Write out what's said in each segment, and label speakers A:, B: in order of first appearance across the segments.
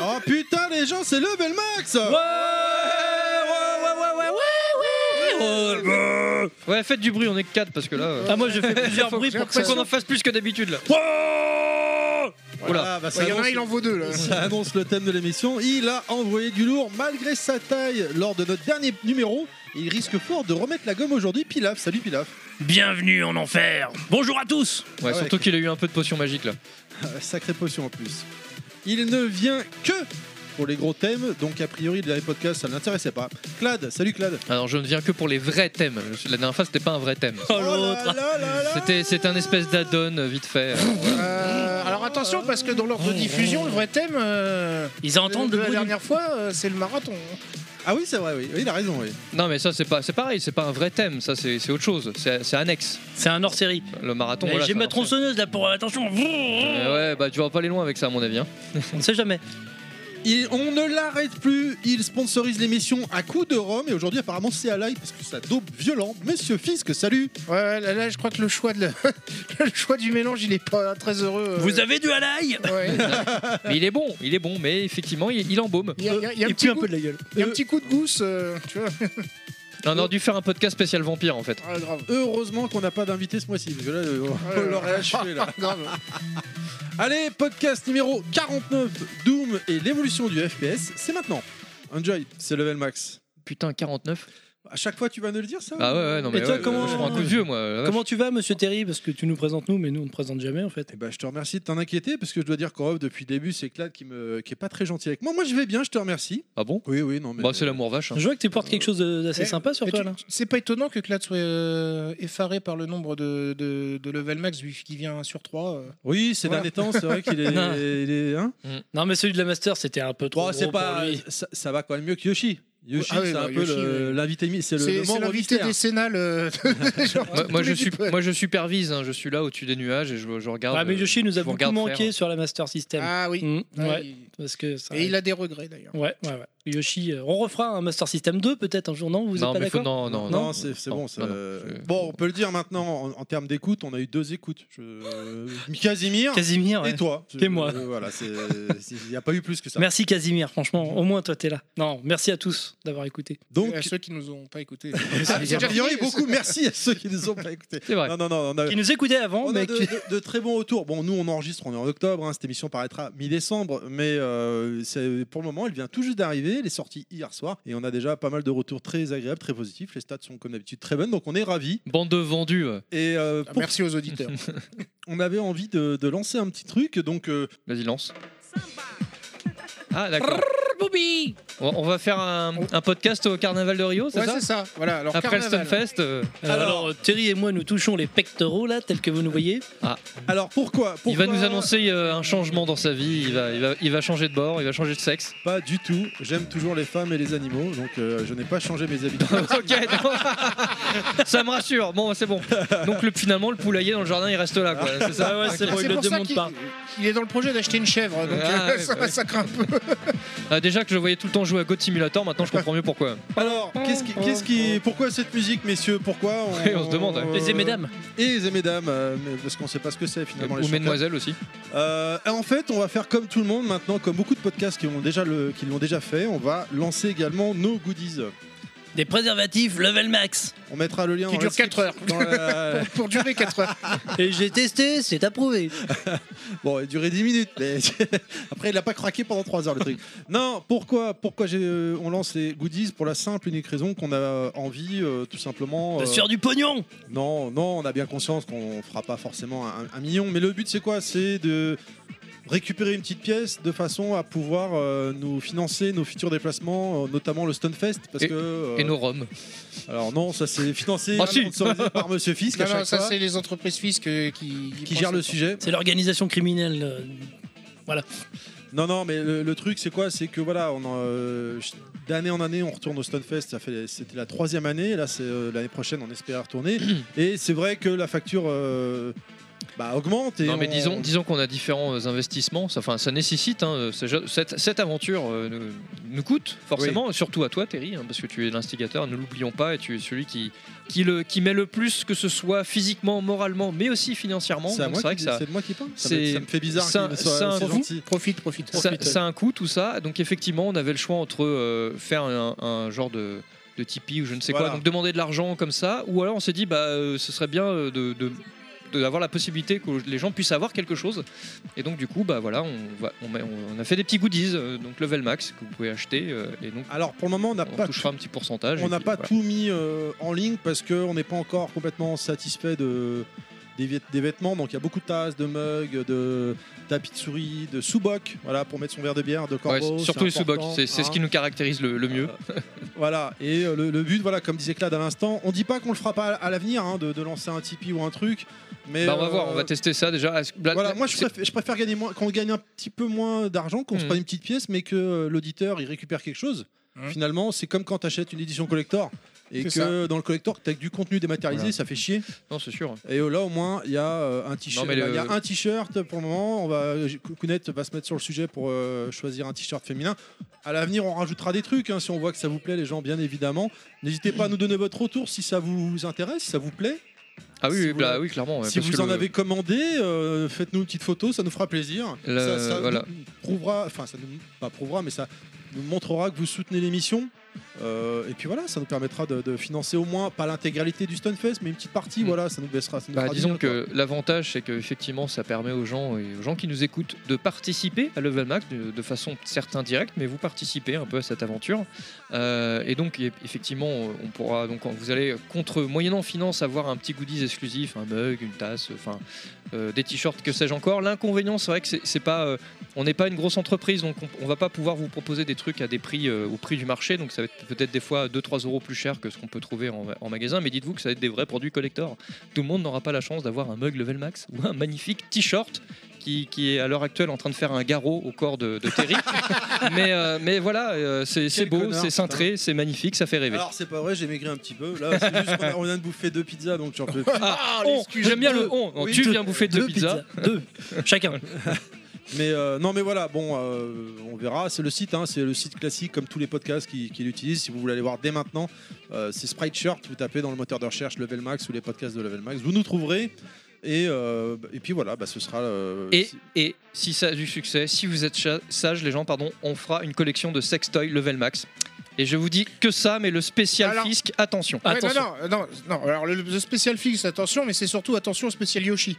A: Oh, Putain, les gens, c'est Level Max
B: Ouais, faites du bruit, on est que 4 parce que là. euh,
C: Ah, moi, je fais plusieurs
D: Faut-
C: bruits
D: j'ai
C: pour que
B: Faut
C: ça
D: l'impression-
B: qu'on en
C: soit.
B: fasse plus que d'habitude là.
A: Voilà, bah, ça
D: Il y en a un,
A: annonce-
D: il en vaut deux là.
A: Ça annonce le thème de l'émission. Il a envoyé du lourd malgré sa taille lors de notre dernier numéro. Il risque fort de remettre la gomme aujourd'hui. Pilaf, salut Pilaf.
E: Bienvenue en enfer. Bonjour à tous.
B: Ouais,
A: Ah ouais,
B: surtout qu'il a eu un peu de potion magique là.
A: Ah, Sacrée potion en plus. Il ne vient que pour les gros thèmes, donc a priori le dernier podcast ça ne l'intéressait pas. Clad, salut Clad.
B: Alors je ne viens que pour les vrais thèmes. La dernière fois c'était pas un vrai thème.
A: Oh là là là là.
B: C'était c'est un espèce d'add-on euh, vite fait. euh, voilà.
D: Euh, alors attention parce que dans l'ordre de diffusion, le vrai thème, euh,
E: Ils entendent
D: de
E: le
D: la
E: bruit du-
D: dernière fois, euh, c'est le marathon.
A: Ah oui, c'est vrai, oui. Oui, il a raison, oui.
B: Non mais ça c'est pas c'est pareil, c'est pas un vrai thème, ça c'est c'est autre chose, c'est c'est annexe.
E: C'est un hors-série.
B: Le marathon.
E: Eh,
B: voilà,
E: J'ai
B: c'est
E: ma
B: un hors-série.
E: tronçonneuse là pour attention.
B: Euh, ouais, bah tu vas pas aller loin avec ça à mon avis. hein.
E: On ne sait jamais.
A: Il- on ne l'arrête plus, il sponsorise l'émission à coups de rhum et aujourd'hui apparemment c'est à live parce que ça dope violent. Monsieur Fisk, salut
D: Ouais, là, là, je crois que le choix, de la- le choix du mélange, il est pas très heureux. euh.
E: Vous avez du halaï
D: Ouais.
B: Mais il est bon, il est bon, mais effectivement il, il embaume.
D: Il y a, il y a- il y a un
C: Et
D: petit
C: puis un
D: coup-
C: peu de la gueule.
D: il y a un petit coup de gousse, euh, tu vois.
B: Non, On aurait dû faire un podcast spécial vampire en fait.
D: Ah, grave.
A: Heureusement qu'on n'a pas d'invité ce mois-ci, parce que là, euh, on
D: Ouais.
A: l'aurait achevé là.
D: grave.
A: Allez, podcast numéro 49, Doom et l'évolution du FPS, c'est maintenant. Enjoy, c'est level max.
B: Putain 49.
A: À chaque fois, tu vas nous le dire ça
B: Ah ouais, ouais non mais
C: Et toi,
B: ouais,
C: comment-
B: je prends un coup de vieux moi. la vache.
C: Comment tu vas, monsieur Terry Parce que tu nous présentes nous, mais nous, on ne présente jamais en fait.
A: Eh ben, je te remercie de t'en inquiéter parce que je dois dire qu'en off, depuis le début, c'est Clad qui, me... qui est pas très gentil avec moi. Moi, je vais bien, je te remercie.
B: Ah bon
A: Oui, oui, non, mais.
B: Bah c'est l'amour vache. hein.
C: Je vois que tu portes quelque chose de- d'assez
D: Ouais.
C: sympa sur
D: Et
C: toi
D: tu-
C: là.
D: C'est pas étonnant que Clad soit euh, effaré par le nombre de, de, de level max, vu qu'il vient sur euh. 3.
A: Oui, ces
D: Voilà.
A: derniers temps, c'est vrai qu'il est.
C: Non.
A: il est- hein
C: Non, mais celui de la Master, c'était un peu trop
A: Bon, c'est
C: gros
A: pas.
C: pour lui.
A: Ça, ça va quand même mieux que Yoshi. Yoshi,
D: Ah oui,
A: c'est
D: bah,
A: un peu
D: Yoshi,
A: le-
D: oui.
A: l'invité. mi- C'est le,
D: C'est
A: le
D: c'est
A: membre
D: l'invité
A: mystère.
D: décennal. euh, genre,
B: Moi,
D: de
B: moi,
D: tous
B: je
D: les
B: suis,
D: types.
B: moi je supervise, hein, je suis là au-dessus des nuages et je, je regarde.
C: Ah, mais
B: euh,
C: Yoshi nous
B: je
C: a
B: vous
C: beaucoup
B: regarde
C: manqué
B: faire.
C: sur la Master System.
D: Ah oui.
C: Mmh,
D: Ah,
C: ouais,
D: il-
C: parce que ça.
D: Et il a des regrets d'ailleurs.
C: Ouais, ouais, ouais. Yoshi, euh, on refera un Master System 2 peut-être un jour, non Vous
B: non,
C: êtes pas
B: mais faut-
C: d'accord
B: non, non,
A: Non,
B: non.
A: c'est c'est
B: non,
A: bon.
B: non,
A: ça-
B: non, je-
A: Bon, on peut le dire maintenant en, en termes d'écoute. On a eu deux écoutes. Je... Casimir
C: Casimir,
A: et
C: ouais.
A: toi.
C: Et moi.
A: Euh, voilà, c'est- c'est- il n'y a pas eu plus que ça.
C: merci Casimir, franchement, au moins toi t'es là. Non, merci à tous d'avoir écouté.
A: Donc,
D: à ceux qui nous ont pas écoutés. Ah,
A: a
D: déjà
A: priori,
D: fini,
A: beaucoup merci à ceux qui nous ont pas écoutés.
B: C'est vrai.
A: Non, non, non, on a,
C: Qui nous écoutaient avant,
B: Eh,
A: on a
C: mais
A: de,
C: qui-
A: de- de très bons retours. Bon, nous, on enregistre, on est en octobre. hein, cette émission paraîtra mi-décembre, mais euh, c'est- pour le moment, elle vient tout juste d'arriver. Elle est sortie hier soir et on a déjà pas mal de retours très agréables, très positifs. Les stats sont comme d'habitude très bonnes, donc on est ravis.
B: Bande de vendus. euh.
A: Et euh,
D: Ah,
A: pour-
D: Merci aux auditeurs.
A: on avait envie de, de lancer un petit truc, donc. euh,
B: Vas-y, lance. Ah, d'accord. On, on va faire un, un podcast au carnaval de Rio, c'est
D: ouais,
B: ça
D: c'est ça. Voilà. Alors,
B: Après
D: carnaval.
B: le Stunfest. euh,
C: Alors, euh, Terry et moi nous touchons les pectoraux là, tels que vous nous voyez.
A: Alors pourquoi,
B: il va
A: Pourquoi
B: nous annoncer euh, un changement dans sa vie. Il va, il, va, il va changer de bord, il va changer de sexe.
A: Pas du tout. J'aime toujours les femmes et les animaux, donc euh, je n'ai pas changé mes habitudes.
B: ok, non. ça me rassure. Bon, c'est bon. Donc, le, finalement, le poulailler dans le jardin, il reste là, quoi. C'est ça
C: Ah ouais, c'est
D: Ah,
C: bon, il
D: c'est
C: le
D: pour ça
C: demande
D: qu'il
C: pas.
D: il est dans le projet d'acheter une chèvre, donc
B: Ah,
D: euh,
B: ouais,
D: ça,
B: bah oui.
D: ça craint un peu.
B: Ah, Déjà que je le voyais tout le temps jouer à God Simulator, maintenant je comprends mieux pourquoi.
A: Alors, qu'est-ce qui, qu'est-ce qui, pourquoi cette musique, messieurs Pourquoi
B: Oui, on se demande, ouais.
C: Les et mesdames.
A: Et les mesdames, euh, mais- parce qu'on ne sait pas ce que c'est finalement. les
B: Ou
A: chanteurs.
B: Mesdemoiselles aussi.
A: Euh, en fait, on va faire comme tout le monde maintenant, comme beaucoup de podcasts qui ont déjà le, qui l'ont déjà fait. On va lancer également nos goodies.
C: Des préservatifs level max.
A: On mettra le lien.
D: Qui
A: en
D: dure
A: description-
D: 4 heures.
A: dans la-
D: Pour, pour durer 4 heures.
C: Et j'ai testé, c'est approuvé.
A: Bon, il a duré 10 minutes, mais après, il a pas craqué pendant 3 heures le truc. Non, pourquoi, pourquoi j'ai- euh, on lance les goodies Pour la simple et unique raison qu'on a envie, euh, tout
B: Oh.
A: simplement. euh,
C: Bah, du pognon
A: non, non, on a bien conscience qu'on fera pas forcément un, un million, mais le but c'est quoi C'est de récupérer une petite pièce de façon à pouvoir euh, nous financer nos futurs déplacements, euh, notamment le Stunfest, parce que. euh,
B: Et nos Roms.
A: Alors non, ça c'est financé
B: Ah, si.
A: sponsorisé par Monsieur Fisk à
D: Non, non,
A: chaque
D: ça,
A: fois,
D: c'est les entreprises fisques euh, qui,
A: qui
D: pensent
A: gère
D: à
A: le
D: ça.
A: sujet.
C: C'est l'organisation criminelle. euh,
A: Non, non, mais le, le truc, c'est quoi C'est que voilà, on en, euh, ch- d'année en année, on retourne au Stunfest. Ça fait, c'était la troisième année. Là, c'est euh, l'année prochaine, on espère retourner. Et c'est vrai que la facture euh, Bah, augmente et.
B: Non, mais
A: on-
B: disons, disons qu'on a différents euh, investissements. Ça, enfin, ça nécessite. hein, euh, ce jeu- cette, cette aventure euh, nous, nous coûte forcément, surtout à toi, Terry, hein, parce que tu es l'instigateur. Ne l'oublions pas, et tu es celui qui qui le qui met le plus, que ce soit physiquement, moralement, mais aussi financièrement.
A: C'est à
B: Donc,
A: moi
B: vrai
A: qui-
B: que ça.
A: c'est de moi qui parle. Ça
B: c'est-
A: me ça me fait bizarre
B: ça-
A: qu'il soit
B: ça-
A: aussi gentil.
D: Profite, profite.
B: ça,
D: profite.
B: ça a un coût tout ça donc effectivement on avait le choix entre euh, faire un, un genre de, de Tipeee ou je ne sais
A: Voilà.
B: quoi donc demander de l'argent comme ça ou alors on s'est dit bah euh, ce serait bien euh, de, de- de- d'avoir la possibilité que les gens puissent avoir quelque chose et donc du coup bah voilà on, va- on, met- on a fait des petits goodies euh, donc level max que vous pouvez acheter euh, et donc
A: Alors, pour le moment, on n'a
B: on
A: pas
B: touchera un petit pourcentage
A: On
B: et
A: n'a
B: puis,
A: pas
B: voilà.
A: tout mis euh, en ligne parce qu'on n'est pas encore complètement satisfait de, des, vêt- des vêtements. Donc il y a beaucoup de tasses, de mugs, de tapis de souris, de sous-boc voilà, pour mettre son verre de bière, de
B: Ouais,
A: corbeau. c'est
B: surtout les sous-bocs
A: important,
B: c'est, c'est ce
A: hein.
B: qui nous caractérise le, le mieux
A: Voilà, et euh, le, le but, voilà, comme disait Claude à l'instant, on dit pas qu'on le fera pas à, à l'avenir hein, de, de lancer un Tipeee ou un truc. Mais
B: Bah, on va
A: euh,
B: voir on va tester ça déjà Est-ce que- Bla-
A: voilà, moi je
B: Bah, c'est-
A: préfère, je préfère gagner moins, qu'on gagne un petit peu moins d'argent, qu'on se
B: Mhm.
A: prenne une petite pièce, mais que euh, l'auditeur il récupère quelque chose.
D: Mhm.
A: Finalement, c'est comme quand tu achètes une édition collector et
D: C'est
A: que
D: ça.
A: dans le collector t'as que du contenu dématérialisé,
B: Voilà.
A: ça fait chier.
B: non c'est sûr
A: Et euh, là au moins il y a euh, un t-shirt,
B: Non, mais
A: il y a
B: le-
A: un t-shirt pour le moment. On va, Kounet va se mettre sur le sujet pour euh, choisir un t-shirt féminin. À l'avenir, on rajoutera des trucs hein, si on voit que ça vous plaît, les gens, bien évidemment. N'hésitez pas à nous donner votre retour si ça vous intéresse, si ça vous plaît.
B: ah oui,
A: Si
B: oui,
A: vous-
B: bah oui, clairement ouais,
A: Si
B: parce
A: vous
B: que
A: en
B: le-
A: avez commandé, euh, faites-nous une petite photo, ça nous fera plaisir.
B: Le-
A: ça ça
B: voilà.
A: nous prouvera, enfin ça nous pas prouvera, mais ça nous montrera que vous soutenez l'émission. Euh, et puis voilà, ça nous permettra de, de financer au moins pas l'intégralité du Stunfest, mais une petite partie.
B: Mm.
A: Voilà, ça nous baissera. Ça nous
B: Bah,
A: fera du
B: disons
A: bien, quoi.
B: que l'avantage, c'est qu'effectivement, ça permet aux gens et aux gens qui nous écoutent de participer à Level Max de, de façon certes indirecte, mais vous participez un peu à cette aventure. Euh, et donc, e- effectivement, on pourra donc vous allez contre moyennant finance avoir un petit goodies exclusif, un mug, une tasse, enfin euh, des t-shirts, que sais-je encore. L'inconvénient, c'est vrai que c'est c'est pas, euh, on n'est pas une grosse entreprise, donc on, on va pas pouvoir vous proposer des trucs à des prix euh, au prix du marché, donc ça va être peut-être des fois 2-3 euros plus cher que ce qu'on peut trouver en, en magasin. Mais dites-vous que ça va être des vrais produits collector tout le monde n'aura pas la chance d'avoir un mug level max ou un magnifique t-shirt qui, qui est à l'heure actuelle en train de faire un garrot au corps de, de Terry. mais, euh, mais voilà, euh, c'est c'est
A: Quel
B: beau,
A: connard,
B: c'est cintré, c'est magnifique, ça fait rêver.
A: Alors c'est pas vrai, j'ai maigri un petit peu. Là, c'est juste qu'on a- on vient de bouffer deux pizzas, donc j'en peux plus.
B: Ah, on, J'aime bien le on. Non,
A: Oui,
B: tu
A: deux-
B: viens bouffer deux, pizzas.
E: Deux. Chacun.
A: Mais euh, non, mais voilà, bon, euh, on verra. C'est le site, hein, c'est le site classique comme tous les podcasts qui, qui l'utilisent. Si vous voulez aller voir dès maintenant, euh, c'est Sprite Shirt. Vous tapez dans le moteur de recherche Level Max ou les podcasts de Level Max, vous nous trouverez. Et, euh, et puis voilà, bah, ce sera. euh,
B: Et,
A: si-
B: et si ça a du succès, si vous êtes cha- sages, les gens, pardon, on fera une collection de sextoys level max. Et je vous dis que ça, mais le spécial
D: Alors-
B: fisc, attention.
D: Ouais,
B: attention.
D: non, non, non, non, alors le, le spécial fixe, attention, mais c'est surtout attention au spécial Yoshi.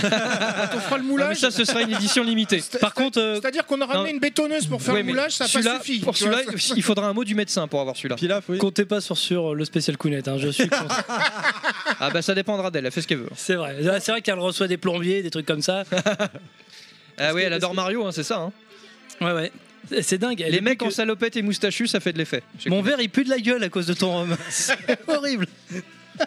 D: Quand Ah, on fera le
B: Non, mais
D: moulage,
B: ça, ce sera une édition limitée.
D: C'est-
B: Par contre, euh,
D: c'est-à-dire qu'on aura
B: non.
D: amené une bétonneuse pour faire
B: ouais,
D: le
B: mais
D: moulage, ça n'a
B: celui-là-
D: pas suffi.
B: Pour
D: tu vois.
B: celui-là, il faudra un mot du médecin pour avoir celui-là.
A: Pilaf, oui.
C: Comptez pas sur, sur le spécial Kounet, hein, je suis contre.
B: Ah bah ça dépendra d'elle, elle fait ce qu'elle veut.
C: C'est vrai. Ah, C'est vrai qu'elle reçoit des plombiers, des trucs comme ça.
B: Ah oui,
C: que-
B: elle adore Mario, hein, c'est ça. hein.
C: Ouais, ouais. C'est- C'est dingue. Elle
B: Les
C: est
B: mecs
C: plus
B: en
C: que-
B: salopette et moustachu, ça fait de l'effet. J'ai
C: Mon
B: compris.
C: verre, il pue de la gueule à cause de ton rhum. C'est horrible.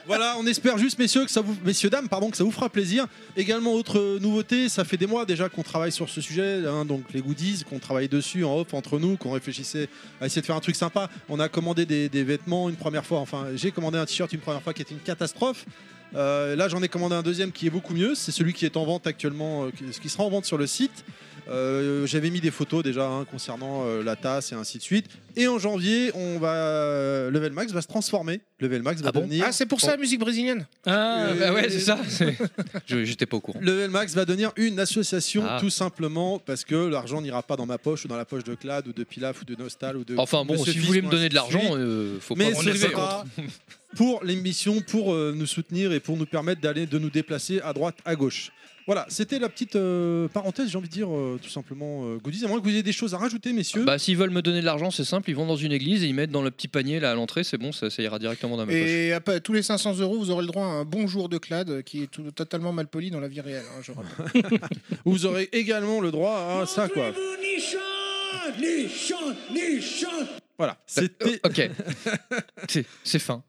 A: Voilà, on espère juste, messieurs, que ça vous, messieurs dames, pardon, que ça vous fera plaisir. Également, autre euh, nouveauté, ça fait des mois déjà qu'on travaille sur ce sujet, hein, donc les goodies, qu'on travaille dessus en off entre nous, qu'on réfléchissait à essayer de faire un truc sympa. On a commandé des, des vêtements une première fois, enfin, j'ai commandé un t-shirt une première fois qui était une catastrophe. Euh, là, j'en ai commandé un deuxième qui est beaucoup mieux. C'est celui qui est en vente actuellement, euh, qui- ce qui sera en vente sur le site. Euh, J'avais mis des photos déjà hein, concernant euh, la tasse et ainsi de suite. Et en janvier, on va euh, Level Max va se transformer. Level Max va
B: Ah bon
A: devenir
D: Ah, c'est pour ça la musique brésilienne
B: Ah bah ouais, c'est ça. c'est- Je- J'étais pas au courant.
A: Level Max va devenir une association
B: Ah.
A: tout simplement parce que l'argent n'ira pas dans ma poche ou dans la poche de Clad ou de Pilaf ou de Nostal ou de.
B: Enfin bon,
A: de ce
B: si vous
A: fils,
B: voulez
A: ou
B: me
A: ainsi
B: donner de l'argent,
A: suite.
B: euh, faut pas
A: mais
B: m'en hein.
A: ce
B: demander.
A: sera pour l'émission, pour euh, nous soutenir et pour nous permettre d'aller de nous déplacer à droite, à gauche. Voilà, c'était la petite euh, parenthèse, j'ai envie de dire euh, tout simplement euh, goodies. À moins que vous ayez des choses à rajouter, messieurs.
B: Bah s'ils veulent me donner de l'argent, c'est simple, ils vont dans une église et ils mettent dans le petit panier là à l'entrée, c'est bon, ça, ça ira directement dans ma poche.
D: Et à peu- tous les 500 euros, vous aurez le droit à un bon jour de clad qui est tout- totalement mal poli dans la vie réelle.
B: Ah,
D: hein, je rappelle.
A: Vous aurez également le droit à ça, quoi. Voilà, c'était
B: Euh, ok. C'est- c'est fin.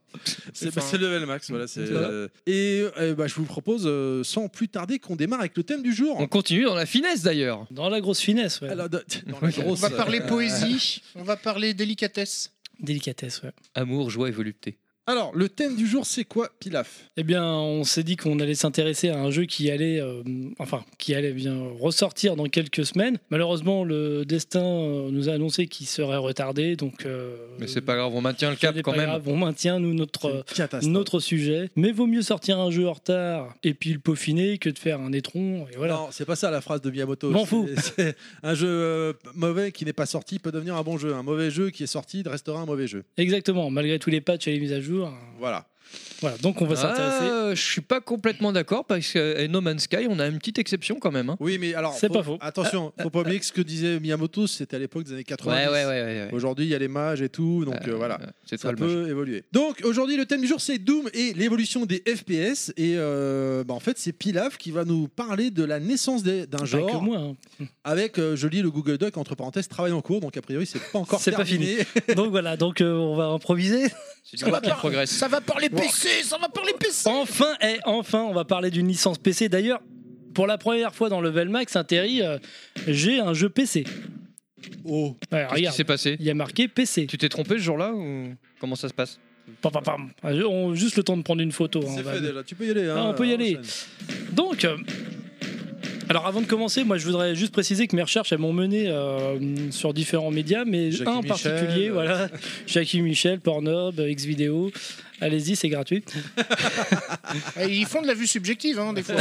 A: C'est
D: Enfin,
A: bah, c'est level max, voilà. c'est,
B: Voilà.
A: euh, et euh, bah, je vous propose, euh, sans plus tarder, qu'on démarre avec le thème du jour.
B: On continue dans la finesse d'ailleurs.
C: Dans la grosse finesse, ouais.
A: Alors, de- dans
B: On
A: la
D: On
A: grosse. euh,
D: va parler poésie, on va parler délicatesse.
C: Délicatesse, ouais.
B: Amour, joie et volupté.
A: Alors, le thème du jour, c'est quoi, Pilaf
C: Eh bien, on s'est dit qu'on allait s'intéresser à un jeu qui allait, euh, enfin, qui allait bien ressortir dans quelques semaines. Malheureusement, le destin euh, nous a annoncé qu'il serait retardé, donc. euh,
B: Mais c'est pas grave, on maintient le
C: ce
B: cap
C: n'est
B: quand
C: pas
B: même.
C: grave, on maintient nous notre. euh,
A: C'est une catastrophe.
C: notre sujet, mais vaut mieux sortir un jeu en retard et puis le peaufiner que de faire un étron et voilà.
A: Non, c'est pas ça la phrase de Miyamoto.
C: M'en
A: C'est-
C: fous.
A: c'est Un jeu euh, mauvais qui n'est pas sorti peut devenir un bon jeu. Un mauvais jeu qui est sorti restera un mauvais jeu.
C: Exactement, malgré tous les patchs et les mises à jour. euh,
A: Voilà.
C: Voilà, donc on va s'intéresser.
B: Ah, je suis pas complètement d'accord parce que euh, No Man's Sky, on a une petite exception quand même. hein.
A: Oui, mais alors.
C: C'est
A: faut-
C: pas faux.
A: Attention, faut pas oublier que ce que disait Miyamoto, c'était à l'époque des années 90.
B: ouais, ouais.
A: Aujourd'hui, il y a les mages et tout, donc euh, voilà.
B: Euh, C'est
A: Ça
B: toi le mage.
A: peut évoluer. Donc aujourd'hui, le thème du jour, c'est Doom et l'évolution des FPS. Et euh, bah, en fait, c'est Pilaf qui va nous parler de la naissance des- d'un
C: Pas
A: genre.
C: que moi. hein.
A: Avec, euh, je lis le Google Doc entre parenthèses, travail en cours. Donc a priori, c'est pas encore
C: C'est pas
A: terminé.
C: donc voilà, donc euh, on va improviser.
B: C'est du monde qui progresse.
D: Ça va par les PC, ça va par les PC.
C: Enfin, et enfin, on va parler d'une licence PC. D'ailleurs, pour la première fois dans Level Max, un Terry, euh, j'ai un jeu PC.
A: oh,
C: Ouais,
B: Qu'est-ce qui
C: regarde,
B: s'est passé
C: il y a marqué PC.
B: Tu t'es trompé ce jour-là ou comment ça se passe
C: Pam, pam, pam. Ah, je- on- Juste le temps de prendre une photo. hein,
A: c'est
C: on va-
A: fait déjà. Tu peux y aller.
C: Ah,
A: hein,
C: on peut y aller.
A: enchaîne.
C: Donc, euh, alors avant de commencer, moi je voudrais juste préciser que mes recherches elles m'ont mené euh, sur différents médias, mais
A: Jackie
C: un en
A: Michel,
C: particulier,
A: euh.
C: voilà, Jackie Michel, Pornhub, euh, Xvideo. Allez-y, c'est gratuit.
D: Et ils font de la vue subjective, hein, des fois.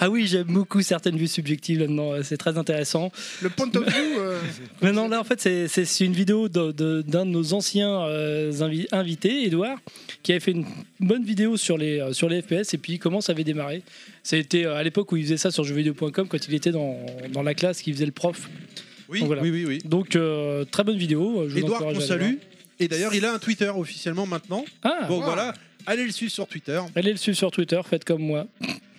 C: Ah oui, j'aime beaucoup certaines vues subjectives là-dedans, euh, c'est très intéressant.
D: Le point of view. euh,
C: Mais non, là en fait, c'est- c'est c'est une vidéo de- de- d'un de, nos anciens euh, invi- invités, Edouard, qui avait fait une bonne vidéo sur les, euh, sur les FPS et puis comment ça avait démarré. C'était euh, à l'époque où il faisait ça sur jeuxvideo.com quand il était dans, dans la classe, qu'il faisait le prof.
A: Oui,
C: Donc, voilà.
A: oui, oui, oui.
C: Donc, euh, très bonne vidéo. Je vous
A: Edouard
C: encourage
A: qu'on
C: à aller
A: salue. Et d'ailleurs, il a un Twitter officiellement maintenant.
C: voir. Ah,
A: Donc
D: wow.
A: voilà, allez le suivre sur Twitter.
C: allez le suivre sur Twitter, faites comme moi.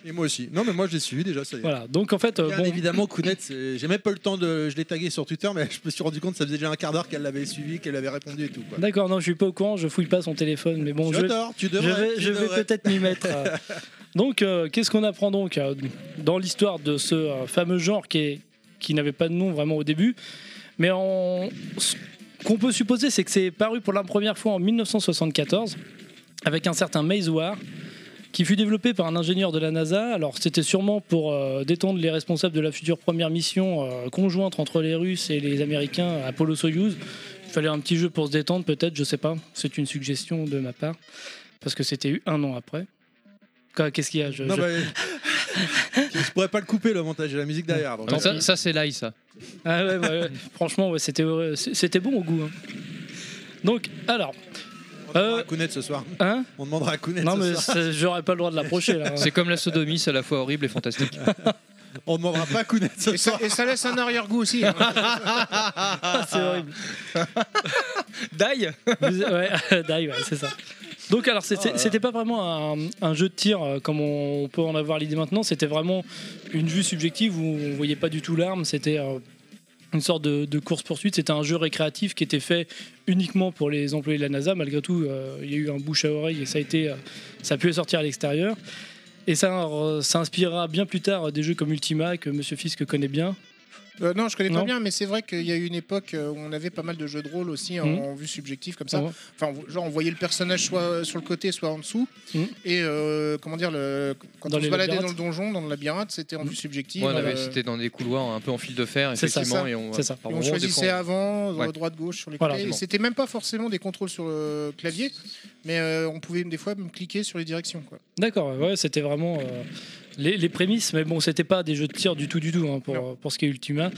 A: Et moi aussi. Non, mais moi, je l'ai suivi déjà. Ça y est.
C: Voilà, donc en fait, euh,
A: Bien
C: bon,
A: évidemment, Kounet, c'est- j'ai même pas eu le temps de. Je l'ai tagué sur Twitter, mais je me suis rendu compte que ça faisait déjà un quart d'heure qu'elle l'avait suivi, qu'elle avait répondu et tout. Quoi.
C: d'accord, non, je suis pas au courant, je fouille pas son téléphone, mais bon,
A: tu
C: je,
A: adores, tu
C: je
A: devrais.
C: vais,
A: tu
C: je vais
A: devrais.
C: peut-être m'y mettre. euh. Donc, euh, qu'est-ce qu'on apprend donc euh, dans l'histoire de ce euh, fameux genre qui, est- qui n'avait pas de nom vraiment au début Mais en- ce qu'on peut supposer, c'est que c'est paru pour la première fois en 1974 avec un certain Maze War qui fut développé par un ingénieur de la NASA. Alors, c'était sûrement pour euh, détendre les responsables de la future première mission euh, conjointe entre les Russes et les Américains, Apollo-Soyuz. Il fallait un petit jeu pour se détendre, peut-être, je sais pas. C'est une suggestion de ma part parce que c'était eu un an après. Quoi, Qu'est-ce qu'il y a je,
A: Non,
C: je-
A: bah, je pourrais pas le couper le montage et la musique derrière. donc,
B: Non,
A: euh,
B: Ça, ça, c'est l'ail, ça.
C: Ah ouais, ouais, ouais. Franchement, ouais, c'était heureux. C- c'était bon au goût. hein. Donc, alors,
A: on demandera
C: euh,
A: à Kounet ce soir.
C: hein
A: On demandera à Kounet
C: Non,
A: ce
C: mais
A: soir.
C: c'est- j'aurais pas le droit de l'approcher là. hein.
B: C'est comme la sodomie, c'est à la fois horrible et fantastique.
A: On demandera pas à Kounet ce
D: et, ça,
A: soir.
D: et ça laisse un arrière-goût aussi. hein.
C: Ah, c'est horrible.
B: D'ail
C: Vous- ouais, die, ouais, c'est ça. Donc, alors,
A: Oh là
C: c'était
A: là.
C: c'était pas vraiment un, un jeu de tir euh, comme on peut en avoir l'idée maintenant. C'était vraiment une vue subjective où on voyait pas du tout l'arme. C'était euh, une sorte de, de course-poursuite. C'était un jeu récréatif qui était fait uniquement pour les employés de la NASA. Malgré tout, euh, il y a eu un bouche à oreille et ça a été, euh, ça a pu sortir à l'extérieur. Et ça, euh, ça inspirera bien plus tard euh, des jeux comme Ultima que Monsieur Fisk connaît bien.
D: Euh, non, je connais
C: Non.
D: pas bien, mais c'est vrai qu'il y a eu une époque euh, où on avait pas mal de jeux de rôle aussi en,
C: Mhm.
D: en vue subjective comme ça.
C: Ouais.
D: Enfin, on- genre on voyait le personnage soit euh, sur le côté, soit en dessous.
C: Mhm.
D: Et euh, comment dire, le, quand
C: Dans
D: on se
C: les
D: baladait dans
C: labyrinthes.
D: le donjon, dans le labyrinthe, c'était en vue subjective.
B: Moi, on avait,
D: euh,
B: c'était dans des couloirs un peu en fil de fer,
C: C'est ça,
B: effectivement.
D: ça.
B: et on,
C: C'est ça.
B: par
D: et on
B: moments, des
D: choisissait
B: fois,
D: avant, euh,
B: Ouais.
D: droite, gauche, sur les
C: Voilà.
D: côtés. Et
B: Bon.
D: c'était même pas forcément des contrôles sur le clavier, mais euh, on pouvait des fois même cliquer sur les directions. Quoi.
C: D'accord, ouais, c'était vraiment euh, les, les prémices, mais bon, c'était pas des jeux de tir du tout, du tout, hein, pour, euh, pour ce qui est Ultima.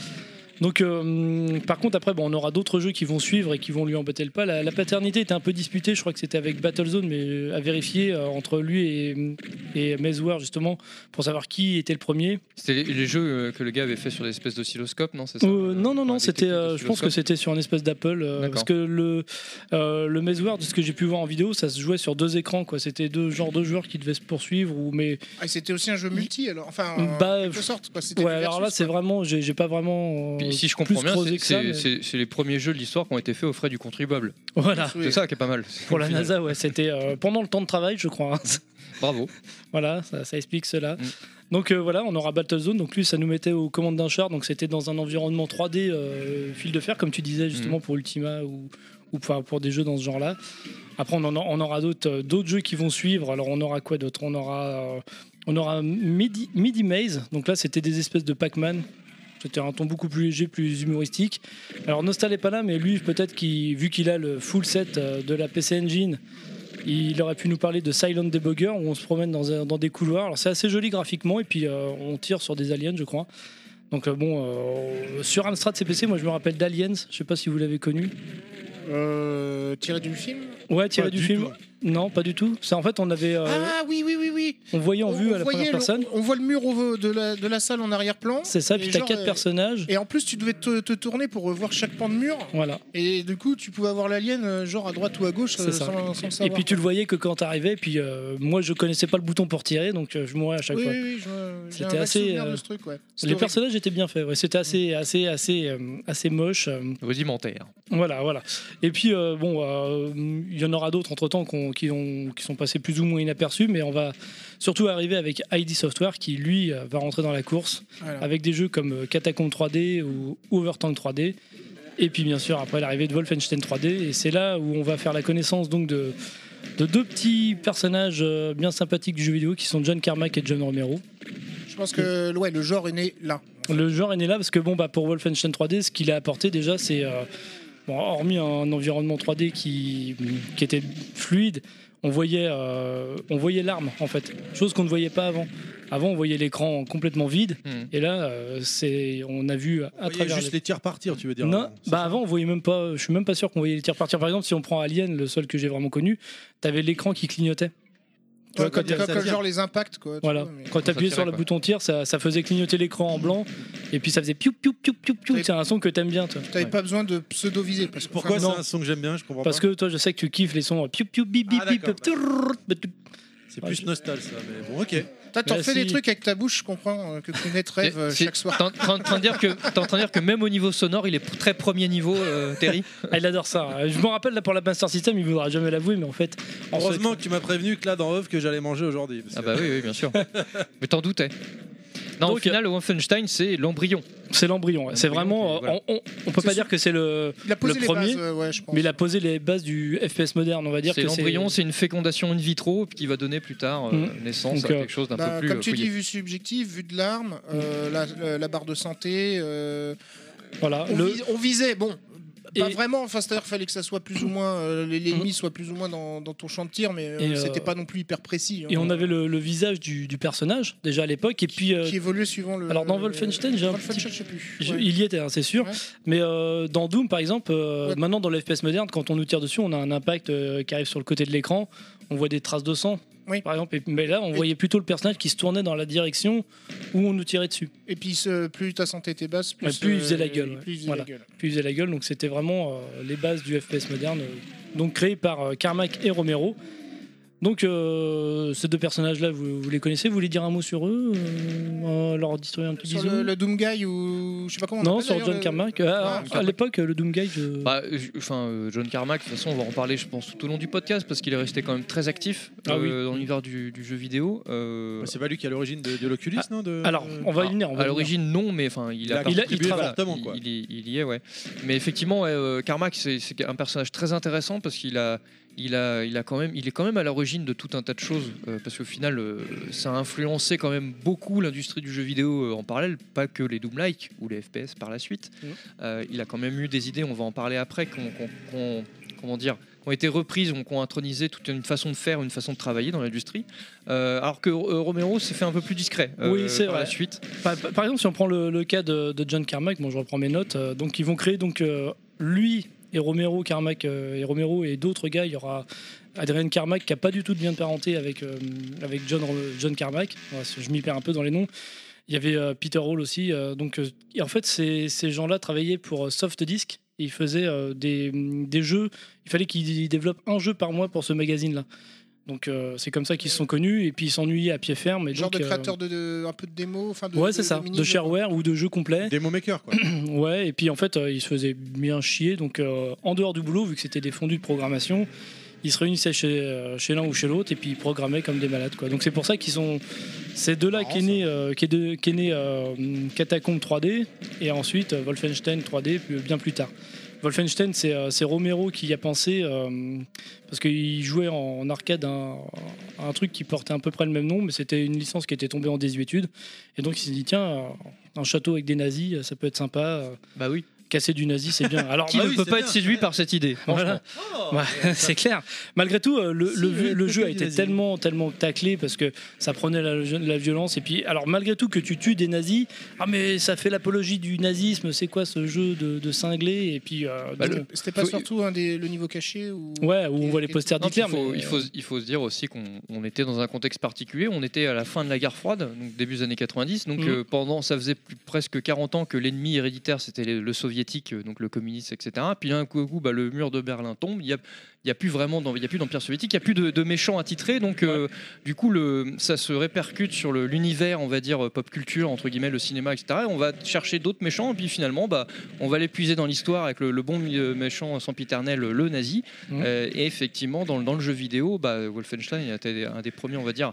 C: Donc, euh, par contre, après, bon, on aura d'autres jeux qui vont suivre et qui vont lui embêter le pas. La, la paternité était un peu disputée, je crois que c'était avec Battlezone, mais euh, à vérifier euh, entre lui et, et Maze War, justement, pour savoir qui était le premier.
B: C'était les, les jeux euh, que le gars avait fait sur des espèces d'oscilloscopes, non c'est ça
C: Euh, non, non,
B: Enfin,
C: non,
B: des
C: c'était,
B: techniques
C: euh, je pense que
B: d'oscilloscope.
C: c'était sur une espèce d'Apple. euh,
B: D'accord.
C: parce que le, euh, le Maze War, de ce que j'ai pu voir en vidéo, ça se jouait sur deux écrans, quoi. C'était deux, genre deux joueurs qui devaient se poursuivre, ou, mais
D: Ah, et c'était aussi un jeu multi, alors. Enfin,
B: Euh,
D: en
C: Bah,
D: quelque
C: pff,
D: sorte. quoi. C'était
C: Ouais,
D: du
C: alors là,
D: versus,
C: c'est
D: quoi.
C: vraiment. J'ai j'ai pas vraiment. euh,
B: Puis, si je
C: plus
B: comprends bien,
C: creusé
B: c'est-
C: que ça, mais-
B: c'est c'est- c'est les premiers jeux de l'histoire qui ont été faits aux frais du contribuable.
C: Voilà.
D: Oui.
B: C'est ça qui est pas mal.
C: Pour la
B: Au final.
C: NASA, ouais, c'était euh, pendant le temps de travail, je crois. hein.
B: Bravo.
C: voilà, ça, ça explique cela.
B: Mm.
C: Donc euh, voilà, on aura Battlezone. Donc lui, ça nous mettait aux commandes d'un char. Donc c'était dans un environnement 3D, euh, fil de fer, comme tu disais justement pour Ultima ou, ou pour, pour des jeux dans ce genre-là. Après, on, en a- on aura d'autres euh, d'autres jeux qui vont suivre. Alors, on aura quoi d'autre On aura, euh, on aura Midi, Midi Maze. Donc là, c'était des espèces de Pac-Man. C'était un ton beaucoup plus léger, plus humoristique. Alors, Nostal n'est pas là, mais lui, peut-être, qu'il- vu qu'il a le full set euh, de la PC Engine, il aurait pu nous parler de Silent Debugger, où on se promène dans, un- dans des couloirs. Alors, c'est assez joli graphiquement, et puis euh, on tire sur des aliens, je crois. Donc, euh, bon, euh, sur Amstrad CPC, moi, je me rappelle d'Aliens. Je sais pas si vous l'avez connu.
D: Euh, tiré du film
C: Ouais, tiré
A: Pas
C: du,
A: du
C: film.
A: tout.
C: Non, pas du tout. C'est en fait, on avait, euh,
D: Ah oui, oui, oui, oui.
C: on voyait en vue à la
D: voyait
C: première
D: le-
C: personne.
D: on voit le mur au- de, la, de la salle en arrière-plan.
C: C'est ça.
D: Et
C: Puis t'as
D: genre,
C: quatre
D: euh,
C: personnages.
D: Et en plus, tu devais te, te tourner pour euh, voir chaque pan de mur.
C: Voilà.
D: Et du coup, tu pouvais avoir l'alien euh, genre à droite ou à gauche
C: C'est
D: euh,
C: ça.
D: sans, sans le
C: Et
D: savoir.
C: puis tu le voyais que quand t'arrivais. Puis euh, moi, je connaissais pas le bouton pour tirer, donc euh, je mourais à chaque
D: Oui,
C: fois.
D: oui, oui, je- j'ai un
C: C'était
D: vague
C: assez,
D: souvenir
C: euh,
D: de ce truc, ouais.
C: Les
D: C'était
C: personnages étaient bien faits. ouais. C'était assez, assez, assez, euh, assez moche. euh,
B: rudimentaire.
C: Voilà, voilà. Et puis, euh, bon, euh, il y en aura d'autres entre-temps qu'on- qui, ont- qui sont passés plus ou moins inaperçus, mais on va surtout arriver avec ID Software qui, lui, euh, va rentrer dans la course
D: Voilà.
C: avec des jeux comme euh, Catacomb 3D ou Overtank 3D. Et puis, bien sûr, après l'arrivée de Wolfenstein 3D, et c'est là où on va faire la connaissance donc de, de deux petits personnages euh, bien sympathiques du jeu vidéo qui sont John Carmack et John Romero.
D: Je pense que ouais, le genre est né là.
C: Le genre est né là parce que bon bah pour Wolfenstein 3D ce qu'il a apporté déjà c'est euh, bon, hormis un environnement 3D qui, qui était fluide on voyait euh, on voyait l'arme en fait chose qu'on ne voyait pas avant avant on voyait l'écran complètement vide
B: Mhm.
C: et là euh, c'est on a vu à
A: Il y a
C: travers
A: juste
C: les-
A: les tirs partir, tu veux dire.
C: Ah, non,
A: avant.
C: bah avant on voyait même pas, je suis même pas sûr qu'on voyait les tirs partir. Par exemple, si on prend Alien, le seul que j'ai vraiment connu, t'avais l'écran qui clignotait. Tu vois,
D: Ouais,
C: quand
D: comme,
C: il y a-
D: comme-
A: ça
D: comme
A: vient.
D: genre les impacts quoi. tu
C: voilà,
D: vois, mais-
C: quand
B: ça
C: t'appuyais sur
B: tirait,
C: le
B: quoi.
C: bouton tir, ça, ça faisait clignoter l'écran en blanc, et puis ça faisait piou piou piou piou piou.
D: T'avais-
C: C'est un son que t'aimes bien, toi.
D: T'avais
B: Ouais.
D: pas hein. besoin de pseudo-viser parce que
A: Pourquoi
D: enfin,
A: c'est
D: non.
A: un son que j'aime bien Je comprends
C: Parce
A: pas.
C: que toi, je sais que tu kiffes les sons euh, piou piou bip bip
A: Ah,
C: bip.
A: d'accord,
C: tourrrrrrrrrrrrrrrrrrrrrrrrrrr,
A: C'est plus nostal ça, mais bon, ok.
D: Toi, t'en
C: Mais
D: fais
C: Bah, si.
D: des trucs avec ta bouche, je comprends euh, que Kounet rêve euh,
B: C'est-
D: chaque soir.
B: T'es en train- t'es en train de dire que- t'es en train de dire que même au niveau sonore, il est p- très premier niveau, euh, Terry.
C: Ah, Il adore ça. Euh, Je me rappelle là pour la Master System, il voudra jamais l'avouer, mais en fait, en fait,
A: Heureusement que tu m'as prévenu que là dans Off que j'allais manger aujourd'hui. parce
B: Ah
A: que-
B: bah oui, oui, bien sûr. Mais t'en doutais. Non, au
C: Donc,
B: final, Wolfenstein, c'est l'embryon.
C: c'est l'embryon. ouais. C'est vraiment, euh,
B: Voilà.
C: on, on- on peut pas
D: C'est sûr.
C: dire que c'est le,
D: Il a posé
C: le
D: les
C: premier,
D: bases, euh, ouais, je pense.
C: mais il a posé les bases du FPS moderne. On va dire
B: C'est
C: que c'est
B: l'embryon, c'est une fécondation in vitro qui va donner plus tard euh,
C: Mhm.
B: naissance
C: Donc,
B: à
C: euh,
B: quelque chose d'un
D: Bah,
B: peu plus.
D: comme
B: euh,
D: tu dis,
B: fouillé.
D: vue subjective, vue de l'arme, euh, la, la- la barre de santé. euh,
C: Voilà.
D: on,
C: le-
D: vis- on visait, bon. Pas
C: Et- Mhm.
D: vraiment, enfin, c'est-à-dire qu'il fallait que ça soit plus ou moins, euh, l'ennemi soit plus ou moins dans, dans ton champ de tir, mais euh,
C: Et, euh,
D: c'était pas non plus hyper précis. hein.
C: Et on avait le, le visage du, du personnage déjà à l'époque. Et puis, euh,
D: qui évoluait suivant le.
C: alors dans
D: le-
C: Wolfenstein, j'ai un
D: Wolfenstein,
C: petit-
D: je sais plus.
C: je-
D: Ouais.
C: il y était, hein, c'est sûr.
D: Ouais.
C: Mais euh, dans Doom, par exemple, euh,
D: Ouais.
C: maintenant dans le FPS moderne, quand on nous tire dessus, on a un impact euh, qui arrive sur le côté de l'écran. On voit des traces de sang,
D: Oui.
C: par exemple. Et- mais là, on
D: Et-
C: voyait plutôt le personnage qui se tournait dans la direction où on nous tirait dessus.
D: Et puis ce- plus ta santé était basse, plus,
C: Ouais, plus il faisait la
D: euh,
C: gueule, ouais.
D: plus il faisait
C: Voilà.
D: la gueule.
C: Puis il faisait la gueule. Donc c'était vraiment euh, les bases du FPS moderne, euh, donc créé par euh, Carmack et Romero. Donc euh, ces deux personnages-là, vous, vous les connaissez Vous voulez dire un mot sur eux euh, euh, Leur distribuer un petit
D: Sur
C: bisou
D: le, le Doom Guy ou je sais pas comment. on
C: Non,
D: appelle
C: sur
D: d'ailleurs,
C: John
D: le-
C: Carmack.
D: Ouais,
C: Ah,
D: John
C: à
D: Carmack.
C: l'époque, le Doomguy, je...
B: Bah, euh, je- enfin, euh, John Carmack, de toute façon, on va en parler, je pense, tout au long du podcast parce qu'il est resté quand même très actif
C: Ah
B: euh,
C: oui.
B: dans l'univers du, du jeu vidéo. euh,
A: Mais C'est pas lui qui est à l'origine de, de l'Oculus, non de-
C: bah, Ah, Alors,
A: de-
C: on va y
B: Alors,
C: venir. on va
B: Ah, à
C: y venir.
B: l'origine, non, mais enfin, il
A: Il a
B: a, participé,
A: contribué
B: voilà,
A: fortement,
B: il-
A: quoi.
B: il y- il y est, ouais. Mais effectivement, ouais, euh, Carmack, c'est c'est un personnage très intéressant parce qu'il a, il a, il a quand même, il est quand même à l'origine de tout un tas de choses. euh, parce qu'au final, euh, ça a influencé quand même beaucoup l'industrie du jeu vidéo euh, en parallèle, pas que les Doom-like ou les FPS par la suite.
C: Mhm.
B: Euh, il a quand même eu des idées. On va en parler après. qu'on- qu'on- qu'on- comment dire qui ont été reprises, ont- qui ont intronisé toute une façon de faire, une façon de travailler dans l'industrie. Euh, alors que euh, Romero s'est fait un peu plus discret euh,
C: Oui, c'est
B: par la
C: vrai.
B: suite.
C: Par, par- par exemple, si on prend le, le cas de, de John Carmack, bon, je reprends mes notes. euh, donc, ils vont créer donc euh, lui et Romero, Carmack euh, et Romero et d'autres gars. Il y aura Adrian Carmack qui a pas du tout de lien de parenté avec euh, avec John Ro- John Carmack. Ouais, je m'y perds un peu dans les noms. Il y avait euh, Peter Hall aussi. euh, donc, euh, et en fait, ces, ces gens-là travaillaient pour euh, Soft Disc. et Ils faisaient euh, des, des jeux. Il fallait qu'ils développent un jeu par mois pour ce magazine-là. Donc, euh, c'est comme ça qu'ils se sont connus. Et puis, ils s'ennuyaient à pied ferme. Et
D: Genre
C: donc,
D: de
C: euh,
D: créateur de, de- un peu de démo, enfin de.
C: ouais, c'est ça, de
D: mini-jeu.
C: shareware ou de jeux complets.
A: Démo maker, quoi.
C: Ouais, et puis en fait, euh, ils se faisaient bien chier. Donc, euh, en dehors du boulot, vu que c'était des fondus de programmation, ils se réunissaient chez, euh, chez l'un ou chez l'autre et puis ils programmaient comme des malades. Quoi. Donc, c'est pour ça qu'ils sont. C'est de là
D: Marrant,
C: qu'est né, euh, qu'est de- qu'est né euh, Catacombe 3D et ensuite euh, Wolfenstein 3D plus- euh, bien plus tard. Wolfenstein, c'est euh, c'est Romero qui y a pensé, euh, parce qu'il jouait en arcade un, un truc qui portait à peu près le même nom, mais c'était une licence qui était tombée en désuétude. Et donc il s'est dit, tiens, euh, un château avec des nazis, euh, ça peut être sympa. euh,
B: Bah oui.
C: Casser du nazi, c'est bien. Alors,
B: Qui
C: bah
B: ne
C: oui,
B: peut
A: c'est
B: pas
A: bien,
B: être séduit par cette idée
C: Voilà. Bah, c'est clair. Malgré tout, euh, le,
A: Si,
C: le-
A: ouais,
C: le
A: c'est
C: jeu a
A: pas du
C: été
A: nazisme.
C: tellement, tellement taclé parce que ça prenait la, la violence. Et puis, alors malgré tout que tu tues des nazis, ah mais ça fait l'apologie du nazisme. C'est quoi ce jeu de, de cinglé Et puis, euh,
B: Bah,
C: donc, euh,
B: le-
D: C'était pas
B: Faut-
D: surtout un des, le niveau caché ou
C: ouais, où on voit les posters
B: Non, puis
C: d'Hitler.
B: il, faut,
C: mais-
B: il, faut, il faut se dire aussi qu'on on était dans un contexte particulier. On était à la fin de la guerre froide, donc début des années 90. Donc
C: Mhm.
B: euh, pendant, ça faisait plus- presque 40 ans que l'ennemi héréditaire c'était le, le soviétique, euh, donc le communiste, etc. Puis d'un coup, au coup, bah, le mur de Berlin tombe. Il y a, il y a plus vraiment, d'en- il y a plus d'empire soviétique. Il y a plus de, de méchants attitrés. Donc euh, du coup, le, ça se répercute sur le- l'univers, on va dire euh, pop culture entre guillemets, le cinéma, etc. Et on va chercher d'autres méchants. Et puis finalement, bah, on va l'épuiser dans l'histoire avec le, le bon milieu- méchant sempiternel, le nazi.
C: Mhm.
B: Euh, et effectivement, dans, le- dans le jeu vidéo, bah, Wolfenstein a été un des premiers, on va dire,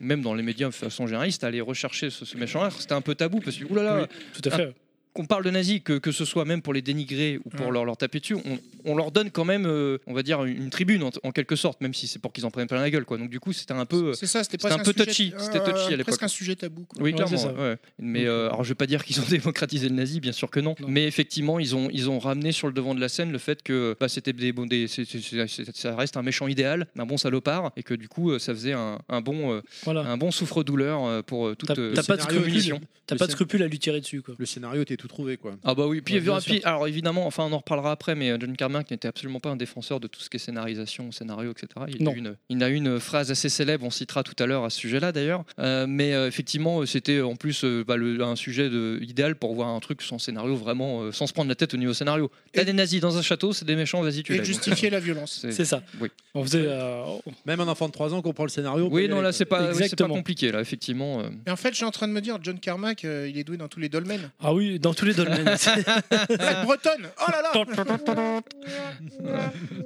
B: même dans les médias de façon généraliste, à aller rechercher ce, ce méchant-là. C'était un peu tabou parce que, oulala,
C: Oui. tout à fait.
B: qu'on parle de nazis, que, que ce soit même pour les dénigrer ou pour
D: Ouais.
B: leur, leur taper dessus, on, on leur donne quand même, euh, on va dire, une, une tribune en, en quelque sorte, même si c'est pour qu'ils en prennent plein la gueule. Quoi. Donc, du coup, c'était un peu.
D: C'est ça, c'était
B: C'était
D: presque
B: un peu
D: sujet-
B: touchy, c'était touchy à
D: euh,
B: l'époque.
D: Presque un sujet tabou. quoi.
B: Oui,
C: Ouais,
B: clairement.
C: c'est ça.
B: ouais. Mais euh, alors, je vais pas dire qu'ils ont démocratisé le nazi, bien sûr que non.
C: Non.
B: Mais effectivement, ils ont ils ont ramené sur le devant de la scène le fait que bah, c'était des, bon, des c'est- c'est- c'est- ça reste un méchant idéal, un bon salopard, et que du coup, euh, ça faisait un, un bon euh,
C: Voilà.
B: un bon souffre-douleur euh, pour euh, toute
C: T'as-
B: euh,
C: t'as pas de
B: scénario
A: scrupules.
B: punition.
C: T'as
A: le
C: pas
A: scén-
C: de scrupule à lui tirer dessus, quoi.
A: Le scénario était tout trouvé, quoi.
B: Ah bah oui, puis,
C: Ouais, bien
B: puis-
C: sûr.
B: alors évidemment, enfin on en reparlera après, mais euh, John Carmack n'était absolument pas un défenseur de tout ce qui est scénarisation, scénario, etc. Il,
C: Non.
B: A, une, il a une phrase assez célèbre, on citera tout à l'heure à ce sujet-là d'ailleurs, Euh, mais euh, effectivement euh, c'était en plus euh, bah, le- un sujet de- idéal pour voir un truc sans scénario, vraiment euh, sans se prendre la tête au niveau scénario. T'as
D: Et-
B: des nazis dans un château, c'est des méchants, vas-y tu
D: Et
B: les
D: de justifier la violence.
C: C'est ça.
B: Oui.
C: On faisait. euh, on-
A: Même un enfant de 3 ans comprend le scénario. on peut y
B: Oui, non,
A: aller,
B: là
A: quoi.
B: c'est pas, oui, c'est pas
C: Exactement.
B: compliqué, là effectivement. euh.
D: Mais en fait, je suis en train de me dire, John Carmack, euh, il est doué dans tous les dolmens.
C: Ah oui, dans tous les domaines.
D: Fred Breton Oh là là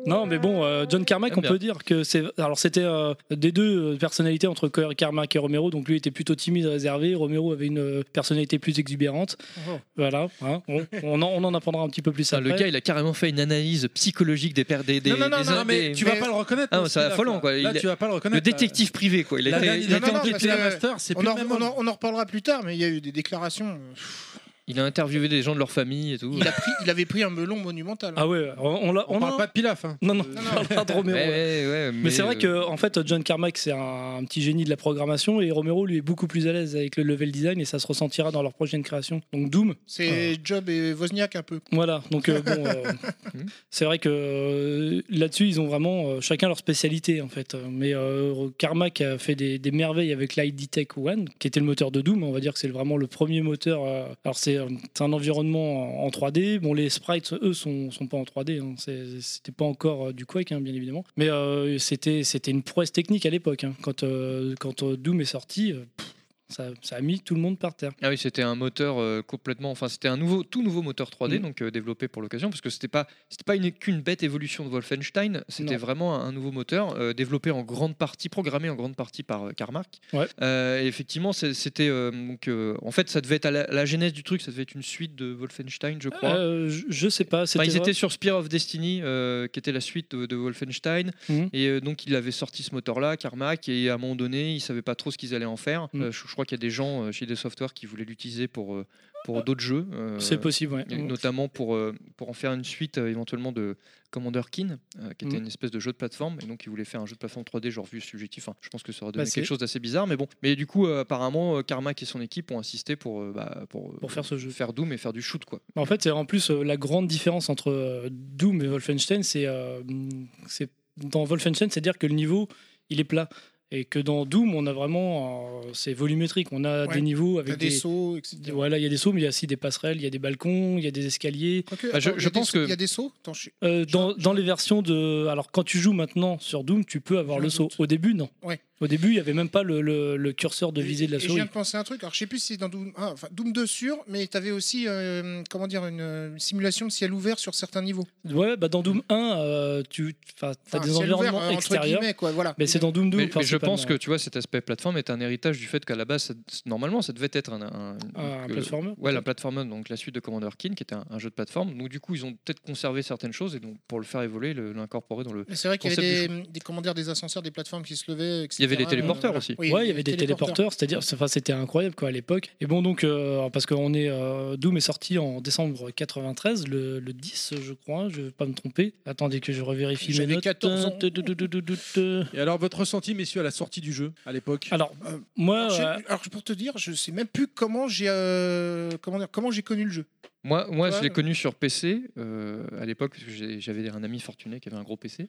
C: Non, mais bon, euh, John Carmack,
B: J'aime
C: on
B: bien.
C: peut dire que c'est. Alors, c'était euh, des deux euh, personnalités entre Car- Carmack et Romero, donc lui était plutôt timide, réservé. Romero avait une euh, personnalité plus exubérante.
D: Oh.
C: Voilà, hein, on, on en, on en apprendra un petit peu plus
B: Ça,
C: après.
B: Ah, le gars il a carrément fait une analyse psychologique des pères des, des,
D: Non, non, non,
B: des-
A: Non, non, mais
B: des-
A: tu
D: mais-
A: vas pas le reconnaître.
B: Ah,
A: non,
B: c'est
A: celui-là,
B: affolant, quoi. Il
A: Là,
B: a-
A: tu vas pas le
B: le
A: reconnaître. là.
B: détective privé quoi. Il a
A: La
B: été-
A: dernière-
B: il a
A: la
B: été
D: non, non,
A: dernière
B: enquêté-
D: parce
A: Jedi
D: que-
A: Master, c'est plus
D: on en,
A: le même
D: on en-
A: homme.
D: on en reparlera plus tard, mais il y a eu des déclarations.
B: Il a interviewé des gens de leur famille et tout.
D: Il, a pris, il avait pris un melon monumental. hein.
C: Ah ouais, on, on l'a-
A: On
C: on
A: parle
C: a-
A: pas de Pilaf. hein.
C: Non, non,
A: Euh,
C: on parle pas de
B: Ouais,
C: Romero.
B: ouais,
C: ouais.
B: ouais,
C: Mais c'est vrai
B: euh,
C: que en fait John Carmack c'est un, un petit génie de la programmation et Romero lui est beaucoup plus à l'aise avec le level design et ça se ressentira dans leur prochaine création. Donc Doom,
D: C'est Job et Wozniak un peu.
C: Voilà, donc euh, bon, euh,
B: Hmm.
C: c'est vrai que euh, là-dessus, ils ont vraiment euh, chacun leur spécialité en fait. Euh, Mais euh, Carmack a fait des, des merveilles avec l'ID Tech One, qui était le moteur de Doom. On va dire que c'est vraiment le premier moteur. euh, alors, c'est euh, c'est un environnement en, en 3D. Bon, les sprites, eux, sont, sont pas en 3D. hein. C'est- C'était pas encore euh, du Quake, hein, bien évidemment. Mais euh, c'était c'était une prouesse technique à l'époque. hein. Quand, euh, quand euh, Doom est sorti, euh, pff, ça, ça a mis tout le monde par terre.
B: Ah oui, c'était un moteur euh, complètement. Enfin, c'était un nouveau, tout nouveau moteur 3D,
C: Mhm.
B: donc euh, développé pour l'occasion, parce que c'était pas, c'était pas une- qu'une bête évolution de Wolfenstein. C'était
C: Non.
B: vraiment un, un nouveau moteur euh, développé en grande partie, programmé en grande partie par euh, Carmack.
C: Ouais.
B: Euh, et effectivement, c'est- c'était euh, donc, euh, en fait, ça devait être à la, la genèse du truc, ça devait être une suite de Wolfenstein, je crois.
C: Euh, je, je sais pas.
B: Enfin,
C: c'était
B: Bah, ils
C: vrai-
B: étaient sur Spear of Destiny, euh, qui était la suite de, de Wolfenstein.
C: Mhm.
B: Et euh, donc, il avait sorti ce moteur-là, Carmack, et à un moment donné, ils ne savaient pas trop ce qu'ils allaient en faire.
C: Mhm.
B: Euh, je, je crois qu'il y a des gens euh, chez des softwares qui voulaient l'utiliser pour, euh, pour d'autres jeux. euh,
C: C'est possible, ouais.
B: et Notamment pour, euh, pour en faire une suite euh, éventuellement de Commander Keen, euh, qui était
C: Mhm.
B: une espèce de jeu de plateforme. Et donc, ils voulaient faire un jeu de plateforme 3D, genre vue subjectif. Enfin, je pense que ça aurait donné
C: Bah, c'est-
B: quelque chose d'assez bizarre, mais bon. Mais du coup, euh, apparemment, euh, Carmack et son équipe ont insisté pour, euh, bah, pour, euh,
C: pour faire ce jeu.
B: faire Doom et faire du shoot, quoi.
C: En fait, c'est en plus euh, la grande différence entre euh, Doom et Wolfenstein, c'est euh, c'est- dans Wolfenstein, c'est-à-dire que le niveau il est plat et que dans Doom, on a vraiment euh, c'est volumétrique, on a
D: Ouais.
C: des niveaux
D: T'as
C: avec
D: des
C: des,
D: sauts, etc.
C: des- voilà, il y a des sauts, mais il y a aussi des passerelles, il y a des balcons, il y a des escaliers.
D: Quoique,
B: Bah, je- je
D: attends, il y a des
B: pense
D: sauts-
B: que-
D: Il y a des sauts Attends, je suis-
C: Euh, dans, dans les versions de alors quand tu joues maintenant sur Doom, tu peux avoir
D: J'ai
C: le
D: un
C: saut.
D: doute.
C: Au début, non.
D: Ouais.
C: Au début, il n'y avait même pas le, le- le curseur de
D: Et-
C: visée de la
D: et Je viens
C: souris.
D: de penser à un truc. Alors, je sais plus si c'est dans Doom, ah, enfin, Doom 2 sûr, mais tu avais aussi, euh, comment dire, une, euh, une simulation de ciel ouvert sur certains niveaux.
C: Ouais, bah dans Doom 1, euh, tu as
D: Enfin,
C: des
D: ciel ouvert,
C: environnements
D: euh, entre
C: extérieurs.
D: guillemets, quoi. Voilà.
C: Mais c'est dans Doom 2.
B: Mais, mais je
C: principalement.
B: pense que tu vois cet aspect plateforme est un héritage du fait qu'à la base, ça- normalement, ça devait être un, un-
C: Ah, Un
B: que-
C: platformer
B: Ouais, la plateforme, donc la suite de Commander Keen, qui était un, un jeu de plateforme. Donc du coup, ils ont peut-être conservé certaines choses et donc pour le faire évoluer, le- l'incorporer dans le.
D: Mais c'est vrai qu'il y
B: Concept
D: avait des, des, comment dire, des ascenseurs, des plateformes qui se levaient. etc.
B: Il y avait les téléporteurs
D: Voilà.
B: aussi.
D: Oui,
C: ouais, il y avait des
D: les
C: téléporteurs, c'est-à-dire, c'est- enfin, c'était incroyable quoi à l'époque. Et bon, donc, euh, parce que on est, euh, Doom est sorti en décembre 93, le, le 10, je crois, je vais pas me tromper. Attendez que je revérifie mes
D: J'avais
C: notes.
D: 14 ans.
C: Tut, tut, tut, tut, tut, tut.
A: Et alors, votre ressenti, messieurs, à la sortie du jeu, à l'époque
C: Alors,
D: Euh,
C: moi,
D: Alors, je sais-
C: euh,
D: alors, pour te dire, je sais même plus comment j'ai euh, comment dire, comment j'ai connu le jeu.
B: Moi, moi
D: Ouais.
B: je l'ai connu sur PC euh, à l'époque, parce que j'ai- j'avais un ami fortuné qui avait un gros PC.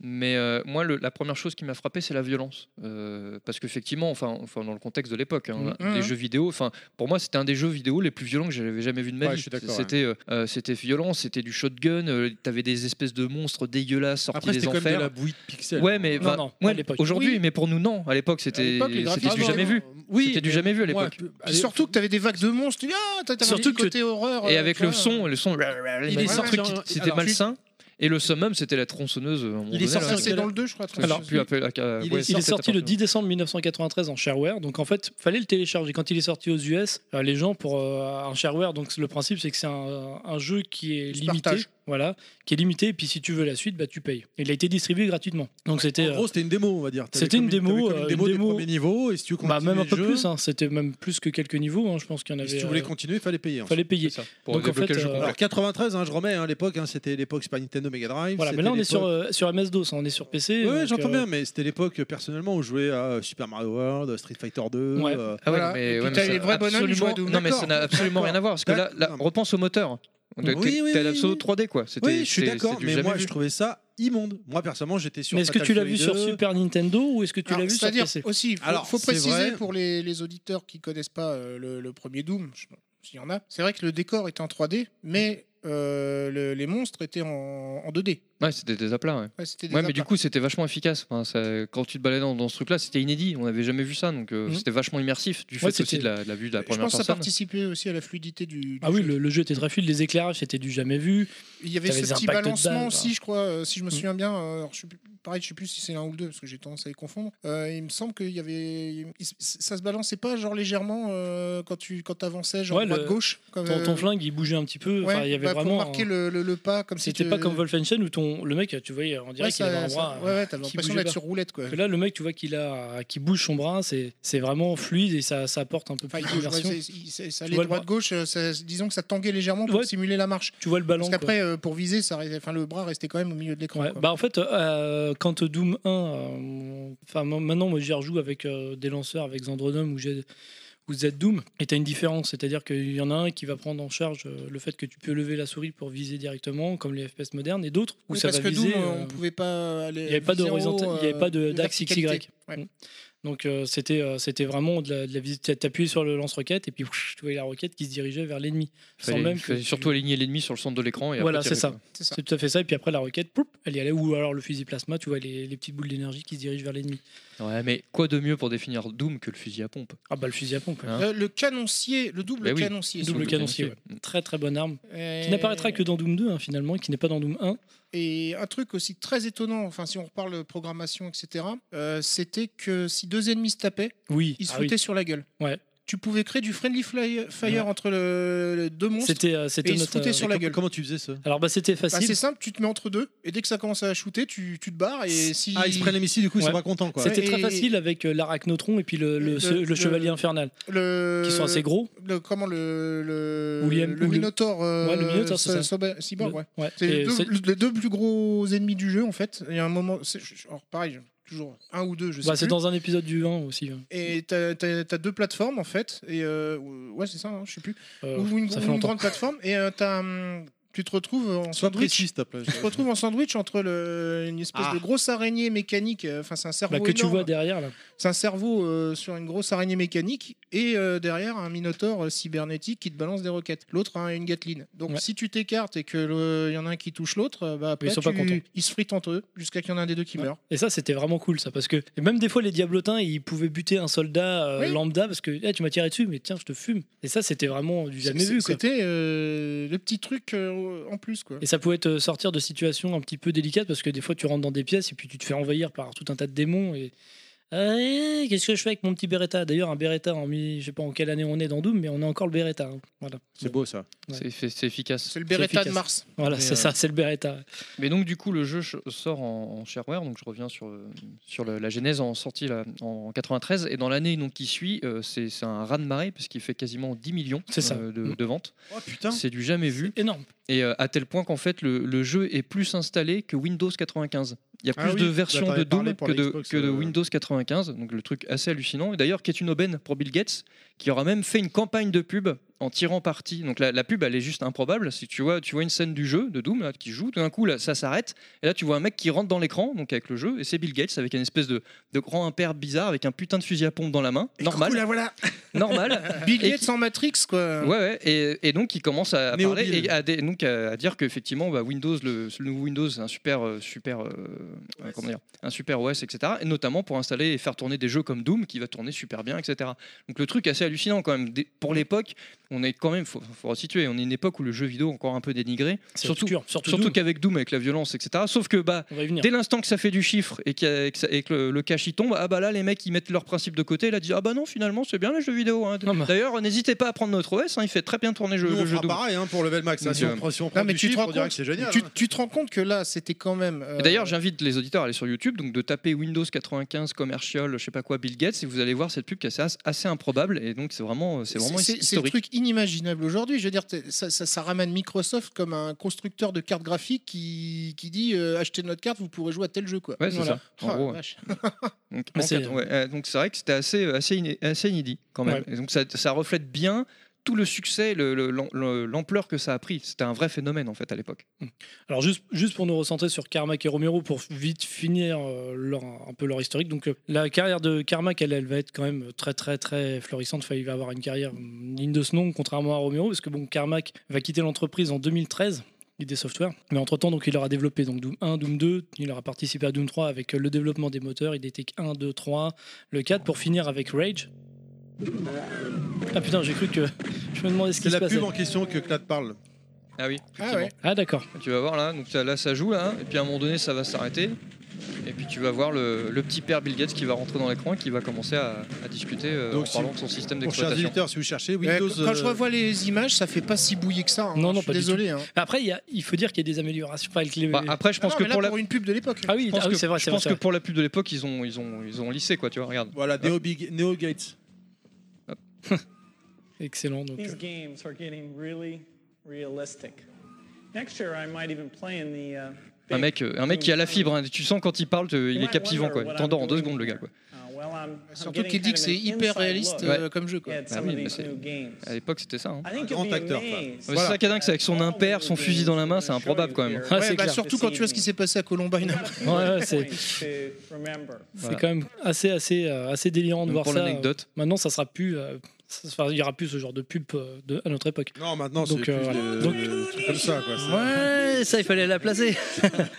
B: Mais euh, moi, le- la première chose qui m'a frappé, c'est la violence. Euh, parce qu'effectivement, enfin, enfin, dans le contexte de l'époque,
A: Mm,
B: hein,
D: Mhm.
B: les jeux vidéo, enfin, pour moi, c'était un des jeux vidéo les plus violents que j'avais jamais vu de ma
A: Ouais,
B: vie.
A: je suis d'accord,
B: C'était euh, euh, c'était violent, c'était du shotgun, euh, t'avais des espèces de monstres dégueulasses sortis
A: Après,
B: des
A: c'était quand même de
B: enfers.
A: la bouillie de pixels.
B: Ouais, mais
C: Non,
B: enfin,
C: non,
B: ouais,
C: à l'époque.
B: aujourd'hui,
D: Oui.
B: mais pour nous, non. À l'époque, c'était
D: l'époque, les
B: c'était
D: graphismes,
B: du jamais
D: vraiment.
B: vu.
A: Oui,
B: C'était du
A: mais
B: jamais vu à
A: moi,
B: l'époque.
A: peu-
D: Et
A: allez,
D: surtout que tu avais des vagues de monstres. Tu dis, ah, t'as- t'avais un
C: Surtout
D: petit
C: que-
D: côté horreur.
B: Et
D: euh,
B: avec
D: tu
B: le
D: vois.
B: son, le son,
A: Il
D: est
B: des
D: sorti-
B: trucs qui- c'était
A: alors, tu-
B: malsain. Et le summum, c'était la tronçonneuse. à un moment
A: Il est
B: donné, là,
A: sorti
D: Ça,
A: Ouais,
D: c'est
A: quel-
D: dans le 2, je crois. très
B: Alors,
D: bien.
B: plus appelé- euh,
A: il
B: ouais,
A: est
C: il est
B: sorti
C: sorti le
B: apparemment.
C: 10 décembre 1993 en shareware, donc en fait, fallait le télécharger. Quand il est sorti aux US, euh, les gens pour euh, un shareware, donc le principe c'est que c'est un, un jeu qui est
D: Qui se
C: limité,
D: partage.
C: voilà, qui est limité. Et puis si tu veux la suite, bah tu payes. Et Il a été distribué gratuitement. Donc c'était
A: En
C: euh,
A: gros, c'était une démo, on va dire. T'avais
C: C'était
A: comme
C: une démo,
A: t'avais comme
C: euh,
A: une démo,
C: une
A: des
C: démo.
A: premiers niveaux, et si tu veux
C: bah,
A: continuer
C: même un
A: le
C: peu
A: jeu,
C: plus, hein, c'était même plus que quelques niveaux. hein, je pense qu'il y en
A: et
C: avait.
A: si tu voulais
C: euh,
A: continuer, il fallait payer. en
C: fallait payer.
B: C'est ça, Pour
C: Donc, en
B: débloquer
C: fait,
B: le jeu
C: euh,
B: complet.
A: Alors 93, hein, je remets hein, l'époque, hein, c'était l'époque Super Nintendo Mega Drive.
C: Voilà, mais
A: c'était
C: là on est
A: l'époque-
C: sur, euh, sur MS-DOS, on est sur PC.
A: Ouais,
C: donc,
A: j'entends
C: euh,
A: bien, mais c'était l'époque euh, personnellement où je jouais à euh, Super Mario World, Street Fighter 2.
C: Ouais.
A: euh,
B: Ah ouais,
D: Voilà.
B: non, mais,
D: Et puis
B: ouais, mais
D: t'as
B: ça
D: les vrais bonhommes, ils jouent à
B: absolument-
D: Doom.
B: Non, mais ça
D: D'accord.
B: n'a absolument rien à voir. Parce que là, là,
A: D'accord.
B: repense au moteur. Donc,
A: Oui,
B: t'es-
A: oui, oui,
B: T'es à l'absolu
A: oui.
B: 3D, quoi. C'était-
A: Oui, je suis
B: c'était-
A: d'accord,
B: c'était du
A: mais
B: jamais
A: moi
B: vu.
A: je trouvais ça immonde. Moi personnellement, j'étais sur.
C: Mais est-ce que
A: Fatal
C: tu l'as
A: Fury
C: vu sur
A: 2.
C: Super Nintendo ou est-ce que tu
D: Alors,
C: l'as vu sur
D: C'est-à-dire
C: PC
D: aussi, faut,
A: Alors,
D: faut
A: c'est
D: préciser
A: vrai.
D: pour les, les auditeurs qui connaissent pas euh, le, le premier Doom, je- s'il y en a, c'est vrai que le décor était en 3D, mais euh, le- les monstres étaient en, en 2D.
B: Ouais, c'était des aplats. Ouais.
D: Ouais, c'était des
B: Ouais, mais du
D: appâts.
B: coup, c'était vachement efficace. Enfin, ça- quand tu te baladais dans, dans ce truc-là, c'était inédit. On n'avait jamais vu ça. Donc, euh,
C: Mhm.
B: c'était vachement immersif du fait
C: Ouais,
B: aussi
C: c'était-
B: de la, de la vue de la
D: je
B: première
D: pense que ça
B: personne.
D: participait aussi à la fluidité du, du
C: Ah oui,
D: jeu.
C: le, le jeu était très fluide, les éclairages c'était du jamais vu.
D: Il y avait
C: t'avais
D: ce
C: des
D: petit
C: impacts de hein. Mm.
D: balancement
C: balles,
D: aussi,
C: voilà.
D: je crois, euh, si je me souviens bien. euh, alors, je suis plus- pareil, je sais plus si c'est l'un ou le deux, parce que j'ai tendance à les confondre. Euh, il me semble qu'il y avait, il s- ça se balançait pas genre légèrement euh, quand tu quand avançais genre
C: Ouais, le-
D: droite gauche. Comme,
C: Ton, ton
D: euh,
C: flingue il bougeait un petit peu,
D: ouais,
C: enfin, il y avait
D: bah,
C: vraiment.
D: pour marquer
C: un-
D: le, le- le pas comme si
C: C'était
D: tu-
C: pas comme Wolfenstein où ton, le mec, tu voyais, on dirait
D: Ouais,
C: qu'il avait
D: ça-
C: un bras.
D: ça-
C: euh,
D: ouais, ouais, t'as
C: qui
D: l'impression
C: bougeait
D: d'être
C: pas.
D: sur roulette quoi.
C: que là, le mec, tu vois qu'il a, qui bouge son bras, c'est, c'est vraiment fluide et ça, ça apporte un peu
D: Enfin,
C: plus
D: il bouge,
C: d'immersion.
D: ouais, c'est- il- c'est- ça
C: Tu
D: allait
C: vois le
D: droite
C: bras.
D: gauche, euh, ça- disons que ça tanguait légèrement pour
C: Ouais.
D: simuler la marche.
C: tu vois le ballon. quoi.
D: Parce qu'après, euh, pour viser, ça, arrivait- enfin, le bras restait quand même au milieu de l'écran.
C: Ouais,
D: quoi.
C: bah en fait, euh, quand Doom 1, euh, enfin ma- maintenant moi j'y rejoue avec euh, des lanceurs, avec Zandronome ou j'ai- ou Z-Doom, et t'as une différence, c'est-à-dire qu'il y en a un qui va prendre en charge euh, le fait que tu peux lever la souris pour viser directement, comme les FPS modernes, et d'autres où
D: Oui,
C: ça
D: parce
C: va
D: que
C: viser.
D: Doom,
C: euh,
D: on pouvait pas aller.
C: il n'y avait pas
D: viser en haut,
C: d'horizontal, il n'y avait
D: euh,
C: pas de-
D: de
C: d'axe
D: verticalité.
C: XY.
D: Ouais.
C: Donc euh, c'était euh, c'était vraiment de la, de la visite. T'a- T'appuyais sur le lance-roquette et puis pff, tu voyais la roquette qui se dirigeait vers l'ennemi. Sans
B: Fallait-
C: même
B: il fallait
C: que tu-
B: surtout aligner l'ennemi sur le centre de l'écran. et
C: Voilà,
B: après,
C: c'est
B: tirer,
C: ça.
B: quoi.
D: C'est ça.
C: C'est tout à fait ça. Et puis après la roquette, ploup, elle y allait. Ou alors le fusil plasma, tu vois les, les petites boules d'énergie qui se dirigent vers l'ennemi.
B: Ouais, mais quoi de mieux pour définir Doom que le fusil à pompe
C: Ah bah le fusil à pompe. ouais.
B: Hein
D: Euh, le canoncier, le double
B: Bah oui.
D: canoncier.
C: Double
D: surtout.
C: canoncier,
B: canoncier.
C: ouais. très très bonne arme.
D: Et-
C: Qui n'apparaîtra que dans Doom 2 hein, finalement, qui n'est pas dans Doom 1.
D: Et un truc aussi très étonnant, enfin si on reparle de programmation, etc., euh, c'était que si deux ennemis se tapaient,
C: Oui,
D: ils se
C: ah oui.
D: foutaient sur la gueule.
C: Ouais.
D: Tu pouvais créer du friendly fly- fire
C: Ouais.
D: entre le, les deux monstres.
C: c'était euh, c'était
D: Et ils se
C: notre,
D: foutaient
C: euh,
D: sur la
A: Comment-
D: gueule.
A: Comment tu faisais ça
C: Alors bah c'était
D: Bah,
C: facile.
D: c'est simple, tu te mets entre deux et dès que ça commence à shooter, tu, tu te barres et si.
A: Ah, ils se prennent les missiles, du coup, ils
C: Ouais.
A: sont pas contents, quoi.
D: C'est-
C: c'était très
D: et-
C: facile avec euh, l'arachnotron et puis le, le-
D: Le-
C: ce- le
D: le- Euh,
C: chevalier infernal
D: le...
C: qui sont assez gros.
D: le- comment le. Le,
C: William-
D: le
C: ou le-
D: Minotaur. euh,
C: Ouais, le Minotaur, c'est
D: so-
C: ça.
D: soba- Cyborg,
C: Le-
D: ouais.
C: ouais.
D: C'est les
C: Et
D: deux,
C: c'est-
D: les deux plus gros ennemis du jeu en fait. Il y a un moment. c'est- je- je- Alors pareil, toujours un ou deux, je sais
C: bah, c'est
D: plus.
C: dans un épisode du 1 aussi. hein.
D: Et t'as t'as- t'as deux plateformes en fait. Et euh, ouais, c'est ça, hein, je sais plus.
C: Euh,
D: ou une,
C: ça
D: ou
C: fait
D: une
C: longtemps.
D: grande plateforme. Et euh, t'as hum, Tu te retrouves en
A: Sois
D: sandwich.
A: précis, s'il te plaît.
D: Tu te retrouves en sandwich entre le- une espèce
A: Ah.
D: de grosse araignée mécanique, euh, enfin c'est un cerveau
C: Bah, que tu
D: énorme.
C: vois derrière là.
D: C'est un cerveau euh, sur une grosse araignée mécanique et euh, derrière un minotaure euh, cybernétique qui te balance des roquettes. L'autre a une Gatling. Donc
C: Ouais.
D: si tu t'écartes et que le- il y en a un qui touche l'autre, euh, bah après,
C: Ils sont pas
D: tu-
C: contents.
D: ils se fritent entre eux jusqu'à qu'il y en a un des deux qui meurt.
C: Et ça, c'était vraiment cool, ça, parce que et même des fois, les diablotins, ils pouvaient buter un soldat euh,
D: Oui.
C: lambda parce que Eh, tu m'as tiré dessus, mais tiens, je te fume. Et ça, c'était vraiment du jamais
D: C'est-
C: vu. Quoi.
D: C'était euh, le petit truc euh, en plus quoi.
C: Et ça pouvait te sortir de situations un petit peu délicates parce que des fois, tu rentres dans des pièces et puis tu te fais envahir par tout un tas de démons et Euh, qu'est-ce que je fais avec mon petit Beretta D'ailleurs, un Beretta, en, mi- je sais pas en quelle année on est dans Doom, mais on a encore le Beretta. hein. Voilà,
A: C'est beau ça.
B: C'est effi- c'est efficace.
D: C'est le Beretta de
C: efficace.
D: Mars.
C: voilà
B: Mais,
C: c'est
B: euh,
C: ça, c'est le Beretta.
B: Mais donc, du coup, le jeu ch- sort en, en shareware. Donc, je reviens sur, euh, sur le- la genèse en sortie là, en 93. Et dans l'année donc, qui suit, euh, c'est c'est un raz de marée parce qu'il fait quasiment 10 millions
C: C'est ça.
B: euh, de,
C: Mm.
B: de ventes.
A: Oh putain.
B: C'est du jamais vu.
C: Énorme.
B: Et euh, à tel point qu'en fait, le, le jeu est plus installé que Windows 95. Il y a plus
A: Ah oui,
B: de
A: tu
B: versions
A: en
B: de
A: avais parlé
B: Doom
A: pour
B: que
A: la
B: de,
A: Xbox,
B: que de
A: euh.
B: Windows 95, donc le truc assez hallucinant, et d'ailleurs qui est une aubaine pour Bill Gates, qui aura même fait une campagne de pub en tirant parti. Donc la, la pub, elle est juste improbable. Si tu vois, tu vois une scène du jeu de Doom là, qui joue, tout d'un coup, là, ça s'arrête, et là tu vois un mec qui rentre dans l'écran, donc avec le jeu, et c'est Bill Gates avec une espèce de, de grand impair bizarre, avec un putain de fusil à pompe dans la main, normal,
D: Oula, voilà.
B: normal,
D: Bill
B: Et-
D: Gates en Matrix quoi.
B: Ouais, ouais, Et, et donc il commence à, à
A: Néo
B: parler
A: Bill.
B: et à, dé- donc à, à dire qu'effectivement bah, Windows, le, le nouveau Windows, c'est un super, euh, super, euh, euh, comment dire, un super OS, etc. Et notamment pour installer et faire tourner des jeux comme Doom, qui va tourner super bien, etc. Donc le truc est assez hallucinant quand même. Des- pour l'époque, on est quand même, faut, faut resituer, on est une époque où le jeu vidéo est encore un peu dénigré,
C: C'est
B: Surtout-
C: obscur, surtout,
B: surtout
C: Doom.
B: qu'avec Doom, avec la violence, etc. Sauf que bah
C: On va y venir.
B: Dès l'instant que ça fait du chiffre et, qu'il y a- que, ça- et que le, le cash y tombe, ah bah là les mecs ils mettent leurs principes de côté, là disent ah bah non finalement c'est bien les jeux vidéo. hein.
C: Non, bah. mais-
B: D'ailleurs n'hésitez pas à prendre notre OS, hein, il fait très bien tourner jeu-
A: Nous, on
B: le jeu
A: fera
B: Doom.
A: pareil hein, pour level max. hein.
B: Donc,
A: Si
B: euh,
A: on prend, si on prend
D: Non, mais
A: du
D: tu te
A: chiffre,
D: rends
A: on dirait
D: compte,
A: que c'est génial.
D: tu,
A: hein.
D: tu te rends compte que là c'était quand même. euh,
B: Et D'ailleurs j'invite les auditeurs à aller sur YouTube donc de taper Windows 95 commercial je sais pas quoi Bill Gates et vous allez voir cette pub qui est assez, assez improbable et donc c'est vraiment c'est vraiment
D: C'est- c'est- C'est le
B: historique.
D: truc inimaginable aujourd'hui. Je veux dire, t'es- ça, ça- ça ramène Microsoft comme un constructeur de cartes graphiques qui, qui dit euh, achetez notre carte, vous pourrez jouer à tel jeu. Quoi.
B: Ouais, c'est
D: Voilà.
B: ça, en
D: Oh,
B: gros,
D: la
B: ouais.
D: vache.
B: Donc,
C: Mais
B: en
C: c'est-
B: quatre- ouais, euh, donc c'est vrai que c'était assez, euh, assez, iné- assez inédit quand même. Et donc ça, ça reflète bien tout le succès, le- le- l'am- le- l'ampleur que ça a pris. C'était un vrai phénomène en fait à l'époque.
C: Alors juste, juste pour nous recentrer sur Carmack et Romero pour vite finir euh, leur, un peu leur historique. Donc euh, la carrière de Carmack, elle, elle va être quand même très très très florissante. Enfin, il va avoir une carrière hum, digne de ce nom, contrairement à Romero, parce que bon, Carmack va quitter l'entreprise en 2013. ID Software, mais entre temps donc il aura développé donc Doom 1, Doom 2, il aura participé à Doom 3 avec euh, le développement des moteurs, il était 1, 2, 3, le 4 pour finir avec Rage. Ah putain j'ai cru que je me demandais ce qui
A: C'est
C: se
A: la
C: passait.
A: pub en question que Clad parle.
B: Ah oui.
D: Ah ouais.
C: Ah d'accord.
B: Tu vas voir là, donc ça- là ça joue là, hein. et puis à un moment donné ça va s'arrêter. Et puis tu vas voir le, le petit père Bill Gates qui va rentrer dans l'écran et qui va commencer à, à discuter euh,
A: Donc,
B: en
A: si-
B: parlant de son système
A: Pour chers
B: d'exploitation.
A: éditeurs, si vous cherchez
D: Ouais,
A: Windows.
D: quand je
A: euh,
D: revois les images, ça fait pas si bouilli que ça. hein.
C: Non, non,
D: Je suis
C: pas du
D: désolé. hein.
C: Après il y a- il faut dire qu'il y a des améliorations. Enfin, avec les-
B: Bah, après je pense
D: Ah non,
B: que
D: mais là,
B: pour la
D: une pub de l'époque.
C: Ah oui,
B: je pense
C: ah oui,
B: que-
C: c'est vrai,
B: je
C: c'est vrai.
B: pense
C: c'est
B: que
C: vrai.
B: pour la pub de l'époque ils ont ils ont ils ont lissé quoi tu vois regarde
A: Voilà, Neo, Big, Neo Gates.
C: Excellent. Donc,
F: These games are getting really realistic. Next year, I might even play in the. Uh,
B: un
F: big
B: mec euh, un mec
F: room
B: qui a la
F: tournament.
B: fibre hein. tu sens quand il parle te- il est captivant quoi il t'endort en deux secondes le gars quoi
F: Uh, well, I'm- I'm
D: Surtout
F: getting
D: qu'il dit
F: kind
D: que
F: of
D: c'est
F: an
D: hyper
F: inside
D: réaliste
F: look
D: euh, comme jeu. quoi.
F: at
B: Bah
F: some
B: oui,
F: of
B: mais
F: these
B: c'est-
F: new games.
B: à l'époque c'était ça hein.
F: I think
A: grand
F: you'll be
A: acteur, ça.
F: amazed
B: Mais c'est ça qui est dingue, c'est avec son
F: at all
B: impair,
F: the
B: son fusil
F: games
B: dans la main,
F: we're
B: c'est
F: gonna show
B: improbable,
F: you
B: quand même.
F: here.
C: Ah,
D: Ouais,
C: c'est
D: bah,
C: clair.
D: surtout quand tu vois ce qui s'est passé à Columbine.
F: We've got a
C: Ouais,
F: few
C: ouais,
F: points to remember.
C: c'est quand même assez, assez, euh, assez délirant de
B: Donc,
C: voir
B: pour
C: ça.
B: l'anecdote
C: Maintenant, ça sera plus. euh, ça- enfin, il y aura plus ce genre de pub euh, de, à notre époque.
A: Non, maintenant, c'est
C: Donc,
A: plus
C: euh,
A: de-
C: donc-
A: de trucs comme ça. Quoi. C'est-
E: Ouais, ça, il fallait la placer.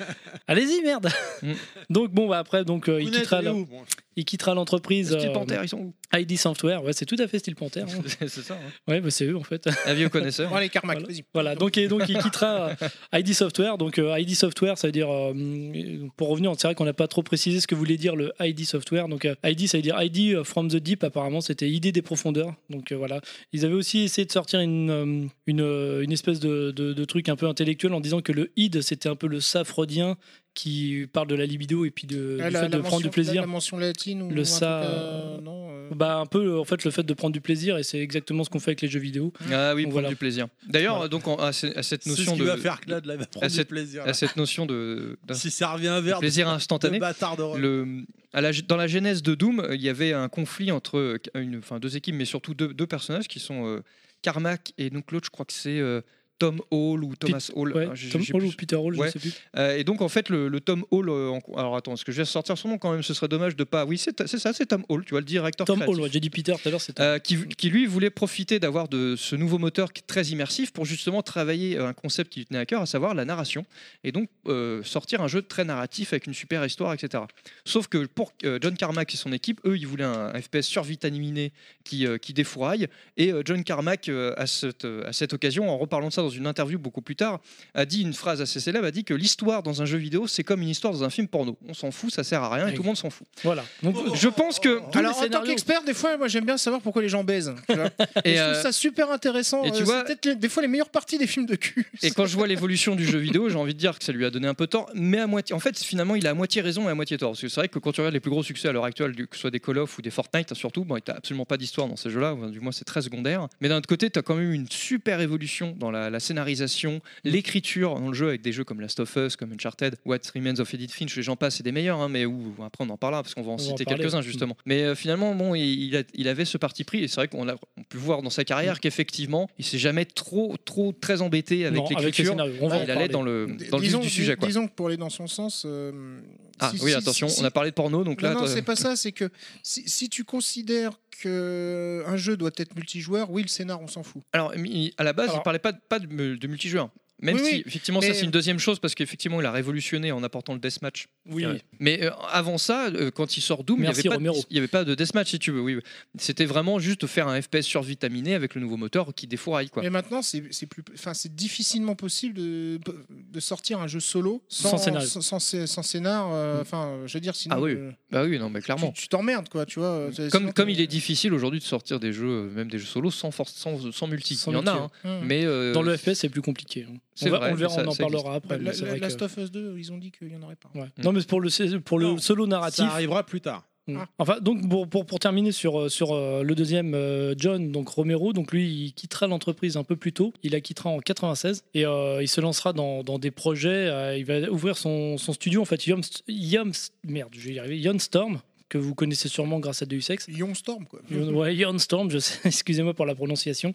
C: Allez-y, merde.
B: Mm.
C: donc bon, bah après, donc euh, il
A: Vous n'êtes
C: quittera, la-
A: où Bon,
C: il quittera l'entreprise.
B: Style
C: euh,
B: Panther, ils sont où
C: ID Software. Ouais, c'est tout à fait Style Panther. hein.
B: c'est c'est ça hein.
C: ouais, bah, c'est eux en fait.
B: avis aux connaisseurs
D: Bon, allez, Carmack,
C: Voilà.
D: vas-y.
C: Voilà, donc, et donc il quittera euh, ID Software. Donc euh, ID Software, ça veut dire, euh, hum, pour revenir, c'est vrai qu'on n'a pas trop précisé ce que voulait dire le ID Software. Donc euh, ID, ça veut dire ID euh, from the deep, apparemment, c'était idée des profondeurs. Donc euh, voilà, ils avaient aussi essayé de sortir une, euh, une, euh, une espèce de, de- de truc un peu intellectuel en disant que le id, c'était un peu le saphrodien qui parle de la libido et puis de,
D: Ah,
C: du
D: la-
C: fait
D: la
C: de prendre du
D: mention-
C: plaisir.
D: La mention latine ou
C: Le
D: un truc,
C: ça,
D: euh,
C: euh,
D: non, euh,
C: Bah un peu en fait le fait de prendre du plaisir et c'est exactement ce qu'on fait avec les jeux vidéo.
B: ah oui pour
C: Donc, voilà.
B: du plaisir d'ailleurs
C: Voilà.
B: donc en- à, ce- à cette
A: C'est ce
B: notion
A: qui
B: de
A: va faire Clad, là, il va prendre du
B: cette-
A: plaisir.
B: à cette notion de,
A: là.
B: de
A: Si ça revient un verre, de-
B: plaisir
A: de
B: instantané
A: bâtard de
B: le, à la- dans la genèse de Doom, euh, il y avait un conflit entre euh, une, enfin, deux équipes, mais surtout deux, deux personnages qui sont euh, Carmack et donc l'autre, je crois que c'est euh, Tom Hall ou Thomas Hall.
C: Ouais,
B: Ah, j'ai-
C: Tom
B: j'ai
C: Hall
B: plus-
C: ou Peter Hall, je
B: Ouais.
C: ne sais plus.
B: Euh, et donc en fait le, le Tom Hall, euh, en- alors attends, est-ce que je vais sortir son nom quand même Ce serait dommage de pas. Oui, c'est c'est ça, c'est Tom Hall, tu vois, le directeur.
C: Tom
B: créatif.
C: Hall, ouais, j'ai dit Peter tout à l'heure, c'est Tom.
B: Euh, qui, qui, lui voulait profiter d'avoir de ce nouveau moteur qui est très immersif pour justement travailler euh, un concept qui lui tenait à cœur, à savoir la narration, et donc euh, sortir un jeu très narratif avec une super histoire, etc. Sauf que pour euh, John Carmack et son équipe, eux, ils voulaient un, un FPS survitaminé qui, euh, qui défouraille, et euh, John Carmack, euh, à, cette, euh, à cette occasion, en reparlant de ça dans une interview beaucoup plus tard, a dit une phrase assez célèbre, a dit que l'histoire dans un jeu vidéo, c'est comme une histoire dans un film porno. On s'en fout, ça sert à rien, et tout le monde s'en fout.
C: Voilà.
B: Donc je pense que...
E: D'où
D: Alors,
E: les
D: en tant
E: scénarios.
D: qu'expert, des fois, moi, j'aime bien savoir pourquoi les gens baisent. tu vois. Et
B: et,
D: je
B: euh,
D: trouve ça super intéressant.
B: et tu
D: Euh,
B: vois-
D: c'est peut-être les- des fois les meilleures parties des films de cul.
B: Et quand je vois l'évolution du jeu vidéo, j'ai envie de dire que ça lui a donné un peu tort, mais à moitié. En fait, finalement, il a à moitié raison et à moitié tort. Parce que c'est vrai que quand tu regardes les plus gros succès à l'heure actuelle, du- que ce soit des Call of ou des Fortnite, surtout, bon, t'as absolument pas d'histoire dans ces jeux-là, ou du moins c'est très secondaire. Mais d'un autre côté, t'as quand même une super évolution dans la, la scénarisation, l'écriture dans le jeu avec des jeux comme Last of Us, comme Uncharted, What Remains of Edith Finch, et j'en passe, c'est des meilleurs, hein, mais où après on en parlera parce qu'on va en
C: va en
B: citer
C: parler,
B: quelques-uns
C: ouais.
B: justement. Mais euh, finalement, bon, il, il a- il avait ce parti pris et c'est vrai qu'on a on peut voir dans sa carrière qu'effectivement, il s'est jamais trop, trop très embêté avec
C: Non, les
B: l'écriture.
C: scénarios. Ah, On va en
B: Il allait
C: parler.
B: dans le, dans le vif du sujet. Quoi.
D: Disons que pour aller dans son sens. euh,
B: Ah
D: si-
B: oui,
D: si-
B: attention,
D: si-
B: on a parlé de porno, donc là.
D: non, non,
B: t'as-
D: c'est pas ça. C'est que si, si tu considères que euh, un jeu doit être multijoueur, oui, le scénar, on s'en fout.
B: Alors, il- à la base,
C: Alors-
B: il parlait pas de, pas de, de multijoueur. Même
D: Oui,
B: si,
D: oui,
B: effectivement, ça
D: mais-
B: c'est une deuxième chose parce qu'effectivement, il a révolutionné en apportant le deathmatch.
C: Oui,
B: Ouais. Mais euh, avant ça, euh, quand il sort Doom, il n'y
C: Merci,
B: avait, pas de-
C: Romero.
B: il y avait pas de deathmatch, si tu veux. Oui, oui. c'était vraiment juste faire un FPS survitaminé avec le nouveau moteur qui défouraille. Quoi.
D: Mais maintenant, c'est c'est plus, enfin, c'est difficilement possible de, de sortir un jeu solo
C: Sans
D: sans,
C: scénario.
D: sans, sans- sans scénar. euh, Enfin, je veux dire, sinon,
B: Mm. Ah oui,
D: euh,
B: Bah oui, non, mais
D: tu-
B: clairement. Mm.
D: tu t'emmerdes, quoi. Tu vois. euh, c'est- sinon,
B: Comme, comme
D: t'es-
B: il est difficile aujourd'hui de sortir des jeux, euh, même des jeux solos, sans, force, sans, sans multi.
C: Sans
B: il y en a,
C: multi,
B: hein.
D: Hum.
B: mais euh,
C: Dans le FPS, c'est plus compliqué. hein.
B: c'est
C: On, va-
B: vrai,
C: on le verra,
B: mais ça-
C: on en
B: ça
C: parlera après.
D: Bah,
C: mais
D: la-
C: c'est vrai que-
D: Last of Us 2, ils ont dit qu'il n'y en aurait pas.
C: Ouais. Non, mais c'est pour le, c'est pour le
A: Non.
C: solo narratif.
A: Ça arrivera plus tard.
C: Mm.
D: Ah.
C: Enfin, donc pour, pour, pour terminer sur, euh, sur euh, le deuxième euh, John, donc Romero, donc lui il quittera l'entreprise un peu plus tôt, il la quittera en 96 et euh, il se lancera dans, dans des projets, euh, il va ouvrir son, son studio en fait, Yom, Yom, merde, je vais y arriver, Yon Storm, que vous connaissez sûrement grâce à Deus Ex.
D: Young Storm, quoi.
C: Yon- ouais, Yon Storm, je sais, excusez-moi pour la prononciation.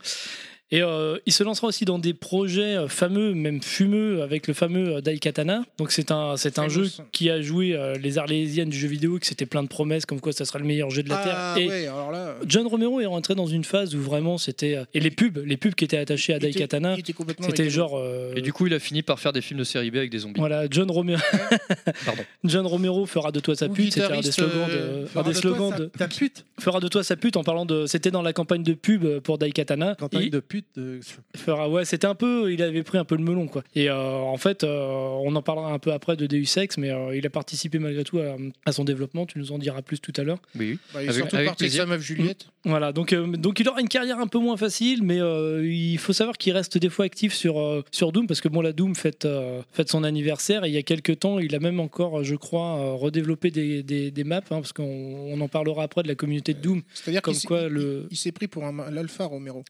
C: Et euh, il se lancera aussi dans des projets euh, fameux, même fumeux, avec le fameux euh, Daikatana. Donc c'est un, c'est un jeu
D: Famous.
C: qui a joué euh, les arlésiennes du jeu vidéo, que c'était plein de promesses, comme quoi ça sera le meilleur jeu de la
D: ah,
C: Terre. Et
D: ouais, alors là.
C: John Romero est rentré dans une phase où vraiment c'était... euh, et les pubs, les pubs qui étaient attachées à
D: il était-
C: Daikatana,
D: il était complètement
C: c'était
D: étonné.
C: genre... euh,
B: Et du coup, il a fini par faire des films de série B avec des zombies.
C: voilà, John Romero,
B: Pardon.
C: John Romero fera de toi sa
D: Ou
C: pute, c'était un des
D: guitariste,
C: slogans
D: euh,
C: de- un
A: Fera
C: des
A: de toi
C: slogans
A: sa-
C: de-
A: Ta pute
C: fera de toi sa pute en parlant de c'était dans la campagne de pub pour Daikatana
A: Campagne
C: Il-
A: de pute. euh, de-
C: Fera- ouais, c'était un peu, il avait pris un peu le melon quoi. Et euh, en fait, euh, on en parlera un peu après de Deus Ex, mais euh, il a participé malgré tout à, à son développement. Tu nous en diras plus tout à l'heure.
B: Oui, oui.
D: Bah, il est
B: Avec-
D: surtout
B: avec
D: parti avec
B: plaisir.
D: sa meuf Juliette.
C: Voilà, donc euh, donc il aura une carrière un peu moins facile, mais euh, il faut savoir qu'il reste des fois actif sur euh, sur Doom parce que bon, la Doom fête euh, fête son anniversaire et il y a quelques temps, il a même encore, je crois, euh, redéveloppé des, des, des maps hein, parce qu'on on en parlera après de la communauté de Doom.
D: C'est-à-dire
C: Comme
D: qu'il s'est-
C: quoi,
D: il-
C: le-
D: il s'est pris pour un- l'Alpha Romero.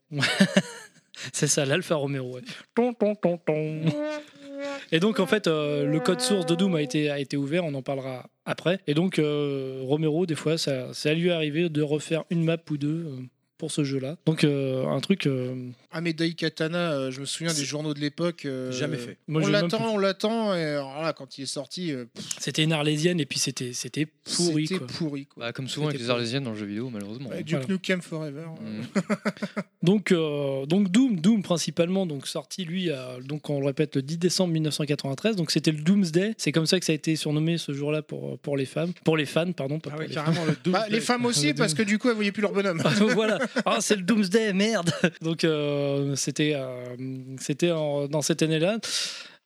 C: C'est ça, l'Alfa Romeo. ouais. Ton, ton, ton, ton. Et donc, en fait, euh, le code source de Doom a été, a été ouvert, on en parlera après. Et donc, euh, Romero, des fois, ça, ça lui est arrivé de refaire une map ou deux euh, pour ce jeu-là. Donc, euh, un truc. euh,
D: Ah mais Daikatana, euh, je me souviens des journaux de l'époque. euh,
A: Jamais fait.
C: moi,
D: on
C: je-
D: l'attend, on l'attend, et alors là, quand il est sorti, euh, pff,
C: C'était une arlésienne, et puis c'était c'était pourri.
D: c'était
C: quoi.
D: pourri. Quoi.
B: Bah, comme souvent avec
C: C'était
B: les
C: pas-
B: Arlésiennes dans le jeu vidéo, malheureusement.
C: voilà.
D: Ouais, Duke Nukem Forever.
B: Mm.
C: Donc, euh, donc Doom, Doom principalement, donc sorti lui, euh, donc on le répète, le 10 décembre 1993. Donc c'était le Doomsday. C'est comme ça que ça a été surnommé ce jour-là pour, pour les femmes, pour les fans, pardon, pas
A: Ah
C: pour
A: ouais,
C: les
A: carrément le euh,
D: Bah, les femmes aussi, parce que du coup, elles voyaient plus leur bonhomme.
C: Ah, donc voilà, Ah, c'est le Doomsday, merde. Donc euh, c'était euh, c'était en- dans cette année-là.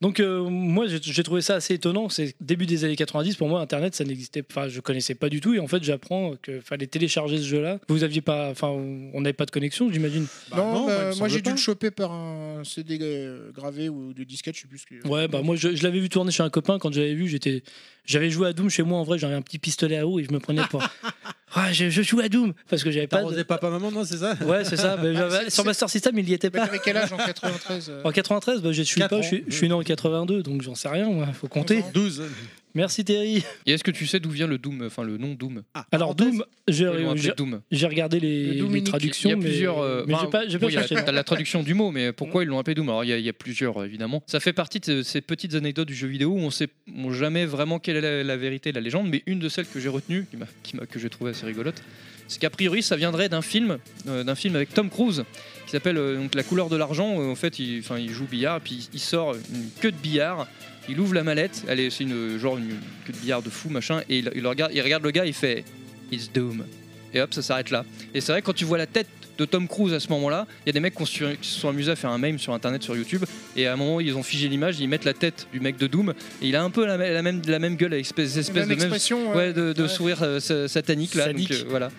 C: Donc euh, moi j'ai- j'ai trouvé ça assez étonnant, c'est début des années 90 pour moi internet ça n'existait pas, Enfin, je connaissais pas du tout et en fait j'apprends qu'il fallait télécharger ce jeu-là. Vous aviez pas enfin on n'avait pas de connexion, j'imagine.
D: non, bah, moi j'ai dû le choper par un CD euh, gravé ou de disquette, je sais plus ce que.
C: Ouais, bah moi je, je l'avais vu tourner chez un copain quand j'avais vu, j'étais j'avais joué à Doom chez moi en vrai, j'avais un petit pistolet à eau et je me prenais pour Ah, je, je joue à Doom parce que j'avais pas de...
A: T'arrosais papa maman, non, c'est ça
C: Ouais, c'est ça, mais j'avais-
D: Ah, c'est-
C: sur Master System, il y était
D: Mais
C: pas.
D: t'avais quel âge en 93 euh,
C: En 93, bah, je suis
A: Quatre
C: pas,
A: ans.
C: je suis, je suis né en 82, donc j'en sais rien, moi, faut compter.
D: 11 ans.
A: 12.
C: Merci Terry.
B: Et est-ce que tu sais d'où vient le Doom, enfin le nom Doom
A: Ah,
C: Alors
A: parenthèse,
C: Doom,
B: Ils
C: j'ai
B: l'ont appelé
C: Euh, j'ai-
B: Doom.
C: j'ai regardé les,
D: Le
C: les
D: Dominique,
B: il
C: traductions,
B: y a
C: mais-
B: plusieurs. euh,
C: mais
B: enfin,
C: j'ai pas, j'ai pas
B: oui, il y a
C: cherché.
B: la- t'as la traduction du mot, mais pourquoi ils l'ont appelé Doom Alors il y, a- il y a plusieurs euh, évidemment. Ça fait partie de ces petites anecdotes du jeu vidéo où on sait on jamais vraiment quelle est la, la vérité, la légende, mais une de celles que j'ai retenues, qui m'a- qui m'a- que j'ai trouvée assez rigolote, c'est qu'a priori ça viendrait d'un film, euh, d'un film avec Tom Cruise qui s'appelle euh, donc La couleur de l'argent. où, en fait, il, enfin, il joue au billard, puis il sort une queue de billard. Il ouvre la mallette, elle est- c'est une genre une queue de billard de fou machin, et il, il le regarde, il regarde le gars, il fait It's Doom, et hop, ça s'arrête là. Et c'est vrai que quand tu vois la tête de Tom Cruise à ce moment-là, il y a des mecs qui ont su- qui se sont amusés à faire un meme sur internet, sur YouTube, et à un moment ils ont figé l'image, ils mettent la tête du mec de Doom, et il a un peu la, me- la même la même gueule, avec espèce, espèce
D: Même
B: de même
D: expression.
B: Ouais, de, de
D: Ouais.
B: sourire euh, sa- satanique là.
C: Sadique.
B: Donc, euh, voilà.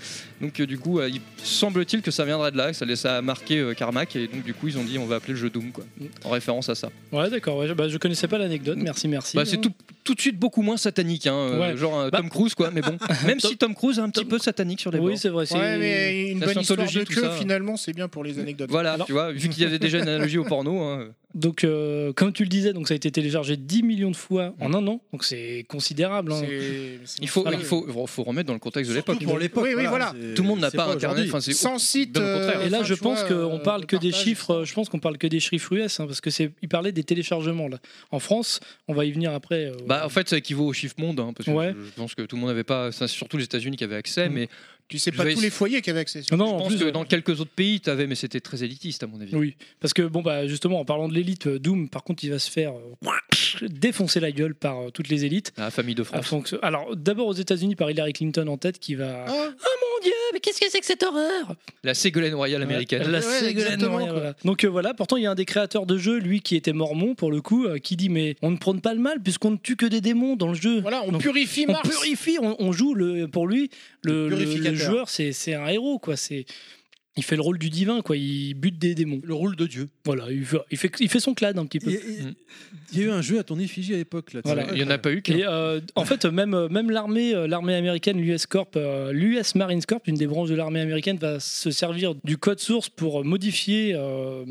B: Donc euh, du coup, euh, il semble-t-il que ça viendrait de là, que ça, ça a marqué euh, Carmack et donc du coup ils ont dit on va appeler le jeu Doom quoi,
C: Mm.
B: en référence à ça.
C: Ouais, d'accord. ouais, je, bah, je connaissais pas l'anecdote. Merci, merci.
B: Bah, c'est tout, tout de suite beaucoup moins satanique, hein, euh,
C: Ouais.
B: genre euh,
C: Bah-
B: Tom Cruise quoi, mais bon. Même si Tom Cruise est un petit peu satanique sur les bords.
C: Oui, c'est vrai. c'est-
D: Ouais, mais une
B: La
D: bonne histoire
B: scientologie,
D: de
B: tout
D: queue,
B: ça.
D: finalement, c'est bien pour les anecdotes.
B: Voilà,
C: Alors-
B: tu vois, vu qu'il y avait déjà une analogie au porno. hein.
C: Donc, euh, comme tu le disais, donc ça a été téléchargé 10 millions de fois en
B: Mm.
C: un an. Donc, c'est considérable. hein.
D: C'est- c'est-
B: il faut,
D: voilà.
B: il faut, faut- faut remettre dans le contexte de
A: Surtout
B: l'époque.
A: pour l'époque.
D: Oui, oui, voilà.
A: c'est-
B: Tout le monde n'a
A: c'est
B: pas, internet.
A: aujourd'hui.
B: enfin, c'est-
D: Sans site.
B: bien au contraire.
D: euh,
C: Et là,
D: enfin,
C: je
D: tu
C: pense
D: vois,
C: qu'on
D: euh,
C: parle
D: de
C: que des
D: partage.
C: chiffres. euh, Je pense qu'on parle que des chiffres US, hein, parce que c'est. Il parlait des téléchargements là. En France, on va y venir après. euh,
B: Bah, en fait, ça équivaut au chiffre monde, hein, parce que
C: Ouais.
B: je, je pense que tout le monde n'avait pas, ça, c'est surtout les États-Unis qui avaient accès,
C: Mm.
B: mais
D: Tu sais
B: Je
D: pas
B: vais-
D: tous les foyers qui avaient accès.
C: non,
B: je
C: en
B: pense
C: plus,
B: que
C: euh,
B: dans quelques autres pays, tu avais, mais c'était très élitiste à mon avis.
C: Oui, parce que bon bah justement en parlant de l'élite, euh, Doom par contre il va se faire euh, défoncer la gueule par euh, toutes les élites.
B: La famille de
C: À
B: France.
C: fond que- Alors d'abord aux États-Unis par Hillary Clinton en tête qui va.
D: Ah,
C: Mon Dieu, mais qu'est-ce que c'est que cette horreur
B: La Ségolène Royale américaine.
C: La
D: Ouais,
C: Ségolène
D: exactement,
C: Royale,
D: quoi.
C: voilà. Donc euh, voilà, pourtant il y a un des créateurs de jeu, lui qui était mormon pour le coup, euh, qui dit mais on ne prône pas le mal puisqu'on ne tue que des démons dans le jeu.
D: Voilà, on
C: Donc,
D: purifie
C: On
D: Mars.
C: purifie, on, on joue le, pour lui le, le-
D: Le
C: le
D: purificateur.
C: joueur, c'est c'est un héros quoi. C'est il fait le rôle du divin quoi. Il bute des démons.
A: Le rôle de Dieu.
C: Voilà, il fait, il fait, il fait son clade un petit peu.
A: Il y a-
B: Mm.
A: il y a eu un jeu à ton effigie à l'époque. là, tu
C: Voilà.
A: sais.
B: Il n'y en a pas eu qu'un.
C: Et euh, en fait, même, euh, même l'armée euh, l'armée américaine, l'US Corp, euh, l'US Marines Corp, une des branches de l'armée américaine, va se servir du code source pour modifier euh,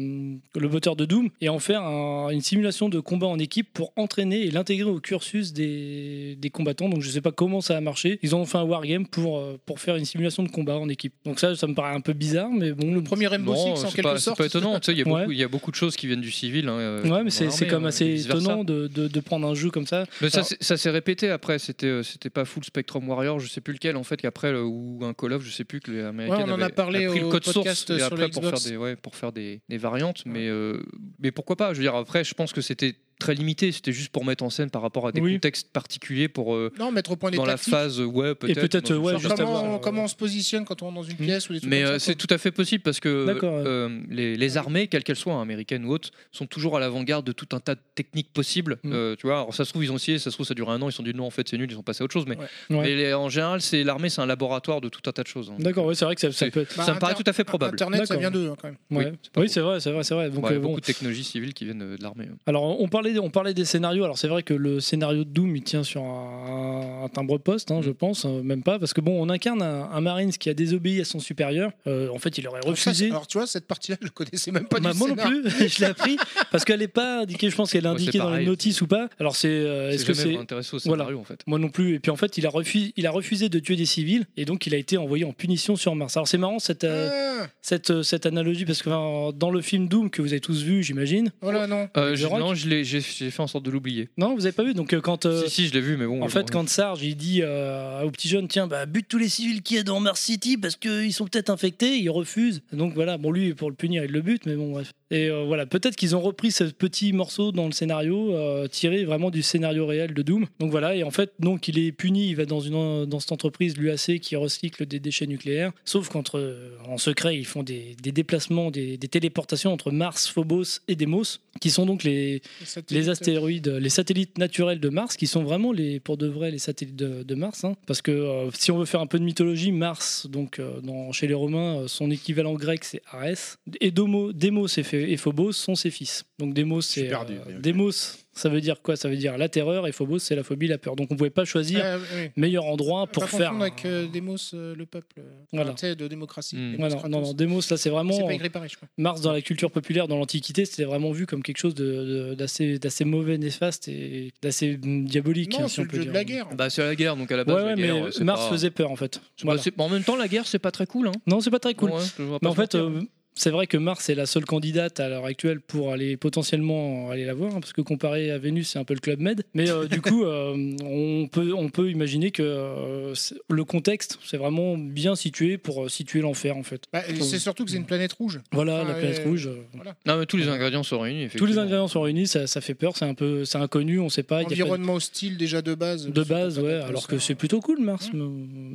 C: le moteur de Doom et en faire un- une simulation de combat en équipe pour entraîner et l'intégrer au cursus des, des combattants. Donc je sais pas comment ça a marché. Ils ont fait un wargame pour, euh, pour faire une simulation de combat en équipe. Donc ça, ça me paraît un peu bizarre, mais bon, le
D: Premier Rainbow
B: Non,
D: Six, en
B: c'est
D: quelque
B: pas, c'est
D: sorte.
B: pas étonnant. tu sais, Il y, a
C: Ouais.
B: beaucoup- il y a beaucoup de choses qui viennent du civil. hein, euh,
C: Ouais, mais
B: dans
C: c'est
B: l'armée,
C: c'est quand même
B: hein, et
C: assez
B: vice-versa.
C: étonnant de, de- de prendre un jeu comme ça.
B: Mais ça,
C: Alors-
B: c'est- ça s'est répété après. C'était, euh, c'était pas Full Spectrum Warrior, je sais plus lequel en fait, qu'après le- ou un Call of, je sais plus que les Américains
D: Ouais, on en
B: avaient-
D: a parlé
B: avaient pris le
D: au
B: code
D: podcast
B: source et
D: sur
B: après
D: la
B: pour
D: Xbox.
B: faire des, ouais, pour faire des, des variantes. Mais euh, mais pourquoi pas Je veux dire après, je pense que c'était très limité. C'était juste pour mettre en scène par rapport à des
C: Oui.
B: contextes particuliers pour euh,
D: Non, mettre au point des
B: dans la
D: tactiques.
B: phase euh, ouais peut-être.
C: peut-être,
B: dans une
C: ouais,
B: sorte de-
C: juste
D: comment,
C: avoir, euh,
D: comment on se positionne quand on est dans une pièce ou des trucs
B: Mais
D: comme ça,
B: euh, c'est
D: quoi.
B: tout à fait possible parce que
C: D'accord, ouais.
B: euh, les, les armées, quelles qu'elles soient, hein, américaines ou autres, sont toujours à l'avant-garde de tout un tas de techniques possibles.
C: Mm.
B: Euh, tu vois, alors ça se trouve, ils ont essayé, ça se trouve, ça dure un an, ils se sont dit non, en fait, c'est nul, ils sont passés à autre chose. Mais,
D: Ouais.
C: Ouais.
B: mais les- en général, c'est l'armée, c'est un laboratoire de tout un tas de choses. hein.
C: D'accord, ouais, c'est vrai que ça, ça
B: C'est-
C: peut être.
D: Bah,
B: ça me paraît
D: inter-
B: tout à fait probable.
D: Internet, ça
C: D'accord.
D: vient d'eux, hein, quand même.
B: Oui,
C: Ouais.
B: c'est pas
C: Oui,
B: faux.
C: c'est vrai, c'est vrai, c'est vrai.
B: Ouais,
C: Donc,
B: Il y
C: euh,
B: a
C: bon.
B: beaucoup de technologies civiles qui viennent euh, de l'armée.
C: Alors, on parlait, on parlait des scénarios. Alors, c'est vrai que le scénario de Doom, il tient sur un, un timbre-poste, hein, je pense, euh, même pas, parce que bon, on incarne un, un Marines qui a désobéi à son supérieur. Euh, en fait, il aurait
D: Alors, ça, c'est-
C: refusé.
D: alors, tu vois, cette partie-là, je connaissais même pas
C: Bah,
D: du
C: moi non
D: scénar.
C: plus, je l'ai appris parce qu'elle n'est pas indiquée. Je pense qu'elle est
B: Ouais, c'est
C: indiquée dans les
B: pareil.
C: notices ou pas. Alors, c'est. euh, Est-ce
B: Est-ce
C: que
B: jamais
C: c'est
B: intéressé au
C: voilà.
B: scénario en fait
C: moi non plus. Et puis en fait, il a, refusé, il a refusé de tuer des civils et donc il a été envoyé en punition sur Mars. Alors c'est marrant cette, euh,
D: Ah,
C: cette, euh, cette analogie parce que enfin, dans le film Doom que vous avez tous vu, j'imagine.
D: voilà, non.
B: Euh, je-
C: The Rock
B: Non, je l'ai- j'ai j'ai fait en sorte de l'oublier.
C: Non, vous avez pas vu. Donc euh, quand euh,
B: Si, si, je l'ai vu, mais bon.
C: En
B: je-
C: fait, quand Sarge il dit euh, au petit jeune, tiens, bah, bute tous les civils qu'il y a dans Mars City parce qu'ils sont peut-être infectés, il refuse. Donc voilà, bon, lui, pour le punir, il le bute, mais bon, bref. Et euh, voilà, peut-être qu'ils ont repris ce petit morceau dans le scénario, euh, tiré vraiment du scénario réel de Doom. Donc voilà, et en fait, donc il est puni, il va dans, une, dans cette entreprise, l'UAC, qui recycle des déchets nucléaires. Sauf qu'entre, euh, en secret, ils font des, des déplacements, des, des téléportations entre Mars, Phobos et Deimos, qui sont donc les, les astéroïdes, les satellites naturels de Mars, qui sont vraiment les, pour de vrai les satellites de, de Mars. hein. Parce que euh, si on veut faire un peu de mythologie, Mars, donc euh, dans- chez les Romains, euh, son équivalent grec c'est Arès. Et Domo, Demos, c'est fait et Phobos sont ses fils. Donc Demos,
A: suis
C: c'est
A: perdu,
C: euh,
A: mais ok.
C: Demos, ça veut dire quoi Ça veut dire la terreur et Phobos, c'est la phobie, la peur. Donc on pouvait pas choisir
D: Ah, oui.
C: meilleur endroit
D: Pas
C: pour
D: confondre
C: faire. un-
D: avec euh, Demos, euh, le peuple. euh,
C: Voilà. Mmh.
D: Tu sais, de démocratie.
B: Mm.
D: Demos
C: Voilà, non, non,
D: Kratos.
C: Demos, là, c'est
D: C'est
C: vraiment
D: pas écrit pareil, je crois.
C: Mars dans la culture populaire, dans l'Antiquité, c'était vraiment vu comme quelque chose de- de- d'assez d'assez mauvais, néfaste et d'assez mm, diabolique.
D: Non,
C: si
D: c'est
C: on
D: le
C: peut
D: jeu de
C: dire.
D: la guerre.
B: Bah, c'est la guerre, donc à la
C: Ouais,
B: base,
C: ouais,
B: la
C: mais
B: guerre, hein, c'est
C: Mars
B: pas-
C: faisait peur en fait.
B: c'est pas-
C: Voilà.
B: c'est- En même temps, la guerre, c'est pas très cool. Hein.
C: Non, c'est pas très cool.
B: Ouais, je vois pas
C: Mais en
B: se
C: fait,
B: mentir.
C: euh, c'est vrai que Mars est la seule candidate à l'heure actuelle pour aller potentiellement aller la voir, hein, parce que comparé à Vénus, c'est un peu le Club Med. Mais euh, du coup, euh, on, peut, on peut imaginer que euh, c'est- le contexte, c'est vraiment bien situé pour euh, situer l'enfer, en fait.
D: Bah, euh, c'est surtout que c'est
C: Mmh.
D: une planète rouge.
C: Voilà,
D: Ah,
C: la planète
D: ouais.
C: rouge. euh,
B: Non, mais tous les ingrédients sont réunis.
C: tous les
B: effectivement.
C: ingrédients sont réunis, ça, ça fait peur, c'est un peu c'est inconnu, on sait pas. il Y a pas de-
D: Environnement hostile déjà de base.
C: de base, ouais, alors que c'est
D: c'est.
C: plutôt cool Mars, mais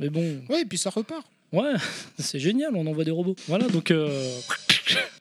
C: mais bon,
D: Ouais, et puis ça repart.
C: ouais, c'est génial, on envoie des robots. Voilà, donc euh,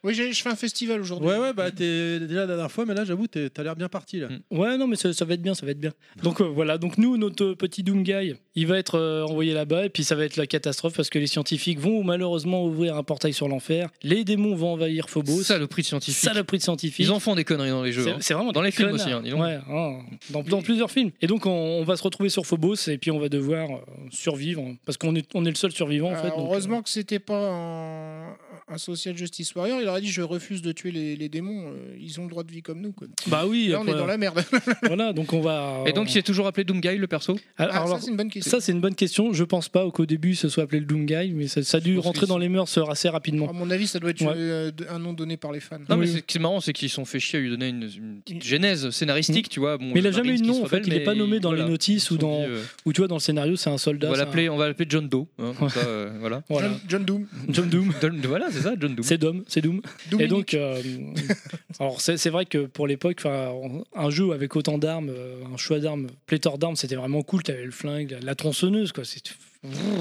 D: Oui, j'ai- je fais un festival aujourd'hui.
A: Ouais, ouais, bah t'es déjà la dernière fois, mais là j'avoue, t'es- t'as l'air bien parti là.
B: Mm.
C: Ouais, non, mais ça, ça va être bien, ça va être bien. Donc euh, voilà, donc nous, notre euh, petit Doom Guy, il va être euh, envoyé là-bas, et puis ça va être la catastrophe parce que les scientifiques vont malheureusement ouvrir un portail sur l'enfer. Les démons vont envahir Phobos.
B: Saloperie de scientifique.
C: Saloperie de scientifiques.
B: Ils en font des conneries dans les jeux. hein.
C: C'est c'est vraiment
B: Dans
C: des
B: les films
C: connards.
B: aussi, hein, dis donc.
C: Ouais, hein, dans, dans plusieurs films. Et donc on, on va se retrouver sur Phobos et puis on va devoir euh, survivre parce qu'on est, on est le seul survivant en
D: Euh,
C: fait. donc,
D: heureusement que c'était pas un, un social justice warrior. Il aurait dit Je refuse de tuer les, les démons. euh, Ils ont le droit de vie comme nous. Quoi.
C: euh, bah oui.
D: Là, on
C: après, euh,
D: est dans la merde.
C: Voilà, donc on va. euh,
B: Et donc, il est toujours appelé Doom Guy, le perso
C: Alors,
D: Ah,
C: alors,
D: ça, c'est une bonne question.
C: Ça, c'est une bonne question. Je pense pas qu'au début, ce soit appelé le Doom Guy, mais ça, ça a dû
B: Je pense
C: rentrer
B: que
C: dans les mœurs euh, assez rapidement.
D: À mon avis, ça doit être
C: Ouais.
D: euh, de- un nom donné par les fans.
B: Non, mais
C: Oui. Mm.
B: c'est- ce qui est marrant, c'est qu'ils se sont fait chier à lui donner une, une petite genèse scénaristique, tu vois. Bon,
C: Mais il
B: le
C: a jamais eu
B: Marines qui
C: de nom,
B: se
C: en fait,
B: rebelle,
C: il est
B: mais
C: pas nommé dans les
B: voilà.
C: notices
B: Ils
C: ou
B: se sont
C: dans-
B: dit, euh,
C: Ou tu vois, dans le scénario, c'est un soldat.
B: on va
C: c'est un-
B: l'appeler, on va l'appeler John Doe. hein, comme ça, euh, voilà.
C: Voilà.
D: John, John Doom.
C: John Doom.
B: John- voilà, c'est ça, John Doom.
C: C'est Dom, c'est Doom. Et
D: Dominique.
C: donc, euh, alors c'est c'est vrai que pour l'époque, enfin, on- un jeu avec autant d'armes, euh, un choix d'armes, pléthore d'armes, c'était vraiment cool. T'avais le flingue, la, la tronçonneuse, quoi. c'est-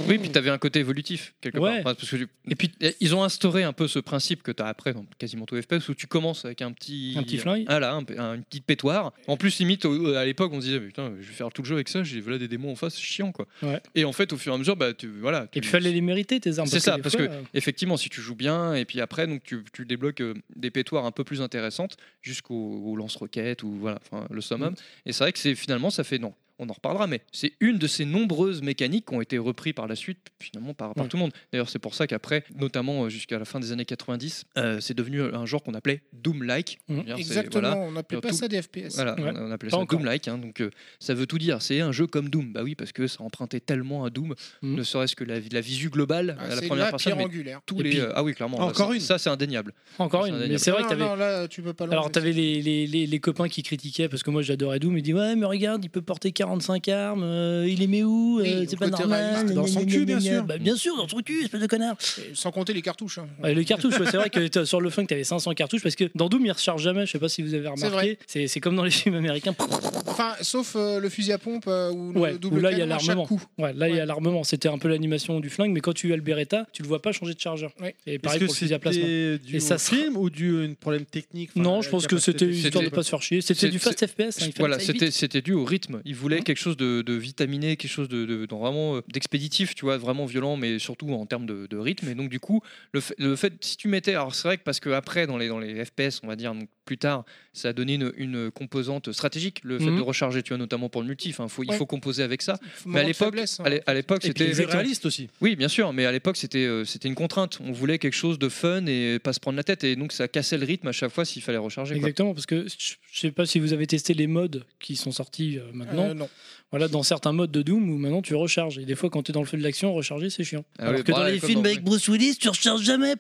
B: Oui, puis t'avais un côté évolutif quelque
C: Ouais.
B: part. Enfin, parce que tu- Et puis eh, ils ont instauré un peu ce principe que t'as après dans quasiment tout FPS où tu commences avec un petit,
C: Un petit flingue.
B: ah là, un p- un- une petite pétoire. En plus limite au- à l'époque on se disait putain je vais faire tout le jeu avec ça, j'ai voilà des démons en face, c'est chiant quoi.
C: Ouais.
B: Et en fait au fur et à mesure bah tu voilà. tu-
C: Et puis fallait les mériter tes armes.
B: C'est ça,
C: des
B: parce
C: fois,
B: que-
C: euh,
B: Effectivement, si tu joues bien, et puis après, donc tu, tu débloques euh, des pétoires un peu plus intéressantes jusqu'au au lance-roquettes ou voilà, enfin, le summum. Et c'est vrai que c'est finalement, ça fait non. On en reparlera, mais c'est une de ces nombreuses mécaniques qui ont été reprises par la suite, finalement, par, par
C: Ouais.
B: tout le monde. D'ailleurs, c'est pour ça qu'après, notamment euh, jusqu'à la fin des années 90, euh, c'est devenu un genre qu'on appelait Doom-like.
C: Mhm.
B: D'ailleurs, c'est-
D: Exactement,
B: voilà.
D: on n'appelait pas
B: Tout-
D: ça des FPS.
B: Voilà,
C: Ouais.
B: on on appelait
C: Pas
B: ça
C: encore.
B: Doom-like, hein, donc euh, ça veut tout dire. C'est un jeu comme Doom, bah oui, parce que ça empruntait tellement à Doom,
C: Mhm.
B: ne serait-ce que la, la visu globale
D: Ah,
B: à la
D: c'est
B: première
D: la
B: personne,
D: pierre
B: mais
D: angulaire.
B: tous
C: Et
B: les
C: puis-
B: euh, ah oui clairement
A: Ah,
B: là,
A: encore
B: ça-
A: une.
B: ça c'est indéniable
C: Encore
B: C'est
C: une. Mais
B: indéniable.
C: c'est vrai
D: Non,
C: que t'avais.
D: non, là, tu peux pas l'enlever.
C: Alors, t'avais les, les, les, les copains qui critiquaient parce que moi j'adorais Doom. Ils disaient Ouais, mais regarde, il peut porter 45 armes, euh, il les met où euh,
D: Oui,
C: C'est
D: au
C: pas
D: côté
C: normal.
D: réaliste,
A: dans son cul, bien sûr.
C: Bah, bien sûr, dans son cul, espèce de connard.
D: Et Sans compter les cartouches. hein.
C: Ouais, les cartouches, ouais, c'est vrai que t'as- sur le flingue, t'avais 500 cartouches parce que dans Doom, ils rechargent jamais. Je sais pas si vous avez
D: C'est
C: remarqué. C'est c'est comme dans les films américains.
D: Enfin, sauf euh, le fusil à pompe euh, ou
C: Ouais,
D: le double
C: où là, il y a
D: canon à chaque
C: l'armement.
D: coup.
C: Ouais, là, il y a
D: Ouais.
C: l'armement. C'était un peu l'animation du flingue, mais quand tu as le Beretta, tu le vois pas changer de chargeur.
D: Ouais.
C: Et
A: Est-ce
C: pareil
A: que
C: pour le fusil à plasma.
A: c'était du
C: Et ça
A: au
C: sera-
A: film ou du un problème technique enfin, euh,
C: Non,
A: la
C: je pense que c'était
A: capacité-
C: histoire de
B: c'était-
C: pas se faire chier. C'était
B: c'est-
C: du fast FPS. hein, il fallait
B: voilà
C: que ça aille vite.
B: c'était c'était dû au rythme ils voulaient quelque chose de, de vitaminé quelque chose de, de- de vraiment euh, d'expéditif tu vois vraiment violent mais surtout en termes de, de rythme et donc du coup le fait, le fait si tu mettais alors c'est vrai que parce que après dans les dans les FPS on va dire donc, plus tard ça a donné une, une composante stratégique le fait
C: Mhm.
B: de recharger tu vois notamment pour le multi enfin faut, il
D: Ouais.
B: faut composer avec ça
D: Moment de
B: à l'époque,
D: faiblesse, hein.
B: à l'é- à l'époque
A: Et puis,
B: c'était
A: c'est réaliste aussi.
B: Oui, bien sûr, mais à l'époque, c'était euh, c'était une contrainte. On voulait quelque chose de fun et pas se prendre la tête. Et donc, ça cassait le rythme à chaque fois s'il fallait recharger. quoi.
C: Exactement, parce que je je sais pas si vous avez testé les modes qui sont sortis euh,
D: Euh,
C: maintenant.
D: non.
C: Voilà, dans certains modes de Doom où maintenant tu recharges. Et des fois, quand tu es dans le feu de l'action, recharger, c'est chiant.
B: Ah
C: Alors
B: oui,
C: que
B: bah,
C: dans les
B: ouais,
C: films
B: comme-
C: avec Bruce Willis, tu recharges jamais.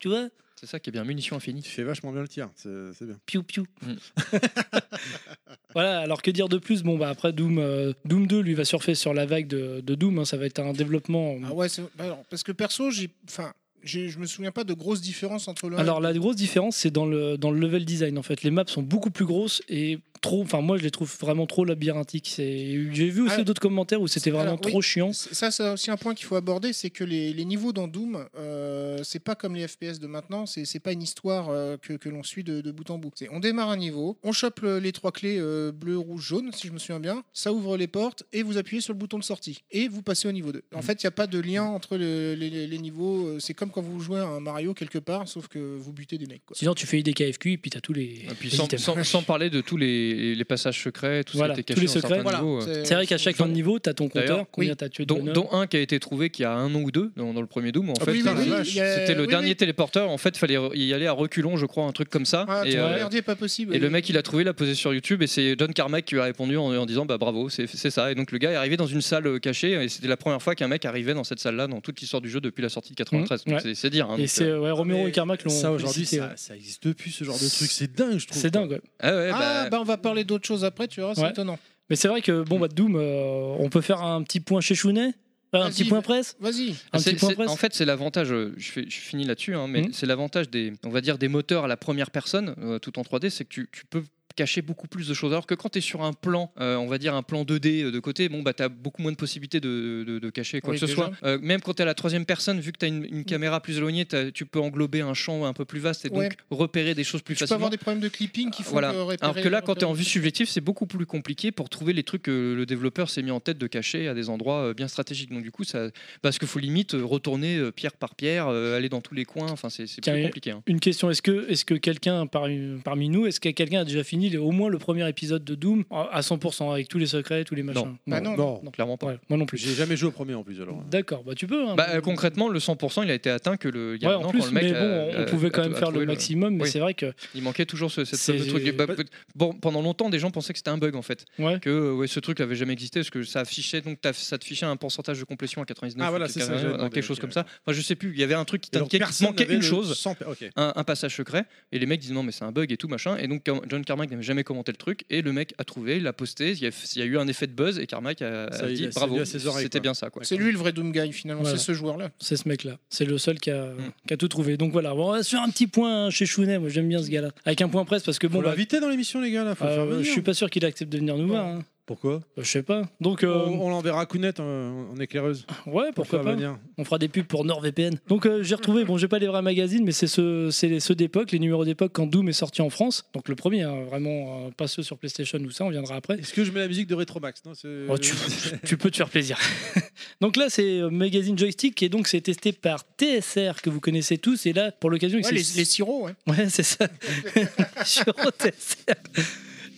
C: Tu vois
B: C'est ça qui est bien, munitions infinies.
A: Tu fais vachement bien le tir, c'est c'est bien.
C: Piou piou.
B: Mm.
C: voilà, alors que dire de plus Bon, bah après Doom, euh, Doom 2, lui va surfer sur la vague de, de Doom. hein, ça va être un développement. euh,
D: Ah ouais, c'est- bah alors, parce que perso, j'ai, enfin, j'ai- je me souviens pas de grosses différences entre le.
C: Alors la grosse différence, c'est dans le, dans le level design en fait. Les maps sont beaucoup plus grosses et trop. Enfin, moi, je les trouve vraiment trop labyrinthiques. C'est- J'ai vu aussi
D: Ah.
C: d'autres commentaires où c'était vraiment
D: Alors, oui.
C: trop chiant.
D: C'est- Ça, c'est aussi un point qu'il faut aborder, c'est que les, les niveaux dans Doom, euh, c'est pas comme les FPS de maintenant, c'est c'est pas une histoire euh, que, que l'on suit de, de bout en bout. C'est- On démarre un niveau, on chope le- les trois clés euh, bleu, rouge, jaune, si je me souviens bien, ça ouvre les portes et vous appuyez sur le bouton de sortie et vous passez au niveau 2. En fait, il n'y a pas de lien entre le- les, les- les niveaux, euh, c'est comme quand vous jouez à un Mario quelque part, sauf que vous butez des mecs. Quoi.
C: Sinon, tu fais IDKFQ et puis t'as tous les.
B: Et puis
C: les
B: sans,
C: items.
B: sans- sans parler de tous les, les passages secrets, tout ce
C: Voilà,
B: qui était
C: tous
B: caché
C: les
B: dans
C: secrets.
B: certains niveaux, euh.
C: C'est vrai qu'à chaque fin de niveau, t'as ton compteur,
B: D'ailleurs,
C: combien
D: oui.
C: t'as tué de
B: dont,
C: bonheurs.
B: dont un qui a été trouvé qu'il y a un an ou deux dans, dans le premier Doom en
D: Ah
B: fait Euh,
D: oui,
A: putain,
D: oui,
A: la
D: oui,
A: vache.
D: il y a-
B: c'était le
D: oui,
B: dernier
D: oui.
B: téléporteur en fait fallait re- y aller à reculons je crois un truc comme ça
D: Ah,
B: et,
D: ton
B: euh,
D: RD est pas possible.
B: et le
D: oui.
B: mec il a trouvé l'a posé sur YouTube et c'est Don Carmack qui lui a répondu en, en disant bah bravo c'est c'est ça et donc le gars est arrivé dans une salle euh, cachée et c'était la première fois qu'un mec arrivait dans cette salle là dans toute l'histoire du jeu depuis la sortie de 93 Donc
C: ouais.
B: c'est- c'est dire hein,
C: Et
B: donc,
C: c'est
B: euh,
C: ouais, Romero
A: mais
C: et Carmack l'ont.
A: Ça aujourd'hui,
C: félicité,
A: ça,
C: ouais.
A: ça existe plus ce genre de truc. C'est dingue, je trouve.
C: hein. C'est dingue. ouais.
B: ah ouais,
D: Ah,
B: bah,
D: bah on va parler d'autre chose après, tu vois, c'est
C: Ouais.
D: étonnant.
C: Mais c'est vrai que bon, bah, Doom, euh, on peut faire un petit point chez Chounet Un
D: Vas-y,
C: petit point
D: vas-
C: presse
D: Vas-y.
C: Un
B: Ah, C'est-
C: petit point
B: c'est-
C: presse
B: en fait, c'est l'avantage. euh, Je, fais- je finis là-dessus, hein, mais
D: Mmh.
C: Mhm.
B: c'est l'avantage des, on va dire, des moteurs à la première personne, euh, tout en 3D, c'est que tu, tu peux cacher beaucoup plus de choses. Alors que quand tu es sur un plan, euh, on va dire un plan 2D euh, de côté, bon bah t'as beaucoup moins de possibilités de, de- de cacher quoi
D: Oui,
B: que ce
D: déjà. Mmh.
B: soit. Euh, même quand t'es à la troisième personne, vu que t'as une, une caméra plus éloignée, t'as- tu peux englober un champ un peu plus vaste et
D: Ouais.
B: donc repérer des choses plus
D: Tu peux
B: facilement.
D: avoir des problèmes de clipping qui font
B: Voilà.
D: que repérer-
B: Alors que là, quand tu es en vue
D: repérer-
B: subjective, c'est beaucoup plus compliqué pour trouver les trucs que le développeur s'est mis en tête de cacher à des endroits euh, bien stratégiques. Donc du coup, ça, parce qu'il faut limite euh, retourner euh, pierre par pierre, euh, aller dans tous les coins. Enfin, c'est c'est
C: Tiens,
B: plus compliqué. hein.
C: Une question, est-ce que, est que quelqu'un parmi, parmi nous, est-ce que quelqu'un a déjà fini les- au moins le premier épisode de Doom à 100% avec tous les secrets, tous les machins
B: Non.
D: Bah non,
A: Non,
C: non.
B: Clairement pas.
C: Ouais, moi non plus.
A: j'ai jamais joué au premier en plus alors.
C: D'accord, bah tu peux. hein.
B: Bah, euh, concrètement, le 100%, il a été atteint que le. il y a
C: Ouais,
B: un an,
C: en plus,
B: quand le mec
C: mais bon,
B: a-
C: on
B: a-
C: pouvait
B: a-
C: quand même
B: a
C: faire
B: trouvé
C: le maximum, mais
B: oui.
C: c'est vrai que
B: Il manquait toujours ce, cette
C: C'est- euh,
B: fameux truc. Bah, peut- bon, pendant longtemps, des gens pensaient que c'était un bug en fait,
C: Ouais.
B: que euh, ouais, ce truc n'avait jamais existé, parce que ça affichait donc t'as- ça te fichait un pourcentage de complétion à 99
A: Ah,
B: ou
A: voilà,
B: quelque,
A: c'est ça que j'avais
B: euh,
A: demandé,
B: quelque chose
A: ok,
B: comme ça. Enfin, je sais plus. Il y avait un truc qui
A: Et donc,
B: t'indiquait qu'il te
A: personne
B: manquait
A: n'avait
B: une
A: le
B: chose.
A: 100 pe- ok.
B: un, un passage secret et les mecs disent non mais c'est un bug et tout machin et donc Car- John Carmack n'avait jamais commenté le truc et le mec a trouvé il l'a posté il y a, il y a eu un effet de buzz et Carmack a, a
A: Ça, il
B: dit
A: a- ça lui
B: bravo
A: a ses oreilles,
B: c'était
A: quoi.
B: bien ça quoi
D: c'est lui le vrai Doom Guy finalement,
C: Voilà.
D: c'est ce joueur-là.
C: c'est ce mec-là. C'est le seul qui a,
B: Mm.
C: qui a tout trouvé. Donc voilà, bon, on va se faire un petit point hein, chez Chounet, moi j'aime bien ce gars-là. Avec un point presse, parce que
A: Faut
C: bon, bah,
A: l'inviter dans l'émission, les gars. Là, faut le
C: euh,
A: faire venir.
C: je suis pas sûr qu'il accepte de venir nous voir. hein.
A: Pourquoi
C: Euh, je sais pas. Donc
A: On,
C: euh,
A: on l'enverra Kounet hein, en, en éclaireuse.
C: ouais,
A: Pour
C: pourquoi
A: faire
C: pas.
A: venir.
C: On fera des pubs pour NordVPN. Donc euh, j'ai retrouvé, bon j'ai pas les vrais magazines, mais c'est ceux, c'est les- ceux d'époque, les numéros d'époque quand Doom est sorti en France. Donc le premier, hein, vraiment, euh, pas ceux sur PlayStation ou ça, on viendra après.
A: Est-ce que je mets la musique de Retromax non, c'est-
C: Oh, tu, tu peux te faire plaisir. donc là, c'est euh, Magazine Joystick et donc c'est testé par TSR que vous connaissez tous. Et là, pour l'occasion, il
D: Ouais,
C: s'est-
D: les, les sirops,
B: Ah,
D: ouais.
C: Ouais, c'est ça. Sur TSR.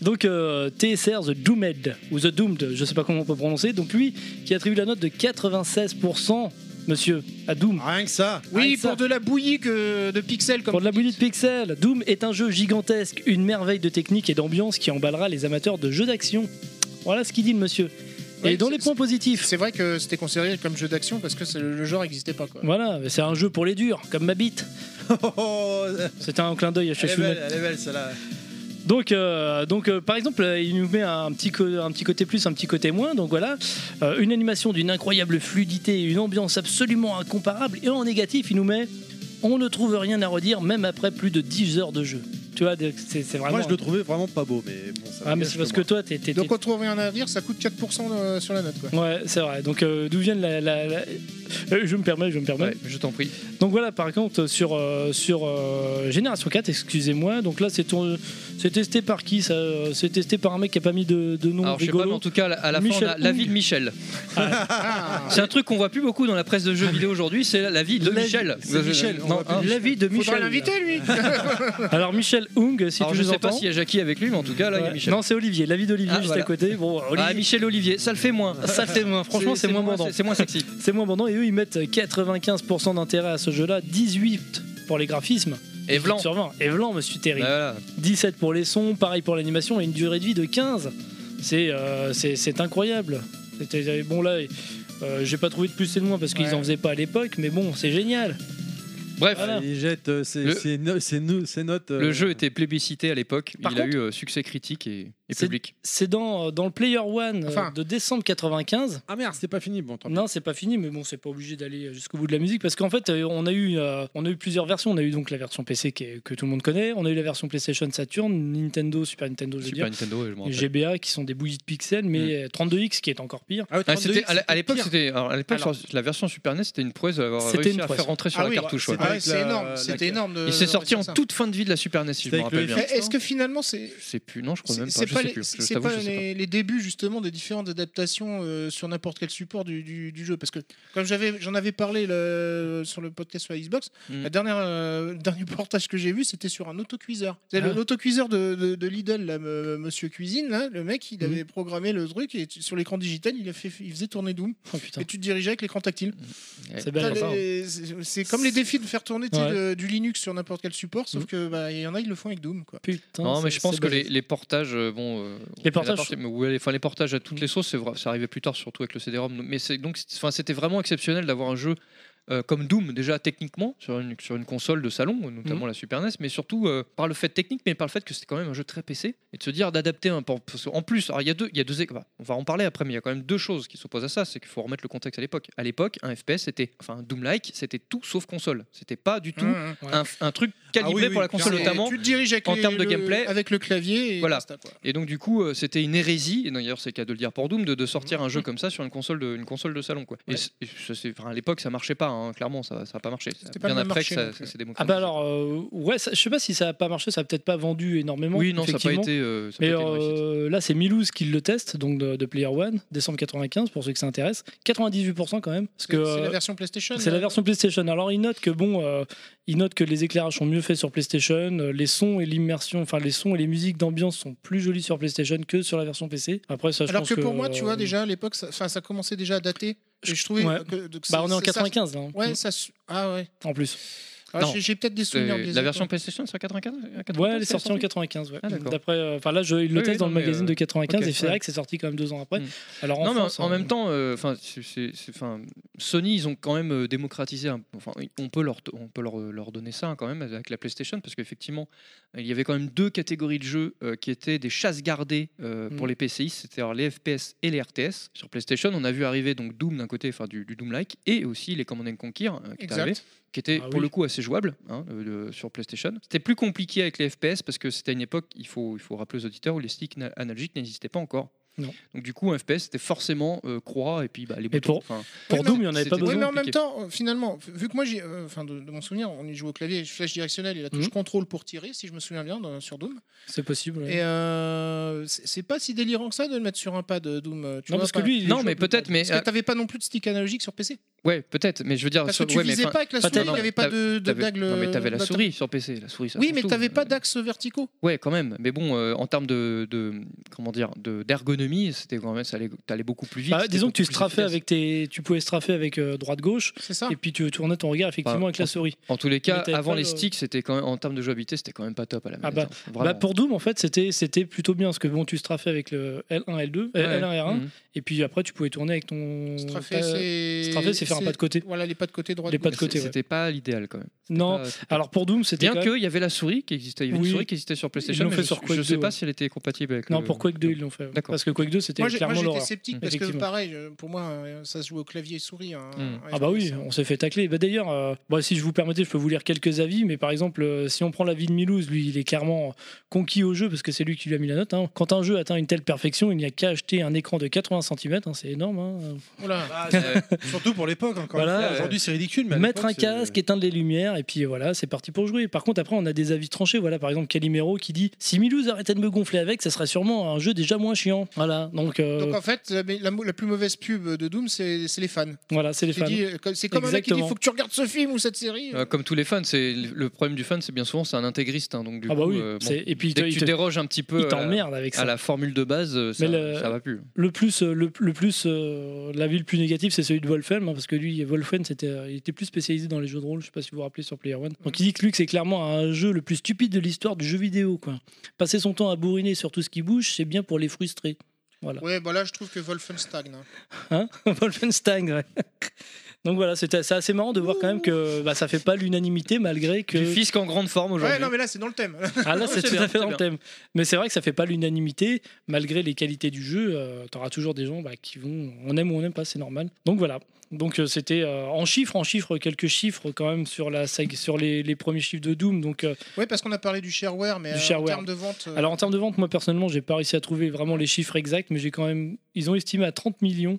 C: Donc euh, TSR The Doomed ou The Doomed, je sais pas comment on peut prononcer. Donc lui qui attribue la note de 96% monsieur à Doom.
A: Rien que ça.
D: Oui,
C: ça.
D: pour de la bouillie que de pixels comme
C: Pour de la bouillie de pixels, Doom est un jeu gigantesque, une merveille de technique et d'ambiance qui emballera les amateurs de jeux d'action. Voilà ce qu'il dit le monsieur. et
D: Ouais,
C: dans
D: c'est-
C: les points positifs,
D: C'est vrai que c'était considéré comme jeu d'action parce que c'est- le genre n'existait pas quoi.
C: voilà, c'est un jeu pour les durs, comme ma bite.
A: Oh, oh, oh,
C: C'était un clin d'œil à
A: elle est
C: Chachounet.
A: belle, elle est belle, celle-là.
C: Donc, euh, donc euh, par exemple, euh, il nous met un petit, co- un petit côté plus, un petit côté moins. Donc voilà, Euh, une animation d'une incroyable fluidité, une ambiance absolument incomparable. Et en négatif, il nous met on ne trouve rien à redire, même après plus de 10 heures de jeu. Tu vois, de- c'est c'est vraiment.
A: Moi, je le trouvais vraiment pas beau, mais bon, ça.
C: ah, mais
A: m'engage
C: c'est parce que
A: moi.
C: toi, t'es. t'es-
D: Donc on trouve rien à dire, ça coûte 4% de- euh, sur la note quoi.
C: t'es- Ouais, c'est vrai. Donc, euh, d'où viennent la. la- la- Euh, je me permets, je me permets.
B: Ouais, je t'en prie
C: Donc voilà, par contre, sur, euh, sur euh, Génération 4, excusez-moi. Donc là, c'est ton- c'est testé par qui ça euh, C'est testé par un mec qui a pas mis de, de nom
B: alors je sais
C: rigolo.
B: pas mais en tout cas à la- à la
C: Michel
B: fin on a la
C: Hung.
B: vie de Michel
D: Ah,
B: c'est un truc qu'on voit plus beaucoup dans la presse de jeux vidéo aujourd'hui c'est la vie de
A: Ah, La vie-
B: Michel
A: c'est Michel, on
B: Non,
A: voit plus
B: hein.
A: Michel.
C: L'avis de
D: faudra
C: Michel.
D: l'inviter
B: euh,
D: lui.
C: Alors Michel Hung, si
B: alors
C: tu
B: je
C: nous
B: sais pas
C: entends.
B: s'il y a Jackie avec lui mais en tout cas là il y a
C: Ouais.
B: Michel
C: Non, c'est Olivier. L'avis d'Olivier
B: Ah,
C: juste
B: voilà.
C: à côté. Bon,
B: ah,
C: Olivier,
B: Michel Olivier ça le fait moins
C: ça fait moins. Franchement, c'est moins bandant.
B: c'est moins sexy
C: C'est moins bandant. Et eux, ils mettent 95% d'intérêt à ce jeu-là, 18 pour les graphismes.
B: et blanc
C: Sur 20. Et blanc, monsieur Terry.
B: Bah, voilà.
C: 17 pour les sons, pareil pour l'animation et une durée de vie de 15. C'est euh, c'est- c'est incroyable. C'était- Bon là, euh, j'ai pas trouvé de plus et de moins parce qu'ils
D: Ouais.
C: en faisaient pas à l'époque, mais bon, c'est génial.
B: bref
C: Voilà.
A: Il jette euh, ses
B: Ah, Le-
A: ses no- ses no- ses notes. Ah, euh,
B: Le jeu était plébiscité à l'époque, il
C: Par
B: a
C: contre-
B: eu euh, succès critique et et
C: C'est-
B: public.
C: C'est dans, euh, dans le Player One euh,
D: Enfin.
C: de décembre 95.
A: Ah merde, c'est pas fini. Bon, tant pis.
C: Non, c'est pas fini, mais bon, c'est pas obligé d'aller euh, jusqu'au bout de la musique parce qu'en fait, euh, on a eu, euh, on a eu plusieurs versions. On a eu donc la version PC qui est- que tout le monde connaît. On a eu la version PlayStation, Saturn, Nintendo, Super Nintendo, je veux
B: Super
C: dire,
B: Nintendo, je m'en rappelle.
C: GBA qui sont des bouillies de pixels, mais euh, 32X qui est encore pire.
A: Ah ouais,
B: Ah,
A: 32,
B: c'était- à la- à l'époque,
A: pire.
B: c'était alors, à l'époque,
C: Alors-
B: sur la version Super NES, c'était une prouesse d'avoir
C: C'était
B: réussi
C: une
B: à
C: prouesse.
B: faire rentrer sur
D: Ah
B: la
D: oui,
B: cartouche. ouais.
A: Avec
D: Ouais, c'est
A: la-
D: énorme,
A: la-
D: c'était énorme. de-
B: Il s'est
D: de
B: sorti
D: dire
B: en
D: ça.
B: toute hein. fin de vie de la Super NES, si je
A: C'était
B: me
A: avec le
B: rappelle bien.
A: effet-
D: Eh, Est-ce que finalement, c'est
B: Je sais plus, non, je crois même
D: c'est
B: pas.
D: c'est
B: Je
D: pas,
B: sais
D: les,
B: plus.
D: c'est-
B: Je
D: c'est
B: t'avoue,
D: pas
B: je sais
D: les, les débuts justement des différentes adaptations euh, sur n'importe quel support du, du- du jeu parce que comme j'avais j'en avais parlé le- sur le podcast sur la Xbox
B: Mm.
D: la dernière euh, le dernier portage que j'ai vu c'était sur un autocuiseur c'est
C: Ah.
D: le- l'autocuiseur de, de, de Lidl là, me- Monsieur Cuisine là, le mec
B: Hmm.
D: il avait programmé le truc et tu- sur l'écran digital il a fait il faisait tourner Doom
C: Oh, putain.
D: et tu te dirigeais avec l'écran tactile
B: pas.
C: C'est
B: Eh,
C: bien,
D: T'as
B: sympa, hein.
D: les- c'est- c'est comme les défis de faire tourner tu sais,
C: Ouais.
D: de- du Linux sur n'importe quel support
B: Hmm.
D: sauf
C: Mm.
D: que bah, il y en a ils le font avec Doom quoi
C: Putain,
B: Non, mais
C: c'est-
B: je pense
C: c'est
B: que
C: balèze.
B: les, les portages, euh, bon, euh, on est
C: portages-
B: d'accord, c'est- mais ouais, les- enfin, les portages à toutes les sauces, c'est vrai, ça arrivait plus tard, surtout avec le CD-ROM. Mais c'est donc, c'est- enfin, c'était vraiment exceptionnel d'avoir un jeu euh, comme Doom déjà techniquement sur une sur une console de salon, notamment la Super NES, mais surtout euh, par le fait technique, mais par le fait que c'était quand même un jeu très PC et de se dire d'adapter un port- parce que, en plus, alors, il y a deux, il y a deux, é- bah, on va en parler après, mais il y a quand même deux choses qui s'opposent à ça, c'est qu'il faut remettre le contexte à l'époque. À l'époque, un FPS, c'était, enfin, un Doom-like, c'était tout sauf console, c'était pas du tout
D: Mm.
B: un, un truc calibré
A: Ah oui, oui,
B: pour la console
A: clairement.
B: notamment.
D: Tu te diriges avec
B: en
D: les-
B: termes de
D: le-
B: gameplay.
D: avec le clavier. Et
B: Voilà.
D: basta, quoi.
B: Et donc du coup, euh, c'était une hérésie, et d'ailleurs c'est le cas de le dire pour Doom, de, de sortir
C: Mhm.
B: un jeu comme ça sur une console de, une console de salon. Quoi. Et,
D: Ouais.
B: c- et ça, c'est- enfin, à l'époque, ça marchait pas, hein, clairement, ça n'a pas marché. C'est
D: C'était pas
B: bien
D: le même
B: après que
D: marché
B: ça,
D: non plus.
B: ça s'est
C: Ah
B: démocratisé.
C: bah alors, euh, ouais, ça- je sais pas si ça a pas marché, ça a peut-être pas vendu énormément.
B: oui, non, ça n'a pas
C: effectivement.
B: été, euh, ça a
C: Mais
B: pas été une réussite.
C: euh, là, c'est Milouz qui le teste, donc de, de Player One, décembre 95, pour ceux qui s'intéressent. 98% quand même, parce
D: C'est
C: que
D: c'est la
C: euh,
D: version PlayStation.
C: c'est la
D: là.
C: version PlayStation. Alors, il note que bon, euh, il note que les éclairages sont mieux faits sur PlayStation, euh, les sons et l'immersion, enfin les sons et les musiques d'ambiance sont plus jolies sur PlayStation que sur la version PC. Après, ça, je
D: Alors
C: pense
D: que pour moi, tu
C: euh,
D: vois, déjà à l'époque, ça, enfin, ça commençait déjà à dater. Et je trouvais
C: Ouais.
D: que. que
C: bah,
D: ça-
C: on est en
D: ça-
C: 95 là. hein.
D: Ouais, ça. su- Ah ouais.
C: En plus.
D: Ah,
B: Non.
D: j'ai- J'ai peut-être des
B: C'est-
D: souvenirs. de
B: La version PlayStation, euh, c'est en 95 95,
C: Ouais, elle est
B: ça,
C: sortie en 95. Ouais.
B: Ah, d'accord.
C: D'après, euh, enfin là, je, il le
B: Oui,
C: teste
B: oui,
C: dans
B: non,
C: le
B: mais,
C: magazine de
B: euh,
C: 95
B: ok,
C: et c'est
B: ouais.
C: vrai que c'est sorti quand même deux ans après.
B: Mm.
C: Alors en
B: Non, mais en,
C: France,
B: en
C: euh,
B: même temps, euh, enfin, c'est- c'est- c'est- enfin, Sony, ils ont quand même euh, démocratisé. un- enfin, on peut leur, on peut leur, leur donner ça hein, quand même avec la PlayStation, parce qu'effectivement, il y avait quand même deux catégories de jeux euh, qui étaient des chasses gardées euh, pour
C: Mm.
B: les PCI, c'est-à-dire les FPS et les RTS. Sur PlayStation, on a vu arriver donc Doom d'un côté, enfin du, du Doom-like, et aussi les Command and Conquer euh, qui est
D: Exact.
B: arrivé, qui était
C: Ah
B: pour
C: oui.
B: le coup assez jouable hein, euh, de- sur PlayStation. C'était plus compliqué avec les FPS parce que c'était à une époque, il faut, il faut rappeler aux auditeurs, où les sticks na- analogiques n'existaient pas encore.
C: Non.
B: Donc du coup, un FPS, c'était forcément euh, croix et puis bah, les boutons.
C: pour-
B: enfin,
C: Pour
D: Ouais,
C: Doom,
D: mais-
C: il n'y en avait pas
B: c'était-
C: besoin.
D: Oui, mais en même
B: compliqué.
D: temps, euh, finalement, vu que moi, j'ai, euh, enfin, de, de mon souvenir, on y joue au clavier, flèche directionnelle et la touche
C: Mhm.
D: contrôle pour tirer, si je me souviens bien, dans- sur Doom.
C: C'est possible. ouais.
D: Et euh, c'est c'est pas si délirant que ça de le mettre sur un pad euh, Doom. euh, Tu
C: non,
D: vois,
C: parce que
D: enfin,
C: lui, euh, il
B: non,
C: joue
B: mais
C: avec le
B: peut-être, mais
D: Parce que t'avais pas non plus de stick analogique sur PC.
B: euh, ouais, peut-être, mais je veux dire,
D: Parce que
B: sur-
D: tu
B: ouais, mais
D: visais
B: enfin,
D: pas avec la
C: enfin,
D: souris, il
C: t'avais-
D: n'y avait pas de, euh, de
B: t'avais-
D: dagle.
B: non,
C: euh,
B: mais t'avais la
D: d'axe-
B: souris sur PC, la souris. Ça
D: Oui,
B: change
D: mais
B: tout.
D: t'avais pas d'axe verticaux.
B: Ouais, quand même. Mais bon, euh, en termes de, de- comment dire, de d'ergonomie, c'était quand même, ça allait, t'allais beaucoup plus vite.
C: Bah,
B: c'était
C: disons que tu
B: beaucoup plus
C: straffais
B: efficace.
C: avec tes, tu pouvais straffer avec euh, droite gauche
D: C'est ça.
C: et puis tu tournais ton regard effectivement
B: Bah,
C: avec la souris.
B: En tous les cas,
C: Mais t'avais
B: avant
C: pas
B: les
C: le-
B: sticks, c'était quand même, en termes de jouabilité, c'était quand même pas top à la
C: Ah
B: manette.
C: bah,
B: hein. Vraiment.
C: Bah, pour Doom en fait c'était c'était plutôt bien parce que bon tu straffais avec le L1 L2
B: Ouais,
C: L1 R1
B: mhm.
C: et puis après tu pouvais tourner avec ton
D: Straffé,
C: ta-
D: c'est.
C: Straffé, c'est faire un pas de côté.
D: Voilà, les pas de côté droit.
C: Les pas de
B: mm. Mais
D: gauche.
C: côté, ouais.
B: C'était pas l'idéal quand même.
C: Non,
B: Pas-
C: alors pour Doom c'était
B: Bien
C: quand
B: qu'il y avait la souris qui existait, il y avait
C: Oui.
B: une souris qui existait sur PlayStation,
C: l'ont
B: mais
C: fait
B: je,
C: sur
B: je
C: Quake
B: sais
C: 2,
B: pas
C: ouais.
B: si elle était compatible avec.
C: non
B: le-
C: pour Quake 2 ils l'ont fait.
B: D'accord.
C: Parce que Quake 2 c'était
D: Moi, j'ai- moi,
C: clairement
D: j'étais
C: l'horreur.
D: sceptique parce que
C: Effectivement.
D: pareil, euh, pour moi, euh, ça se joue au clavier et souris. hein,
B: Hmm.
D: un
C: Ah bah oui,
D: FPS.
C: on s'est fait tacler. Bah d'ailleurs, euh, bon, si je vous permettez, je peux vous lire quelques avis, mais par exemple, euh, si on prend l'avis de Milouz, lui, il est clairement conquis au jeu parce que c'est lui qui lui a mis la note. hein. Quand un jeu atteint une telle perfection, il n'y a qu'à acheter un écran de 80 cm, c'est énorme. hein.
D: Oula.
A: Bah, c'est- surtout pour l'époque, encore une
C: Voilà,
A: fois.
C: ouais.
A: Aujourd'hui, c'est ridicule. Mais à
C: Mettre un
A: l'époque, c'est-
C: casque, éteindre les lumières, et puis voilà, c'est parti pour jouer. Par contre, après, on a des avis tranchés. Voilà, par exemple, Calimero qui dit Si Milouz arrêtait de me gonfler avec, ça serait sûrement un jeu déjà moins chiant. Voilà, donc, euh,
D: Donc en fait, la, la- la plus mauvaise pub de Doom, c'est c'est les fans.
C: voilà, c'est les
D: Qui
C: fans.
D: dit, euh, que- C'est comme un mec qui dit
C: Exactement.
D: faut que tu regardes ce film ou cette série.
B: Euh, comme tous les fans, c'est le problème du fan, c'est bien souvent c'est un intégriste. hein, donc du
C: Ah bah
B: coup,
C: oui,
B: euh, bon,
C: c'est- et puis
B: dès que
C: il
B: tu
C: te-
B: déroges un petit
C: il
A: euh,
B: peu à la,
C: t'emmerde avec
B: à
C: ça.
B: la formule de base, euh, ça,
C: Mais le-
B: ça va plus.
C: Le plus, euh, le, le plus, euh, l'avis le plus négatif, c'est celui de Wolfhelm, hein, parce que lui, Wolfhelm, c'était, euh, il était plus spécialisé dans les jeux de rôle. Je sais pas si vous vous rappelez sur Player One. Donc il dit que lui, que c'est clairement un jeu le plus stupide de l'histoire du jeu vidéo. Quoi. Passer son temps à bourriner sur tout ce qui bouge, c'est bien pour les frustrer.
D: Ouais, bah là, je trouve que Wolfen stagne. hein.
C: Hein Wolfenstein, ouais. Donc voilà, c'était c'est assez marrant de voir quand même que bah, ça fait pas l'unanimité malgré que.
B: Du fisc en grande forme
D: Ouais,
B: aujourd'hui.
D: non, mais là, c'est dans le thème.
C: Ah là,
B: Non,
C: c'est
B: c'est
C: tout
B: bien,
C: à fait
B: c'est
C: dans le
B: bien.
C: thème. Mais c'est vrai que ça fait pas l'unanimité, malgré les qualités du jeu. euh, T'auras toujours des gens bah, qui vont, on aime ou on n'aime pas, c'est normal. Donc voilà. Donc euh, c'était euh, en chiffres, en chiffres, quelques chiffres quand même sur la sag- sur les, les premiers chiffres de Doom. Donc euh,
D: Oui, parce qu'on a parlé du shareware, mais
C: Du
D: euh,
C: shareware.
D: en termes de vente. euh,
C: alors en termes de vente, moi personnellement, j'ai pas réussi à trouver vraiment les chiffres exacts, mais j'ai quand même, ils ont estimé à 30 millions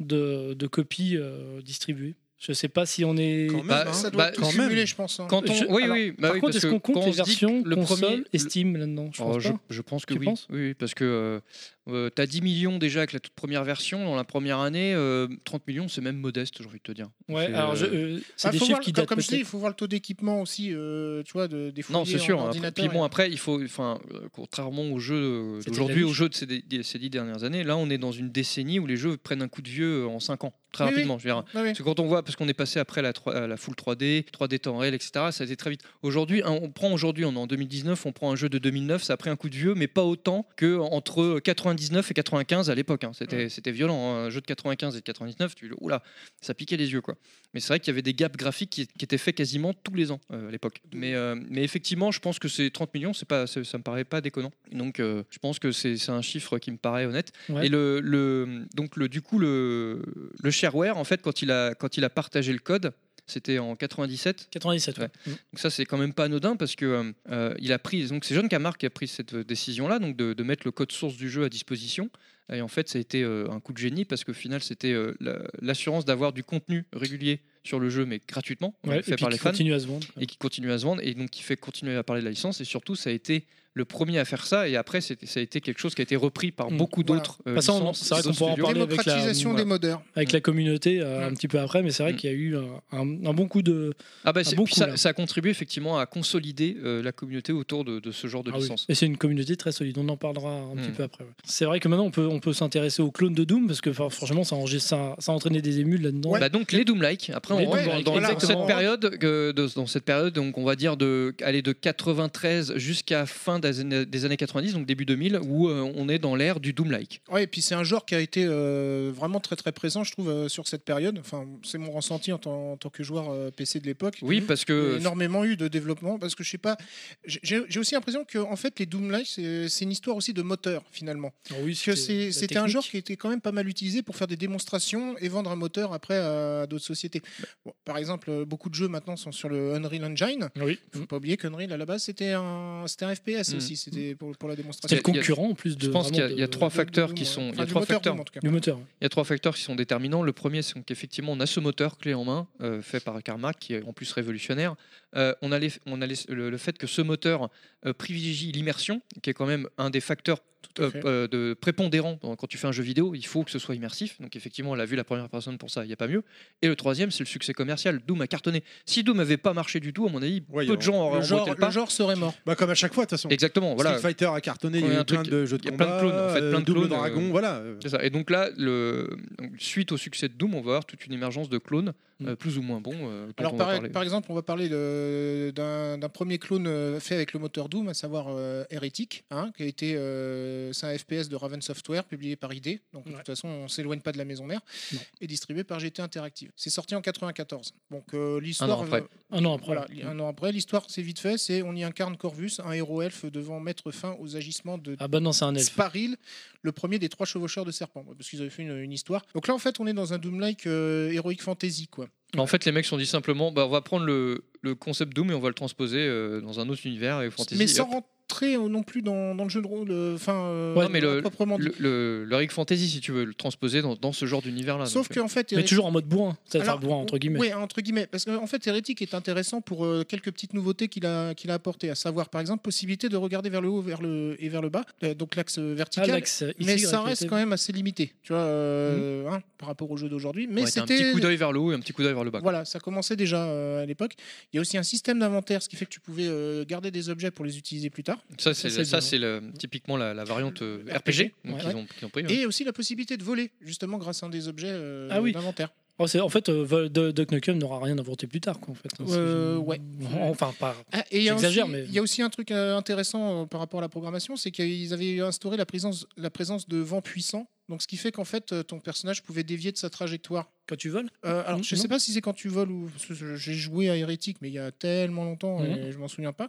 C: de, de copies euh, distribuées. Je sais pas si on est.
A: Quand même,
B: bah,
A: hein.
B: bah,
D: ça doit être
A: quand même.
D: cumulé, je pense. hein.
B: Quand on...
C: Je-
B: Oui,
C: alors,
B: oui. bah
C: Par
B: oui,
C: contre,
B: parce
C: est-ce
B: que
C: qu'on
B: quand
C: compte
B: on
C: les
B: se dit
C: versions
B: que le
C: console,
B: premier- le-
C: Steam là-dedans Je
B: Oh,
C: pense
B: je,
C: pas.
B: je pense que
C: Tu
B: oui.
C: penses
B: oui, parce que euh, tu as 10 millions déjà avec la toute première version. Dans la première année, euh, 30 millions, c'est même modeste, j'ai envie de te dire.
C: Ouais.
B: C'est,
C: Alors je-
B: euh,
C: euh, c'est
D: Ah,
C: des
D: faut
C: chiffres
D: voir-
C: qui
D: comme-
C: datent
D: Comme je dis,
C: peut-être-
D: il faut voir le taux d'équipement aussi, euh, tu vois, de, des foyers
B: Non, c'est
D: en
B: sûr. hein, après-
D: ordinateur
B: Puis bon,
D: et-
B: après, il faut, enfin, euh, contrairement aux jeux euh,
C: C'était
B: d'aujourd'hui,
C: la
B: aux
C: niche.
B: jeux de ces, dé- ces dix dernières années, là, on est dans une décennie où les jeux prennent un coup de vieux euh, en 5 ans, très
D: Oui, oui.
B: rapidement. Je veux dire,
D: Ouais, ouais.
B: Parce que quand on voit, parce qu'on est passé après la, trois- à la full 3D, 3D temps réel, etc., ça a été très vite. Aujourd'hui, hein, on prend aujourd'hui, on est en 2019, on prend un jeu de 2009, ça a pris un coup de vieux, mais pas autant que entre 99 et 95 à l'époque. hein. C'était, c'était violent, hein. un jeu de 95 et de 99, tu, oula, ça piquait les yeux, quoi. Mais c'est vrai qu'il y avait des gaps graphiques qui, qui étaient faits quasiment tous les ans euh, à l'époque. Mais, euh, mais effectivement, je pense que ces 30 millions, c'est pas, c'est- ça me paraît pas déconnant. Donc, euh, je pense que c'est, c'est un chiffre qui me paraît honnête.
C: Ouais.
B: Et le, le- donc le, du coup, le, le shareware, en fait, quand il a, quand il a partagé le code, c'était en 97.
C: 97. ouais. Mm.
B: Ouais. Donc ça, c'est quand même pas anodin parce que euh, euh, il a pris. Donc c'est John Camargue qui a pris cette euh, décision-là, donc de, de mettre le code source du jeu à disposition. Et en fait, ça a été euh, un coup de génie parce qu'au final, c'était euh, la- l'assurance d'avoir du contenu régulier sur le jeu, mais gratuitement,
C: Ouais, et
B: fait
C: puis
B: par les
C: qui
B: fans
C: continue à se vendre.
B: et qui continue à se vendre et donc qui fait continuer à parler de la licence et surtout ça a été le premier à faire ça et après c'était- ça a été quelque chose qui a été repris par
C: Mm.
B: beaucoup
D: Voilà.
B: d'autres euh,
C: Bah ça, on-
B: licences
C: c'est vrai
B: et
C: qu'on
B: d'autres
C: pourra en
B: studios.
C: parler. avec la-
D: Démocratisation
C: voilà.
D: des modeurs.
C: avec la communauté euh, un
D: Mm.
C: petit peu après, mais c'est vrai
B: Mm.
C: qu'il y a eu un, un- un bon coup de.
B: Ah bah, c'est-
C: bon
B: puis
C: coup, là.
B: ça, ça a contribué effectivement à consolider euh, la communauté autour de, de ce genre de
C: Ah oui.
B: licence.
C: Et c'est une communauté très solide, on en parlera un petit
B: Mm.
C: peu après. ouais. C'est vrai que maintenant on peut, on peut s'intéresser aux clones de Doom, parce que enfin, franchement ça, a enregistré- ça, ça a entraîné des émules là-dedans. Ah
D: Ouais.
B: Bah donc les Doom-like, après
C: Les
B: on rentre dans,
C: Doom-like,
B: dans
D: voilà,
B: cette
D: on-
B: période, que- de- dans cette période donc on va dire de, aller de 93 jusqu'à fin des années, des années 90, donc début 2000, où euh, on est dans l'ère du Doom-like.
D: Ouais, et puis c'est un genre qui a été euh, vraiment très très présent, je trouve, euh, sur cette période. Enfin, c'est mon ressenti en tant, en tant que joueur euh, PC de l'époque.
B: Oui
C: Mm.
B: parce
D: Il y
C: Euh,
D: a
B: que
D: énormément eu de développement parce que je sais pas j'ai- j'ai j'ai aussi l'impression que en fait les Doom Light c'est c'est une histoire aussi de moteur finalement
B: Bah,
C: Ah oui,
D: que c'est-
C: la
D: c'était un genre
C: technique.
D: qui était quand même pas mal utilisé pour faire des démonstrations et vendre un moteur après à d'autres sociétés
C: Bah.
D: Bon, par exemple euh, beaucoup de jeux maintenant sont sur le Unreal Engine
C: Ah Oui.
D: faut pas oublier qu'Unreal à la base c'était un c'était un FPS
B: Mm.
D: aussi c'était pour, pour la
C: C'était
D: démonstration
C: le concurrent en plus de.
B: je pense qu'il y a-
C: vraiment
B: il y a
C: de-
B: trois
D: De- de-
B: facteurs
D: de-
B: qui
D: ouais.
B: sont... Il y
D: Enfin,
B: a
D: du
B: trois
D: moteur
B: facteurs
D: Doom, en tout cas.
C: Du moteur. ouais.
B: Il y a trois facteurs qui sont déterminants. Le premier, c'est qu'effectivement, on a ce moteur clé en main, euh, fait par Carmack, qui est en plus révolutionnaire. Euh, on a, les- on a les- le, le fait que ce moteur euh, privilégie l'immersion, qui est quand même un des facteurs
D: à
B: euh,
D: fait.
B: euh, de prépondérant dans- quand tu fais un jeu vidéo. Il faut que ce soit immersif. Donc, effectivement, on l'a vu la première personne pour ça, il n'y a pas mieux. Et le troisième, c'est le succès commercial. Doom a cartonné. Si Doom n'avait pas marché du tout, à mon avis,
A: Ouais,
B: peu
A: on-
B: de gens auraient
D: le genre,
B: emboîté le
D: le
B: pas.
D: genre serait mort
A: Bah, comme à chaque fois, de toute façon.
B: Exactement, voilà.
A: Street Fighter a cartonné, il y
B: Ouais,
A: a
B: un
A: eu plein
B: truc-
A: de jeux de
B: il y a
A: combat,
B: plein de clones, en fait,
A: euh,
B: plein de
A: Double
B: clones, euh,
A: Dragon, voilà. euh,
B: C'est ça. Et donc là, le... donc, suite au succès de Doom, on va avoir toute une émergence de clones,
C: Mm.
B: euh, plus ou moins bons. euh, dont
D: Alors
B: on va
D: par,
B: parler.
D: par exemple, on va parler de- d'un d'un premier clone euh, fait avec le moteur Doom, à savoir euh, Heretic, hein, qui a été euh, c'est un FPS de Raven Software publié par ID. Donc de
C: Ouais.
D: toute façon, on s'éloigne pas de la maison mère
C: Non.
D: et distribué par GT Interactive. C'est sorti en 94. Donc
B: Un
D: euh,
B: an
D: l'histoire
B: après.
D: euh,
C: Un an Ah après.
D: voilà, li- un an après, l'histoire c'est vite fait, c'est on y incarne Corvus, un héros elfe devant mettre fin aux agissements de
C: Ah bah non, c'est un elfe.
D: Sparil, le premier des trois chevaucheurs de serpents, parce qu'ils avaient fait une, une histoire. Donc là en fait, on est dans un Doom-like euh, heroic fantasy quoi.
B: Mais En fait, les mecs se sont dit simplement bah, on va prendre le, le concept Doom et on va le transposer euh, dans un autre univers et fantasy.
D: mais
B: Et
D: sans
B: hop.
D: rentrer euh, non plus dans, dans le jeu de rôle, euh, enfin, euh,
B: Ouais, mais le-
D: proprement dit.
B: le, le, le Rick Fantasy, si tu veux, le transposer dans, dans ce genre d'univers-là.
D: Sauf
B: Donc, euh,
D: qu'en fait,
C: Mais
D: Hérétique-
C: toujours en mode bourrin. Ça
D: Alors,
C: bourrin entre guillemets.
D: Oui, entre guillemets, parce qu'en fait, Hérétique est intéressant pour euh, quelques petites nouveautés qu'il a, qu'il a apportées, à savoir, par exemple, possibilité de regarder vers le haut vers le, et vers le bas, euh, donc l'axe
C: Ah,
D: vertical.
C: l'axe, euh,
D: mais
C: ici,
D: ça
C: ouais,
D: reste
C: c'était-
D: quand même assez limité, tu vois,
C: Mhm.
D: euh, hein, par rapport au jeu d'aujourd'hui. Mais
B: ouais, t'as un
D: c'était
B: petit coup d'œil vers le haut et un petit coup d'œil vers le bas.
D: Voilà, ça commençait déjà euh, à l'époque. Il y a aussi un système d'inventaire, ce qui fait que tu pouvais euh, garder des objets pour les utiliser plus tard.
B: Ça, c'est
C: Ça, c'est
B: ça,
C: bien.
B: c'est le- typiquement la, la variante euh,
D: RPG,
B: RPG, donc,
D: ouais.
B: qu'ils ont, qu'ils ont pris. ouais.
D: Et aussi la possibilité de voler, justement, grâce à un des objets euh,
C: Ah oui.
D: d'inventaire.
C: Oh, c'est- en fait, euh, Vol- Do- Duck Nukem n'aura rien inventé plus tard, quoi, en fait. hein,
D: Euh, ouais.
C: Enfin, pas.
D: Ah, et il y a
C: J'exagère,
D: aussi-
C: mais-
D: Il y a aussi un truc euh, intéressant euh, par rapport à la programmation, c'est qu'ils avaient instauré la présence, la présence de vents puissants. Donc, ce qui fait qu'en fait, euh, ton personnage pouvait dévier de sa trajectoire.
C: Quand tu voles
D: Euh, alors,
C: Mhm.
D: je sais pas si c'est quand tu voles ou parce que j'ai joué à Hérétique, mais il y a tellement longtemps
B: Mm-hmm.
D: et je m'en souviens pas.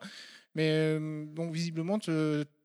D: Mais euh, bon, visiblement, tu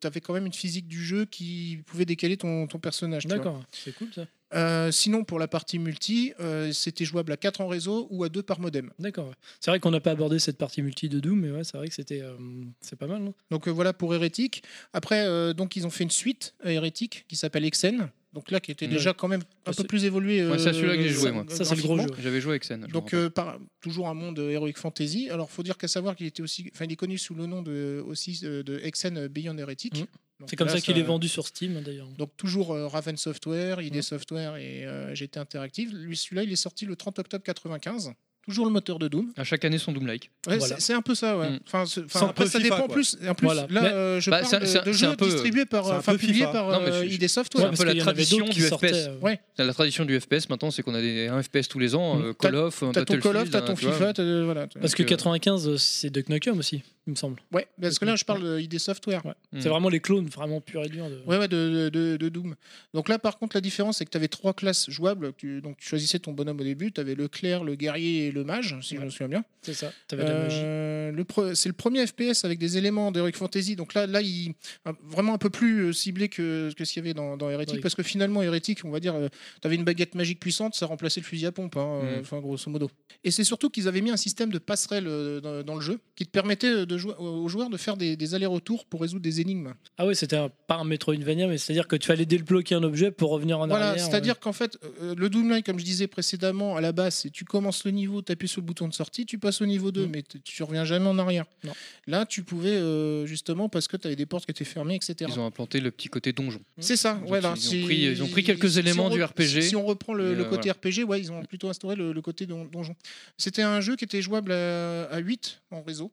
D: avais quand même une physique du jeu qui pouvait décaler ton, ton personnage. tu vois.
C: D'accord, c'est cool ça.
D: Euh, sinon, pour la partie multi, euh, c'était jouable à 4 en réseau ou à 2 par modem.
C: D'accord. ouais. C'est vrai qu'on n'a pas abordé cette partie multi de Doom, mais ouais, c'est vrai que c'était. euh, c'est pas mal, non
D: Donc euh, voilà pour Hérétique. Après, euh, donc ils ont fait une suite à Hérétique qui s'appelle Exen. Donc là, qui était
B: Mhm.
D: déjà quand même un
C: Ouais,
D: peu
C: c'est-
D: plus évolué. euh,
B: Ouais, c'est à celui-là que j'ai joué, moi.
C: Ça, c'est le gros
D: graphiquement.
C: jeu.
B: euh, J'avais joué avec Sen. je
D: Donc
B: me rappelle.
D: euh, par- toujours un monde euh, heroic fantasy. Alors faut dire qu'à savoir qu'il était aussi, enfin il est connu sous le nom de aussi euh, de Exen Beyond Heretic.
C: Mhm.
D: Donc
C: C'est comme
D: là,
C: ça qu'il est vendu sur Steam, hein, d'ailleurs.
D: Donc toujours euh, Raven Software, ID
C: Mhm.
D: Software et euh, GT Interactive. Lui celui-là il est sorti le 30 octobre 95. Toujours le moteur de Doom.
B: À chaque année, son Doom-like.
D: Ouais,
C: Voilà.
D: c'est- C'est un peu ça. Ouais.
B: Mhm.
D: Enfin, c'est- enfin,
A: C'est un
D: après
A: peu
D: ça
A: FIFA,
D: dépend
A: quoi.
D: plus. En plus
C: Voilà.
D: là,
C: Mais-
D: euh, je
B: Bah,
D: parle
B: c'est un-
D: de-
B: c'est un-
D: de
B: c'est
D: jeux
B: un peu-
D: distribués par, euh,
A: c'est un
D: enfin
A: peu
D: publiés
A: FIFA.
D: par
B: Non, mais
D: euh,
B: je-
D: ID
B: Ouais,
D: Software.
B: un peu la
C: qu'il y en avait
B: tradition
C: d'autres
B: du FPS.
C: euh,
D: Ouais.
B: C'est La tradition du FPS maintenant, c'est qu'on a des, un FPS tous les ans.
C: Mm.
B: euh, Call of, un
D: T'as ton Call of,
B: Battlefield,
D: t'as
B: un-
D: ton
B: tu vois.
D: FIFA, t'as- voilà. t'as-
C: Parce que
B: Donc, euh,
C: 95, euh, c'est Duck Nukem aussi, il me semble.
D: Ouais, parce que là je parle euh, ID Software.
B: Mm.
C: C'est vraiment les clones, vraiment pur et dur. De...
D: Ouais, ouais, de, de, de Doom. Donc là, par contre, la différence, c'est que tu avais trois classes jouables. Tu, donc tu choisissais ton bonhomme au début. Tu avais le clerc, le guerrier et le mage, si je
C: Ouais.
D: me souviens bien.
C: C'est ça, t'avais de la magie.
D: Euh, le pre- c'est le premier FPS avec des éléments d'Heroic Fantasy. Donc là, là il, un- vraiment un peu plus euh, ciblé que, que ce qu'il y avait dans, dans Heretic.
C: Oui.
D: Parce que finalement, Heretic, on va dire, tu avais une baguette magique puissante, ça remplaçait le fusil à pompe, hein, euh,
B: Mm.
D: enfin, grosso modo. Et c'est surtout qu'ils avaient mis un système de passerelle euh, dans, dans le jeu qui te permettait de jouer, aux joueurs de faire des, des allers-retours pour résoudre des énigmes.
C: Ah ouais, c'était un, pas un Metroidvania, mais c'est-à-dire que tu fallait débloquer un objet pour revenir en
D: Voilà,
C: arrière.
D: c'est-à-dire qu'en fait, euh, le Doomline, comme je disais précédemment, à la base, c'est tu commences le niveau, tu appuies sur le bouton de sortie, tu passes au niveau 2,
C: Mm.
D: mais t- tu reviens jamais en arrière.
C: Non.
D: Là, tu pouvais, euh, justement, parce que tu avais des portes qui étaient fermées, etc.
B: Ils ont implanté le petit côté donjon.
D: C'est ça,
B: Ils ont-
D: voilà.
B: ils ont
D: c'est-
B: pris- ils ont pris quelques éléments
D: on
B: du
D: re-
B: RPG,
D: Si on reprend le,
B: et,
D: le
B: euh,
D: côté RPG, ouais, ils ont plutôt instauré le, le côté don- donjon. C'était un jeu qui était jouable à, 8 en réseau.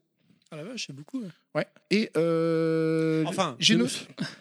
C: Ah la vache, c'est beaucoup. ouais.
D: Ouais. Et euh,
A: Enfin,
D: j'ai
A: de-
D: no-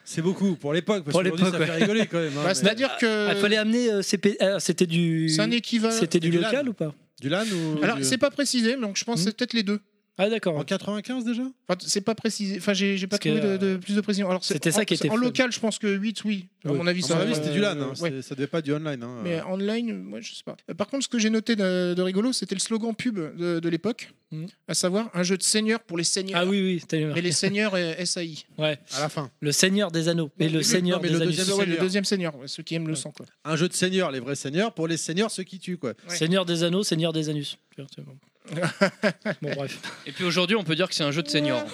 A: C'est beaucoup pour l'époque, parce
C: Pour
A: qu'aujourd'hui ça
C: l'époque,
A: fait rigoler quand même. hein,
D: bah,
A: mais-
D: c'est-à-dire que
E: Ah, fallait amener euh, CP... ah,
C: C'était du.
D: c'est un équivalent.
C: C'était du
A: du LAN.
C: local ou pas
A: Du LAN ou.
D: Alors,
A: du-
D: c'est pas précisé, mais donc je pense que
C: Mm.
B: Hmm.
D: c'est peut-être les deux.
C: Ah d'accord.
A: En 95 déjà
D: Enfin, c'est pas précisé. Enfin, j'ai j'ai pas
C: Parce que, euh,
D: trouvé de, de plus de précision. Alors, c'est-
C: c'était ça
D: en-
C: qui était
D: En
C: fun.
D: local, je pense que 8, oui. À
C: Oui.
D: mon avis,
A: À
D: ça. euh,
A: mon avis, c'était du LAN. hein,
D: ouais.
A: c'est- Ça devait pas être du online. hein.
D: Mais online, moi, je sais pas. Euh, Par contre, ce que j'ai noté de, de rigolo, c'était le slogan pub de, de l'époque,
C: Mhm.
D: à savoir un jeu de seigneur pour les seigneurs.
C: Ah oui, oui, c'était
D: Mais les seigneurs euh, SAI.
A: À la fin.
C: le seigneur des anneaux. Mais le
A: mais-
C: seigneur
A: non, mais
C: des
A: le
C: anneaux.
A: deuxième-
D: Ouais, le
A: seigneur.
D: deuxième seigneur, ouais, ceux qui aiment le
C: Ouais.
D: sang. Quoi.
A: Un jeu de seigneurs, les vrais seigneurs. Pour les seigneurs, ceux qui tuent, quoi.
D: Ouais.
C: Seigneur des anneaux, seigneur des anus. Tu vois, c'est Bon. bon,
D: Ah,
C: bref.
B: Et puis aujourd'hui, on peut dire que c'est un jeu de senior.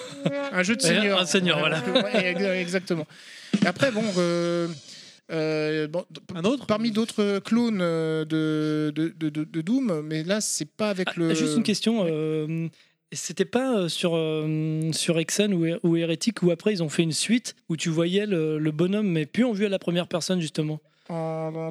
D: Un jeu de
C: Ouais,
D: seigneur.
C: un seigneur, voilà.
D: Ouais, ex- exactement. Et après, bon. euh, euh, bon, d-
A: Un autre
D: Parmi d'autres clones euh, de, de, de- de- de Doom, mais là, c'est pas avec le.
C: Ah, Juste une question. euh, C'était pas euh, sur, euh, sur Exen ou, Hé- ou Hérétique où après ils ont fait une suite où tu voyais le, le bonhomme mais plus en vue à la première personne justement
D: En,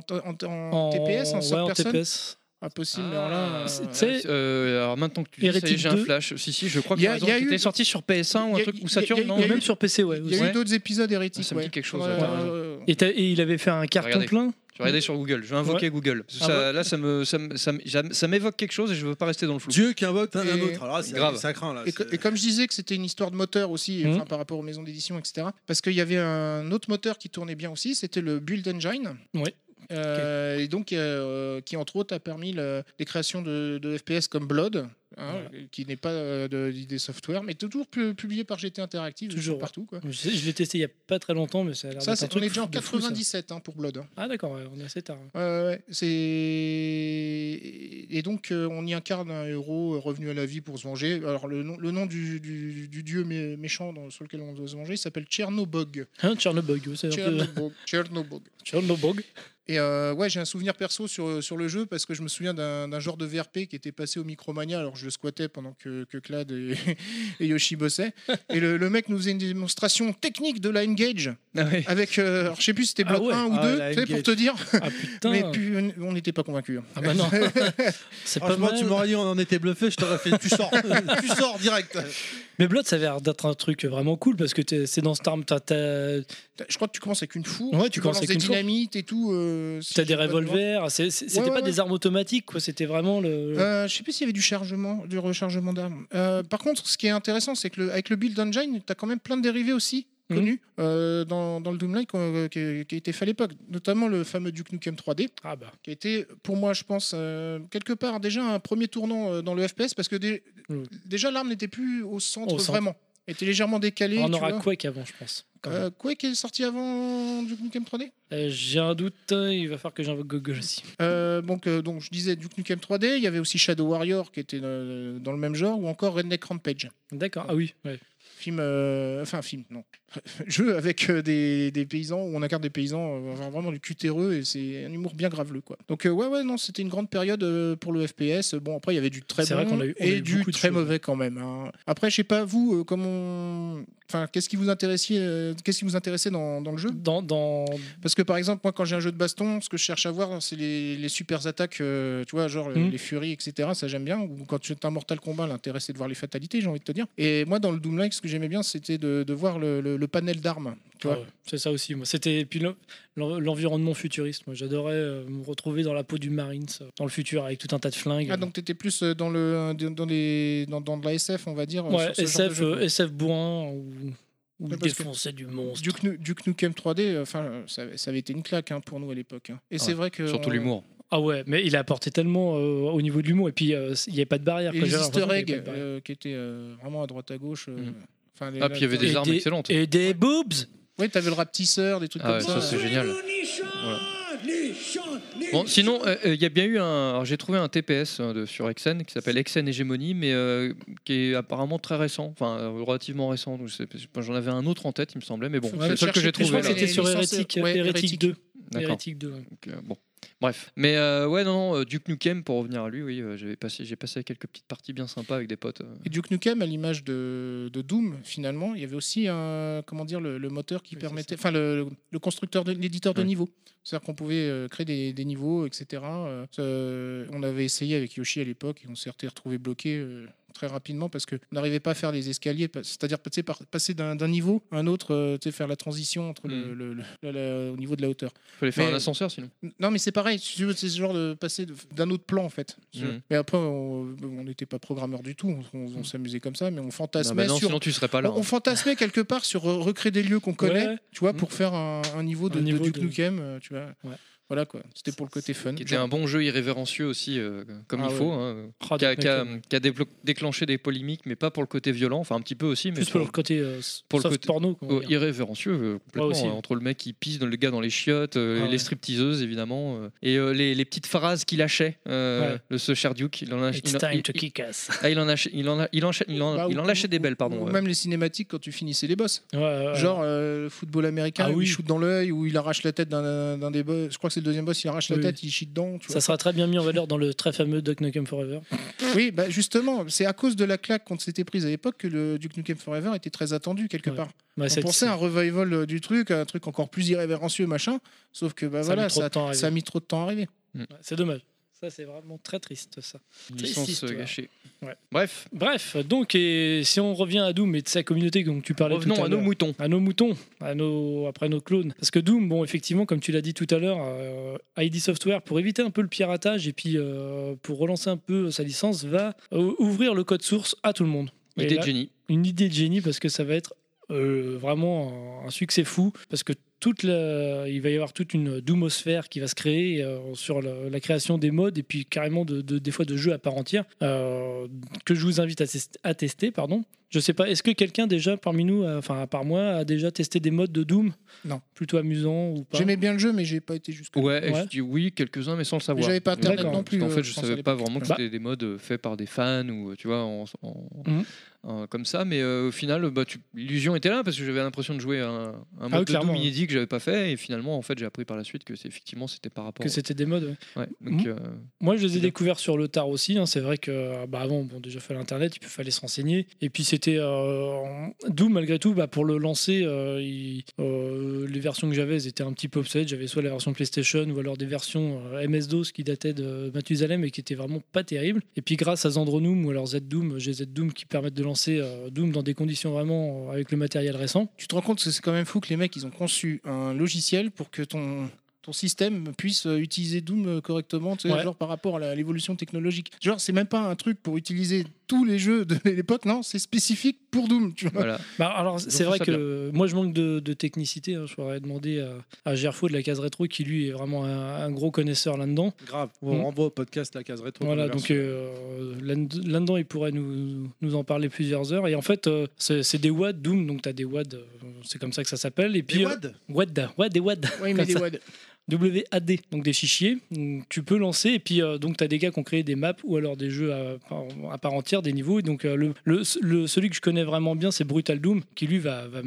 D: en- en- en TPS, en
C: ouais,
D: sort
C: en
D: personne
C: TPS.
D: Impossible, mais alors
B: Ah,
D: là.
C: Ah, C'est-
D: euh,
C: tu sais-
B: Euh, alors maintenant que tu dis ça, y est,
C: Hérétique
B: j'ai un
C: 2.
B: flash. Si, si, je crois
D: Y
B: qu'il
D: a-
B: a raison.
D: y a
B: Qui
D: eu-
B: était sorti sur PS1 ou un
D: y a-
B: truc
D: y a-
B: ou Saturn,
D: y a-
B: non
D: y a
C: Même
D: eu-
C: sur PC, ouais.
D: Il y a
B: Ouais.
D: eu d'autres épisodes hérétiques.
B: Ça me dit
D: ouais.
B: quelque chose,
D: Ouais,
B: ouais,
D: ouais,
B: t'as raison.
D: ouais, ouais.
C: Et, t'as- et il avait fait un carton
B: Regardez.
C: plein
B: Je vais regarder sur Google. Je vais invoquer Google. Parce que
C: Ah
B: ça- Là, ça me- ça me- ça me- j'am- ça m'évoque quelque chose et je veux pas rester dans le
D: Euh,
B: flou.
A: Dieu qui invoque un, un
D: Et-
A: autre. Alors là, c'est-
B: Grave.
A: ça craint. Là,
D: Et, co-
A: c'est-
D: et comme je disais que c'était une histoire de moteur aussi,
C: Ah, Mhm.
D: enfin, par rapport aux maisons d'édition, etc. Parce qu'il y avait un autre moteur qui tournait bien aussi, c'était le Build Engine.
C: Ouais.
D: Euh, Et donc, euh, qui entre autres a permis le- les créations de, de FPS comme Blood, hein, qui n'est pas euh, de l'idée software, mais toujours pu- publié par GT Interactive,
C: Toujours,
D: toujours partout. Quoi.
C: Je, sais- je l'ai testé il y a pas très longtemps, mais ça a l'air d'être
D: Ça,
C: un
D: c'est, on
C: truc
D: est déjà en
C: de fou, ça.
D: 97 hein, pour Blood. hein.
C: Ah d'accord, ouais, on est assez tard.
D: Ouais, ouais, c'est et donc euh, on y incarne un héros euh, revenu à la vie pour se venger. Alors le nom, le nom du, du- du dieu mé- méchant dans- sur lequel on doit se venger il s'appelle Chernobog.
C: Hein, Chernobog, c'est un peu...
D: Chernobog. Chernobog.
C: Chernobog.
D: Et euh, ouais, j'ai un souvenir perso sur, sur le jeu parce que je me souviens d'un d'un genre de VRP qui était passé au Micromania. Alors je je le squattais pendant que, que Clad et, et Yoshi bossaient. Et le, le mec nous faisait une démonstration technique de la Engage
B: Ah ouais.
D: avec, euh, alors, je sais plus si c'était
C: Ah
D: Block
C: ouais.
D: 1 ou
A: Ah,
D: 2,
A: la
D: tu sais, pour
A: Engage.
D: te dire.
C: Ah putain.
D: Mais puis, on- on n'était pas convaincus. hein.
C: Ah bah non. c'est pas
A: Franchement,
C: mal.
A: tu m'aurais dit, on en était bluffé, je t'aurais fait, tu sors, tu sors direct.
C: Mais Blood, ça avait l'air d'être un truc vraiment cool parce que t'es- c'est dans Storm, t'as t'as-
D: T'as- Je crois que tu commences avec une four.
C: Ouais, tu commences
D: lances
C: avec
D: des
C: une four.
D: dynamites et tout. euh, si
C: t'as
D: j'ai
C: des
D: pas de
C: revolvers, c'est- c'est- c'était
D: Ouais, ouais,
C: pas
D: ouais.
C: des armes automatiques, quoi. C'était vraiment le.
D: Euh, je sais plus s'il y avait du chargement, du rechargement d'armes. Euh, par contre, ce qui est intéressant, c'est que le- avec le build engine, tu as quand même plein de dérivés aussi
C: Mhm.
D: connus euh, dans, dans le Doomlight qu'on- euh, qui, qui a été fait à l'époque, notamment le fameux Duke Nukem 3D,
C: Ah bah.
D: qui a été, pour moi, je pense, euh, quelque part déjà un premier tournant euh, dans le FPS, parce que dé-
C: Mhm.
D: déjà l'arme n'était plus au centre,
C: Au centre.
D: vraiment, Elle était légèrement décalée.
C: on
D: tu
C: aura
D: vois.
C: Quake avant, je pense. quand même.
D: Euh, Quake est sorti avant Duke Nukem 3D
C: Euh, J'ai un doute, euh, il va falloir que j'invoque Google aussi.
D: Euh, donc, euh, donc je disais Duke Nukem 3D, il y avait aussi Shadow Warrior qui était euh, dans le même genre, ou encore Redneck Rampage.
C: D'accord, ah oui. ouais.
D: Film, euh, enfin film, non. Jeu avec euh, des, des paysans où on incarne des paysans, euh, enfin, vraiment du cutéreux et c'est un humour bien graveleux quoi. Donc euh, ouais ouais non c'était une grande période euh, pour le FPS. Bon après il y avait du très
C: C'est
D: bon
C: vrai qu'on a eu- on a
D: et
C: eu
D: du
C: beaucoup de
D: très
C: choses.
D: mauvais quand même. hein. Après je sais pas vous euh, comment, enfin qu'est-ce qui vous intéressait, euh, qu'est-ce qui vous intéressait dans, dans le jeu
C: Dans, dans...
D: Parce que par exemple moi quand j'ai un jeu de baston, ce que je cherche à voir c'est les, les supers attaques, euh, tu vois genre
C: Mhm.
D: les furies etc. Ça j'aime bien. Ou quand tu es un Mortal Kombat l'intérêt c'est de voir les fatalités j'ai envie de te dire. Et moi dans le Doomlight ce que j'aimais bien c'était de, de voir le, le- le panel d'armes. Tu vois.
C: Ah ouais, c'est ça aussi, moi. C'était et puis l'en- l'en- l'environnement futuriste. Moi, j'adorais euh, me retrouver dans la peau du Marines, euh, dans le futur, avec tout un tas de flingues.
D: Ah, donc t'étais plus euh, dans, le, dans, les, dans, dans de la SF, on va dire. euh,
C: ouais,
D: sur ce genre de
C: SF,
D: jeu.
C: euh, SF bourrin ou, ou
D: Ouais, parce que-
C: défoncer du monstre.
D: Duke, Nu- Duke Nukem 3D, euh, enfin, euh, ça, ça avait été une claque hein, pour nous à l'époque. hein. Et c'est vrai que.
B: Surtout
D: on-
B: l'humour.
C: Ah ouais, mais il a apporté tellement euh, au niveau de l'humour. Et puis, euh, il n'y avait pas de barrière.
D: Et
C: quoi.
D: les
C: J'ai
D: easter
C: l'impression qu'il y avait
D: eggs
C: pas de barrière.
D: euh, qui étaient euh, vraiment à droite à gauche. euh,
B: Mhm.
D: enfin, les-
B: Ah, puis il y avait
D: là, t'as-
B: des
C: Et
B: armes
C: des-
B: excellentes.
C: Et des boobs
D: Oui, t'avais le rapetisseur, des trucs
B: Ah ouais,
D: comme ça.
B: ça c'est génial. Voilà. Bon, sinon, euh, euh, il y a bien eu un. alors, j'ai trouvé un TPS hein, de, sur Exen qui s'appelle Exen Hegemony, mais euh, qui est apparemment très récent, enfin euh, relativement récent. donc je sais pas, J'en avais un autre en tête, il me semblait, mais bon,
D: Faut
B: c'est
D: que
B: le seul
D: je
B: que j'ai
D: cherche plus
C: Je
B: trouvé.
C: crois que
B: là.
D: Ouais, les-
C: c'était sur
D: les
C: Hérétique,
D: ouais,
C: Hérétique
D: Hérétique.
C: 2.
B: D'accord.
C: Hérétique 2. ouais.
B: Donc, euh, bon. Bref, mais euh, ouais, non, non, euh, Duke Nukem, pour revenir à lui, oui, euh, j'avais passé, j'ai passé quelques petites parties bien sympas avec des potes. euh.
D: Et Duke Nukem, à l'image de, de Doom, finalement, il y avait aussi un, comment dire, le, le moteur qui
B: Oui, c'est
D: permettait, enfin le, le constructeur, de, l'éditeur de
B: Ouais.
D: niveau. C'est-à-dire qu'on pouvait euh, créer des, des niveaux, etc. Euh, euh, on avait essayé avec Yoshi à l'époque et on s'est retrouvé bloqué euh, très rapidement parce qu'on n'arrivait pas à faire les escaliers, pa- c'est-à-dire tu sais, par- passer d'un d'un niveau à un autre, euh, tu sais, faire la transition entre le-
B: Mm.
D: le- le- la- la- au niveau de la hauteur.
B: Fallait faire
D: Mais-
B: un ascenseur sinon.
D: Non, mais c'est pareil, si tu veux, c'est ce genre de passer de- d'un autre plan en fait.
B: Mhm.
D: Mais après, on on n'était pas programmeur du tout, on, on- on s'amusait comme ça, mais on
B: Non,
D: fantasmait
B: bah non,
D: sur.
B: sinon tu serais pas là.
D: on, on
B: hein.
D: fantasmait quelque part sur euh, recréer des lieux qu'on connaît,
C: Ouais.
D: tu vois, pour faire un, un niveau de,
C: Un
D: de
C: niveau
D: Duke
C: de-
D: Nukem, euh, tu vois.
C: Ouais.
D: Voilà quoi, c'était pour le côté fun.
B: Qui était un bon jeu irrévérencieux aussi, euh, comme
D: Ah
B: il
D: ouais.
B: faut. hein.
C: Oh,
B: qui a,
C: Duke
B: qui a-
C: Nukem.
B: qui a déblo- déclenché des polémiques, mais pas pour le côté violent, enfin un petit peu aussi, mais
C: Plus pour le côté euh, s-
B: pour le
C: soft
B: côté-
C: porno. quoi, on va
B: Oh,
C: dire.
B: irrévérencieux euh, complètement
C: aussi.
B: hein, entre le mec qui pisse dans le gars dans les chiottes euh,
C: Ah ouais.
B: les stripteaseuses évidemment euh, et euh, les, les petites phrases qu'il lâchait euh,
C: Ouais.
B: le ce cher Duke il en lâche-
C: It's
B: il en-
C: time
B: il-
C: to
B: il-
C: kick ass.
B: ah, il en lâche- il en a- il enchaîne- il en
D: Bah,
B: il en
D: ou-
B: lâchait des
D: ou-
B: belles pardon
D: ou
B: ouais.
D: même les cinématiques quand tu finissais les boss.
C: Ouais, ouais,
D: Genre euh, le football américain
C: Ah
D: où
C: oui.
D: il shoot dans l'œil, où il arrache la tête d'un d'un des boss. Je crois que c'est le deuxième boss, il arrache la
C: Oui.
D: tête, il chie dedans. Tu vois.
C: Ça sera très bien mis en valeur dans le très fameux Duck Nukem Forever.
D: Oui, bah justement, c'est à cause de la claque qu'on s'était prise à l'époque que le Duke Nukem Forever était très attendu quelque
C: Ouais. Ah,
D: part.
C: Ouais,
D: On
C: c'est-
D: pensait à un revival euh, du truc, un truc encore plus irrévérencieux, machin. Sauf que
C: Ça
D: bah,
C: a mis
D: voilà,
C: trop de
D: ça,
C: temps à
D: ça a mis trop de temps à arriver.
C: Ouais, C'est dommage. Ça, c'est vraiment très triste, ça.
B: Une
C: Triste
B: licence euh,
C: histoire.
B: gâchée
C: Ouais.
B: bref
C: Bref, donc, et si on revient à Doom et de sa communauté dont tu parlais tout
B: revenons
C: à
B: à nos
C: l'heure.
B: moutons
C: à nos moutons, à nos, après nos clones. Parce que Doom, bon, effectivement, comme tu l'as dit tout à l'heure, euh, ID Software, pour éviter un peu le piratage et puis euh, pour relancer un peu sa licence, va euh, ouvrir le code source à tout le monde. Et
B: idée
C: là,
B: de génie
C: une idée de génie parce que ça va être euh, vraiment un, un succès fou parce que toute la- il va y avoir toute une doomosphère qui va se créer euh, sur la, la création des modes et puis carrément de, de- des fois de jeux à part entière euh, que je vous invite à, test- à tester pardon je sais pas est-ce que quelqu'un déjà parmi nous euh, enfin à part moi a déjà testé des modes de Doom
D: Non.
C: plutôt amusant ou pas
D: J'aimais bien le jeu, mais j'ai pas été jusque.
B: ouais, et
C: Ouais.
B: je dis oui quelques-uns mais sans le
D: Mais
B: savoir
D: J'avais pas internet
C: D'accord.
D: non plus.
B: En
D: euh,
B: fait, je
D: pense, à
B: savais pas
D: l'époque.
B: vraiment que
C: Bah.
B: c'était des modes euh, faits par des fans ou euh, tu vois en- en-
C: Mhm.
B: euh, comme ça. Mais euh, au final, bah, tu- l'illusion était là parce que j'avais l'impression de jouer à un, un mode
C: Ah
B: de
C: oui,
B: Doom
C: clairement, ouais.
B: inédit que que j'avais pas fait et finalement en fait j'ai appris par la suite que c'est effectivement c'était par rapport.
C: que c'était des modes. ouais.
B: au- Ouais, donc,
C: Mm.
B: euh,
C: Moi, je les
B: C'est
C: ai
B: bien.
C: découverts sur le tard aussi. hein. C'est vrai que bah, avant, bon, déjà fait l'internet, il fallait se renseigner. Et puis c'était euh, Doom malgré tout. Bah, pour le lancer, euh, il- euh, les versions que j'avais, elles étaient un petit peu obsolètes. J'avais soit la version PlayStation ou alors des versions euh, MS-DOS qui dataient de Mathusalem et qui étaient vraiment pas terribles. Et puis grâce à Zandronum ou alors Z-Doom, j'ai Z-Doom qui permettent de lancer euh, Doom dans des conditions vraiment euh, avec le matériel récent.
D: Tu te rends compte que c'est quand même fou que les mecs, ils ont conçu un logiciel pour que ton ton système puisse euh, utiliser Doom euh, correctement, tu sais,
C: Ouais.
D: genre par rapport à la- l'évolution technologique. Genre, c'est même pas un truc pour utiliser tous les jeux de l'époque, non, c'est spécifique pour Doom, tu vois.
B: voilà.
C: Bah, alors c'est
B: fait
C: vrai
B: ça
C: que moi je manque de, de technicité. hein. Je pourrais demander à, à Gerfo de la case rétro qui lui est vraiment un, un gros connaisseur là-dedans.
A: Grave, on
C: Mm.
A: renvoie au podcast la case rétro.
C: Voilà,
A: comme
C: donc euh, là- là-dedans il pourrait nous, nous en parler plusieurs heures. Et en fait euh, c'est c'est des WAD Doom, donc t'as des WAD, euh, c'est comme ça que ça s'appelle. Et
A: version. Et
C: puis euh,
A: Wad
C: WAD, ouais, des WAD.
D: Oui, mais
C: Comme
D: les
C: ça.
D: WAD.
C: WAD, donc des fichiers. Donc, tu peux lancer et puis euh, donc tu as des gars qui ont créé des maps ou alors des jeux à, à part entière, des niveaux. Et donc euh, le, le- le- celui que je connais vraiment bien, c'est Brutal Doom, qui lui va, va,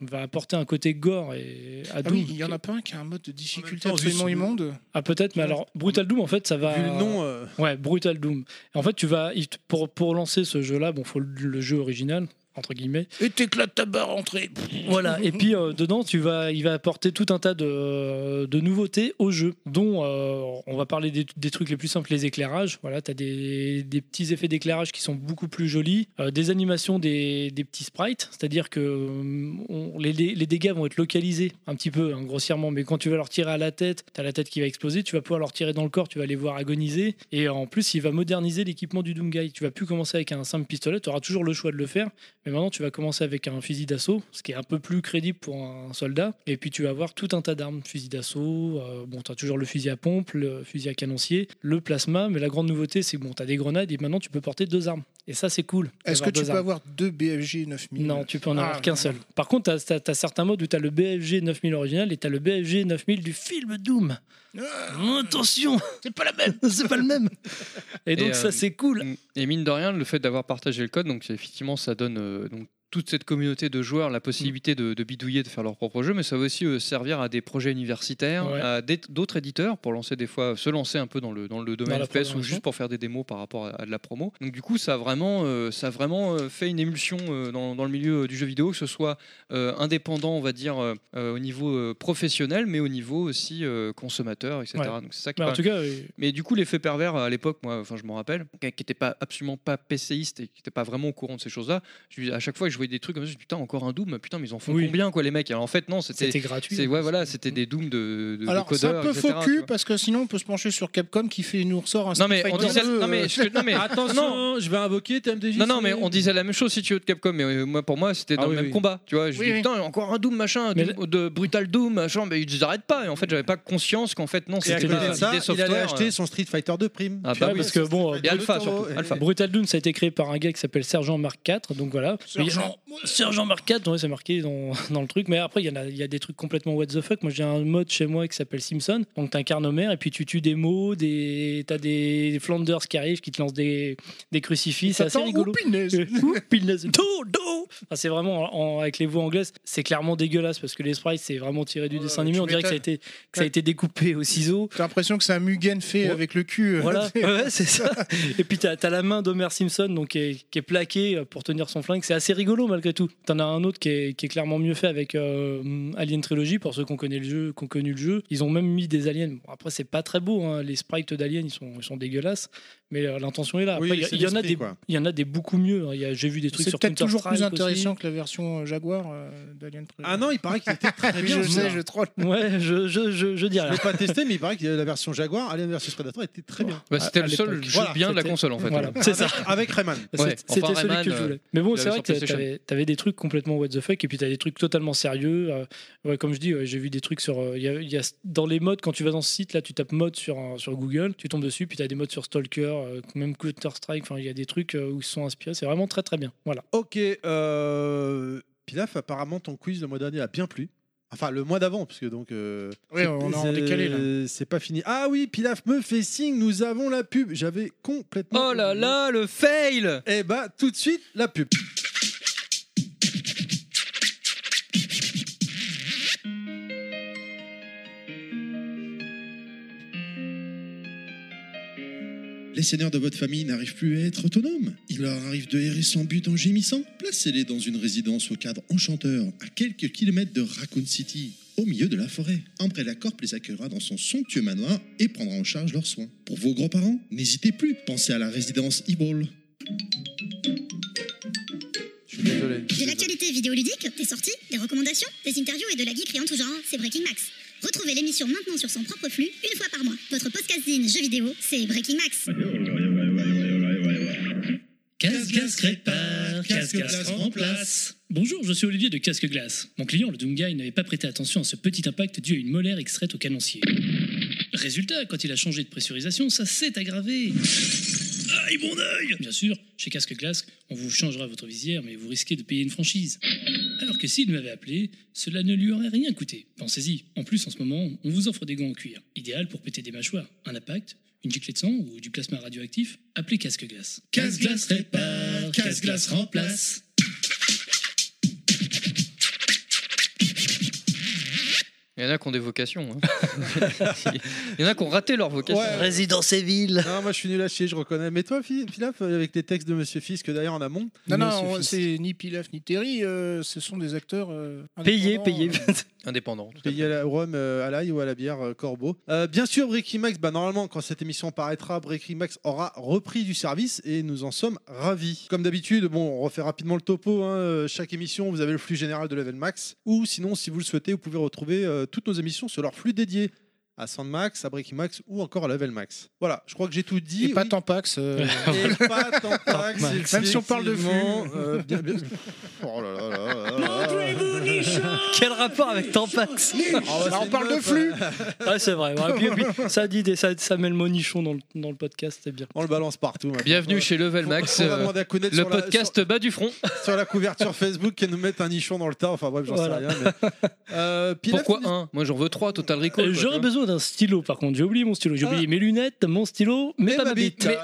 C: va apporter un côté gore et à
D: Ah
C: Doom.
D: oui, il y en a pas un qui a un mode de difficulté
A: temps, vu
D: absolument
A: ce-
D: immonde.
C: Ah, peut-être, mais alors Brutal Doom en fait ça va.
A: Vu le
D: hein.
A: nom, euh,
C: Ouais, Brutal Doom. Et en fait tu vas il te- pour, pour lancer ce jeu-là, bon faut le- le jeu original entre guillemets.
D: Et t'éclates ta barre entrée.
C: Voilà, et puis euh, dedans, tu vas, il va apporter tout un tas de, de nouveautés au jeu, dont euh, on va parler des, des trucs les plus simples, les éclairages. Voilà, tu as des, des petits effets d'éclairage qui sont beaucoup plus jolis, euh, des animations des, des petits sprites, c'est-à-dire que euh, on- les, dé- les dégâts vont être localisés un petit peu, hein, grossièrement, mais quand tu vas leur tirer à la tête, tu as la tête qui va exploser, tu vas pouvoir leur tirer dans le corps, tu vas les voir agoniser, et en plus, il va moderniser l'équipement du Doomguy. Tu vas plus commencer avec un simple pistolet, tu auras toujours le choix de le faire, mais maintenant, tu vas commencer avec un fusil d'assaut, ce qui est un peu plus crédible pour un soldat. Et puis, tu vas avoir tout un tas d'armes. Fusil d'assaut, euh, bon, tu as toujours le fusil à pompe, le fusil à canoncier, le plasma. Mais la grande nouveauté, c'est que bon, tu as des grenades et maintenant, tu peux porter deux armes. Et ça, c'est cool.
D: Est-ce que
C: d'avoir
D: tu
C: deux
D: peux
C: armes.
D: avoir deux BFG 9000
C: Non, tu peux en
D: Ah,
C: avoir qu'un
D: merde.
C: seul. Par contre, tu as, certains modes où tu as le BFG 9000 original et tu as le BFG 9000 du film Doom.
D: Ah.
C: attention
D: C'est pas la même.
C: C'est pas le même Et donc,
B: euh,
C: ça, c'est cool.
B: Et mine de rien, le fait d'avoir partagé le code, donc c'est- effectivement, ça donne euh, donc toute cette communauté de joueurs la possibilité de, de bidouiller, de faire leur propre jeu, mais ça va aussi euh, servir à des projets universitaires,
C: Ouais.
B: à des- d'autres éditeurs pour lancer des fois, se lancer un peu dans le, dans le domaine FPS
C: la
B: ou
C: programmation.
B: juste pour faire des démos par rapport à, à de la promo. Donc du coup, ça a vraiment, euh, ça a vraiment euh, fait une émulsion euh, dans, dans le milieu euh, du jeu vidéo, que ce soit euh, indépendant, on va dire, euh, euh, au niveau euh, professionnel, mais au niveau aussi euh, consommateur, etc.
C: Ouais.
B: Donc c'est ça qui
C: Mais en
B: permet-
C: tout cas, euh,
B: mais du coup, l'effet pervers à l'époque, moi, enfin, je m'en rappelle, qui n'était pas absolument pas PCiste et qui n'était pas vraiment au courant de ces choses-là. je- À chaque fois, je voyais des trucs comme ça, je me dis, putain, encore un Doom, putain, mais ils en font
C: Oui.
B: combien, quoi, les mecs Alors en fait, non, c'était,
C: c'était gratuit.
B: c'est- ouais, voilà, c'était des Dooms de, de, de
D: Alors, c'est un
B: codeurs,
D: peu
B: etc.,
D: faux
B: tu
D: cul
B: vois.
D: parce que sinon on peut se pencher sur Capcom qui fait nous ressort un
B: Non mais
D: Street
B: on
D: Fighter
B: disait,
D: 2,
B: non mais,
D: euh,
B: ce que- non, mais
A: Attention, hein, je vais invoquer TMDJ.
B: Non, non, mais on disait la même chose si tu veux de Capcom, mais euh, moi, pour moi, c'était dans
A: Ah
B: le
A: oui,
B: même
A: oui.
B: combat. Tu vois, je
D: Oui,
B: dis,
D: oui.
B: putain, encore un Doom, machin, un
C: Mais
B: Doom- de Brutal Doom, machin, mais ils n'arrêtent pas. Et en fait, j'avais pas conscience qu'en fait, non,
A: Et à
B: c'était
A: côté
B: pas
A: de ça,
B: l'idée
A: il allait
B: software. euh.
A: acheter son Street Fighter 2 Prime.
B: Ah,
A: Tu
B: bah
A: vois,
C: oui,
A: bah,
C: parce que
A: son
C: bon, euh,
A: Street
B: et
A: Fighter
B: Alpha,
A: deux,
B: surtout,
A: et-
B: Alpha.
C: Brutal Doom, ça a été créé par un gars qui s'appelle Sergent Mark IV, donc voilà.
D: Sergent.
C: Sergent Mark IV, ouais, c'est marqué dans, dans le truc, mais après, il y, en a, il y a des trucs complètement what the fuck. Moi, j'ai un mode chez moi qui s'appelle Simpson, donc t'incarnes Homer, et puis tu tues des mots, des... t'as des Flanders qui arrivent, qui te lancent des, des crucifix, c'est assez
D: Attends,
C: rigolo.
D: oh, punaise.
C: Euh, ouh, punaise. Do, do. Enfin, c'est vraiment en- en- avec les voix anglaises, c'est clairement dégueulasse parce que les sprites c'est vraiment tiré du
D: Ouais,
C: dessin animé.
D: tu
C: On dirait que ça a été, que ça a
D: Ouais.
C: été découpé au ciseau.
D: T'as l'impression que c'est un Mugen fait
C: Ouais.
D: avec le cul. euh,
C: Voilà,
D: c'est-
C: ouais, c'est ça. Et puis t'as as la main d'Homer Simpson donc, qui, est, qui est plaquée euh, pour tenir son flingue. C'est assez rigolo malgré tout. T'en as un autre qui est, qui est clairement mieux fait avec euh, Alien Trilogy pour ceux qui ont connu le jeu. qui ont connu le jeu. Ils ont même mis des aliens. Bon, après c'est pas très beau, hein. les sprites d'aliens ils sont, ils sont dégueulasses, mais euh, l'intention est là. Après,
A: Oui,
C: il y a-
A: c'est
C: il y, en a
A: l'esprit,
C: des,
A: quoi.
C: il y en a des beaucoup mieux. hein. Il y a- J'ai vu des trucs
D: C'est
C: sur
D: peut-être toujours plus
C: Counter-Strike aussi.
D: intéressant que la version euh, Jaguar euh, d'Alien Predator.
A: Ah non, il paraît qu'il était très bien.
D: je
A: celui-là.
D: sais, je troll.
C: Ouais, je, je, je, je dis
A: Je
C: rien.
A: l'ai pas testé, mais il paraît que la version Jaguar, Alien vs Predator, était très bien.
B: Bah, c'était
C: à
B: le seul
C: l'époque.
B: jeu
A: Voilà,
B: bien de la
C: c'était-
B: console, en fait.
C: Voilà, c'est ça.
A: Avec Rayman.
B: Ouais,
C: C'est- C'était
B: enfin,
C: celui
B: Rayman,
C: que je voulais.
B: euh,
C: Mais bon,
B: la
C: c'est vrai
B: version
C: que
B: PlayStation.
C: t'avais, t'avais des trucs complètement what the fuck, et puis t'as des trucs totalement sérieux. euh, ouais, comme je dis, ouais, j'ai vu des trucs sur. euh, il y a- il y a- dans les modes, quand tu vas dans ce site, là, tu tapes mode sur, un- sur Google, tu tombes dessus, puis t'as des modes sur Stalker, euh, même Counter-Strike, enfin, il y a des trucs euh, où ils se sont inspirés. C'est vraiment très très bien. Voilà.
A: Ok, euh... Pilaf, apparemment ton quiz le mois dernier a bien plu. Enfin, le mois d'avant, parce que donc. euh,
D: Ouais, on est en
A: c'est-
D: décalé, là.
A: C'est pas fini. Ah oui, Pilaf me fait signe, nous avons la pub. J'avais complètement.
B: Oh là là, le fail
A: Et bah, tout de suite, la pub.
G: Les seigneurs de votre famille n'arrivent plus à être autonomes. Il leur arrive de errer sans but en gémissant. Placez-les dans une résidence au cadre enchanteur, à quelques kilomètres de Raccoon City, au milieu de la forêt. Ambre la Corp les accueillera dans son somptueux manoir et prendra en charge leurs soins. Pour vos grands-parents, n'hésitez plus, pensez à la résidence Eball.
A: Je suis désolé.
H: De l'actualité vidéoludique, des sorties, des recommandations, des interviews et de la geekerie en tout genre, c'est Breaking Max. Retrouvez l'émission maintenant sur son propre flux, une fois par mois. Votre podcasting jeux vidéo, c'est Breaking Max.
I: Casse-glace répare, casse-glace remplace.
J: Bonjour, je suis Olivier de Casque Glace. Mon client, le Doomguy, n'avait pas prêté attention à ce petit impact dû à une molaire extraite au canoncier. Résultat, quand il a changé de pressurisation, ça s'est aggravé. Aïe mon œil Bien sûr, chez Casque Glace, on vous changera votre visière, mais vous risquez de payer une franchise. Alors que s'il m'avait appelé, cela ne lui aurait rien coûté. Pensez-y, en plus en ce moment, on vous offre des gants en cuir, idéal pour péter des mâchoires. Un impact, une giclée de sang ou du plasma radioactif, appelez Casque Glace.
I: Casse-glace répare, casse-glace remplace.
B: Il y en a qui ont des vocations. hein. Il y en a qui ont raté leur vocation.
A: Ouais.
E: Résident Séville.
A: Non, moi je suis nul à chier, je reconnais. Mais toi, Phil- Pilaf, avec les textes de Monsieur Fisk d'ailleurs en amont,
C: Non,
D: Non, non,
C: c'est
D: on-
C: fils.
D: c'est ni Pilaf ni Terry, euh, ce sont des acteurs. euh,
E: Payé,
D: indépendants,
E: payé.
D: euh,
B: Indépendant. tout à
A: payé à la rhum, euh, à l'ail ou à la bière euh, Corbeau. Euh, bien sûr, Breaking Max, bah, normalement, quand cette émission paraîtra, Breaking Max aura repris du service et nous en sommes ravis. Comme d'habitude, bon, on refait rapidement le topo. hein, euh, Chaque émission, vous avez le flux général de Level Max. Ou sinon, si vous le souhaitez, vous pouvez retrouver euh, toutes nos émissions sur leur flux dédié à Sandmax, à Breaking Max ou encore à Level Max. Voilà, je crois que j'ai tout dit.
D: Et pas
A: Oui.
D: Tampax. euh,
A: Et pas tant pas que c'est
D: Même si on parle de flux.
A: effectivement, euh, bien- bien- Oh là là là là là là.
E: Quel rapport avec Tampax
A: Ah ouais,
D: là,
A: c'est
D: on
A: une
D: parle de
A: meuf,
D: flux.
C: Ouais, Ah, c'est vrai. ouais. Et puis- et puis, ça, dit des- ça, ça met le mot nichon dans le, dans le podcast, c'est bien.
A: On le balance partout. maintenant.
B: Bienvenue
A: Faut-
B: chez Level
A: faut-
B: Max,
A: faut, va
B: euh,
A: demander à connaître
B: le
A: sur la-
B: podcast bas du front.
A: sur, sur la couverture Facebook qu'elle nous mette un nichon dans le tas. Enfin bref, j'en
C: Voilà.
A: sais rien. Mais... Euh, Pilaf,
B: Pourquoi
A: tu dis-
B: un Moi j'en veux trois Total Recall.
C: Euh,
B: quoi,
C: J'aurais
B: tu vois.
C: besoin d'un stylo par contre, j'ai oublié mon stylo, j'ai oublié mes lunettes, mon stylo, Ah. mais
A: Eh,
C: pas ma bite.
A: bite. Euh,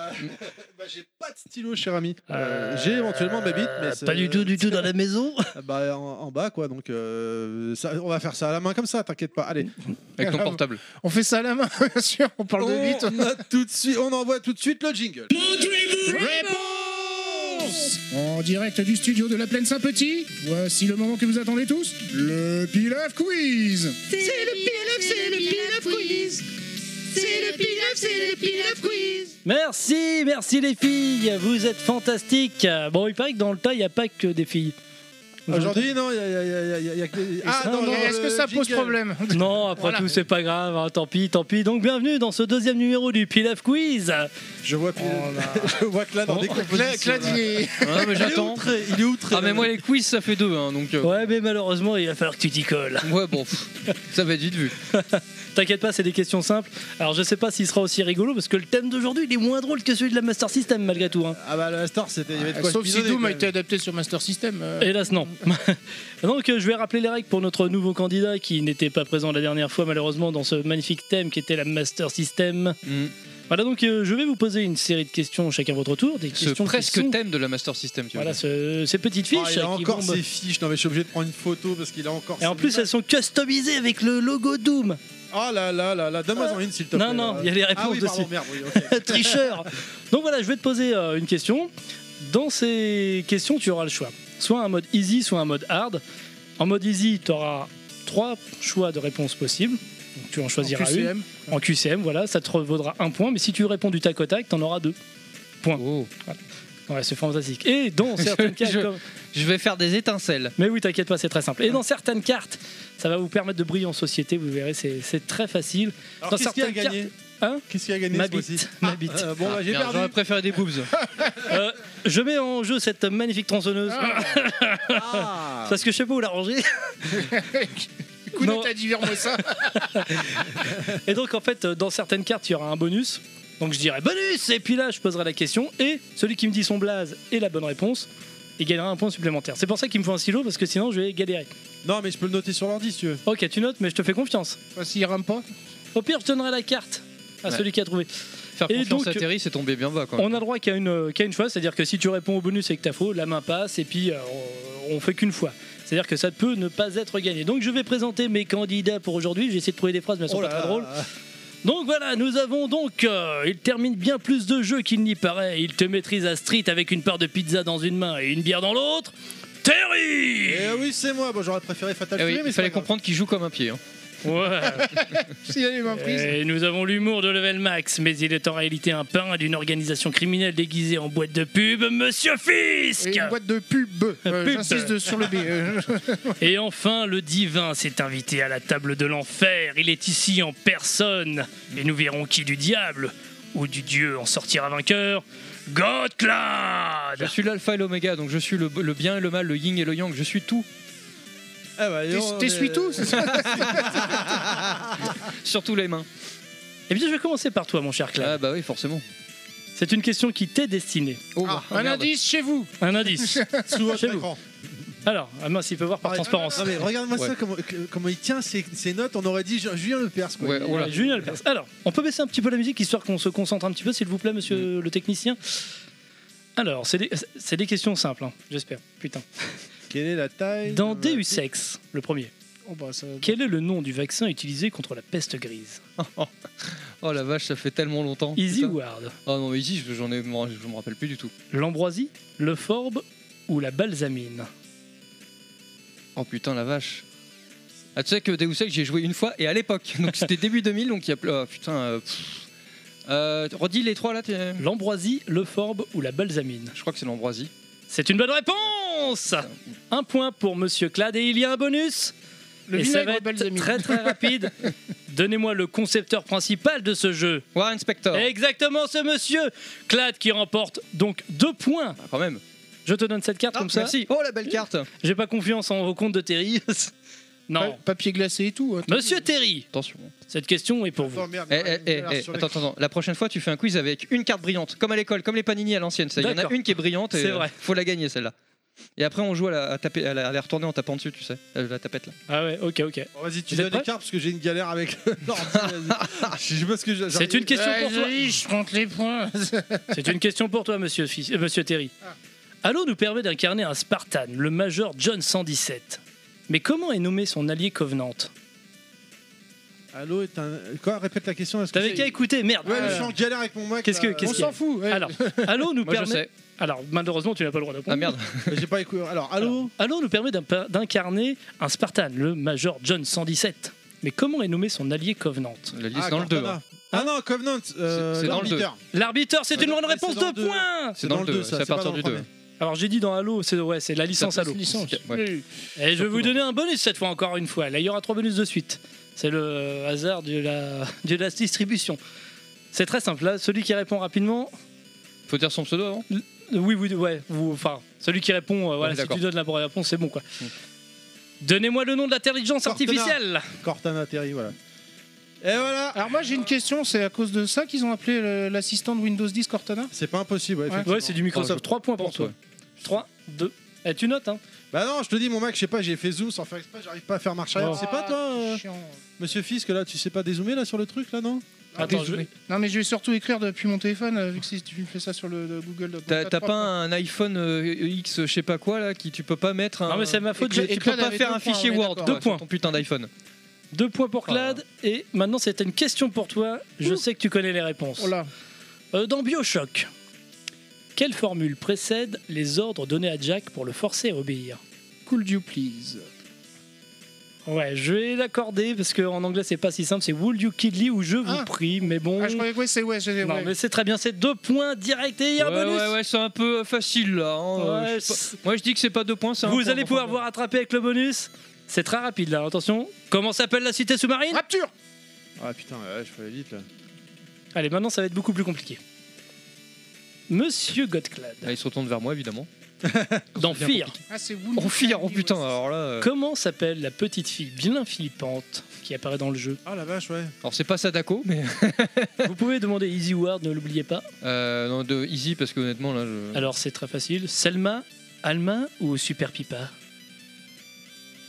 A: bah, j'ai pas de stylo, cher ami. Euh, j'ai éventuellement ma bite, mais euh, c'est-
E: Pas du tout, du tout dans la maison.
A: Bah, en, en bas, quoi. Donc, euh, ça- on va faire ça à la main comme ça. T'inquiète pas. Allez.
B: Avec ton portable.
D: On fait ça à la main, bien sûr, on parle de bite.
A: on, note tout de suite, on envoie tout de suite le jingle.
D: Réponse En direct du studio de la Plaine Saint-Petit, voici le moment que vous attendez tous, le Pilaf Quiz C'est le Pilaf, c'est le Pilaf Quiz C'est le Pilaf, c'est le Pilaf Quiz
C: Merci, merci les filles, vous êtes fantastiques. Euh, Bon, il paraît que dans le tas, il n'y a pas que des filles.
A: Ah, Aujourd'hui, non, il y a- il y a- il y a- il y a- il y a que des- Ah,
C: ça,
A: non,
C: non,
A: non,
D: Est-ce que
A: le
D: ça pose
A: jingle.
D: problème
C: Non, après
D: Voilà.
C: tout, c'est pas grave, hein, tant pis, tant pis. Donc, bienvenue dans ce deuxième numéro du Pilaf Quiz.
A: Je vois, plus- je vois que là, dans des
D: Oh, Cla-
A: compositions,
D: Clad,
A: là.
D: il est-
B: Ouais, Ah, mais j'attends.
A: Il est outré.
B: Ah mais moi les quiz ça fait deux hein, donc. euh,
C: Ouais, mais malheureusement, il va falloir que tu t'y colles.
B: Ouais bon, pff, ça va être vite vu.
C: T'inquiète pas, c'est des questions simples. Alors, je sais pas s'il sera aussi rigolo parce que le thème d'aujourd'hui, il est moins drôle que celui de la Master System malgré tout. hein.
A: Ah bah la Star, c'était. Il y avait de quoi
D: Ah, Sauf
A: se
D: si
A: bidonner,
D: Doom
A: quand
D: a
A: même.
D: été adapté sur Master System. euh,
C: Hélas, non. Donc, euh, je vais rappeler les règles pour notre nouveau candidat qui n'était pas présent la dernière fois, malheureusement, dans ce magnifique thème qui était la Master System.
B: Mm.
C: Voilà, donc euh, je vais vous poser une série de questions chacun votre tour. Des
B: Ce
C: questions qui
B: presque
C: sont-
B: thème de la Master System. Tu vois.
C: Voilà, ce- ces petites fiches.
A: Ah, il
C: qui
A: a encore
C: vont me-
A: ses fiches. Non mais je suis obligé de prendre une photo parce qu'il a encore.
C: Et en
A: ses
C: plus,
A: images.
C: elles sont customisées avec le logo Doom.
A: Ah là là là là, donne-moi en une s'il te plaît.
C: Non, non,
A: là.
C: il y a les réponses
A: Ah oui, pardon,
C: dessus.
A: merde, oui, ok.
C: Tricheur. Donc voilà, je vais te poser euh, une question. Dans ces questions, tu auras le choix. Soit un mode easy, soit un mode hard. En mode easy, tu auras trois choix de réponses possibles. Donc, tu en
D: en
C: choisiras une.
D: QCM.
C: En QCM, voilà, ça te vaudra un point. Mais si tu réponds du tac au tac, t'en auras deux.
B: Oh.
C: Ouais, c'est fantastique. Et dans certains cas,
B: Je-
C: comme-
B: Je vais faire des étincelles.
C: Mais oui, t'inquiète pas, c'est très simple. Et dans certaines cartes, ça va vous permettre de briller en société, vous verrez, c'est c'est très facile.
A: Alors,
C: Dans
A: qu'est-ce qu'il a
C: certaines
A: gagné
C: Hein
A: Qu'est-ce qu'il a gagné
C: Ma
A: ce mois-ci
C: bite, ma bite.
A: Euh,
D: Ah,
A: Bon, bah, j'ai
B: Merde,
A: perdu.
B: J'aurais préféré des boobs.
C: Euh, je mets en jeu cette magnifique tronçonneuse
A: Ah.
C: parce que je sais pas où la ranger.
D: Coup
C: Non.
D: d'état divers, moi ça
C: Et donc en fait, euh, dans certaines cartes, il y aura un bonus. Donc je dirais bonus, et puis là, je poserai la question, et celui qui me dit son blaze et la bonne réponse, il gagnera un point supplémentaire. C'est pour ça qu'il me faut un stylo, parce que sinon je vais galérer.
A: Non mais je peux le noter sur l'ordi si tu veux.
C: Ok, tu notes, mais je te fais confiance.
D: Enfin, S'il rame pas.
C: Au pire, je donnerai la carte à
B: Ouais.
C: celui qui a trouvé.
B: Faire
C: Et
B: confiance à
C: donc,
B: Terry, c'est tombé bien bas quand
C: On
B: même.
C: a le droit qu'à une, euh, qu'à une fois, c'est-à-dire que si tu réponds au bonus et que t'as faux, la main passe, et puis euh, on on fait qu'une fois. C'est-à-dire que ça peut ne pas être gagné. Donc je vais présenter mes candidats pour aujourd'hui. J'ai essayé de trouver des phrases, mais elles sont
A: Oh
C: pas
A: là
C: très drôles. Donc voilà, nous avons donc. euh, il termine bien plus de jeux qu'il n'y paraît. Il te maîtrise à Street avec une part de pizza dans une main et une bière dans l'autre. Terry
A: Eh oui, c'est moi. Bon, j'aurais préféré Fatal
B: Eh oui,
A: Fury, mais
B: il
A: c'est
B: fallait
A: pas grave.
B: comprendre qu'il joue comme un pied. hein.
C: Ouais.
D: S'il y a les mains prises.
C: Et nous avons l'humour de Level Max, mais il est en réalité un pain d'une organisation criminelle déguisée en boîte de pub, Monsieur Fisk
D: Et une boîte de pub. Euh,
C: Pub.
D: J'insiste de- sur le B. euh,
C: Et enfin, le divin s'est invité à la table de l'enfer. Il est ici en personne. Et nous verrons qui du diable ou du dieu en sortira vainqueur.
B: Je
C: Godclad
B: suis l'alpha et l'oméga, donc je suis le, le bien et le mal, le yin et le yang, je suis tout.
A: Ah bah,
D: T'es-
A: on-
D: T'essuies tout, c'est ça
B: Surtout les mains.
C: Eh bien, je vais commencer par toi, mon cher
A: Euh.
C: Clad.
B: Ah bah oui, forcément.
C: C'est une question qui t'est destinée.
B: Oh,
D: Ah,
B: bah,
D: Un
B: merde.
D: indice chez vous.
C: Un indice.
A: Sous votre
C: Chez vous.
A: écran.
C: Alors, ah mince, il peut voir par
A: Ouais.
C: transparence.
A: Non, mais regarde-moi
B: Ouais.
A: ça, comment, que- comment il tient ses, ses notes. On aurait dit Ju- Julien Lepers. Quoi.
B: Ouais, oh là.
C: Ouais, Julien Lepers. Alors, on peut baisser un petit peu la musique histoire qu'on se concentre un petit peu, s'il vous plaît, monsieur
A: Mm.
C: le technicien. Alors, c'est des, c'est des questions simples, hein, j'espère. Putain.
A: Quelle est la taille
C: Dans
A: de la-
C: Deus Ex, le premier,
D: Oh, bah, ça-
C: quel est le nom du vaccin utilisé contre la peste grise
B: Oh la vache, ça fait tellement longtemps.
C: Easy
B: Putain.
C: ou Hard
B: Oh non, Easy, je- j'en ai, moi, je me rappelle plus du tout.
C: L'ambroisie, le forbe ou la balsamine
B: Oh putain, la vache. Ah, tu sais que Deus Ex, j'ai joué une fois et à l'époque. Donc c'était début 2000, donc il y a. plus- Ah putain. euh, pff. Euh, redis les trois là. t'es-
C: L'ambroisie, le forbe ou la balsamine
B: Je crois que c'est l'ambroisie.
C: C'est une bonne réponse Un point pour monsieur Clad et il y a un bonus
D: Le
C: Et ça
D: vinaigre
C: va être
D: balsamique.
C: très très rapide. Donnez-moi le concepteur principal de ce jeu.
B: Warren Spector.
C: Eh. Exactement ce monsieur Clad qui remporte donc deux points.
B: Ah, quand même.
C: Je te donne cette carte comme ça.
B: Merci. Oh la belle carte.
C: J'ai pas confiance en vos comptes de Terry.
D: Pa-
C: non.
D: Papier glacé et tout. hein.
C: Monsieur Terry,
B: Attention.
C: cette question est pour vous.
A: Attends, merde,
B: Eh,
A: il y a
B: eh,
A: une
B: eh,
A: galère
B: eh,
A: sur les-
B: attends, attends, attends. la prochaine fois tu fais un quiz avec une carte brillante, comme à l'école, comme les panini à l'ancienne. ça. Il y en a
C: D'accord.
B: une qui est brillante et
C: C'est
B: euh,
C: vrai.
B: faut la gagner celle-là. Et après on joue à, la, à taper, à, la, à la retourner en tapant dessus, tu sais, euh, la tapette là.
C: Ah ouais, ok, ok.
A: Bon, Vas-y, tu
C: Vous êtes
A: donnes les
C: prêts
A: cartes parce que j'ai une galère avec l'ordi. vas-y. Je sais pas ce que j'ai-
C: C'est une question
D: Ouais,
C: pour toi.
D: joli, je compte les points.
C: C'est une question pour toi, monsieur, Fis- euh, monsieur Terry.
A: Ah.
C: Halo nous permet d'incarner un Spartan, le major John 117. Mais comment est nommé son allié Covenant
A: Allô, est un. Quoi Répète la question. est-ce que
C: T'avais
A: c'est-
C: qu'à écouter, merde.
A: Ouais, mais je suis en galère avec mon Mac.
C: Euh, Qu'est-ce que-
A: là.
C: qu'est-ce
A: On
C: qu'il y
A: s'en
C: a
A: fout. ouais.
C: Alors, Halo nous
B: Moi je
C: permet.
B: sais.
C: Alors, malheureusement, tu n'as pas le droit de
B: Ah
C: répondre.
B: merde.
A: Mais J'ai pas écouté. Alors, allô
C: Halo nous permet d'impa- d'incarner un Spartan, le major John 117. Mais comment est nommé son allié Covenant
B: La liste dans le hein. 2.
A: Cortana. Ah non, Covenant. euh,
B: C'est- c'est dans le
A: l'arbitre.
C: L'arbiteur, c'est
A: Ah
C: une
A: non,
C: bonne
A: mais c'est
C: réponse
A: dans
C: de
A: le deux. hein.
C: points
B: C'est dans le 2,
A: ça,
B: c'est à
A: pas
B: partir
A: dans le
B: du 2.
A: premier.
C: Alors j'ai dit dans Halo, c'est ouais, c'est la licence Halo.
D: Licence.
B: Ouais.
C: Et je vais vous donner un bonus cette fois, encore une fois. Là, il y aura trois bonus de suite. C'est le hasard de la, de la distribution. C'est très simple. Là, celui qui répond rapidement,
B: Faut dire son pseudo avant
C: oui, oui, ouais, vous, enfin, celui qui répond, euh, voilà, si
B: d'accord.
C: tu donnes la bonne réponse, c'est bon quoi.
B: Mm.
C: Donnez-moi le nom de l'intelligence
A: Cortana.
C: artificielle.
A: Cortana Terry, voilà. Et voilà
D: Alors moi j'ai une question, c'est à cause de ça qu'ils ont appelé le- l'assistant de Windows 10 Cortana
A: C'est pas impossible, ouais.
D: Ouais.
A: effectivement.
C: Ouais, c'est du Microsoft. Trois points pour
B: pense,
C: toi.
B: ouais.
C: Trois, deux. Eh, tu notes, hein
A: Bah non, je te dis, mon Mac, je sais pas, j'ai fait zoom sans faire exprès, j'arrive pas à faire marche arrière.
C: Oh.
A: C'est pas toi, euh,
D: Ah, Chiant.
A: monsieur Fisk, là, tu sais pas dézoomer là sur le truc, là, non
C: Attends, je...
D: Non mais je vais surtout écrire depuis mon téléphone euh, vu que si tu me fais ça sur le, le Google Doc.
B: T'as
D: Donc,
B: t'as
D: trois
B: pas
D: points.
B: un iPhone euh, X, je sais pas quoi là, qui tu peux pas mettre un.
C: Non, mais c'est ma faute.
D: Et Cla-
C: j'ai-
B: Tu peux
D: Claude
B: pas
D: avait
B: faire
D: deux
B: un fichier
D: points, on est
B: Word
D: d'accord.
B: quoi,
C: Deux points.
B: sur ton putain d'iPhone.
C: Deux points pour Clad. Et maintenant, c'était une question pour toi. Je sais que tu connais les réponses.
D: Oh là.
C: Euh, dans Bioshock, quelle formule précède les ordres donnés à Jack pour le forcer à obéir
D: Cool you please.
C: Ouais, je vais l'accorder parce qu'en anglais c'est pas si simple, c'est Would you kill me ou je vous
D: Ah.
C: prie, mais bon.
D: Ah je croyais que ouais, c'est ouais, j'ai-
C: non,
D: ouais.
C: mais c'est très bien, c'est deux points directs et il y
B: Ouais,
C: a un bonus.
B: ouais, ouais, c'est un peu euh, facile là. hein, euh,
C: Ouais,
B: je sais pas.
C: c'est-
B: Moi je dis que c'est pas deux points, c'est un
C: Vous
B: point,
C: allez
B: enfin,
C: pouvoir
B: bon.
C: vous rattraper avec le bonus. C'est très rapide là, attention. Comment s'appelle la cité sous-marine
D: Rapture
A: Ah putain, ouais, je peux aller vite là.
C: Allez, maintenant ça va être beaucoup plus compliqué. Monsieur Godclad,
B: Là, Ah, il se retourne vers moi évidemment.
C: dans
B: bien
C: Fear,
D: Ah c'est
B: On fire, oh
D: en
B: putain, alors là. euh,
C: comment s'appelle la petite fille bien flippante qui apparaît dans le jeu
A: Ah la vache, ouais.
B: Alors c'est pas Sadako, mais.
C: Vous pouvez demander Easy Ward, ne l'oubliez pas.
B: Euh, non, de Easy, parce que honnêtement là. Je...
C: Alors c'est très facile. Selma, Alma ou Super Pipa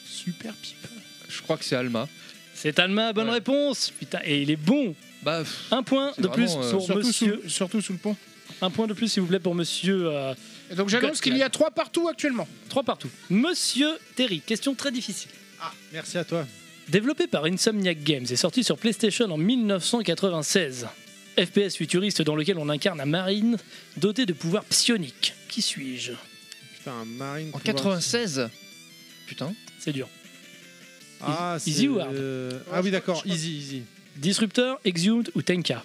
C: Super Pipa.
B: Je crois que c'est Alma.
C: C'est Alma, bonne
B: Ouais.
C: réponse. Putain, et il est bon.
B: Bah, pff,
C: Un point
B: C'est
C: de plus
B: vraiment, euh,
C: pour
D: Surtout
C: oh, monsieur.
D: sous, surtout sous le pont.
C: Un point de plus s'il vous plaît pour monsieur. euh,
D: Et donc j'annonce
C: Code
D: qu'il y a trois partout actuellement.
C: trois partout. Monsieur Terry, question très difficile.
A: Ah, merci à toi.
C: Développé par Insomniac Games et sorti sur PlayStation en 1996. FPS futuriste dans lequel on incarne un marine doté de pouvoirs psioniques. Qui suis-je
A: Putain, un marine.
B: En
A: pouvoir-
B: 96 Putain.
C: C'est dur.
A: Ah,
C: Easy
A: c'est,
C: ou hard
A: euh, Ah oui, d'accord, easy, easy.
C: Disrupteur, Exhumed ou Tenka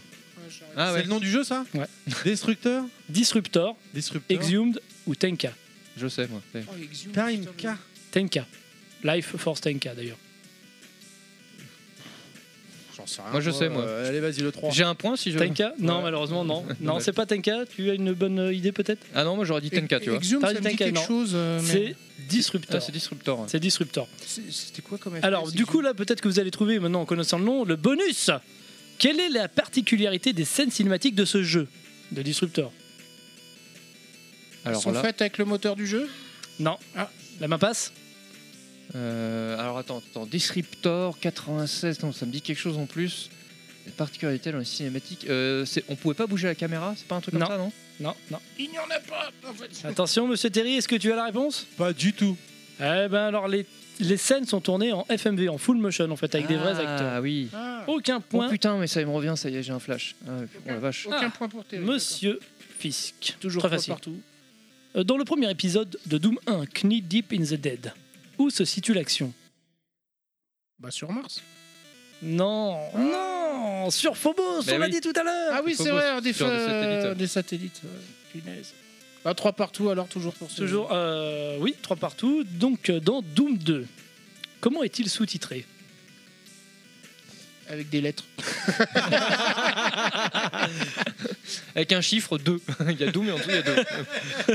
B: Ah
A: C'est
B: ouais,
A: le nom du jeu, ça
C: Ouais.
A: Destructeur
C: Disruptor,
A: Disrupteur.
C: Exhumed ou Tenka
B: je sais moi. Ouais.
D: Oh, l'exhume,
A: Time
D: putain,
A: Car.
C: Tenka. Life Force Tenka d'ailleurs.
A: J'en sais rien.
B: Moi, je sais, moi.
A: euh, allez, vas-y, le 3.
B: J'ai un point si je.
C: Tenka Non,
B: Ouais.
C: malheureusement, non. Non,
B: Ouais.
C: c'est pas Tenka. Tu as une bonne euh, idée peut-être
B: Ah non, moi j'aurais dit Tenka, tu vois.
D: Exhume,
C: T'as
D: ça
C: dit
D: me dit
C: Tenka,
D: quelque
C: non.
D: chose. euh, mais-
C: C'est Disruptor.
B: Ah, c'est Disruptor.
C: C'est Disruptor.
D: C'est- C'était quoi comme FPS,
C: Alors, du
D: Exhume
C: coup, là, peut-être que vous allez trouver, maintenant en connaissant le nom, le bonus Quelle est la particularité des scènes cinématiques de ce jeu De Disruptor
D: Elles
B: Alors
D: sont
B: là.
D: faites avec le moteur du jeu
C: Non.
D: Ah.
C: La main passe
B: euh, alors attends, attends. Disruptor 96, non, ça me dit quelque chose en plus. Les particularités dans les cinématiques. Euh, c'est- on pouvait pas bouger la caméra, c'est pas un truc comme
C: Non.
B: ça, non
C: Non, non.
D: Il n'y en a pas en fait.
C: Attention, monsieur Terry, est-ce que tu as la réponse
A: Pas du tout.
C: Eh ben, alors, les, les scènes sont tournées en FMV, en full motion, en fait, avec des vrais acteurs.
B: Ah oui.
D: Ah,
C: Aucun
B: Oh
C: point,
B: putain, mais ça me revient, ça y est, j'ai un flash. Ah, oh la vache.
D: Aucun
C: Ah.
D: point pour Terry.
C: monsieur Fisk.
D: Toujours
C: Très
D: trois
C: facile.
D: partout.
C: Euh, Dans le premier épisode de Doom 1, Knee Deep in the Dead, où se situe l'action
D: Bah sur Mars.
C: Non, non, sur Phobos,
B: Bah
C: on l'a
B: oui.
C: dit tout à l'heure.
D: Ah oui,
B: faut
D: c'est
B: qu'on
D: vrai, des,
B: sur des
D: fa-
B: satellites.
D: des satellites. ouais. Punaise. Bah, trois partout alors toujours pour Terry.
C: Toujours, euh, oui, trois partout. Donc euh, dans Doom 2, comment est-il sous-titré
D: avec des lettres.
B: Avec un chiffre 2. il y a Doom et en dessous il y a 2.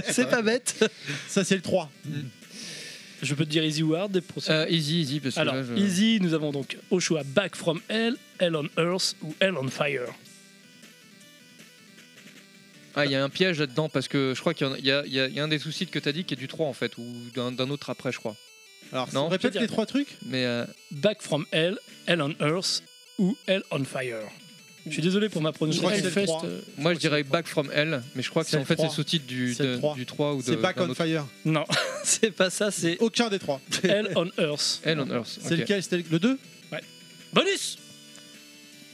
E: C'est pas bête.
A: Ça, c'est le 3.
C: Je peux te dire Easy Ward pour ça.
B: Euh, easy, easy, parce que
C: Alors,
B: là, je-
C: Easy, nous avons donc au choix Back from Hell, Hell on Earth ou Hell on Fire.
B: Ah, il y a un piège là-dedans parce que je crois qu'il y en a- il y, a- il y a- il y a un des soucis que t'as dit qui est du 3 en fait, ou d'un d'un autre après, je crois.
A: Alors,
B: Non,
A: non, répète
C: je veux
A: les
C: dire-
A: trois trucs
B: Mais euh,
C: Back from Hell, Hell on Earth ou Hell on Fire. Je suis désolé pour ma
A: Je crois que c'est
C: prononciation.
A: le trois.
D: euh,
B: moi je dirais Back from Hell, mais je crois que
A: C'est
B: c'est en
A: le
B: fait c'est
A: 3.
B: sous-titre du,
A: C'est le
B: de-
A: 3.
B: du 3 ou de
A: C'est Back
B: d'un
A: on
B: autre.
A: Fire.
C: Non, c'est pas ça, c'est
A: Aucun des trois.
C: Hell on Earth.
B: Hell on Earth.
A: C'est
B: ok.
A: lequel C'était le 2
C: Bonus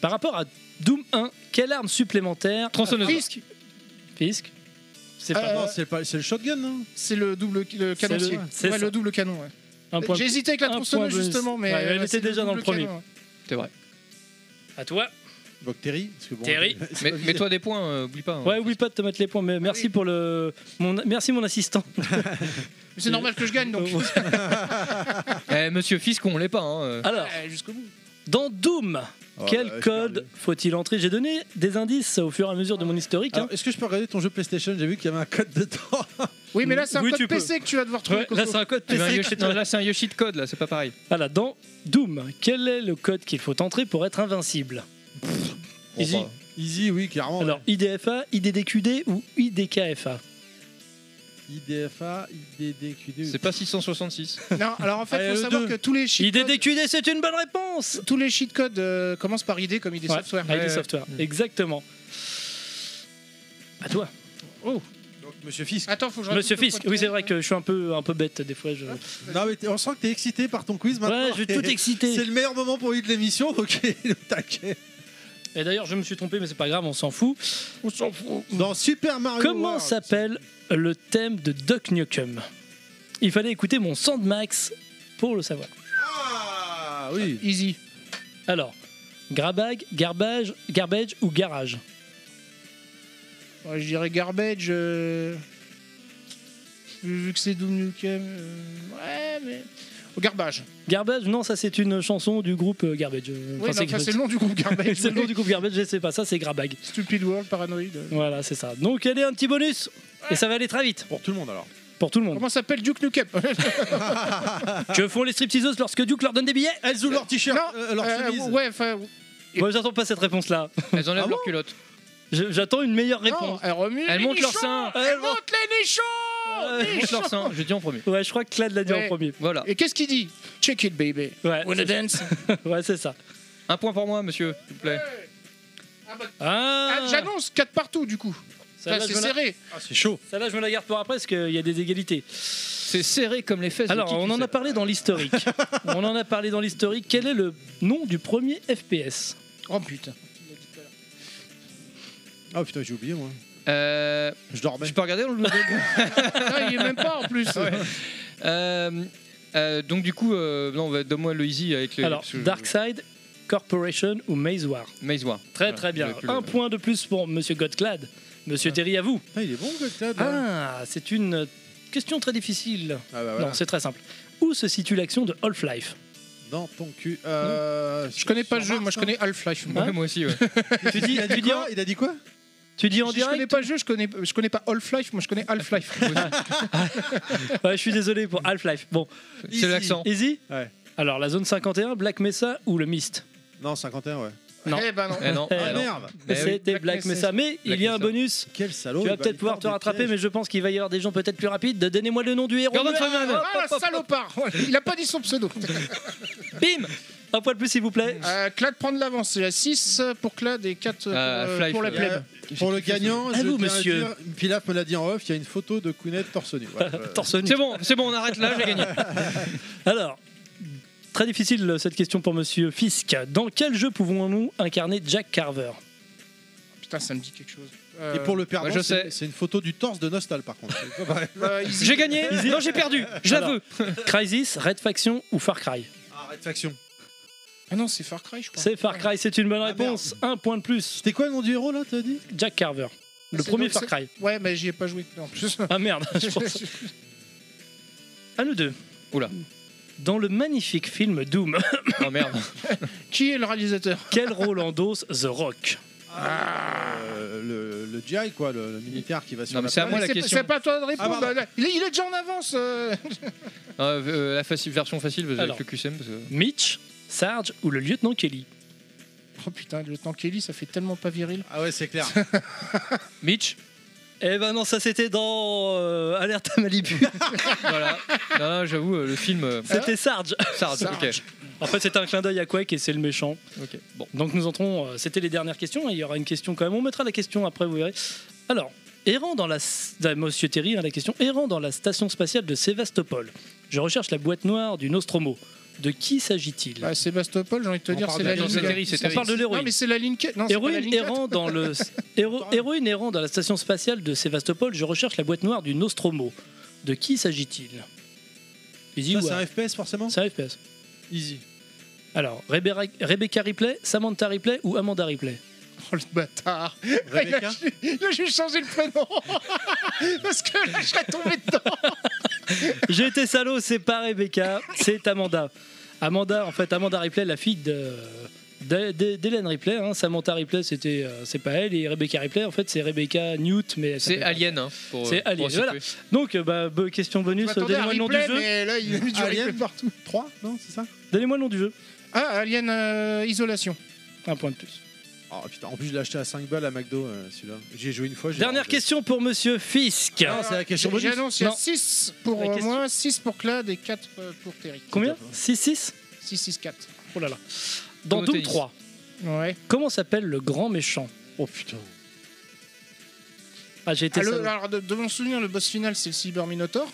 C: Par rapport à Doom 1, quelle arme supplémentaire
B: Tronçonneuse.
D: Ah,
C: Fisk Fisk C'est
D: Euh,
C: pas
A: Non, c'est pas- c'est le shotgun, non
D: C'est le double le
C: le-
D: canon. C'est
C: c'est
D: ouais,
C: ça.
D: le double canon. ouais.
C: un point.
D: J'ai hésité avec la
C: un
D: tronçonneuse
C: point bonus.
D: justement, mais
C: Ouais, elle
D: euh,
C: était
D: c'est
C: déjà dans le
D: double
C: premier.
D: canon, ouais.
B: C'est vrai.
C: À toi.
A: Donc Terry. parce que bon,
C: Terry.
A: c'est
B: Mais
A: pas évident.
B: mets-toi des points, euh, oublie pas. hein.
C: Ouais, oublie pas de te mettre les points, mais merci pour le. Mon... Merci mon assistant.
D: Mais C'est normal que je gagne donc.
B: Eh, monsieur Fisk, on l'est pas. hein, euh.
C: Alors,
D: Ouais, Jusqu'au bout.
C: dans Doom,
A: Oh,
C: quel
A: euh,
C: code faut-il entrer J'ai donné des indices au fur et à mesure de mon historique. hein.
A: Alors, est-ce que je peux regarder ton jeu PlayStation J'ai vu qu'il y avait un code dedans.
D: Oui, mais là c'est un
C: Oui,
D: code
C: tu peux.
D: PC que tu vas devoir trouver.
C: Ah, Ouais,
D: Coco.
C: là, c'est un code
B: Tu veux un
C: PC.
B: Yoshi- non, là c'est un Yoshi de code, là, c'est pas pareil.
C: Voilà, dans Doom, quel est le code qu'il faut entrer pour être invincible
B: Bon,
C: Easy.
B: bah,
A: Easy, oui, clairement.
C: Alors, IDFA, IDDQD ou IDKFA
A: IDFA, IDDQD.
B: c'est pas 666.
D: Non, alors en fait,
A: Allez,
D: faut
A: le
D: savoir
A: deux.
D: que tous les cheat codes,
C: IDDQD, c'est une bonne réponse
D: tous les cheat codes euh, commencent par ID comme ID
C: Ouais,
D: software. Mm.
C: ID
B: Ouais, ouais.
C: Software, exactement. À toi.
A: Donc, Monsieur Fisk.
D: Attends, faut que je raconte
C: Monsieur
D: le
C: Fisk,
D: podcast.
C: oui, c'est vrai que je suis un peu, un peu bête des fois. Je... Ouais,
A: Non, mais t'es- on sent que t'es excité par ton quiz maintenant.
C: je suis tout
A: C'est
C: excité.
A: le meilleur moment pour lui de l'émission, donc il est au taquet.
C: Et d'ailleurs, je me suis trompé, mais c'est pas grave, on s'en fout.
D: On s'en fout.
A: Dans Super Mario
C: Comment
A: World.
C: s'appelle le thème de Duck Nukem Il fallait écouter mon Sandmax pour le savoir.
A: Ah oui.
D: Easy.
C: Alors, Grabag, Garbage, Garbage ou Garage
D: Ouais, je dirais garbage. euh, Vu que c'est Doom Nukem. euh, Ouais, mais. Au garbage.
C: Garbage, non, ça c'est une chanson du groupe euh, Garbage. Euh,
D: Oui,
C: enfin,
D: non, enfin, c'est le nom du groupe garbage.
C: c'est le nom du groupe Garbage, je sais pas, ça c'est Grabag.
D: Stupid World Paranoid.
C: Voilà, c'est ça. Donc, allez, un petit bonus Et ça va aller très vite
A: Pour tout le monde alors.
C: pour tout le monde.
D: Comment s'appelle Duke Nukem
C: Que font les stripteaseuses lorsque Duke leur donne des billets
A: Elles ouvrent leur t-shirt,
D: Non,
A: euh, leur
D: Euh,
A: chemise.
D: Ouais, enfin.
C: Moi, j'attends pas cette réponse-là.
B: Elles
A: Ah
B: enlèvent
A: bon
B: leur culotte.
C: Je- J'attends une meilleure
D: Non,
C: réponse. Ah,
D: elle remue.
B: Elles
D: les
B: montent leur
D: nichons
B: sein.
D: Elle monte les nichons
B: Elles montent leur sein, j'ai dit en premier.
C: Ouais, je crois que Clad l'a dit
D: Ouais.
C: en premier.
B: Voilà.
D: Et qu'est-ce qu'il dit Check it, baby.
C: Ouais,
D: Wanna dance
C: c'est- ouais, c'est ça.
B: Un point pour moi, monsieur, s'il vous plaît.
C: Ah,
D: Ah, J'annonce 4 partout, du coup.
C: Celle-là,
D: Enfin,
C: je
D: c'est
C: me la-
D: serré.
A: Ah, c'est chaud.
C: celle-là, je me la garde pour après parce qu'il y a des égalités.
B: C'est serré comme les fesses. de
C: Alors,
B: Kiki,
C: on en
B: ça.
C: a parlé dans l'historique. on en a parlé dans l'historique. Quel est le nom du premier FPS
D: Oh putain.
A: Ah putain, j'ai oublié moi.
B: Euh,
A: je dormais.
B: Tu peux regarder dans le
D: Ah, il est même pas en plus.
B: Ouais. Euh, euh, donc du coup, euh, non, bah, donne-moi le easy avec le.
C: Alors,
B: parce que je-
C: Darkseid, Corporation ou Maze War
B: Maze War.
C: Très
B: Voilà,
C: très bien.
B: j'avais plus le-
C: Un point de plus pour Monsieur Godclad. Monsieur Terry, à vous.
A: Ah, il est bon, Godclad. hein.
C: Ah, c'est une question très difficile.
A: Ah, bah, voilà.
C: Non, c'est très simple. Où se situe l'action de Half-Life
A: Dans ton cul. Euh,
D: Je connais pas le jeu, moi je connais Half-Life. moi.
C: Hein
B: Ouais, moi aussi. ouais.
C: Tu dis,
A: Il a
C: tu
A: dit
C: dis,
A: quoi Il a dit quoi
C: tu dis en
D: Je dis, je connais
C: direct
D: pas le jeu, je connais, je connais pas Half-Life, moi je connais Half-Life.
C: Ouais, Je suis désolé pour Half-Life. Bon,
B: C'est l'accent.
C: easy
A: Ouais.
C: Alors, la zone 51, Black Mesa ou le Mist
A: Non, 51, ouais.
C: Non.
D: Eh ben non.
B: Eh non,
C: Eh
B: eh
A: Ah
B: non.
A: merde
B: Eh oui.
C: C'était
D: Black
C: Black Mesa.
D: Mesa.
C: Mais il y a un
B: Mesa.
C: bonus.
A: Quel salaud
C: Tu vas
A: Oh, il
C: peut-être
A: il
C: pouvoir
A: part
C: te
A: du
C: rattraper,
A: piège.
C: mais je pense qu'il va y avoir des gens peut-être plus rapides. Donnez-moi le nom du héros.
B: Gordon
C: du-
B: Freeman.
C: Hop,
D: Ah,
C: hop, hop,
D: salopard Il a pas dit son pseudo.
C: Bim Un point de plus, s'il vous plaît.
D: Euh, Clad prend de l'avance, c'est la 6 pour Clad et 4 pour,
B: Ah,
D: euh,
B: Fly,
D: pour la
B: Fly.
D: plèbe.
A: Pour le gagnant,
C: À
A: je
C: vous,
A: tiens à
C: monsieur.
A: dire, Pilaf me l'a dit en off, il y a une photo de Kounet torse nu. Voilà, je-
C: Torse nu.
B: C'est bon, c'est bon, on arrête là, j'ai gagné.
C: Alors, très difficile euh, cette question pour Monsieur Fisk. Dans quel jeu pouvons-nous incarner Jack Carver
D: Putain, ça me dit quelque chose.
A: Et pour le perdant,
B: Ouais, je
A: c'est
B: sais.
A: c'est une photo du torse de Nostal par contre. C'est pas
D: Euh,
A: pareil.
D: bah,
B: J'ai gagné. Non, j'ai perdu. Je la
C: Alors.
B: veux.
C: Crisis, Red Faction ou Far Cry
A: Arrête faction.
D: Ah non, c'est Far Cry, je crois.
C: C'est Far Cry, c'est une bonne
A: Ah,
C: réponse. Un point de plus.
A: C'était quoi le nom du héros là, t'as dit
C: Jack Carver. Le
D: C'est
C: premier
D: donc
C: Far
D: ça-
C: Cry.
D: Ouais, mais j'y ai pas joué. Non, en plus.
C: Ah merde, je pense. À nous deux.
B: Oula.
C: Dans le magnifique film Doom,
B: Oh merde.
D: Qui est le réalisateur
C: quel rôle endosse The Rock
A: Euh, le, le GI quoi, le, le militaire qui va sur
B: Non, mais
A: la
B: c'est à
A: plage.
B: moi la
D: C'est
B: question.
D: c'est pas à toi de répondre.
A: Ah, pardon.
D: là. il, est, il est déjà en avance. euh.
B: Euh, euh, la facile, version facile parce que
C: Alors.
B: avec le QCM. Parce que...
C: Mitch, Sarge ou le lieutenant Kelly
D: Oh putain, le temps Kelly, ça fait tellement pas viril.
A: Ah ouais, c'est clair.
B: Mitch.
C: Eh ben non, ça c'était dans euh, Alerte à Malibu.
B: Voilà. Non, non, j'avoue, euh, le film. euh,
C: c'était Sarge.
B: Sarge.
D: Sarge.
B: Ok.
C: En fait, c'était un clin d'œil à Quake et c'est le méchant.
B: Ok. Bon.
C: Donc nous entrons, euh, c'était les dernières questions, et il y aura une question quand même, on mettra la question après, vous verrez. Alors, errant dans la... s- ah, Monsieur Terry, hein, la question, errant dans la station spatiale de Sévastopol, je recherche la boîte noire du Nostromo. De qui s'agit-il
D: Bah, Sébastopol, j'ai envie de te
A: On
D: dire,
A: parle
D: c'est
A: de-
D: la
B: Non,
D: ligne.
B: c'est Terry, c'est
C: On
B: Terry.
C: parle de
D: Non,
C: l'héroïne.
D: mais c'est la ligne. que- Non, c'est pas la
C: Héroïne
D: ligne 4.
C: errant dans le héro- héroïne errant dans la station spatiale de Sévastopol, je recherche la boîte noire du Nostromo. De qui s'agit-il Easy
A: Ça,
C: ou
A: c'est
C: un-
A: un FPS forcément
C: C'est un FPS.
A: Easy.
C: Alors, Rebera- Rebecca Ripley, Samantha Ripley ou Amanda Ripley
D: Oh le bâtard
A: Rebecca
D: Là, j'ai changé le prénom Parce que là, je serais tombé dedans
C: J'ai été salaud, c'est pas Rebecca, c'est Amanda. Amanda, en fait, Amanda Ripley, la fille de d'E- d'E- d'Hélène Ripley, hein. Samantha Ripley, c'était, euh, c'est pas elle, et Rebecca Ripley, en fait, c'est Rebecca Newt, mais elle
B: C'est
C: s'appelle-
B: Alien. hein, pour,
C: C'est
B: pour
C: Alien,
B: situer.
C: voilà. Donc, euh, bah, be- question
D: Je
C: bonus,
D: m'attendais à
C: donnez-moi le nom du
D: replay,
C: jeu.
D: mais là, il a mis du
A: Alien.
D: replay partout.
A: 3 Non, c'est ça
C: Donnez-moi le nom du jeu.
D: Ah, Alien euh, Isolation.
C: Un point de plus.
A: Oh putain, en plus je l'ai acheté à 5 balles à McDo euh, celui-là. J'y ai joué une fois. j'ai
C: Dernière
A: arrangé.
C: question pour Monsieur Fisk.
A: Ah, c'est la question
D: J'ai-
A: bonus.
D: J'annonce, il y a
C: Non.
D: 6 pour
C: La
D: euh,
C: question.
D: moi, 6 pour Clad et 4 pour Terry.
C: Combien 6-6
D: 6, 6, 4.
C: Oh là là. Dans
B: Comme au
C: Doom
B: tennis.
C: 3,
D: Ouais.
C: comment s'appelle le grand méchant
A: Oh putain.
C: Ah, j'ai été
D: Ah, le-
C: salaud.
D: alors, de, de mon souvenir, le boss final, c'est le Cyber Minotaur.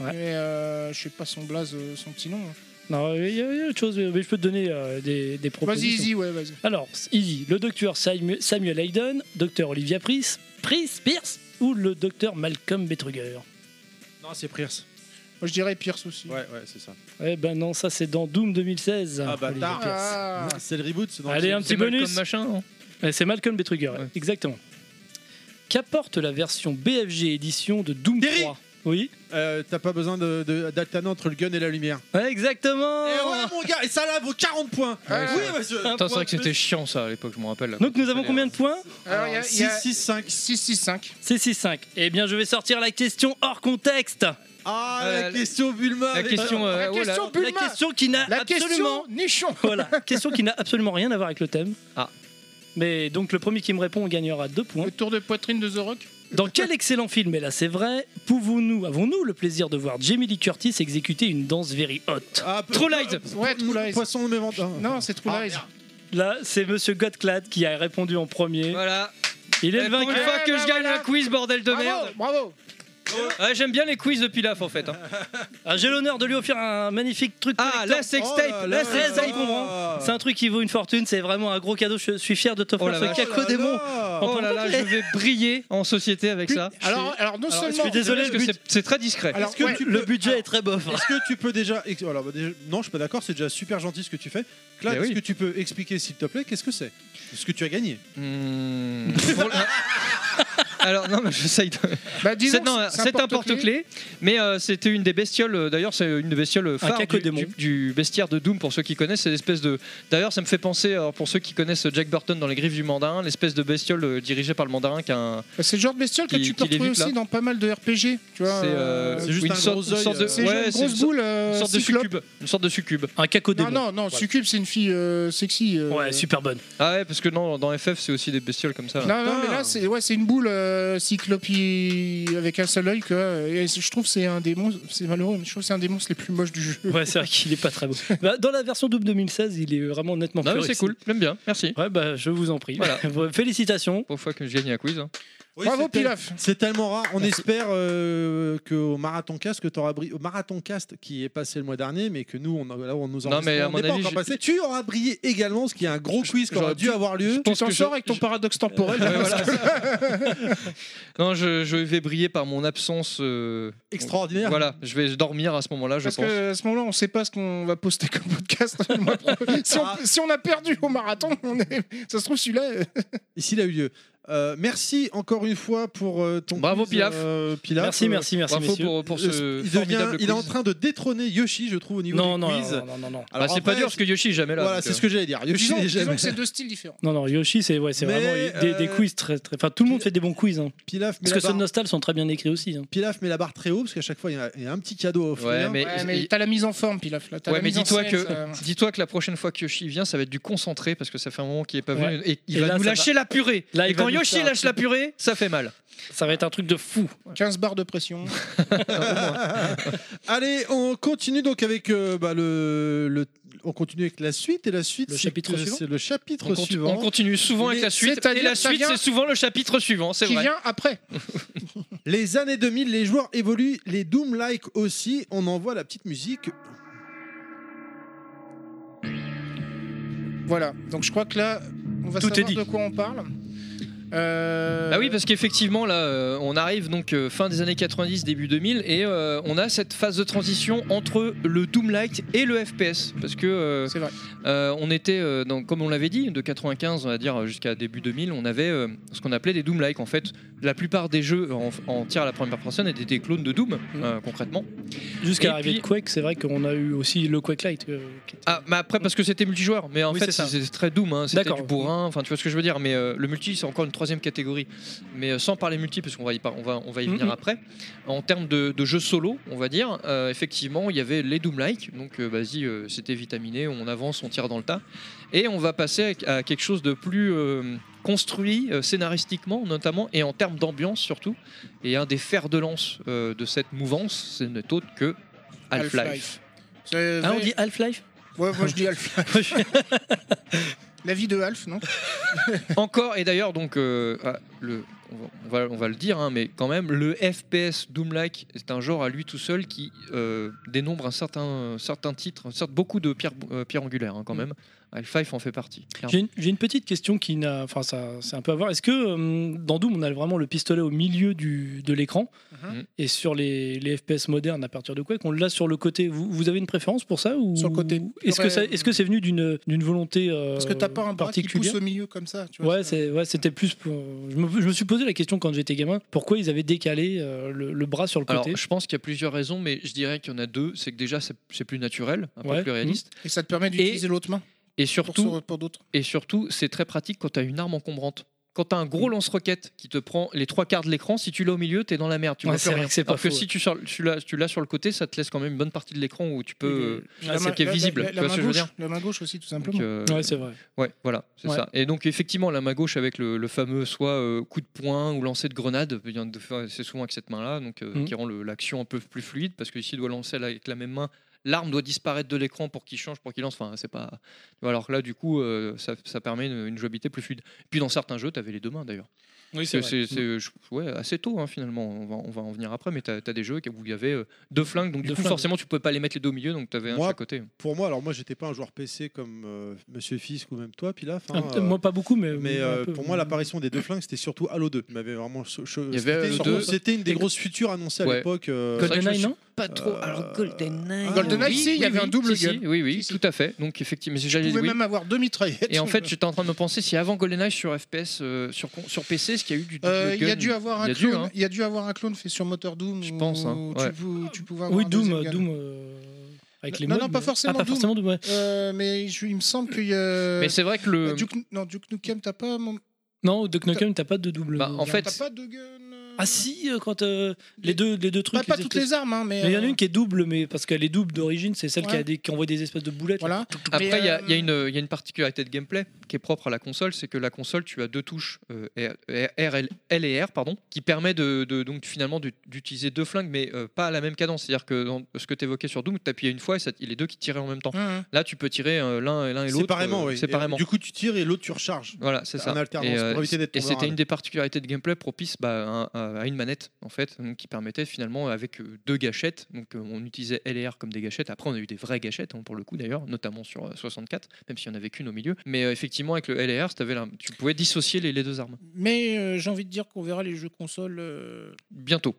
C: Ouais.
D: Mais euh, je sais pas son blaze, euh, son petit nom. hein.
C: Non, il y, a- il y a autre chose, mais je peux te donner euh, des, des
D: Vas-y,
C: propositions.
D: easy, ouais, vas-y.
C: Alors, il dit le docteur Samu- Samuel Hayden, docteur Olivia Price, Price, Pierce ou le docteur Malcolm Betruger
A: Non, c'est Pierce.
D: Moi, je dirais Pierce aussi.
A: Ouais, ouais, c'est ça.
C: Eh ben non, ça c'est dans Doom 2016.
A: Ah,
C: Olivia
A: bâtard.
C: Pierce.
D: Ah.
A: C'est le reboot, c'est dans
C: Allez,
A: le
C: un
B: C'est
C: petit
B: Malcolm
C: bonus.
B: machin. non
C: Ouais, C'est Malcolm Betruger,
B: Ouais.
C: exactement. Qu'apporte la version BFG édition de Doom
A: Terry
C: 3 Oui
A: Euh, T'as pas besoin de- de- d'alterner entre le gun et la lumière.
C: Ouais, Exactement
A: Et
D: Eh
A: ouais, mon gars, et ça là vaut 40 points.
D: Ah, Ouais,
A: oui,
D: c'est
A: monsieur.
C: Ah
B: Putain, c'est vrai que c'était chiant ça à l'époque, je me rappelle.
C: Donc nous avons combien de points
D: Alors, il y a- Euh, il y
A: 6,
D: a
A: 6, 5.
D: 6, 6, 5.
C: C'est 6-5. Eh bien, je vais sortir la question hors contexte.
A: Ah,
B: Euh,
A: la question Bulma.
B: La
A: avec-
B: question. euh,
D: La
B: voilà.
D: question
C: La
D: Bulma
C: question qui n'a
D: La
C: absolument...
D: question Nichon
C: Voilà, question qui n'a absolument rien à voir avec le thème.
B: Ah.
C: Mais donc le premier qui me répond gagnera deux points.
D: Le tour de poitrine de The Rock
C: Dans quel excellent film, et là c'est vrai, pouvons-nous, avons-nous le plaisir de voir Jamie Lee Curtis exécuter une danse very hot
A: Ah, peu-
B: True Lies.
D: Ouais, True Lies.
A: Poisson de mes ventes.
D: Non, c'est True
A: Ah,
D: Lies.
C: Là, c'est Monsieur Godclad qui a répondu en premier.
B: Voilà.
C: Il est
B: Eh,
C: le
B: Pour une
C: vainqueur.
B: fois que je gagne le quiz, bordel de
D: bravo,
B: merde.
D: bravo
B: Ouais, J'aime bien les quiz de Pilaf en fait. hein.
C: Ah, J'ai l'honneur de lui offrir un magnifique truc.
B: Ah,
C: collector.
B: la sextape,
C: Oh
B: la
C: là là,
B: sextape.
C: ça, il comprend. C'est un truc qui vaut une fortune, c'est vraiment un gros cadeau. Je suis fier de
B: Oh
C: t'offrir
B: la
C: ce
B: vache.
C: caco démon.
B: Oh là là, je vais briller en société avec ça.
D: Alors- alors, non
B: je suis
D: seulement-
B: désolé
D: le
B: parce que
D: but-
B: c'est- c'est très discret.
D: Alors,
B: Est-ce que
D: ouais,
B: tu
C: Le
B: peux-
C: budget est très bof.
A: Est-ce que tu peux déjà. ex- Alors, bah, déjà- non, je suis pas d'accord, c'est déjà super gentil ce que tu fais. Claude,
B: Mais
A: est-ce
B: oui.
A: que tu peux expliquer, s'il te plaît, qu'est-ce que c'est Ce que tu as gagné
B: Hmm, pour le- Alors non, mais j'essaye de.
D: Bah, disons
B: C'est non,
D: que
B: c'est un porte-clés, mais euh, c'était une des bestioles. euh, D'ailleurs, c'est une des bestioles phares du,
C: cacodémon.
B: du- du bestiaire de Doom pour ceux qui connaissent. C'est l'espèce de. D'ailleurs, ça me fait penser alors, pour ceux qui connaissent Jack Burton dans les griffes du mandarin, l'espèce de bestiole euh, dirigée par le mandarin qui a un.
D: Bah, C'est le genre de bestiole que
B: Qui-
D: tu peux
B: qui l'évite,
D: retrouver
B: là.
D: aussi dans pas mal de RPG. Tu vois,
B: C'est
D: euh,
B: euh,
A: c'est juste
B: une
A: un
B: sorte,
A: gros
B: une
A: œil,
B: sorte
A: euh,
B: de.
D: c'est genre
B: ouais,
D: une
B: c'est une
D: grosse
B: sorte-
D: boule. euh,
B: une sorte de
D: cyclope.
B: succube. Une sorte de succube.
C: Un caco
D: Non,
C: démon.
D: non, non, Succube, c'est une fille euh, sexy. euh.
C: Ouais, super bonne.
B: Ah ouais, parce que non, dans FF, c'est aussi des bestioles comme ça.
D: Non, non, mais
A: Putain.
D: là, c'est ouais, c'est une boule euh, cyclopie avec un seul œil. Que, euh, et je trouve que c'est un des monstres, c'est malheureux, mais je trouve que c'est un des monstres les plus moches du jeu.
C: Ouais, c'est vrai qu'il est pas très beau. Bah, dans la version double 2016, il est vraiment nettement
B: Non,
C: plus
B: mais c'est
C: réussi.
B: cool. J'aime bien. Merci.
C: Ouais, bah, je vous en prie.
B: Voilà.
C: Félicitations.
B: Pour fois que je gagne un quiz. hein.
A: Oui,
D: Bravo,
A: c'est tel-
D: Pilaf
A: C'est tellement rare. On espère euh, qu'au Marathon Cast, que t'auras brillé. Au Marathon Cast qui est passé le mois dernier, mais que nous, on, a- là où on nous
B: Non,
A: enregistre,
B: mais à
A: on
B: mon
A: n'est pas
B: avis,
A: encore
B: j'ai-
A: passé. Tu auras brillé également, ce qui est un gros quiz qui
B: j'aurais
A: aurait dû
B: pu-
A: avoir lieu.
D: Tu
B: pense
D: t'en
B: que
D: sors
B: je-
D: avec ton paradoxe temporel.
B: Ouais, voilà, c'est- non, je, je vais briller par mon absence. euh,
A: Extraordinaire.
B: Voilà, je vais dormir à ce moment-là, je
D: Parce
B: pense.
D: que à ce moment-là, on sait pas ce qu'on va poster comme podcast. le mois prochain. si, on, si on a perdu au marathon, on est- ça se trouve celui-là. euh,
A: Et s'il a eu lieu. Euh, merci encore une fois pour euh, ton
B: Bravo,
A: quiz,
B: Pilaf.
A: euh, Pilaf.
C: Merci,
A: Euh,
C: merci, merci,
B: Bravo
C: messieurs.
B: pour, pour ce
A: euh, il, devient,
B: formidable
A: il est en
B: quiz.
A: train de détrôner Yoshi, je trouve, au niveau
C: Non,
A: du
C: non,
A: quiz.
C: non, non, non, non.
B: Bah, c'est
A: après,
B: pas dur parce que Yoshi est jamais là.
A: Voilà,
B: donc,
A: c'est
B: euh,
A: ce que j'allais dire. Yoshi
D: disons,
A: n'est
D: disons
A: jamais.
D: que c'est deux styles différents.
C: Non, non, Yoshi, c'est ouais, c'est
A: Mais,
C: vraiment des, des
A: euh,
C: quiz très, très. Enfin, tout le monde fait des bons quiz. hein.
A: Pilaf met,
C: Parce
A: la
C: que ceux
A: barre,
C: de Nostal sont très bien écrits aussi. hein.
A: Pilaf met la barre très haut parce qu'à chaque fois, il y, a- il y a un petit cadeau à offrir.
B: Ouais, mais,
D: ouais, mais t'as la mise en forme, Pilaf. Là, T'as
B: ouais,
D: la
B: mais
D: mise en
B: dis-toi
D: scène,
B: que,
D: ça-
B: dis-toi que la prochaine fois que Yoshi vient, ça va être du concentré parce que ça fait un moment qu'il est pas venu
C: Ouais.
B: et il
C: Et
B: va
C: là,
B: nous
C: ça
B: lâcher la purée.
C: Là,
B: et
C: il va
B: quand
C: nous
B: Yoshi
C: faire un
B: lâche la purée, ça fait mal.
C: Ça va être un truc de fou.
D: 15 barres de pression.
A: Allez, on continue donc avec euh, bah, le, le- on continue avec la suite et la suite.
C: Le
A: c'est
C: chapitre
A: que-
C: suivant
A: C'est le chapitre
B: On, cont-
A: suivant.
B: on continue souvent avec
A: Mais
B: la suite et
D: c'est-à-dire
B: la
D: que ça
B: suite,
D: vient-
B: c'est souvent le chapitre suivant, c'est
D: Qui
B: vrai.
D: vient après
A: Les années 2000, les joueurs évoluent, les Doom-like aussi. On envoie la petite musique.
D: Voilà. Donc je crois que là, on va
C: Tout est
D: savoir
C: dit.
D: de quoi on parle. Euh,
B: Bah oui, parce qu'effectivement, là, euh, on arrive donc euh, fin des années 90, début 2000, et euh, on a cette phase de transition entre le Doom Light et le FPS. Parce que euh,
D: C'est vrai.
B: euh, on était, euh, dans- comme on l'avait dit, de 95, on va dire, jusqu'à début 2000, on avait euh, ce qu'on appelait des Doom Like. En fait, la plupart des jeux en, en tir à la première personne étaient des clones de Doom,
D: Mmh.
B: euh, concrètement.
C: Jusqu'à
B: Et
C: l'arrivée
B: puis-
C: de Quake, c'est vrai qu'on a eu aussi le Quake Light. euh, qui était-
B: Ah, mais après, parce que c'était multijoueur, mais en
C: Oui,
B: fait,
C: c'est ça.
B: c'était très Doom, hein, c'était
C: D'accord.
B: du bourrin, enfin, tu vois ce que je veux dire, mais euh, le multi, c'est encore une troisième catégorie. Mais euh, sans parler multi, parce qu'on va y, par- on va, on va y venir
C: Mhm.
B: après, en termes de, de jeux solo, on va dire, euh, effectivement, il y avait les Doom-like, donc euh, vas-y, euh, c'était vitaminé, on avance, on tire dans le tas, et on va passer à, à quelque chose de plus. euh, construit euh, scénaristiquement notamment et en termes d'ambiance surtout et un des fers de lance euh, de cette mouvance ce n'est autre que Half-Life
D: Half-Life. C'est
C: Ah, on
D: vrai.
C: dit Half-Life
D: Ouais, moi je dis Half. La vie de Half, non
B: Encore, et d'ailleurs, donc, euh, ah, le, on, va, on va- on va le dire, hein, mais quand même, le FPS Doom-like est un genre à lui tout seul qui euh, dénombre un certain, un certain titre, certes beaucoup de pierres euh, pierres angulaires hein, quand même. Half-Life en fait partie. clairement.
C: Mm. J'ai une, j'ai une petite question qui n'a. Enfin, ça, c'est un peu à voir. Est-ce que euh, dans Doom, on a vraiment le pistolet au milieu du, de l'écran
B: Mhm.
C: Et sur les, les FPS modernes à partir de Quake, on l'a sur le côté. Vous, vous avez une préférence pour ça ou...
D: Sur le côté.
C: Est-ce que, ça, est-ce que c'est venu d'une, d'une volonté euh,
D: Parce que t'as pas un bras qui
C: particulière
D: pousse au milieu comme ça. Tu vois,
C: Ouais, c'est, ouais, c'était plus. pour- Je, me, je me suis posé la question quand j'étais gamin pourquoi ils avaient décalé euh, le, le bras sur le
B: Alors,
C: côté.
B: je pense qu'il y a plusieurs raisons, mais je dirais qu'il y en a deux. C'est que déjà, c'est c'est plus naturel, un
C: Ouais. Mm.
B: peu plus réaliste.
D: Et ça te permet d'utiliser l'autre main
B: Et
D: pour,
B: surtout,
D: se- pour d'autres.
B: Et surtout, c'est très pratique quand tu as une arme encombrante. Quand tu as un
C: Mm.
B: gros lance-roquette qui te prend les trois quarts de l'écran, si tu l'as au milieu, tu es dans la merde. Tu
C: Ouais,
B: vois
C: c'est
B: plus
C: vrai
B: rien.
C: que c'est pas
B: Alors que
C: faux,
B: si tu, sors- tu l'as tu l'as sur le côté, ça te laisse quand même une bonne partie de l'écran où tu peux.
D: Puis
B: Ah,
D: la
B: c'est
D: main-
B: qui est
D: la- la-
B: visible,
D: La,
B: tu
D: la
B: vois
D: main
B: ce que je veux
D: gauche,
B: dire
D: la main gauche aussi, tout
B: Donc,
D: simplement.
B: euh,
C: Ouais, c'est vrai.
B: ouais, voilà, c'est
C: Ouais.
B: ça. Et donc, effectivement, la main gauche avec le, le fameux soit euh, coup de poing ou lancer de grenade, il y en a de- c'est souvent avec cette main-là, donc euh,
C: Mhm.
B: qui rend le- l'action un peu plus fluide parce que ici, il doit lancer avec la même main l'arme doit disparaître de l'écran pour qu'il change, pour qu'il lance. Enfin, c'est pas. tu vois, Alors que là, du coup, euh, ça, ça permet une, une jouabilité plus fluide. Puis dans certains jeux, tu avais les deux mains d'ailleurs.
E: Oui, c'est vrai.
B: c'est- je- ouais, assez tôt hein, finalement. On va, on va en venir après, mais tu as, des jeux où il y avait euh, deux flingues, donc du
E: Deux
B: coup,
E: flingues.
B: forcément, tu pouvais pas les mettre les deux au milieu, donc tu avais un
A: Moi,
B: à chaque côté.
A: Pour moi, alors moi, j'étais pas un joueur PC comme euh, Monsieur Fisk ou même toi, Pilaf. hein,
C: Ah,
E: Un peu-
A: euh,
E: Moi, pas beaucoup, mais.
A: mais
E: un
A: euh,
E: peu.
A: pour moi, l'apparition des deux flingues, c'était surtout Halo 2. Il m'avait vraiment. cho- cho-
B: Il y avait
A: c'était
B: Halo
A: surtout-
B: 2.
A: C'était une des
B: Et-
A: grosses futures annoncées à
B: Ouais.
A: l'époque. euh, Ah,
B: C'est vrai que je me
E: GoldenEye,
B: suis
E: non
B: Pas trop. Alors GoldenEye.
D: GoldenEye,
B: oui,
D: Ah, si, il y
B: oui,
D: avait
B: oui,
D: un
B: si,
D: double
B: si,
D: gun.
B: oui, oui, tout à fait. Donc effectivement, mais
D: Vous
B: j'allais-
D: pouvez
B: oui.
D: même avoir deux mitraillettes.
B: Et en fait, j'étais en train de me penser si avant GoldenEye sur FPS, euh, sur, con- sur PC, est-ce qu'il y a eu du double
D: Euh, il y a
B: gun
D: dû avoir un
B: Il y a dû,
D: clone.
B: hein.
D: Il y a dû avoir un clone fait sur moteur Doom.
B: Je pense, hein,
D: où
B: ouais.
D: Tu, pou- tu pouvais avoir
E: Oui,
D: un
E: Doom.
D: deuxième gun.
E: euh, Doom euh, avec les
D: Non,
E: modes,
D: non, pas
E: mais-
D: forcément
E: Ah, pas
D: Doom.
E: forcément Doom, ouais.
D: Euh, mais je- il me semble qu'il y a.
B: Mais c'est euh, vrai que le.
D: Bah, Duke, Nu- non, Duke Nukem, t'as pas. mon-
E: Non, au Duck Nukem, t'as pas de double.
B: Bah, en
E: gun.
B: fait-
D: T'as pas de gun. euh,
E: Ah si, euh, quand euh, les deux, les deux
D: Pas,
E: trucs.
D: pas
E: les
D: toutes
E: espèces-
D: les armes, hein, mais.
E: Mais Il y en a
D: euh,
E: une qui est double, mais parce qu'elle est double d'origine, c'est celle qui,
D: Ouais.
E: a des, qui envoie des espèces de boulettes.
D: Voilà.
B: Après, il
D: Mais,
B: y, a-
D: euh,
B: il y a une- il y a une particularité de gameplay qui est propre à la console, c'est que la console, tu as deux touches euh, R- R- L, L et R, pardon, qui permet de, de- donc finalement de- d'utiliser deux flingues, mais euh, pas à la même cadence. C'est-à-dire que dans ce que tu évoquais sur Doom, tu appuyais une fois et ça- les deux qui tiraient en même temps.
D: Hum, hum.
B: Là, tu peux tirer euh, l'un et l'un et l'autre.
A: séparément,
B: euh,
A: oui. Et
B: Séparément.
A: Du coup, tu tires et l'autre, tu recharges.
B: Voilà, c'est ça.
A: En alternance,
B: et, euh,
A: pour éviter d'être
B: et
A: tombé en
B: c'était
A: rade.
B: une des particularités de gameplay propice bah, à, à- à une manette, en fait, donc, qui permettait finalement, avec euh, deux gâchettes, donc euh, on utilisait L et R comme des gâchettes, après on a eu des vraies gâchettes, hein, pour le coup d'ailleurs, notamment sur euh, 64, même s'il n'y en avait qu'une au milieu, mais euh, effectivement avec le L et R, t'avais la- tu pouvais dissocier les, les deux armes.
D: Mais euh, j'ai envie de dire qu'on verra les jeux consoles. euh,
B: Bientôt.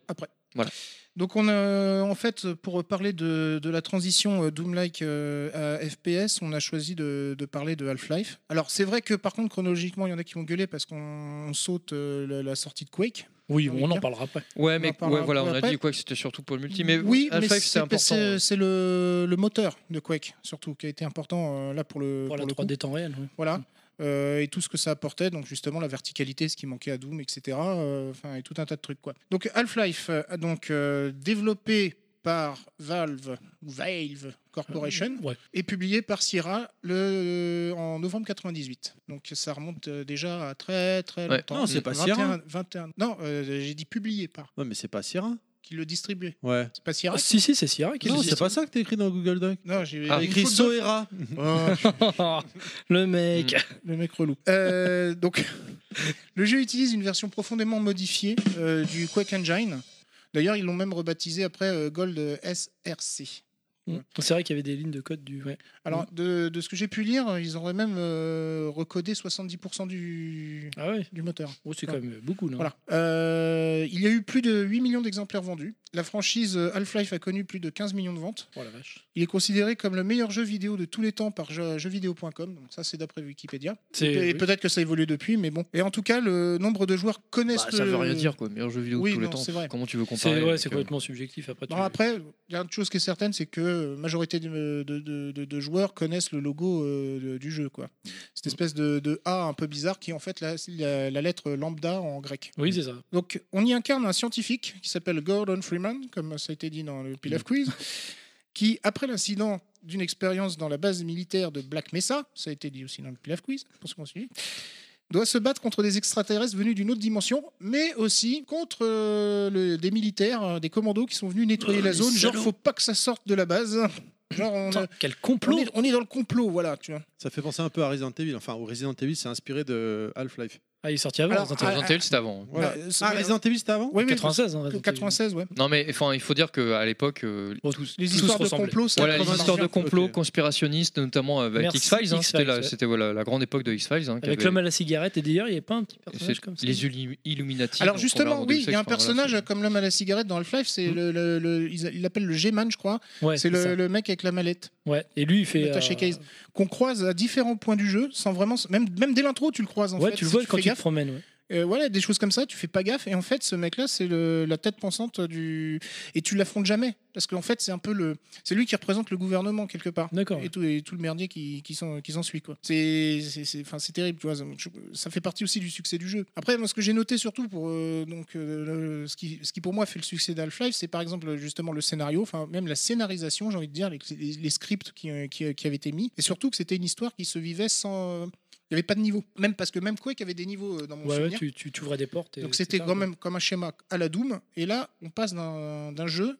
D: Donc on a, en fait, pour parler de, de la transition euh, Doom-like euh, à FPS, on a choisi de, de parler de Half-Life. Alors c'est vrai que par contre chronologiquement, il y en a qui vont gueuler parce qu'on on saute euh, la, la sortie de Quake.
E: Oui,
D: Ah oui,
E: on en
D: bien.
E: parlera après.
B: Ouais,
D: On en
B: mais
D: parlera
B: ouais, voilà, on a
D: après.
B: dit quoi que c'était surtout pour le multi, mais
D: oui, mais
B: Half-Life, c'est
D: c'est
B: important. hein.
D: c'est- c'est le, le moteur de Quake surtout qui a été important euh, là pour le,
E: Pour
D: pour
E: la
D: le coup.
E: 3D temps réel. ouais.
D: Voilà. Euh, et tout ce que ça apportait, donc justement la verticalité, ce qui manquait à Doom, etc. Euh, Enfin, et tout un tas de trucs quoi. Donc Half-Life, euh, donc euh, développé par Valve, ou Valve
C: Ah
D: Corporation,
E: Ouais.
D: et publié par Sierra le, euh, en novembre 98. Donc ça remonte euh, déjà à très très
B: Ouais.
D: longtemps.
A: Non, c'est pas Sierra.
D: 21, 21 Non, euh, j'ai dit publié par,
A: Ouais, mais c'est pas Sierra.
D: qui le distribuait.
A: Ouais.
D: C'est pas Sierra.
E: Ah, si, si, c'est Sierra qui
A: Non,
E: le
A: c'est pas ça que t'as écrit dans Google Doc.
D: Non, j'ai
B: Ah.
A: T'as
D: une
A: écrit
D: faute de-
A: Soera.
D: Oh,
E: Le mec.
D: Mm. Le mec relou. Euh, donc, le jeu utilise une version profondément modifiée euh, du Quake Engine. D'ailleurs, ils l'ont même rebaptisé après euh, Gold euh, SRC.
E: Mm. C'est vrai qu'il y avait des lignes de code du. ouais.
D: Alors, de, de ce que j'ai pu lire, ils auraient même euh, recodé 70% du,
E: Ah ouais,
D: du moteur.
E: Oh, c'est quand même beaucoup. Là.
D: Voilà. Euh, il y a eu plus de 8 millions d'exemplaires vendus. La franchise euh, Half-Life a connu plus de 15 millions de ventes.
E: Oh la vache.
D: Il est considéré comme le meilleur jeu vidéo de tous les temps par jeu- jeuxvideo.com. Donc ça, c'est d'après Wikipédia.
E: C'est-
D: Et
E: oui.
D: peut-être que ça évolue depuis, mais bon. Et en tout cas, le nombre de joueurs connaissent.
B: Bah, ça veut
D: le-
B: rien dire quoi, meilleur jeu vidéo
D: Oui,
B: de tous
D: non,
B: les temps.
D: c'est vrai.
B: Comment tu veux comparer
E: C'est ouais,
B: avec,
E: c'est
B: euh,
E: complètement subjectif. Après, tu-
D: Non, après, il y a une chose qui est certaine, c'est que euh, majorité de, de- de- de- de joueurs connaissent le logo euh, de- du jeu, quoi.
B: Mm.
D: Cette espèce de, de A un peu bizarre qui est en fait la, la- la lettre lambda en grec.
E: Oui, c'est ça.
D: Donc, on y incarne un scientifique qui s'appelle Gordon Freeman, comme ça a été dit dans le
B: Mm.
D: Pilaf Quiz, qui, après l'incident d'une expérience dans la base militaire de Black Mesa, ça a été dit aussi dans le Pilaf Quiz, pour ce qu'on suit, doit se battre contre des extraterrestres venus d'une autre dimension, mais aussi contre euh, le- des militaires, euh, des commandos qui sont venus nettoyer
B: Ah,
D: la zone. Genre, faut pas que ça sorte de la base. Genre, on,
E: Putain,
D: euh,
E: quel
D: on
E: complot
D: est, on est dans le complot, voilà, tu vois.
A: Ça fait penser un peu à Resident Evil. Enfin, au Resident Evil, c'est inspiré de Half-Life.
C: Bah,
E: Ah, il est sorti avant.
D: Alors,
E: Resident Evil.
B: Resident Evil, c'est Bah, avant.
A: Voilà.
D: Bah, c'est-
A: ah, Resident Evil, c'était avant
D: Oui, oui,
E: 96. hein, Resident Evil.
D: 96, ouais.
B: Non mais enfin, il faut dire qu'à l'époque, euh,
E: Bon,
B: tous-
D: Les
E: Tous
D: histoires de
E: ressemblaient.
D: complot, ça
B: Voilà, les
D: 90.
B: histoires de complot
A: ok.
B: conspirationnistes, notamment avec
E: Merci,
B: X-Files. hein, c'était
E: X-Files,
B: la,
E: ouais.
B: c'était, voilà, la grande époque de X-Files. hein, qui
E: Avec
B: avait-
E: l'homme à la cigarette. Et d'ailleurs, il n'y a pas un petit
B: et
E: personnage
B: c'est-
E: comme ça.
B: les Illu- Illuminati.
D: Alors
B: dans le
D: justement,
B: programme de
D: oui, il y a
B: sexe,
D: un
B: enfin, voilà,
D: personnage
B: c'est-
D: comme l'homme à la cigarette dans Half-Life, c'est le, le- le- ils ils l'appellent le G-Man, je crois.
E: Hmm. Ouais,
D: c'est
E: ça.
D: le, le mec avec la mallette
E: Ouais. Et lui, il fait.
D: attaché
E: euh,
D: case. qu'on croise à différents points du jeu, sans vraiment, même même dès l'intro, tu le croises en
E: Ouais,
D: fait.
E: tu le
D: si
E: vois quand
D: fais
E: tu te
D: gaffe.
E: promènes. ouais.
D: Euh, voilà, des choses comme ça, tu fais pas gaffe. Et en fait, ce mec-là, c'est le- la tête pensante du, et tu l'affrontes jamais, parce qu'en fait, c'est un peu le, c'est lui qui représente le gouvernement quelque part.
E: D'accord.
D: Et tout, et tout le merdier qui, qui s'en qui s'en suit. quoi. C'est c'est- c'est- enfin, c'est terrible, tu vois. Ça, je- ça fait partie aussi du succès du jeu. Après, moi, ce que j'ai noté surtout pour euh, donc, euh, le- ce, qui, ce qui pour moi fait le succès d'Half-Life, c'est par exemple justement le scénario, enfin même la scénarisation, j'ai envie de dire, les, les- les scripts qui, euh, qui, euh, qui avaient été mis, et surtout que c'était une histoire qui se vivait sans. Il n'y avait pas de niveau. Même parce que même Quake avait des niveaux euh, dans mon
E: Ouais, ouais,
D: souvenir.
E: tu, tu, tu ouvrais des portes. et
D: Donc
E: c'est
D: c'était
E: ça,
D: quand
E: quoi.
D: même comme un schéma à la Doom. Et là, on passe d'un d'un jeu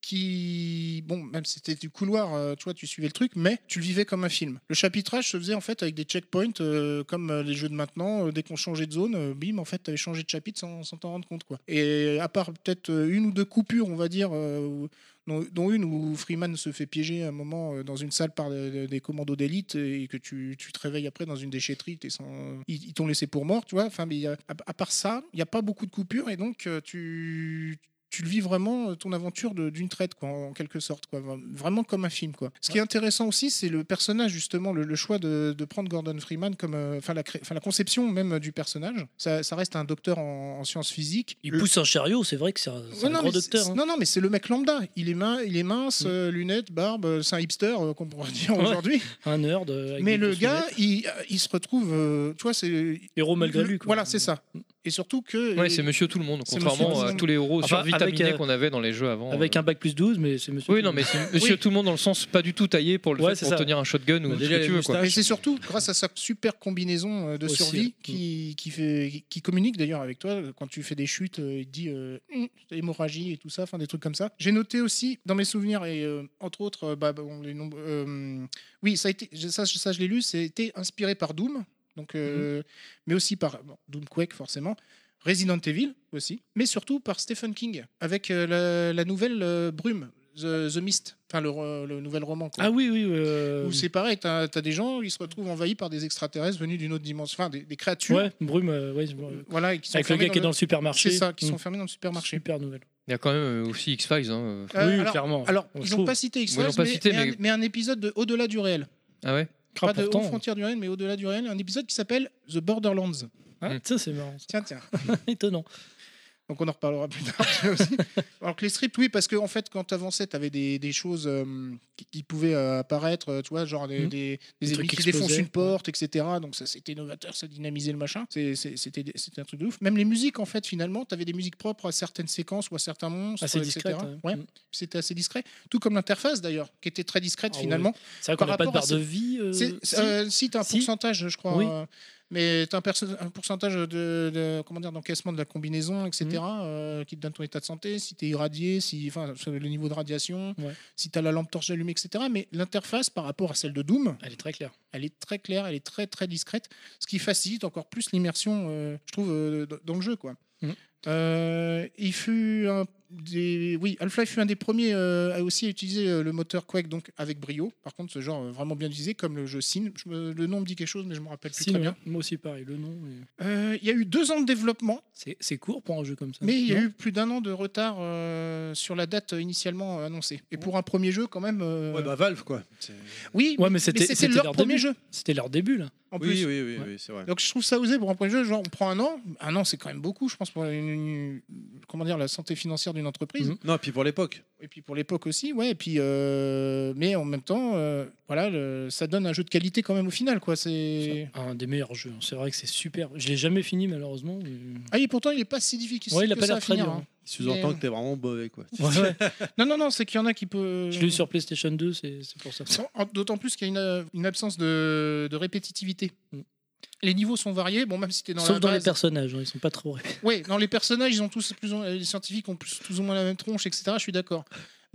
D: qui, bon, même si c'était du couloir, euh, tu vois, tu suivais le truc, mais tu le vivais comme un film. Le chapitrage se faisait en fait avec des checkpoints, euh, comme euh, les jeux de maintenant, euh, dès qu'on changeait de zone, euh, bim, en fait, t'avais changé de chapitre sans sans t'en rendre compte, quoi. Et à part peut-être euh, une ou deux coupures, on va dire, euh, où- dont, dont une où Freeman se fait piéger à un moment euh, dans une salle par euh, des commandos d'élite et que tu, tu te réveilles après dans une déchetterie, t'es sans... ils, ils t'ont laissé pour mort, tu vois. Enfin, mais il y a- à, à part ça, il n'y a pas beaucoup de coupures et donc euh, tu, tu le vis vraiment euh, ton aventure de- d'une traite quoi en quelque sorte quoi Vra- vraiment comme un film quoi ce qui est intéressant aussi c'est le personnage justement le, le choix de, de prendre Gordon Freeman comme euh, enfin la cré- enfin la conception même euh, du personnage ça, ça reste un docteur en, en sciences physiques
K: Il
D: Le-
K: pousse un chariot, c'est vrai que c'est un, c'est
D: Ouais,
K: un
D: non,
K: grand
D: mais c'est-
K: docteur.
D: c'est-
K: hein.
D: Non, non, mais c'est le mec lambda. Il est, min- il est mince, euh, lunettes, barbe, euh, c'est un hipster, euh, qu'on pourrait dire
C: Ouais.
D: aujourd'hui.
K: Un nerd.
C: euh,
D: Mais le gars, il, euh, il se retrouve, euh, tu vois, c'est.
C: Héros malgré lui, quoi.
D: Voilà, c'est ça. Et surtout que.
B: Ouais, c'est monsieur tout le monde,
D: euh, C'est
B: contrairement
D: monsieur
B: à
D: tout
B: tous les héros
C: Enfin,
B: survitaminés
C: avec, euh,
B: qu'on avait dans les jeux avant.
C: Avec un bac plus 12, mais c'est monsieur.
B: Oui, non, mais c'est monsieur tout le monde dans le sens pas du tout taillé pour le
C: Ouais,
B: fait
C: c'est
B: pour
C: ça.
B: tenir un shotgun ou
C: Bah,
B: ce
C: déjà,
B: que tu
C: les
B: veux. Quoi.
D: Et c'est surtout grâce à sa super combinaison euh, de
C: Aussi,
D: survie qui, qui, fait, qui communique d'ailleurs avec toi quand tu fais des chutes, euh, il te dit euh, Hum, hémorragie et tout ça, enfin des trucs comme ça. J'ai noté aussi dans mes souvenirs et euh, entre autres, euh, bah, bon, les nombres- euh, oui ça a été, je- ça, je- ça, je l'ai lu, c'était inspiré par Doom, donc euh, mais aussi par bon, Doom Quake forcément. Resident Evil aussi, mais surtout par Stephen King avec euh, la, la nouvelle euh, Brume, The, The Mist, enfin le, re- le nouvel roman. quoi.
C: Ah oui, oui. euh,
D: Où c'est pareil, t'as as des gens, ils se retrouvent envahis par des extraterrestres venus d'une autre dimension, enfin des, des créatures.
C: Ouais, brume. euh, ouais, je vois.
D: Voilà, et qui sont
C: Avec le
D: fermés
C: gars qui est dans le supermarché.
D: C'est ça, qui
C: Mm.
D: sont fermés dans le supermarché.
C: Super nouvelle.
B: Il y a quand même euh, aussi X-Files. hein.
D: Euh,
C: Oui,
D: alors,
C: clairement.
D: Alors,
C: On
D: ils
C: se
D: n'ont
C: trouve.
D: pas cité
B: Ils
D: X-Files,
B: l'ont pas
D: mais,
B: cité,
D: mais un-
B: mais-
D: mais un épisode de Au-delà du réel.
B: Ah ouais
D: Pas de
C: Important.
D: Aux frontières du réel, mais Au-delà du réel, un épisode qui s'appelle The Borderlands.
C: Ah, Ça, c'est marrant.
D: Tiens, tiens.
C: Étonnant.
D: Donc on en reparlera plus tard ça aussi. Alors que les scripts, oui, parce qu'en en fait, quand tu avançais, tu avais des, des choses euh, qui, qui pouvaient euh, apparaître, euh, tu vois, genre des,
C: Mhm.
D: des, des
C: Des
D: ennemis
C: trucs
D: qui
C: explosaient,
D: défoncent une
C: ouais.
D: porte, etc. Donc ça, c'était novateur, ça dynamisait le machin. C'est- c'est- C'était des- c'était un truc de ouf. Même les musiques, en fait, finalement, tu avais des musiques propres à certaines séquences ou à certains monstres,
C: Assez
D: etc.
C: discrète. hein. Mmh.
D: Ouais, C'était assez discret. Tout comme l'interface, d'ailleurs, qui était très discrète,
C: Ah ouais.
D: finalement.
C: C'est vrai qu'on
D: Par
C: n'a pas de
D: rapport à
C: barre de
D: ce-
C: vie. euh,
D: C'est-
C: si.
D: euh, Si, t'as un
C: Si.
D: pourcentage, je crois.
C: Oui.
D: euh, Mais tu as un, perso- un pourcentage de, de- comment dire d'encaissement de la combinaison, etc.,
C: Mhm.
D: euh, qui te donne ton état de santé, si tu es irradié, si, enfin, sur le niveau de radiation,
C: Ouais.
D: si tu as la lampe torche allumée, etc. Mais l'interface par rapport à celle de Doom,
C: Elle est très claire.
D: elle est très claire, elle est très très discrète, ce qui facilite encore plus l'immersion, euh, je trouve, euh, d- dans le jeu. Quoi.
C: Mhm.
D: Euh, il fut un des... Oui, Half-Life fut un des premiers euh, à aussi utiliser euh, le moteur Quake donc avec brio. Par contre, ce genre euh, vraiment bien utilisé, comme le jeu Sin. Je me- Le nom me dit quelque chose, mais je me rappelle plus
C: Si,
D: très
C: ouais.
D: bien.
C: Moi aussi, pareil. Le nom. mais-
D: Euh, Il y a eu deux ans de développement,
C: C'est c'est court pour un jeu comme ça.
D: mais il y a
C: Non
D: eu plus d'un an de retard euh, sur la date euh, initialement euh, annoncée. Et pour un premier jeu, quand même. euh,
A: Ouais, bah Valve, quoi. C'est-
D: Oui,
C: Ouais, mais
D: mais
C: c'était
D: c'était
C: c'était
D: leur premier
C: début.
D: jeu,
C: C'était leur début là.
D: en
A: Oui,
D: plus.
A: oui, oui, oui, c'est vrai.
D: Donc je trouve ça osé pour un premier jeu. Genre on prend un an. Un an c'est quand même beaucoup, je pense pour une- une- comment dire la santé financière d'une entreprise.
C: Mhm.
A: Non, puis pour l'époque.
D: Et puis pour l'époque aussi, ouais. Et puis euh, mais en même temps, euh, voilà, le- ça donne un jeu de qualité quand même au final, quoi. C'est
C: Un des meilleurs jeux. hein. C'est vrai que c'est super. Je l'ai jamais fini malheureusement. mais-
D: ah et pourtant il est pas si difficile.
C: Ouais, il a
D: que
C: pas
D: ça
C: l'air
D: à
C: très
D: finir,
C: dur,
D: hein.
A: Il sous-entend
D: Mais-
A: que t'es vraiment mauvais, quoi.
D: Non non non, c'est qu'il y en a qui peut.
C: Je l'ai eu sur PlayStation 2, c'est c'est pour ça.
D: En- en- D'autant plus qu'il y a une, euh, une absence de, de répétitivité.
C: Mhm.
D: Les niveaux sont variés. Bon même si t'es dans
K: Sauf
D: la
K: dans les
D: base-
K: personnages, hein, ils sont pas trop.
D: Oui, dans les personnages, ils ont tous plus ou moins- les scientifiques ont plus, plus ou moins la même tronche, etc. Je suis d'accord.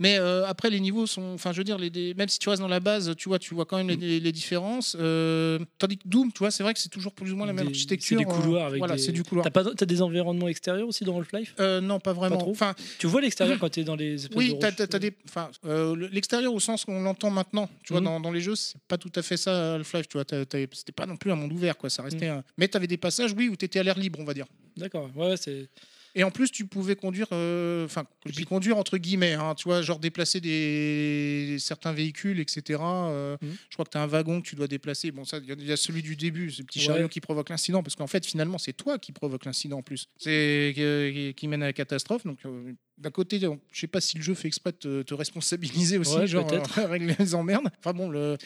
D: Mais euh, après, les niveaux sont, enfin, je veux dire, les, les- même si tu restes dans la base, tu vois, tu vois quand
C: Mm.
D: même les, les- les différences. euh, tandis que Doom, tu vois, c'est vrai que c'est toujours plus ou moins la même
C: Des-
D: architecture.
C: C'est des couloirs
D: euh,
C: avec
D: Voilà,
C: des-
D: c'est du couloir.
C: T'as pas- t'as des environnements extérieurs aussi dans Half-Life
D: Euh, non, pas vraiment.
C: Pas trop
D: enfin,
C: Tu vois l'extérieur quand t'es dans les espèces
D: oui,
C: de
D: t'as,
C: roches- euh.
D: t'as- t'as des, enfin, euh, le- l'extérieur au sens qu'on l'entend maintenant. Tu vois,
C: Mhm.
D: dans, dans les jeux, c'est pas tout à fait ça, Half-Life. Tu vois, t'as- t'as- c'était pas non plus un monde ouvert, quoi. Ça
C: Mm.
D: restait. un- Mais t'avais des passages, oui, où t'étais à l'air libre, on va dire.
C: D'accord, ouais, ouais, c'est.
D: Et en plus, tu pouvais conduire, euh, enfin, je dis conduire entre guillemets, hein, tu vois, genre déplacer des certains véhicules, etc. euh,
C: Mhm.
D: Je crois que tu as un wagon que tu dois déplacer. Bon, ça, il y a- il y, a celui du début, ce petit
C: Ouais.
D: chariot qui provoque l'incident, parce qu'en fait, finalement, c'est toi qui provoque l'incident en plus. C'est euh, qui mène à la catastrophe. Donc, euh, d'un côté, on- je sais pas si le jeu fait exprès de te, te responsabiliser aussi,
C: Ouais,
D: genre
C: peut-être.
D: euh, régler les emmerdes. Enfin bon, le.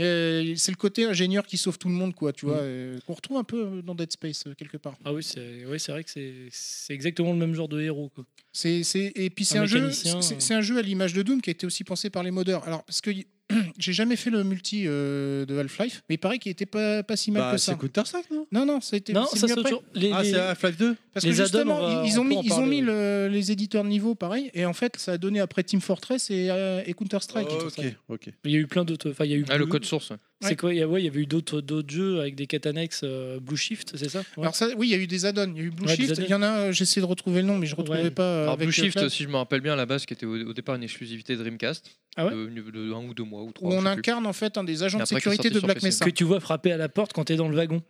D: euh, C'est le côté ingénieur qui sauve tout le monde, quoi, tu
C: Mhm.
D: vois, euh, qu'on retrouve un peu dans Dead Space, euh, quelque part.
C: Ah oui, c'est ouais, c'est vrai que c'est- c'est exactement le même genre de héros. Quoi.
D: C'est, c'est- Et puis c'est
C: Un
D: un, jeu,
C: mécanicien,
D: c'est,
C: euh.
D: c'est un jeu à l'image de Doom qui a été aussi pensé par les modeurs. Alors, parce que y- j'ai jamais fait le multi euh, de Half-Life, mais il paraît qu'il était pas, pas si mal
A: Bah,
D: que ça.
A: c'est Counter-Strike, non
D: Non, non, ça a été.
A: Non,
D: c'est
A: ça,
D: venu
A: c'est
D: après.
A: autre chose. Les- Ah, les- c'est Half-Life 2
D: Parce
A: Les
D: que
A: add-ons,
D: justement,
A: on va-
D: ils, ils ont
A: on peut
D: mis,
A: en
D: ils ont
A: parler,
D: mis le- les éditeurs de niveau pareil, et en fait, ça a donné après Team Fortress et, euh, et Counter-Strike.
A: Oh, ok.
E: Il y a eu plein d'autres. Enfin, il y a eu.
B: Ah, le
E: Blue-
B: code source. ouais.
E: C'est quoi il y, a- ouais, il y avait eu d'autres d'autres jeux avec des quêtes annexes euh, Blue Shift, c'est ça Ouais.
D: Alors ça, oui, il y a eu des add-ons. Il y a eu Blue
E: Ouais, des
D: Shift.
E: add-ons.
D: Il y en a. euh, J'essaie de retrouver le nom, mais je retrouvais pas. euh,
B: Alors, Blue
D: avec le
B: Shift,
D: flash.
B: si je me rappelle bien, à la base, qui était au, au départ une exclusivité Dreamcast. euh,
E: Ah ouais
B: de, de un ou deux mois ou trois.
D: Où
B: Oh, je
D: on
B: sais plus.
D: incarne en fait un des agents
B: Et
D: de
B: après, qui est
D: sécurité
B: sorti
D: de
B: sur
D: Black
B: PC.
D: Mesa.
E: Que tu vois frapper à la porte quand t'es dans le wagon.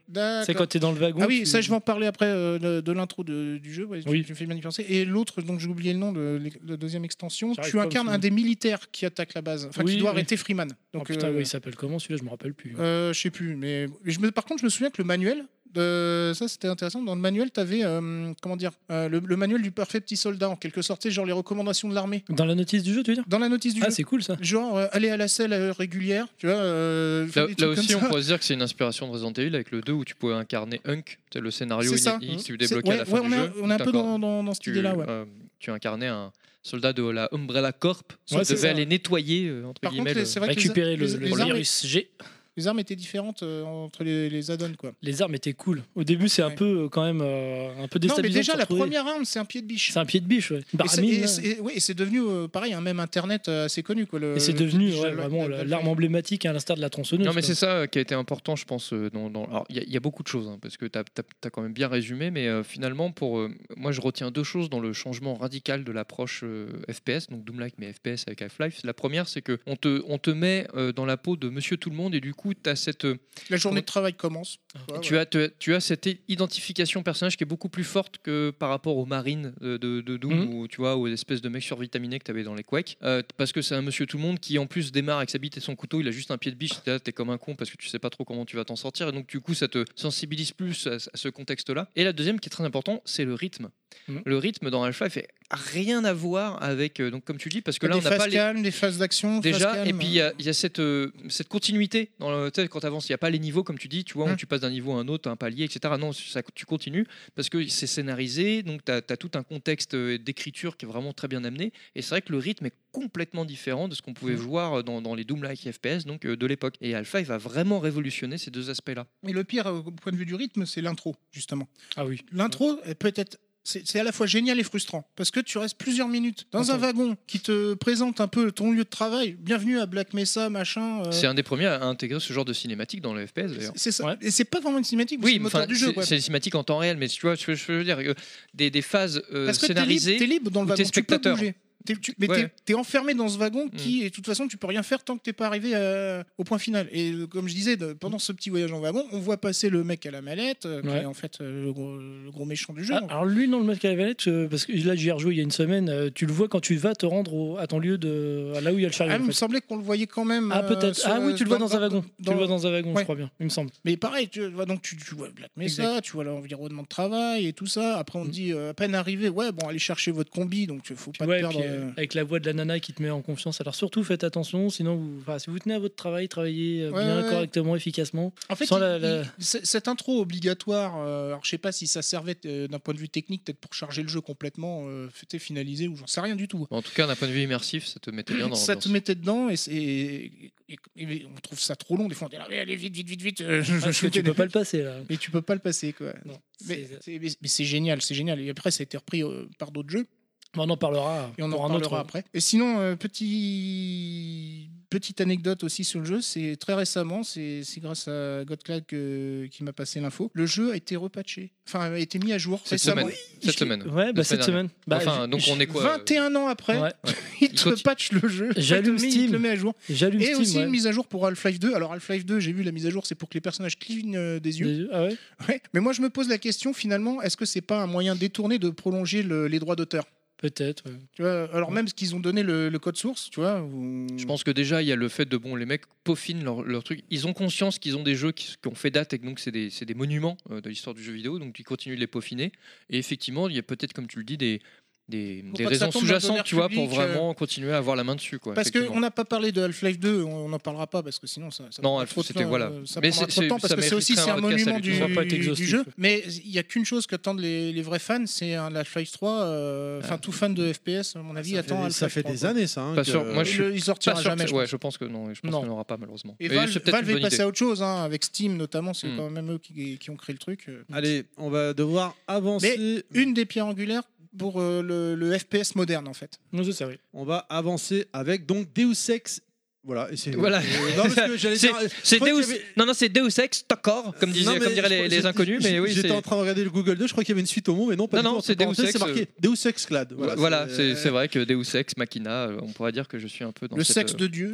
E: C'est quand t'es dans le wagon.
D: Ah oui,
E: tu-
D: ça je vais en parler après euh, de, de l'intro de- du jeu. ouais, tu-
E: Oui.
D: Tu, me fais bien y penser. Et l'autre, donc j'ai oublié le nom de l'é- la deuxième extension.
E: J'arrive
D: Tu
E: pas à me
D: incarnes un
E: souvenir.
D: des militaires qui attaque la base, enfin
E: Oui,
D: qui doit
E: oui.
D: arrêter Freeman.
E: Oh,
D: Donc
E: putain,
D: euh,
E: oui, il s'appelle comment celui-là Je me rappelle plus.
D: euh, je sais plus, mais je me- par contre je me souviens que le manuel, de- ça c'était intéressant. Dans le manuel, t'avais euh, comment dire euh, le, le manuel du parfait petit soldat en quelque sorte, c'est genre les recommandations de l'armée.
E: Dans la notice du jeu, tu veux dire
D: Dans la notice du
E: Ah,
D: jeu.
E: c'est cool ça.
D: Genre euh, aller à la selle euh, régulière, tu vois. euh, faire
B: Là,
D: des
B: là
D: trucs
B: aussi,
D: comme
B: on
D: ça.
B: pourrait se dire que c'est une inspiration de Resident Evil avec le 2 où tu pouvais incarner Hunk, c'est le scénario
D: C'est ça.
B: inédit que tu
D: C'est-
B: débloquais à la
D: ouais,
B: fin
D: ouais,
B: du
D: on est un-
B: jeu.
D: on est un peu
B: D'accord.
D: dans- dans- dans cette
B: Tu,
D: idée-là, ouais.
B: euh, tu incarnais un soldat de la Umbrella Corp, tu
D: Ouais, c'est
B: devais
D: ça.
B: aller nettoyer, euh, entre
D: Par contre,
B: guillemets,
D: les-
B: le-
D: c'est vrai que les-
E: Récupérer le,
D: les-
E: le
D: les armes-
E: virus G.
D: Les armes étaient différentes euh, entre les, les add-ons, quoi.
E: Les armes étaient cool. Au début, c'est un peu euh, quand même euh, un peu
D: Non, mais
E: déstabilisant. de
D: déjà,
E: se
D: la
E: retrouver.
D: première arme, c'est un pied de biche.
E: C'est un pied de biche, ouais. Une
D: Et c'est-
E: baramine,
D: et
E: là.
D: c'est et- ouais, et c'est devenu euh, pareil, un même internet euh, assez connu. Quoi, le-
E: Et c'est
D: le
E: devenu
D: pied de biche,
E: ouais,
D: le-
E: vraiment
D: le-
E: la- l'arme emblématique à l'instar de la tronçonneuse.
B: Non, mais
E: quoi.
B: c'est ça euh, qui a été important, je pense. euh, dans- dans- alors, il y, a- il y a beaucoup de choses, hein, parce que tu as, quand même bien résumé, mais euh, finalement, pour euh, moi, je retiens deux choses dans le changement radical de l'approche euh, FPS, donc Doom-like, mais FPS avec Half-Life. La première, c'est que on te, on te met euh, dans la peau de monsieur tout le monde, et du coup, tu as cette. euh,
D: La journée de travail commence.
E: Ah.
D: Ouais,
B: tu,
D: ouais.
B: as, tu as- tu as cette i- identification personnage qui est beaucoup plus forte que par rapport aux marines de, de- de Doom
E: Mhm.
B: ou tu vois aux espèces de mecs survitaminés que tu avais dans les Quake Euh, t- parce que c'est un monsieur tout le monde qui en plus démarre avec sa bite et son couteau il a juste un pied de biche t'es là, t'es comme un con parce que tu sais pas trop comment tu vas t'en sortir et donc du coup ça te sensibilise plus à, à ce contexte là et la deuxième qui est très important c'est le rythme
E: Mhm.
B: le rythme dans Half-Life est rien à voir avec euh, donc comme tu dis parce que là
D: des
B: on n'a
D: phases
B: pas les
D: calmes, des phases d'action. phases
B: Déjà, et
D: calmes.
B: puis il y a, il y a cette, euh, cette continuité dans le, tu sais, quand tu avances. Il n'y a pas les niveaux, comme tu dis, tu vois, où
D: Hmm.
B: tu passes d'un niveau à un autre, un palier, etc. Non, ça, tu continues parce que c'est scénarisé, donc tu as, tout un contexte euh, d'écriture qui est vraiment très bien amené. Et c'est vrai que le rythme est complètement différent de ce qu'on pouvait
D: Hum.
B: voir dans, dans les Doom-like FPS donc, euh, de l'époque. Et Alpha, il va vraiment révolutionner ces deux aspects-là.
D: Mais le pire, euh, au point de vue du rythme, c'est l'intro, justement.
E: Ah oui.
D: L'intro, elle peut être. C'est c'est à la fois génial et frustrant parce que tu restes plusieurs minutes dans un wagon qui te présente un peu ton lieu de travail. Bienvenue à Black Mesa, machin. euh,
B: C'est un des premiers à intégrer ce genre de cinématique dans le FPS d'ailleurs.
D: c'est ça. Et c'est pas vraiment une cinématique, c'est
B: Oui,
D: le
B: mais
D: moteur
B: enfin,
D: du jeu.
B: c'est
D: quoi.
B: c'est des cinématiques en temps réel, mais tu vois ce que je veux dire, euh, des, des phases euh,
D: Parce que t'es
B: scénarisées.
D: libre, t'es libre dans le
B: où t'es
D: wagon, tu peux
B: spectateur.
D: bouger. T'es- tu- mais
B: Ouais.
D: t'es- t'es enfermé dans ce wagon
E: Mm.
D: qui, et de toute façon, tu peux rien faire tant que t'es pas arrivé euh, au point final. Et euh, comme je disais, de- pendant ce petit voyage en wagon, on voit passer le mec à la mallette, euh, qui
E: Ouais.
D: est en fait euh, le, gros, le gros méchant du jeu.
E: Ah, alors lui non le mec à la valette euh, parce que là j'y ai rejoué il y a une semaine euh, tu le vois quand tu vas te rendre au- à ton lieu de à là où il y a le
D: Ah,
E: chariot en
D: il me
E: fait.
D: semblait qu'on le voyait quand même.
E: ah
D: euh,
E: peut-être
D: sur-
E: ah oui tu le vois dans un wagon tu
D: dans-
E: le vois dans un wagon
D: Ouais.
E: je crois bien il me semble
D: Mais pareil, tu vois, donc tu, tu vois Black Mesa,
E: Exact. Mm.
D: tu vois l'environnement de travail et tout ça. Après, on te dit euh, à peine arrivé, ouais, bon, allez chercher votre combi, donc tu- faut pas
E: Ouais,
D: te perdre.
E: puis, euh,
D: euh.
E: avec la voix de la nana qui te met en confiance alors surtout faites attention sinon vous enfin, si vous tenez à votre travail travaillez euh,
D: Ouais,
E: bien
D: ouais.
E: correctement efficacement
D: En fait,
E: sans
D: il-
E: la- la-
D: il- c- cette intro obligatoire, euh, alors je sais pas si ça servait euh, d'un point de vue technique, peut-être pour charger le jeu complètement, euh, fait- t'es finalisé ou j'en sais rien du tout.
B: En tout cas, d'un point de vue immersif, ça te mettait bien dans
D: ça
B: l'ambiance.
D: te mettait dedans et, c'est- et- et- et on trouve ça trop long. Des fois, on dit allez, allez, vite, vite, vite, vite. euh, je-
E: Ah, parce
D: je
E: que tu
D: fais
E: peux
D: des-
E: pas le passer là
D: Mais tu peux pas le passer, quoi.
E: Non,
D: mais
E: c'est- euh,
D: c'est mais- mais c'est génial, c'est génial. Et après, ça a été repris euh, par d'autres jeux.
E: Bon, on en parlera
D: Et on en
E: pour un
D: parlera
E: autre
D: après. Et sinon, euh, petit... petite anecdote aussi sur le jeu, c'est très récemment, c'est c'est grâce à Godclag que- qui m'a passé l'info, le jeu a été repatché, enfin a été mis à jour
B: Cette
D: récemment.
B: semaine. Cette semaine.
E: ouais bah
B: La
E: cette
B: dernière.
E: semaine Bah,
B: enfin,
E: je-
B: donc on est quoi euh,
D: 21 ans après,
E: Ouais.
D: il
B: Il
D: te
B: continue.
D: patch le jeu,
E: J'allume
D: il te le met- il
E: Steam.
D: te le met à jour.
E: j'allume
D: Et
E: Steam,
D: aussi
E: ouais.
D: une mise à jour pour Half-Life 2. Alors Half-Life 2, j'ai vu la mise à jour, c'est pour que les personnages clignent euh, des yeux.
E: Ah ouais
D: Ouais. Mais moi, je me pose la question finalement, est-ce que c'est pas un moyen détourné de prolonger le- les droits d'auteur
E: peut-être ouais.
D: Tu vois, alors même ce qu'ils ont donné le, le code source, tu vois. où-
B: Je pense que déjà, il y a le fait de, bon, les mecs peaufinent leur, leur truc. Ils ont conscience qu'ils ont des jeux qui, qui ont fait date et que donc c'est des, c'est des monuments euh, de l'histoire du jeu vidéo, donc ils continuent de les peaufiner. Et effectivement, il y a peut-être, comme tu le dis, des, des,
D: Pour
B: des
D: pas que
B: raisons
D: ça tombe dans
B: sous-jacentes,
D: l'honneur
B: tu vois, pour
D: public, euh,
B: vraiment continuer à avoir la main dessus. Quoi,
D: Parce
B: effectivement.
D: qu'on n'a pas parlé de Half-Life 2, on n'en parlera pas parce que sinon ça, ça
B: Non,
D: prendra
B: Half-
D: trop de
B: c'était-
D: temps,
B: voilà.
D: euh, ça
B: Mais
D: prendra
B: c'est-
D: trop de temps
B: c'est- ça
D: parce que c'est aussi
B: mériterait
D: c'est
B: un
D: un
B: podcast à
D: monument
B: lui, tout
D: du,
B: ça. Ça va pas être
D: du
B: exhaustif.
D: jeu. Mais il n'y a qu'une chose qu'attendent les, les vrais fans, c'est un Half-Life 3. euh, Enfin, tout fan de FPS, à mon avis,
A: Ah, Ça
D: attend
A: fait-
D: Half-Life 3.
A: ça fait des
D: quoi.
A: années, ça. hein,
B: Pas
A: que-
B: sûr. Moi, je suis
D: Le- il sortira
B: pas sûr que-
D: jamais, je
B: ouais,
D: pense.
B: je pense que non. Je pense
D: Non.
B: qu'il n'y en aura pas malheureusement.
D: Et
B: Mais
D: Valve,
B: c'est peut-être
D: Valve
B: une
D: est
B: bonne
D: passé
B: idée.
D: à autre chose, hein, avec Steam notamment, c'est
B: Hmm. Ah,
D: quand même eux qui, qui ont créé le truc. euh.
A: Allez, on va devoir avancer.
D: Mais une des pierres angulaires pour euh, le, le FPS moderne en fait.
A: Non, je sais, oui. On va avancer avec donc Deus Ex. Voilà. et c'est-
B: Voilà.
A: Euh, non, parce que j'allais
B: C'est-
A: dire, euh, je
B: C'est
A: crois
B: Deus.
A: qu'il y avait-
B: Non, non, c'est Deus Ex, d'accord, comme,
A: Non,
B: disaient
A: mais
B: comme diraient
A: je
B: les,
A: crois-
B: les
A: j'ai-
B: inconnus,
A: j'ai-
B: mais oui.
A: J'étais
B: c'est-
A: en train de regarder le Google 2, je crois qu'il y avait une suite au mot, mais non, pas
B: Non,
A: du tout,
B: non,
A: entre
B: c'est Deus
A: parenthèses,
B: Ex, euh,
A: C'est marqué Deus Ex Clad. Voilà,
B: Voilà, c'est
A: euh,
B: c'est vrai que Deus Ex Machina, euh, on pourrait dire que je suis un peu dans
D: le
B: cette,
D: sexe
B: euh,
D: de Dieu.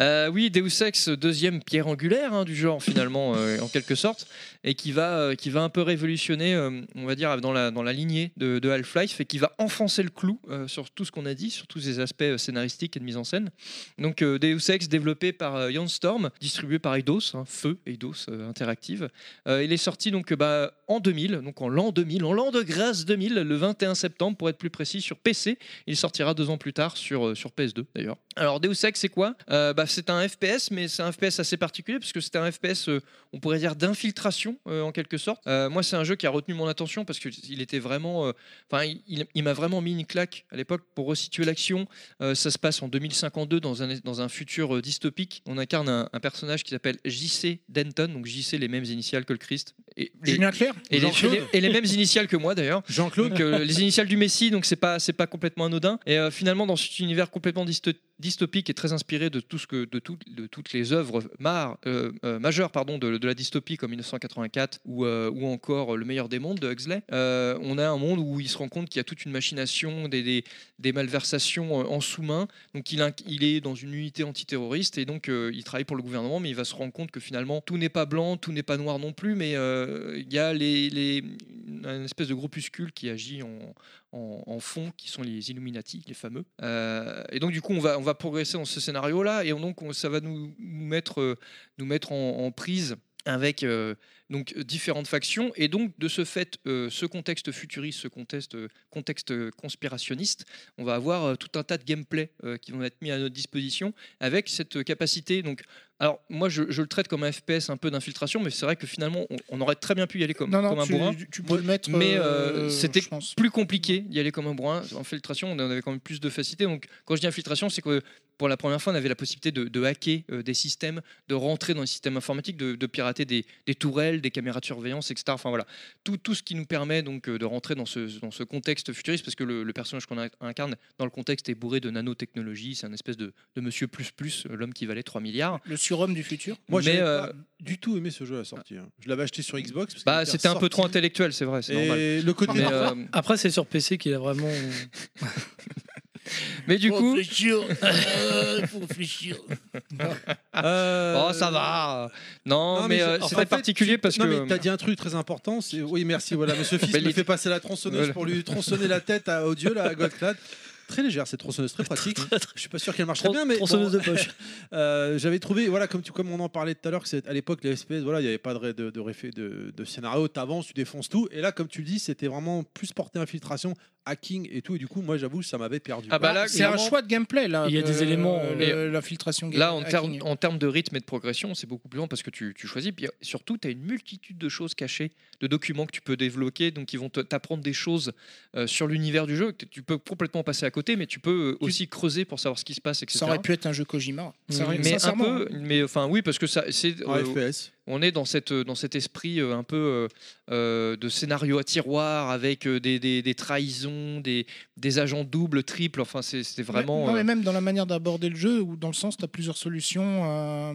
B: Euh, oui, Deus Ex, deuxième pierre angulaire hein, du genre finalement, euh, en quelque sorte, et qui va, euh, qui va un peu révolutionner, euh, on va dire, dans la, dans la lignée de, de Half-Life, et qui va enfoncer le clou euh, sur tout ce qu'on a dit, sur tous ces aspects euh, scénaristiques et de mise en scène. Donc euh, Deus Ex, développé par euh, Ion Storm, distribué par Eidos, hein, Feu Eidos euh, Interactive. Euh, il est sorti donc euh, bah, en 2000, donc en l'an 2000, en l'an de grâce 2000, le 21 septembre pour être plus précis, sur PC. Il sortira deux ans plus tard sur, euh, sur PS2 d'ailleurs. Alors Deus Ex, c'est quoi Euh, bah, C'est un FPS, mais c'est un FPS assez particulier parce que c'est un FPS, euh, on pourrait dire, d'infiltration euh, en quelque sorte. Euh, moi, c'est un jeu qui a retenu mon attention parce qu'il était vraiment. euh, Enfin, il- il, il m'a vraiment mis une claque à l'époque pour resituer l'action. Euh, ça se passe en 2052 dans un, dans un futur euh, dystopique. On incarne un, un personnage qui s'appelle JC Denton, donc JC, les mêmes initiales que le Christ. Et, et-
D: Julien Clerc
B: et les,
D: Jean-Claude
B: et les- et les mêmes initiales que moi d'ailleurs.
A: Jean-Claude.
B: Donc, euh, les initiales du Messie, donc c'est pas c'est pas complètement anodin. Et euh, finalement, dans cet univers complètement dysto- dystopique et très inspiré de tout ce que de, tout- de toutes les œuvres mar- euh, euh, majeures pardon de, de la dystopie comme 1984 ou euh, ou encore euh, Le meilleur des mondes de Huxley, euh, on a un monde où il se rend compte qu'il y a toute une machination, des, des, des malversations euh, en sous-main. Donc il, inc- il est dans une unité antiterroriste et donc euh, il travaille pour le gouvernement, mais il va se rendre compte que finalement tout n'est pas blanc, tout n'est pas noir non plus, mais euh, il y a les, les, une espèce de groupuscule qui agit en, en, en fond, qui sont les Illuminati, les fameux. Euh, et donc du coup on va, on va progresser dans ce scénario-là et on- donc on- ça va nous, nous mettre, euh, nous mettre en, en prise avec euh, donc euh, différentes factions et donc de ce fait euh, ce contexte futuriste ce contexte contexte euh, conspirationniste on va avoir euh, tout un tas de gameplay euh, qui vont être mis à notre disposition avec cette euh, capacité donc alors moi je, je le traite comme un FPS un peu d'infiltration mais c'est vrai que finalement on, on aurait très bien pu y aller comme,
D: Non, non,
B: comme un
D: tu,
B: bourrin
D: tu- tu peux le mettre.
B: mais euh,
D: euh,
B: c'était
D: je pense.
B: plus compliqué d'y aller comme un bourrin. En filtration, on en avait quand même plus de facilité. Donc, quand je dis infiltration, c'est que pour la première fois, on avait la possibilité de, de hacker euh, des systèmes, de rentrer dans les systèmes informatiques, de, de pirater des, des tourelles, des caméras de surveillance, etc. Enfin voilà, tout, tout ce qui nous permet donc euh, de rentrer dans ce, dans ce contexte futuriste, parce que le, le personnage qu'on a- incarne dans le contexte est bourré de nanotechnologie. C'est un espèce de, de monsieur plus plus, euh, l'homme qui valait 3 milliards.
D: Le surhomme du futur.
A: Moi,
B: Mais,
A: j'ai
B: euh,
A: pas du tout aimé ce jeu à la sortie. hein. Je l'avais acheté sur Xbox. parce qu'il
B: Bah,
A: était
B: c'était un peu
A: ressorti.
B: trop intellectuel, c'est vrai, c'est normal.
A: Et le côté.
B: Mais, euh,
E: Après, c'est sur PC qu'il a vraiment.
B: mais
A: Oh,
B: du coup,
I: faut réfléchir.
A: Euh,
B: Oh, ça va. Non,
A: Non,
B: mais,
A: je-
B: euh,
A: en
B: c'est
A: fait,
B: pas particulier
A: tu-
B: parce
A: non,
B: que. euh,
A: mais t'as dit un truc très important. c'est- Oui, merci. Voilà, Monsieur Fils
B: Mais
A: me
B: les-
A: fait passer la tronçonneuse
B: Voilà.
A: pour lui tronçonner la tête à Odieux, là, à Godclad. Très légère cette tronçonneuse, très pratique. Je suis pas sûr qu'elle marche très
K: Tron-
A: bien, mais
K: tronçonneuse de poche.
A: Euh, J'avais trouvé, voilà, comme tu, comme on en parlait tout à l'heure, que c'est- à l'époque les FPS, voilà, il n'y avait pas de ré- de de, réfé- de, de scénario. T'avances, tu défonces tout. Et là, comme tu le dis, c'était vraiment plus porté infiltration, hacking et tout. Et du coup, moi, j'avoue, ça m'avait perdu.
B: Ah bah
A: Voilà.
B: là,
D: C'est un
B: clairement-
D: choix de gameplay là.
E: Il y a
D: que,
E: des éléments,
D: euh,
B: euh,
D: le- la filtration. game-
B: Là, en termes
D: hacking.
B: en termes de rythme et de progression, c'est beaucoup plus lent parce que tu, tu choisis. Puis euh, surtout, tu as une multitude de choses cachées, de documents que tu peux débloquer, donc qui vont te- t'apprendre des choses euh, sur l'univers du jeu. que Tu peux complètement passer à côté, mais tu peux euh, aussi creuser pour savoir ce qui se passe, etc.
D: Ça aurait pu être un jeu Kojima. Ça aurait-
B: mais un
D: sincèrement, hein.
B: peu, mais enfin oui, parce que ça, c'est
A: En
B: euh,
A: FPS.
B: On est dans, cette, dans cet esprit euh, un peu euh, euh, de scénario à tiroir avec euh, des, des- des trahisons, des, des agents doubles, triples. Enfin, c'est- c'était vraiment.
D: Non, mais
B: euh,
D: même dans la manière d'aborder le jeu, ou dans le sens, tu as plusieurs solutions. euh,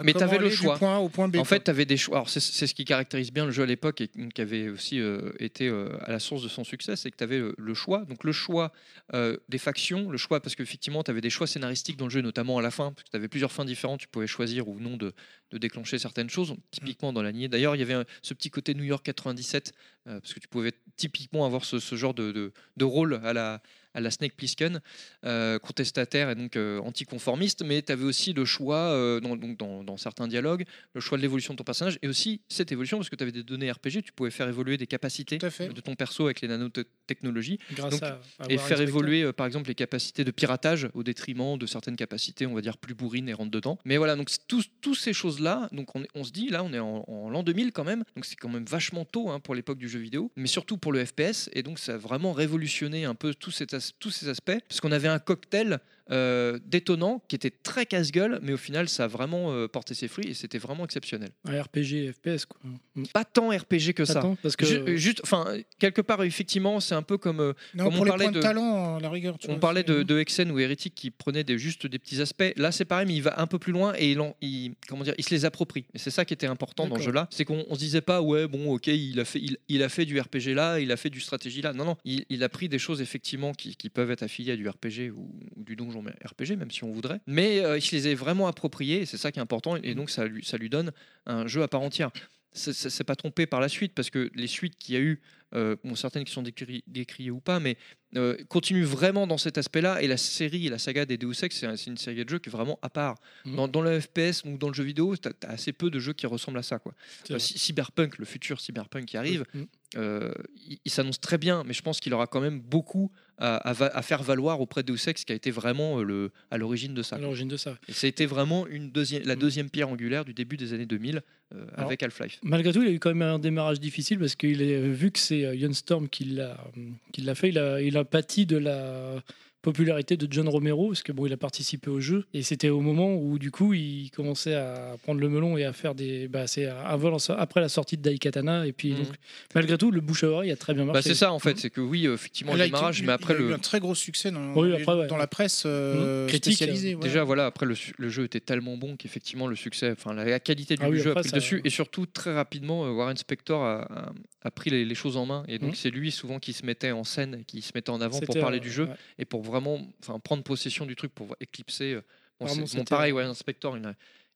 D: à
B: Mais
D: comment
B: t'avais le
D: aller
B: choix.
D: Du point A au point B.
B: En fait, tu avais des choix. Alors, c'est c'est ce qui caractérise bien le jeu à l'époque et qui avait aussi euh, été euh, à la source de son succès, c'est que tu avais le choix. Donc, le choix euh, des factions, le choix, parce qu'effectivement, tu avais des choix scénaristiques dans le jeu, notamment à la fin, parce que tu avais plusieurs fins différentes, tu pouvais choisir ou non de, de déclencher certaines choses, donc, typiquement dans la lignée. D'ailleurs, il y avait un- ce petit côté New York 97, euh, parce que tu pouvais typiquement avoir ce, ce genre de, de- de rôle à la, à à la Snake Plissken, euh, contestataire et donc euh, anticonformiste, mais tu avais aussi le choix, euh, dans, donc dans, dans certains dialogues, le choix de l'évolution de ton personnage et aussi cette évolution, parce que tu avais des données RPG, tu pouvais faire évoluer des capacités de ton perso avec les nanotechnologies.
E: Grâce à- à
B: et
E: Warren
B: faire
E: Spector.
B: évoluer, euh, par exemple, les capacités de piratage au détriment de certaines capacités, on va dire, plus bourrines et rentre dedans. Mais voilà, donc c'est tous tous ces choses-là, donc on, est- on se dit, là, on est en, en l'an 2000 quand même, donc c'est quand même vachement tôt hein, pour l'époque du jeu vidéo, mais surtout pour le FPS, et donc ça a vraiment révolutionné un peu tous, cet as- tous ces aspects, parce qu'on avait un cocktail euh, détonnant qui était très casse-gueule, mais au final, ça a vraiment euh, porté ses fruits et c'était vraiment exceptionnel
E: Un RPG, FPS, quoi. Mm.
B: pas tant RPG que ça.
E: Attends, parce que-
B: Ju- juste, enfin, quelque part, effectivement, c'est un peu comme, euh,
D: Non,
B: comme
D: pour
B: on
D: les
B: parlait
D: points de,
B: de.
D: talent, à la rigueur. tu
B: on
D: vois,
B: parlait
D: c'est-
B: de, de Hexen ou Hérétique qui prenait des, juste des petits aspects. Là, c'est pareil, mais il va un peu plus loin et il, en- il- comment dire, il se les approprie. Et c'est ça qui était important dans
E: D'accord.
B: ce jeu-là. C'est qu'on on se disait pas, ouais, bon, ok, il a, fait, il, il a fait du RPG là, il a fait du stratégie là. Non, non, il, il a pris des choses effectivement qui, qui peuvent être affiliées à du RPG ou, ou du donjon RPG, même si on voudrait. Mais euh, il se les est vraiment appropriés et c'est ça qui est important. Et donc, ça lui, ça lui donne un jeu à part entière. Ça ça s'est pas trompé par la suite parce que les suites qu'il y a eu, euh, bon, certaines qui sont décri- décriées ou pas, mais euh, continuent vraiment dans cet aspect-là. Et la série et la saga des Deus Ex, c'est un- c'est une série de jeux qui est vraiment à part.
D: Mmh.
B: Dans, dans le FPS ou dans le jeu vidéo, tu as, assez peu de jeux qui ressemblent à ça. Quoi.
E: C'est
B: Euh,
E: vrai.
B: Cy- cyberpunk, le futur Cyberpunk qui arrive,
E: Mhm.
B: euh, il, il s'annonce très bien, mais je pense qu'il aura quand même beaucoup à, à va- à faire valoir auprès de Deus Ex, qui a été vraiment euh, le, à l'origine de ça.
E: À l'origine de ça.
B: Et c'était vraiment une deuxième, la deuxième pierre angulaire du début des années 2000 euh,
E: Alors,
B: avec Half-Life.
E: Malgré tout, il a eu quand même un démarrage difficile parce qu'il est vu que c'est euh, Ian Storm qui l'a mm, qui l'a fait, il a, il a pâti de la popularité de John Romero parce que bon, il a participé au jeu et c'était au moment où du coup il commençait à prendre le melon et à faire des bah, c'est avant la so- après la sortie de Daikatana et puis donc malgré tout le bouche à oreille a très bien marché.
B: Mmh. Bah, c'est ça en fait, c'est que oui, euh, effectivement,
E: Elle a
B: le
E: été-
B: démarrage, mais après
D: Mhm. il y a eu
B: le.
D: un très gros succès dans,
E: Oui, après, ouais. Mmh. hein.
D: dans la presse euh, spécialisée. ouais.
B: Déjà, voilà, après le, su- le jeu était tellement bon qu'effectivement, le succès, enfin, la, la qualité du
E: Ah oui,
B: jeu
E: après,
B: a pris
E: ça-
B: le dessus. Et surtout, très rapidement, euh, Warren Spector a, a- a pris les, les choses en main. Et donc,
E: Mhm.
B: c'est lui souvent qui se mettait en scène, et qui se mettait en avant pour
E: C'était,
B: parler
E: euh,
B: du jeu
E: ouais.
B: et pour vraiment enfin, prendre possession du truc, pour éclipser. euh, bon,
E: Apparemment,
B: c'est- bon,
E: c'était-
B: pareil, Warren Spector, il a,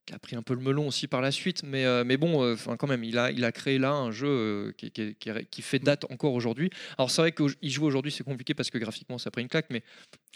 B: il a pris un peu le melon aussi par la suite. Mais, euh, mais bon, euh, enfin, quand même, il a, il a créé là un jeu euh, qui, qui- qui- qui
E: Mm.
B: fait date encore aujourd'hui. Alors, c'est vrai qu'il joue aujourd'hui, c'est compliqué parce que graphiquement, ça a pris une claque. Mais,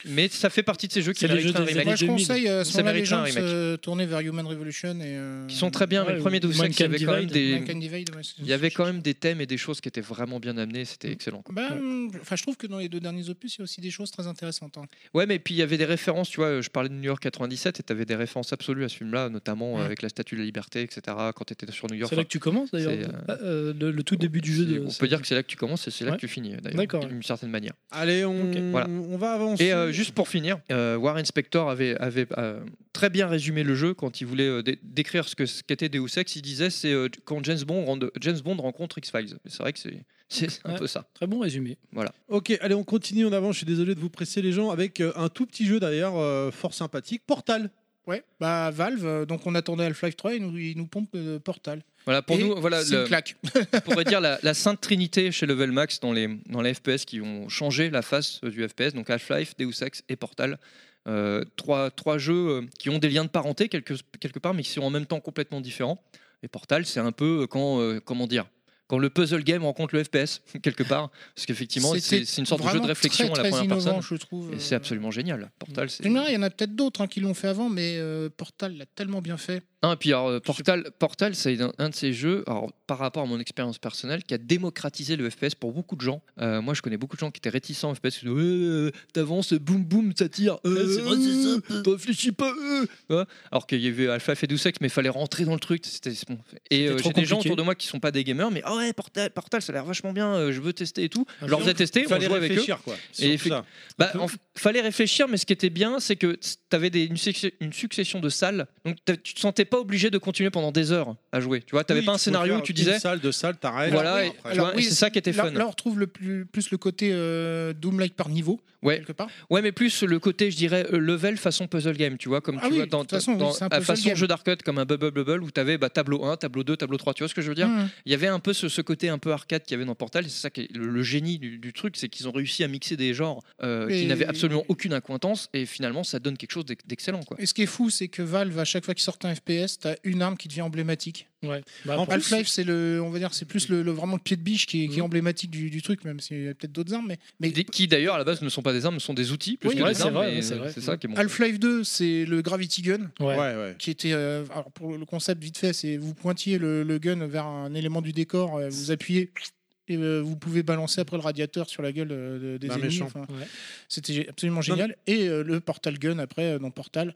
B: mais ça fait partie de ces jeux qui
E: C'est les jeux
B: mériteraient un
E: des
B: remake.
E: années
D: Moi, je conseille euh, à ce
B: Ça
D: moment-là les
B: mériterait un
D: gens de
B: remake.
D: se tourner vers Human Revolution et euh,
B: Qui sont très bien, mais le premier Deus Ex, il y avait quand même des.
D: Mankind Divide, ouais, c'est-
B: Il y avait quand même des thèmes et des choses qui étaient vraiment bien amenées, c'était excellent. quoi.
D: Ben, enfin, je trouve que dans les deux derniers opus, il y a aussi des choses très intéressantes. hein.
B: Ouais, mais puis il y avait des références, tu vois, euh, je parlais de New York 97 et tu avais des références absolues à ce film-là, notamment euh,
D: Ouais.
B: avec la Statue de la Liberté, etc. Quand tu étais sur New York.
E: C'est là que tu commences d'ailleurs
B: c'est, euh,
E: Ah, euh, le, le tout début du jeu.
B: C'est-
C: euh,
E: De,
B: on peut dire que c'est là que tu commences et c'est là
E: Ouais.
B: que tu finis, d'ailleurs,
E: D'accord, ouais.
B: d'une certaine manière.
A: Allez, on,
B: Voilà.
A: on va avancer.
B: Et euh, juste pour finir, euh, Warren Spector avait, avait euh, très bien résumé le jeu quand il voulait euh, dé- décrire ce que ce qu'était Deus Ex. Il disait c'est euh, quand James Bond, rende- James Bond rencontre X-Files. C'est vrai que c'est c'est un
E: Ouais.
B: peu ça.
E: Très bon résumé.
B: Voilà.
A: Ok, allez, on continue, on avance. Je suis désolé de vous presser les gens avec euh, un tout petit jeu d'ailleurs, euh, fort sympathique, Portal.
D: Ouais, bah Valve, euh, donc on attendait Half-Life 3 et nous, ils nous pompent euh, Portal.
B: Voilà, pour
D: Et
B: nous, voilà,
D: c'est une
B: le-
D: claque.
B: on pourrait dire la, la sainte trinité chez Level Max dans les, dans les FPS qui ont changé la face euh, du FPS, donc Half-Life, Deus Ex et Portal. Euh, trois, trois jeux euh, qui ont des liens de parenté quelque, quelque part, mais qui sont en même temps complètement différents. Et Portal, c'est un peu euh, quand, euh, comment dire, quand le puzzle game rencontre le FPS, quelque part. Parce qu'effectivement, c'est
D: C'était
B: c'est une sorte de jeu de
D: vraiment
B: réflexion
D: très,
B: à la
D: très
B: première
D: innovant,
B: personne.
D: je trouve, Mmh.
B: Et c'est absolument génial. Portal, c'est.
D: J'aimerais, il y en a peut-être d'autres hein, qui l'ont fait avant, mais euh, Portal l'a tellement bien fait.
B: Non, et puis alors, euh, Portal, Portal c'est un, un de ces jeux, alors, par rapport à mon expérience personnelle, qui a démocratisé le FPS pour beaucoup de gens. Euh, moi, je connais beaucoup de gens qui étaient réticents au FPS. qui disaient, Ouais, euh, T'avances, boum, boum, ça tire. euh,
I: c'est vrai, c'est
B: euh, T'en réfléchis pas. euh. Ouais. Alors qu'il y avait Alpha et Deus Ex, mais il fallait rentrer dans le truc. C'était, bon. Et
E: C'était
B: euh,
E: trop
B: j'ai des gens
E: compliqué.
B: autour de moi qui sont pas des gamers, mais ah ouais, Portal, Portal ça a l'air vachement bien, euh, je veux tester et tout. Je leur faisais tester, on
A: Fallait
B: jouait avec eux.
A: réfléchir, quoi,
B: Et
A: sur
B: effe-
A: ça.
B: bah, en f- fallait réfléchir, mais ce qui était bien, c'est que tu avais une, succé- une succession de salles, donc t'as- tu te sentais pas obligé de continuer pendant des heures à jouer. Tu vois, t'avais
A: Oui,
B: pas un
A: tu
B: scénario
A: pouvais
B: où tu
A: faire
B: disais.
A: Une salle, deux salles, t'arrêtes.
B: Voilà, et-
A: après.
B: tu vois, et c'est ça qui était
D: là,
B: fun.
D: Là, on retrouve le plus, plus le côté euh, Doom-like par niveau,
B: Ouais.
D: quelque part.
B: ouais, mais plus le côté, je dirais, euh, level façon puzzle game, tu vois, comme
D: Ah
B: tu
D: oui,
B: vois, dans,
D: de toute façon, oui,
B: dans-
D: c'est un
B: à
D: puzzle
B: façon
D: game.
B: jeu d'arcade, comme un Bubble Bubble, où tu avais tableau 1, tableau 2, tableau 3, tu vois ce que je veux dire
D: Mhm.
B: Il y avait un peu ce, ce côté un peu arcade qu'il y avait dans Portal, et c'est ça qui est le, le génie du, du truc, c'est qu'ils ont réussi à mixer des genres euh, qui
D: Et-
B: n'avaient absolument aucune acquaintance, et finalement, ça donne quelque chose d'ex- d'excellent, quoi.
D: Et ce qui est fou, c'est que Valve, à chaque fois qu'ils sortent un FPS, FPS, t'as une arme qui devient emblématique.
C: Ouais.
D: En Half-Life, c'est le, on va dire, c'est plus le, le- vraiment le pied de biche qui est,
A: Mm.
D: qui est emblématique du, du truc, même s'il y a peut-être d'autres armes. Mais, mais
B: Des- Qui d'ailleurs à la base ne sont pas des armes, mais sont des outils plus
D: Oui,
B: que
D: ouais,
B: des
D: c'est
B: armes.
D: vrai,
B: mais
D: ouais, c'est vrai.
B: c'est ça qui est bon.
D: Half-Life 2, c'est le Gravity Gun.
A: Ouais. Ouais, ouais.
D: Qui était, euh, alors pour le concept vite fait, c'est vous pointiez le, le gun vers un élément du décor, euh, vous appuyez et euh, vous pouvez balancer après le radiateur sur la gueule euh, de- des
A: D'un
D: ennemis.
A: méchant.
D: enfin,
A: Ouais.
D: C'était gé- absolument
A: Non,
D: génial. Et euh, le Portal Gun après euh, dans Portal,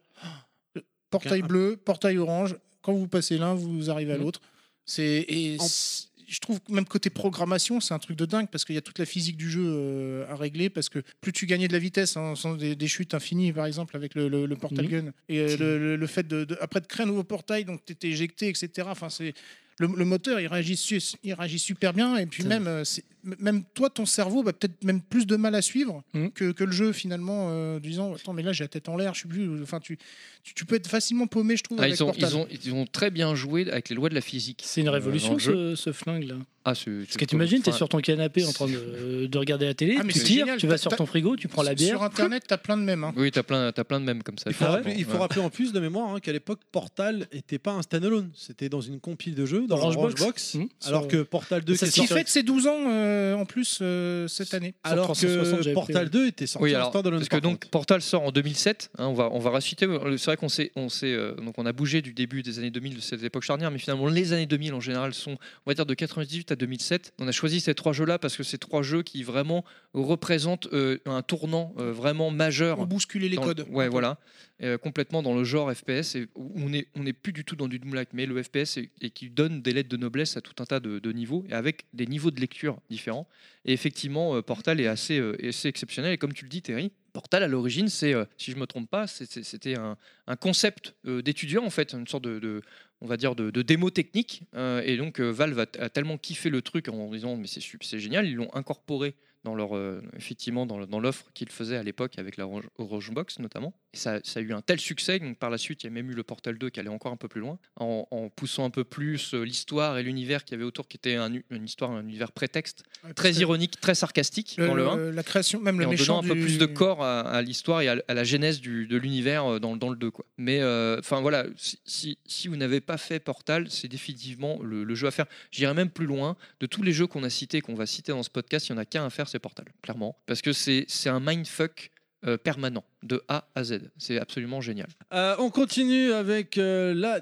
D: Le portail
A: Qu'un-
D: bleu, portail orange. Quand vous passez l'un, vous arrivez à
B: Mm.
D: l'autre. C'est et c'est- je trouve que même côté programmation, c'est un truc de dingue parce qu'il y a toute la physique du jeu euh, à régler parce que plus tu gagnais de la vitesse, hein, sans des, des chutes infinies par exemple avec le, le- le
B: Mm.
D: portal
C: Mhm.
D: gun et euh, le, le- le fait de, de- après de créer un nouveau portail donc t'étais éjecté etc. Enfin c'est le, le moteur il réagit su- il réagit super bien et puis même euh, c'est- m- même toi ton cerveau va peut-être même plus de mal à suivre
B: Mm.
D: que, que le jeu finalement euh, disant attends mais là j'ai la tête en l'air je suis plus enfin tu, tu tu peux être facilement paumé je trouve
B: Ah,
D: avec
B: ils, ont,
D: portal.
B: ils, ont, ils ont très bien joué avec les lois de la physique.
C: C'est une
B: euh, dans
C: révolution
B: le jeu.
C: ce, ce flingue là.
B: Ah, c'est-
C: Parce que t'imagines, t'es
B: enfin,
C: sur ton canapé en train de, de regarder la télé,
D: Ah, mais
C: tu
D: c'est
C: tires,
D: génial.
C: tu vas
D: T'as-
C: sur
D: t'as-
C: ton frigo, tu prends la bière.
D: sur internet t'as plein de mêmes hein.
B: Oui, t'as plein, t'as plein de mêmes comme ça.
A: Il faut, rappeler, il faut
B: Ah Ouais.
A: rappeler en plus de mémoire hein, qu'à l'époque, Portal n'était pas un standalone. C'était dans une compile de jeux, dans
D: Orange
A: Orange Box.
D: Box. Mmh.
A: alors
D: Sur-
A: que Portal 2
D: C'est
A: qui
D: ce qui
A: est sorti-
D: fait ses 12 ans euh, en plus euh, cette année.
A: Alors
D: Sur 360,
A: que
D: j'avais pris, ouais.
A: Portal 2 était sorti
B: Oui,
A: en
B: alors,
A: standalone.
B: parce que
A: par
B: donc Portal sort en 2007. hein, on va on va resituer. C'est vrai qu'on s'est on s'est euh, donc on a bougé du début des années 2000 de cette époque charnière, mais finalement les années 2000 en général sont on va dire de 98 à 2007. On a choisi ces trois jeux là parce que c'est trois jeux qui vraiment représentent euh, un tournant euh, vraiment majeur.
D: Ont bousculé les
B: dans-
D: codes.
B: Ouais, voilà, Euh, complètement dans le genre FPS. Et où on est on n'est plus du tout dans du Doom-like, mais le FPS est- et qui donne des lettres de noblesse à tout un tas de, de niveaux et avec des niveaux de lecture différents. Et effectivement, euh, Portal est assez, euh, est assez exceptionnel. Et comme tu le dis, Terry, Portal à l'origine, c'est, euh, si je me trompe pas, c'est- c'est- c'était un, un concept euh, d'étudiant en fait, une sorte de, de- on va dire, de, de démo technique. Euh, et donc euh, Valve a, t- a tellement kiffé le truc en disant mais c'est, su- c'est génial, ils l'ont incorporé dans leur, euh, effectivement, dans, le- dans l'offre qu'ils faisaient à l'époque avec la Orange, Orange Box notamment. Et ça, ça a eu un tel succès que donc, par la suite, il y a même eu le Portal 2 qui allait encore un peu plus loin, en, en poussant un peu plus euh, l'histoire et l'univers qu'il y avait autour, qui était un u- une histoire, un univers prétexte,
D: Ouais, Euh, parce
B: très
D: que-
B: ironique, très sarcastique
D: Le-
B: dans le
D: le-
B: 1
D: La création, même
B: et
D: le
B: en
D: méchant.
B: donnant un peu
D: du-
B: plus de corps à, à l'histoire et à, l- à la genèse du- de l'univers euh, dans, le- dans le 2 quoi. mais euh, enfin voilà si, si- si vous n'avez pas fait Portal c'est définitivement le, le jeu à faire j'irai même plus loin de tous les jeux qu'on a cités qu'on va citer dans ce podcast il y en a qu'un à faire c'est Portal clairement parce que c'est c'est un mindfuck euh, permanent de A à Z c'est absolument génial
A: Euh, on continue avec euh, la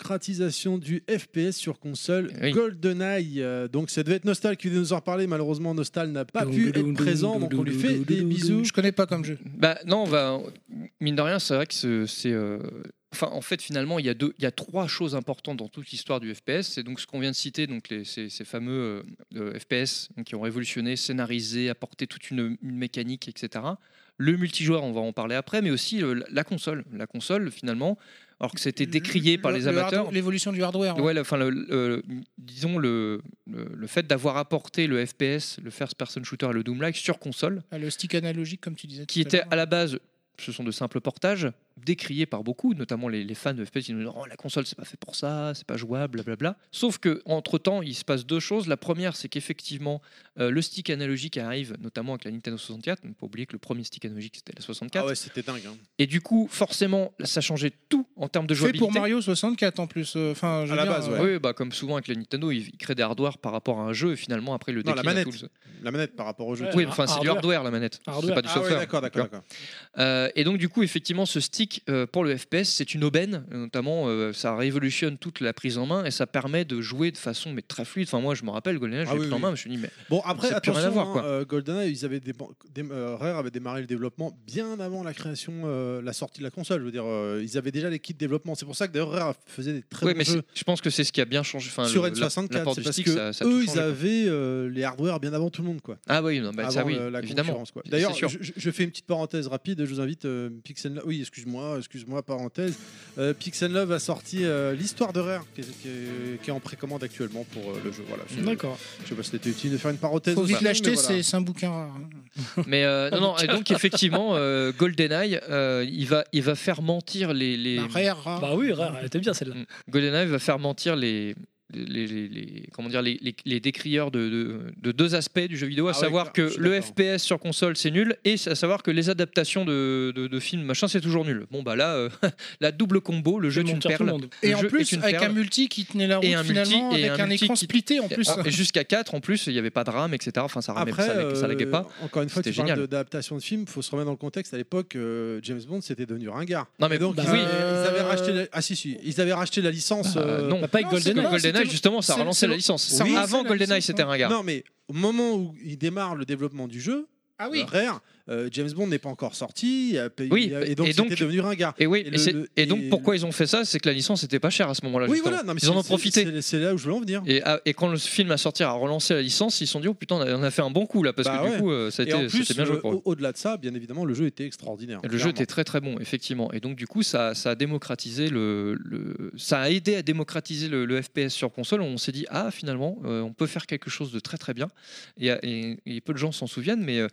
A: démocratisation du FPS sur console
B: Oui.
A: GoldenEye. Euh, donc, ça devait être Nostal qui devait nous en reparler. Malheureusement, Nostal n'a pas pu être présent, donc on lui fait des bisous.
D: Je connais pas comme jeu.
B: Bah non, on va mine de rien, c'est vrai que ce- c'est. euh, Enfin, en fait, finalement, il y a deux, il y a trois choses importantes dans toute l'histoire du FPS. C'est donc ce qu'on vient de citer, donc les, ces, ces fameux euh, euh, FPS donc, qui ont révolutionné, scénarisé, apporté toute une, une mécanique, etc. Le multijoueur, on va en parler après, mais aussi euh, la- la console. La console, finalement, alors que c'était décrié par
D: Le-
B: les
D: le hard-
B: amateurs.
D: L'évolution du hardware.
B: Ouais, le- enfin, le- le- disons le, le, le fait d'avoir apporté le FPS, le first person shooter et le Doom-like sur console,
D: Ah, Le stick analogique, comme tu disais. tout
B: qui
D: à
B: étaient
D: l'heure.
B: à la base, ce sont de simples portages, décriés par beaucoup, notamment les, les fans de FPS, qui nous disent Oh, la console, c'est pas fait pour ça, c'est pas jouable, blablabla. Sauf que entre temps, il se passe deux choses. La première, c'est qu'effectivement, euh, le stick analogique arrive, notamment avec la Nintendo 64. Il ne faut pas oublier que le premier stick analogique, c'était la 64.
A: Ah ouais, c'était dingue. hein.
B: Et du coup, forcément, ça changeait tout en termes de
D: Fait
B: jouabilité.
D: pour Mario 64 en plus. euh, Enfin, je veux dire, euh,
B: Oui, bah, comme souvent avec la Nintendo, ils ils créent des hardware par rapport à un jeu et finalement après le
A: Non, la
B: déclinent à
A: manette.
B: tout le-
A: La manette par rapport au jeu.
B: oui, enfin, c'est du hardware la manette, c'est
A: Hardware.
B: pas du
A: Ah
B: software.
A: oui, d'accord, d'accord, d'accord.
B: Euh, et donc, du coup, effectivement, ce stick euh, pour le FPS, c'est une aubaine, notamment, euh, ça révolutionne toute la prise en main et ça permet de jouer de façon mais très fluide. Enfin, moi, je me rappelle, GoldenEye, je
A: Ah
B: l'ai
A: oui,
B: pris en
A: oui.
B: main, je me suis dit, mais
A: Bon, après,
B: ça a plus
A: attention,
B: rien à voir,
A: hein,
B: quoi.
A: euh, GoldenEye, ils avaient déman- dé- euh, Rare avait démarré le développement bien avant la création, euh, la sortie de la console. Je veux dire, euh, ils avaient déjà les kits de développement. C'est pour ça que d'ailleurs Rare faisait des très
B: Oui,
A: bons
B: mais
A: jeux
B: c'est- je pense que c'est ce qui a bien changé. Enfin,
A: sur
B: le- la-
A: N64.
B: l'apport
A: C'est
B: du
A: parce
B: stick,
A: que
B: ça- ça a tout
A: eux, ils
B: changé, quoi.
A: avaient euh, les hardware bien avant tout le monde, quoi.
B: Ah oui, non, bah, ça
A: avant,
B: oui,
A: euh, la
B: évidemment.
A: concurrence, quoi.
B: C'est
A: D'ailleurs,
B: sûr.
A: je, je- je fais une petite parenthèse rapide. Je vous invite euh, Pixel. Love- Oui, excuse-moi, excuse-moi, parenthèse. Euh, Pixel Love a sorti euh, l'histoire de Rare qui est, qui est- qui est en précommande actuellement pour euh, le jeu. Voilà. Je-
C: D'accord.
A: Je sais pas si c'était utile de faire une parenthèse.
D: Faut vite
A: aussi,
D: l'acheter,
A: mais voilà.
D: c'est- c'est un bouquin rare. hein.
B: Mais euh, non, non, et donc effectivement, euh, GoldenEye, euh, il, va, il va faire mentir les. les...
D: Bah, rare, rare.
C: Bah oui, rare, elle était bien celle-là.
B: GoldenEye va faire mentir les, les, les- les- comment dire, les, les- les décrieurs de, de- de deux aspects du jeu vidéo, à
A: Ah ouais,
B: savoir
A: car- je
B: que
A: suis
B: le
A: d'accord.
B: FPS sur console c'est nul et à savoir que les adaptations de, de- de films machin c'est toujours nul. Bon bah là, euh, la double combo, le jeu est une
C: mentir tout
B: perle.
C: le monde.
B: Le
D: Et en
B: jeu
D: plus,
B: est une
D: avec
B: perle.
D: un multi qui tenait la route
B: Et un multi-
D: finalement,
B: et
D: avec
B: un
D: un,
B: multi
D: écran
B: qui- Ah,
D: splitté en plus.
B: Et Jusqu'à 4 en plus, il n'y avait pas de rame, etc. Enfin, Ah, ça ramait,
A: Après,
B: ça, laguait- ça laguait
A: euh,
B: pas.
A: encore une fois,
B: C'était
A: tu parles
B: génial.
A: de- d'adaptation de film, faut se remettre dans le contexte. À l'époque, euh, James Bond, c'était devenu ringard.
B: Non, mais
A: Et donc,
B: bah
A: ils,
B: oui.
A: avaient- ils avaient racheté la... ah, si, si, ils avaient racheté la licence.
B: Bah,
A: euh,
B: non, pas avec
A: c'est
B: GoldenEye.
A: pas-
B: GoldenEye,
A: c'était-
B: justement, ça a
A: c'est-
B: relancé
A: c'est-
B: la licence.
A: ça
B: Oui,
A: relançait
B: avant
A: la
B: Goldeneye,
A: licence,
B: c'était
A: ouais.
B: ringard.
A: Non, mais au moment où il démarre le développement du jeu,
D: Ah oui.
A: euh, Rare, euh, James Bond n'est pas encore sorti. il y a- euh,
B: Oui,
A: et donc
B: et donc-
A: c'était devenu ringard.
B: Et oui, et,
A: le-
B: c'est-
A: le-
B: et donc pourquoi ils ont fait ça C'est que la licence n'était pas chère à ce moment-là.
A: Oui,
B: justement.
A: voilà, non, mais
B: ils en
A: c'est-
B: ont
A: c'est-
B: profité.
A: c'est- C'est là où je voulais en venir.
B: Et, à- et quand le film à sortir a relancé la licence, ils se sont dit oh putain, on a, on a fait un bon coup là parce
A: Bah
B: que
A: ouais.
B: du coup, euh, ça a
A: Et en
B: été,
A: plus,
B: c'était bien joué
A: euh,
B: pour eux.
A: au- au-delà de ça, bien évidemment, le jeu était extraordinaire.
B: Le jeu
A: clairement.
B: était très très bon, effectivement. Et donc du coup, ça, ça a démocratisé le, le- ça a aidé à démocratiser le, le FPS sur console. On s'est dit ah finalement, euh, on peut faire quelque chose de très très bien. Et, et- et peu de gens s'en souviennent, mais euh,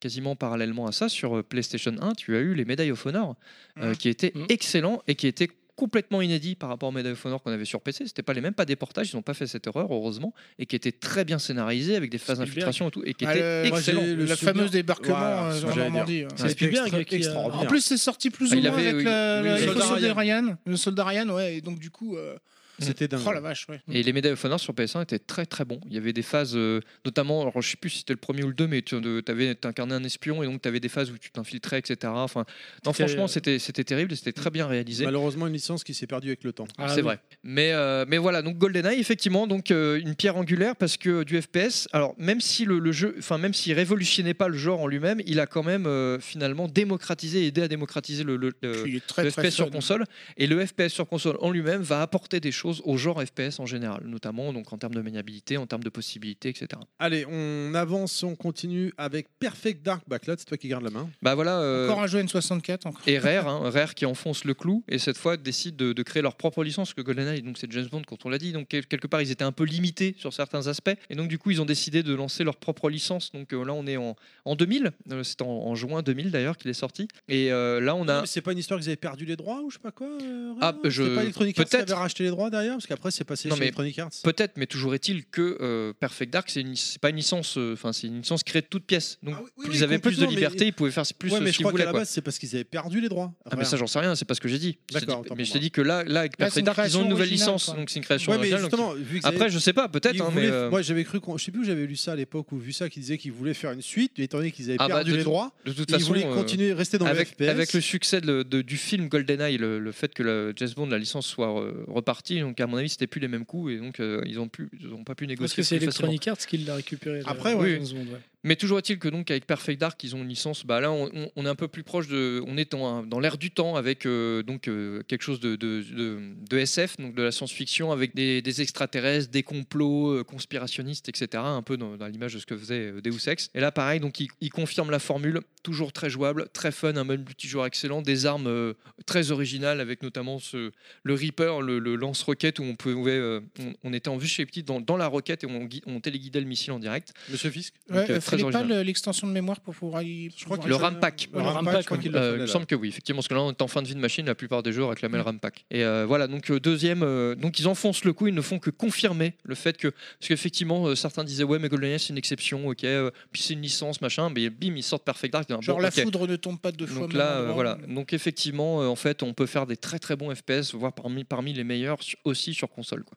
B: quasiment parallèlement à ça, sur euh, PlayStation 1, tu as eu les Medal of Honor, euh, qui étaient excellents et qui étaient complètement inédits par rapport aux Medal of Honor qu'on avait sur PC. C'était pas les mêmes, pas des portages, ils n'ont pas fait cette erreur heureusement, et qui étaient très bien scénarisés avec des phases d'infiltration et tout, et qui
D: Ah,
B: étaient
D: le- moi, j'ai
B: excellents.
D: le La souvenir- fameuse débarquement, euh,
A: c'est ce
D: en
A: que j'allais dire.
D: Normandie, hein.
A: C'était
D: C'est Spielberg
A: extra-
D: qui a-
A: extraordinaire.
D: En plus, c'est sorti plus
B: Ah,
D: ou
B: il
D: moins
B: avait-
D: avec
B: oui,
D: la-
B: oui, oui,
D: la- le
B: oui.
D: soldat
B: Soldat
D: de Ryan. Le soldat Ryan, ouais. Et donc, du coup. euh,
A: C'était dingue.
D: Oh la vache, ouais.
B: Et les Medal of Honor sur PS1 étaient très très bons. Il y avait des phases, euh, notamment, alors, je sais plus si c'était le premier ou le deux, mais tu avais incarné un espion et donc tu avais des phases où tu t'infiltrais, etc. Enfin, non,
A: C'était-
B: franchement, c'était c'était terrible et c'était très bien réalisé.
A: Malheureusement, une licence qui s'est perdue avec le temps.
B: c'est vrai. Mais, euh, mais voilà, donc GoldenEye, effectivement, donc euh, une pierre angulaire parce que euh, du FPS, alors même si le, le jeu, enfin même s'il révolutionnait pas le genre en lui-même, il a quand même euh, finalement démocratisé, aidé à démocratiser le, le, le-
D: Il est très,
B: le
D: très
B: FPS sur
D: fun.
B: console. Et le FPS sur console en lui-même va apporter des choses au genre FPS en général, notamment donc en termes de maniabilité, en termes de possibilités, etc.
A: Allez, on avance, on continue avec Perfect Dark Backlot. C'est toi qui garde la main.
B: Bah voilà. euh,
D: Encore un jeu N64, encore.
B: et Rare, hein, Rare qui enfonce le clou et cette fois décide de, de créer leur propre licence que GoldenEye donc c'est James Bond quand on l'a dit donc quel- quelque part ils étaient un peu limités sur certains aspects et donc du coup ils ont décidé de lancer leur propre licence donc euh, là on est en, en 2000 euh, c'est en, en juin 2000 d'ailleurs qu'il est sorti et euh, là on
A: Non,
B: a
A: mais C'est pas une histoire qu'ils avaient perdu les droits ou je sais pas quoi euh,
B: Ah,
A: Rare
B: je-
A: C'est pas Electronic Arts qui
B: peut-être.
A: avait racheté les droits derrière Parce qu'après, c'est passé
B: Non,
A: chez
B: mais-
A: Electronic Arts. Ah
B: Peut-être, mais toujours est-il que euh, Perfect Dark, c'est une- c'est pas une licence, euh, enfin c'est une licence créée de toutes pièces. Donc
A: oui,
B: ils avaient plus de
A: complètement, mais-
B: liberté, ils pouvaient faire plus
A: ouais,
B: euh,
A: mais
B: ce
A: je
B: qu'ils
A: crois qu'à
B: voulaient.
A: la
B: quoi.
A: base, c'est parce qu'ils avaient perdu les droits.
B: Ah mais ça
A: Rare.
B: j'en sais rien, c'est pas ce que j'ai dit. Je te
A: D'accord,
B: dis-
A: autant
B: mais je
A: pour
B: te dis que là, là avec
A: Là, c'est
B: Perfect
A: une
B: Dark, ils ont une
A: création
B: nouvelle
A: originale,
B: licence,
A: quoi.
B: donc c'est une création
A: Ouais, mais
B: originale, donc
A: justement,
B: ils-
A: vu que
B: Après
A: c'est-
B: je sais pas, peut-être.
A: Ils
B: hein, mais,
A: voulaient-
B: euh,
A: Moi, j'avais cru, qu'on- je sais plus où j'avais lu ça à l'époque, ou vu ça, qui disait qu'ils voulaient faire une suite, mais étant donné qu'ils avaient
B: Ah bah,
A: perdu
B: de
A: les
B: tout-
A: droits,
B: de toute
A: ils
B: façon,
A: voulaient
B: euh,
A: continuer, rester dans
B: avec,
A: le FPS.
B: avec le succès de- de- du film GoldenEye, le, le fait que la James Bond, la licence soit euh, repartie, donc à mon avis c'était plus les mêmes coups et donc euh, ils ont plus, ils ont pas pu négocier.
E: Parce que c'est
B: plus facilement.
E: Electronic Arts qui l'a récupéré. la-
A: Après,
E: la
B: ouais.
E: 11 secondes, ouais.
B: Mais toujours est-il que donc avec Perfect Dark, ils ont une licence. Bah là, on, on- on est un peu plus proche de, on est dans, un- dans l'air du temps avec euh, donc euh, quelque chose de, de, de- de SF, donc de la science-fiction avec des, des extraterrestres, des complots euh, conspirationnistes, etc. Un peu dans, dans l'image de ce que faisait euh, Deus Ex. Et là, pareil, donc ils, ils confirment la formule, toujours très jouable, très fun, un mode multijoueur excellent, des armes euh, très originales avec notamment ce, le Reaper, le, le lance-roquette où on pouvait, euh, on, on était en vue chez les petits dans, dans la roquette et on, gui- on téléguidait le missile en direct.
A: Monsieur Fisk
B: Donc,
D: Ouais,
B: euh,
D: euh,
B: très
D: fallait pas
B: original.
D: le- l'extension de mémoire pour pouvoir y. Je
A: crois
B: Le rampack.
A: Le rampack, je crois qu'il le
B: Euh,
A: fallait,
B: il me
A: là.
B: semble que oui, effectivement, parce que là, on est en fin de vie de machine, la plupart des jeux réclamaient le rampack. Et euh, voilà, donc euh, deuxième, euh, donc ils enfoncent le coup, ils ne font que confirmer le fait que, parce qu'effectivement, euh, certains disaient, ouais, mais GoldenEye, c'est une exception, ok, euh, puis c'est une licence, machin, mais bim, ils sortent Perfect Dark. ils disent,
D: Genre
B: bon,
D: la
B: ok.
D: foudre ne tombe pas deux fois. au
B: Donc
D: même
B: là, euh,
D: endroit.
B: voilà. Donc effectivement, euh, en fait, on peut faire des très très bons FPS, voire parmi, parmi les meilleurs su- aussi sur console. Quoi.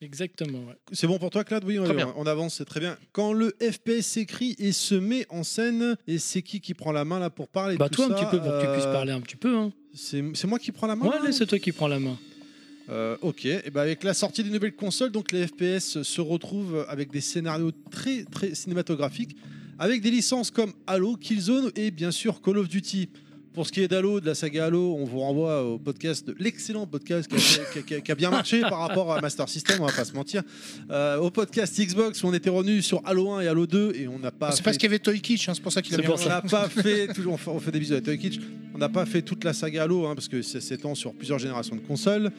E: Exactement. ouais.
A: C'est bon pour toi, Claude Oui, on,
B: Très bien.
A: on avance, c'est très bien. Quand le FPS s'écrit et se met en scène, et c'est qui qui prend la main là pour parler de
E: Bah
A: tout
E: toi un
A: ça,
E: petit peu pour que tu puisses
A: euh,
E: parler un petit peu. Hein.
A: C'est c'est moi qui prends la main
E: Ouais,
A: là
E: allez, c'est toi qui prends la main.
A: Euh, ok, et ben avec la sortie des nouvelles consoles, donc les FPS se retrouvent avec des scénarios très très cinématographiques, avec des licences comme Halo, Killzone et bien sûr Call of Duty. Pour ce qui est d'Halo, de la saga Halo, on vous renvoie au podcast, de- l'excellent podcast qui a, qui a- qui a- qui a bien marché par rapport à Master System, on va pas se mentir. Euh, au podcast Xbox, où on était revenu sur Halo 1 et Halo 2 et on n'a pas.
D: C'est parce
A: fait-
D: qu'il y avait Toy Kitsch, hein, c'est pour ça qu'il a bien
A: on n'a
D: mangé.
A: pas fait, toujours, on fait- on fait des bisous à Toy Kitsch. On n'a pas fait toute la saga Halo, hein, parce que ça s'étend sur plusieurs générations de consoles.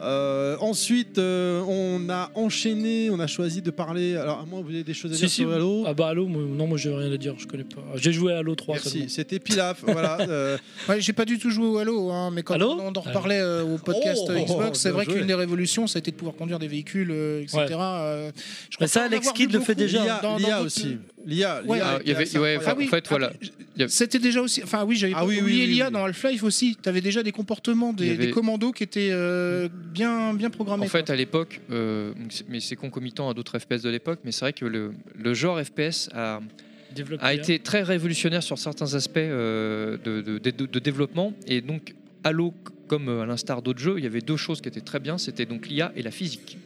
A: Euh, ensuite, euh, on a enchaîné, on a choisi de parler. Alors, à moins que vous avez des choses à dire sur Halo.
E: Ah bah Halo, moi- non, moi j'ai rien à dire, je connais pas. J'ai joué à Halo 3
A: Merci,
E: seulement.
A: c'était Pilaf, voilà. euh,
D: Ouais, j'ai pas du tout joué au Halo, hein, mais quand
E: Halo
D: on on en reparlait euh, au podcast
E: Oh,
D: euh,
E: oh,
D: Xbox, c'est
E: bien
D: vrai
E: joué.
D: qu'une des révolutions, ça a été de pouvoir conduire des véhicules, euh, etc.
E: Ouais.
D: euh, je
E: Mais ça,
D: crois pas en
E: Alex
D: avoir
E: Kidd
D: vu
E: le fait
D: beaucoup
E: déjà.
D: dans- dans
A: L'IA
D: d'autres-
A: aussi. L'IA,
D: Ouais,
B: Ah, il y avait-
A: c'est
B: ouais,
A: incroyable.
B: en fait, voilà. Il y a-
D: C'était déjà aussi. Enfin, oui, j'avais
A: Ah
D: pas
A: oui, oui,
D: oublié
A: oui, oui,
D: l'IA
A: oui.
D: dans Half-Life aussi. T'avais déjà des comportements des,
B: Il y avait-
D: des commandos qui étaient euh, bien, bien programmés.
B: En fait, à l'époque, euh, donc c'est- mais c'est concomitant à d'autres FPS de l'époque, mais c'est vrai que le, le genre FPS a,
E: Développé
B: a
E: hier.
B: été très révolutionnaire sur certains aspects euh, de, de- de- de développement. Et donc, Halo, c- comme euh, à l'instar d'autres jeux, il y avait deux choses qui étaient très bien c'était donc l'IA et la physique.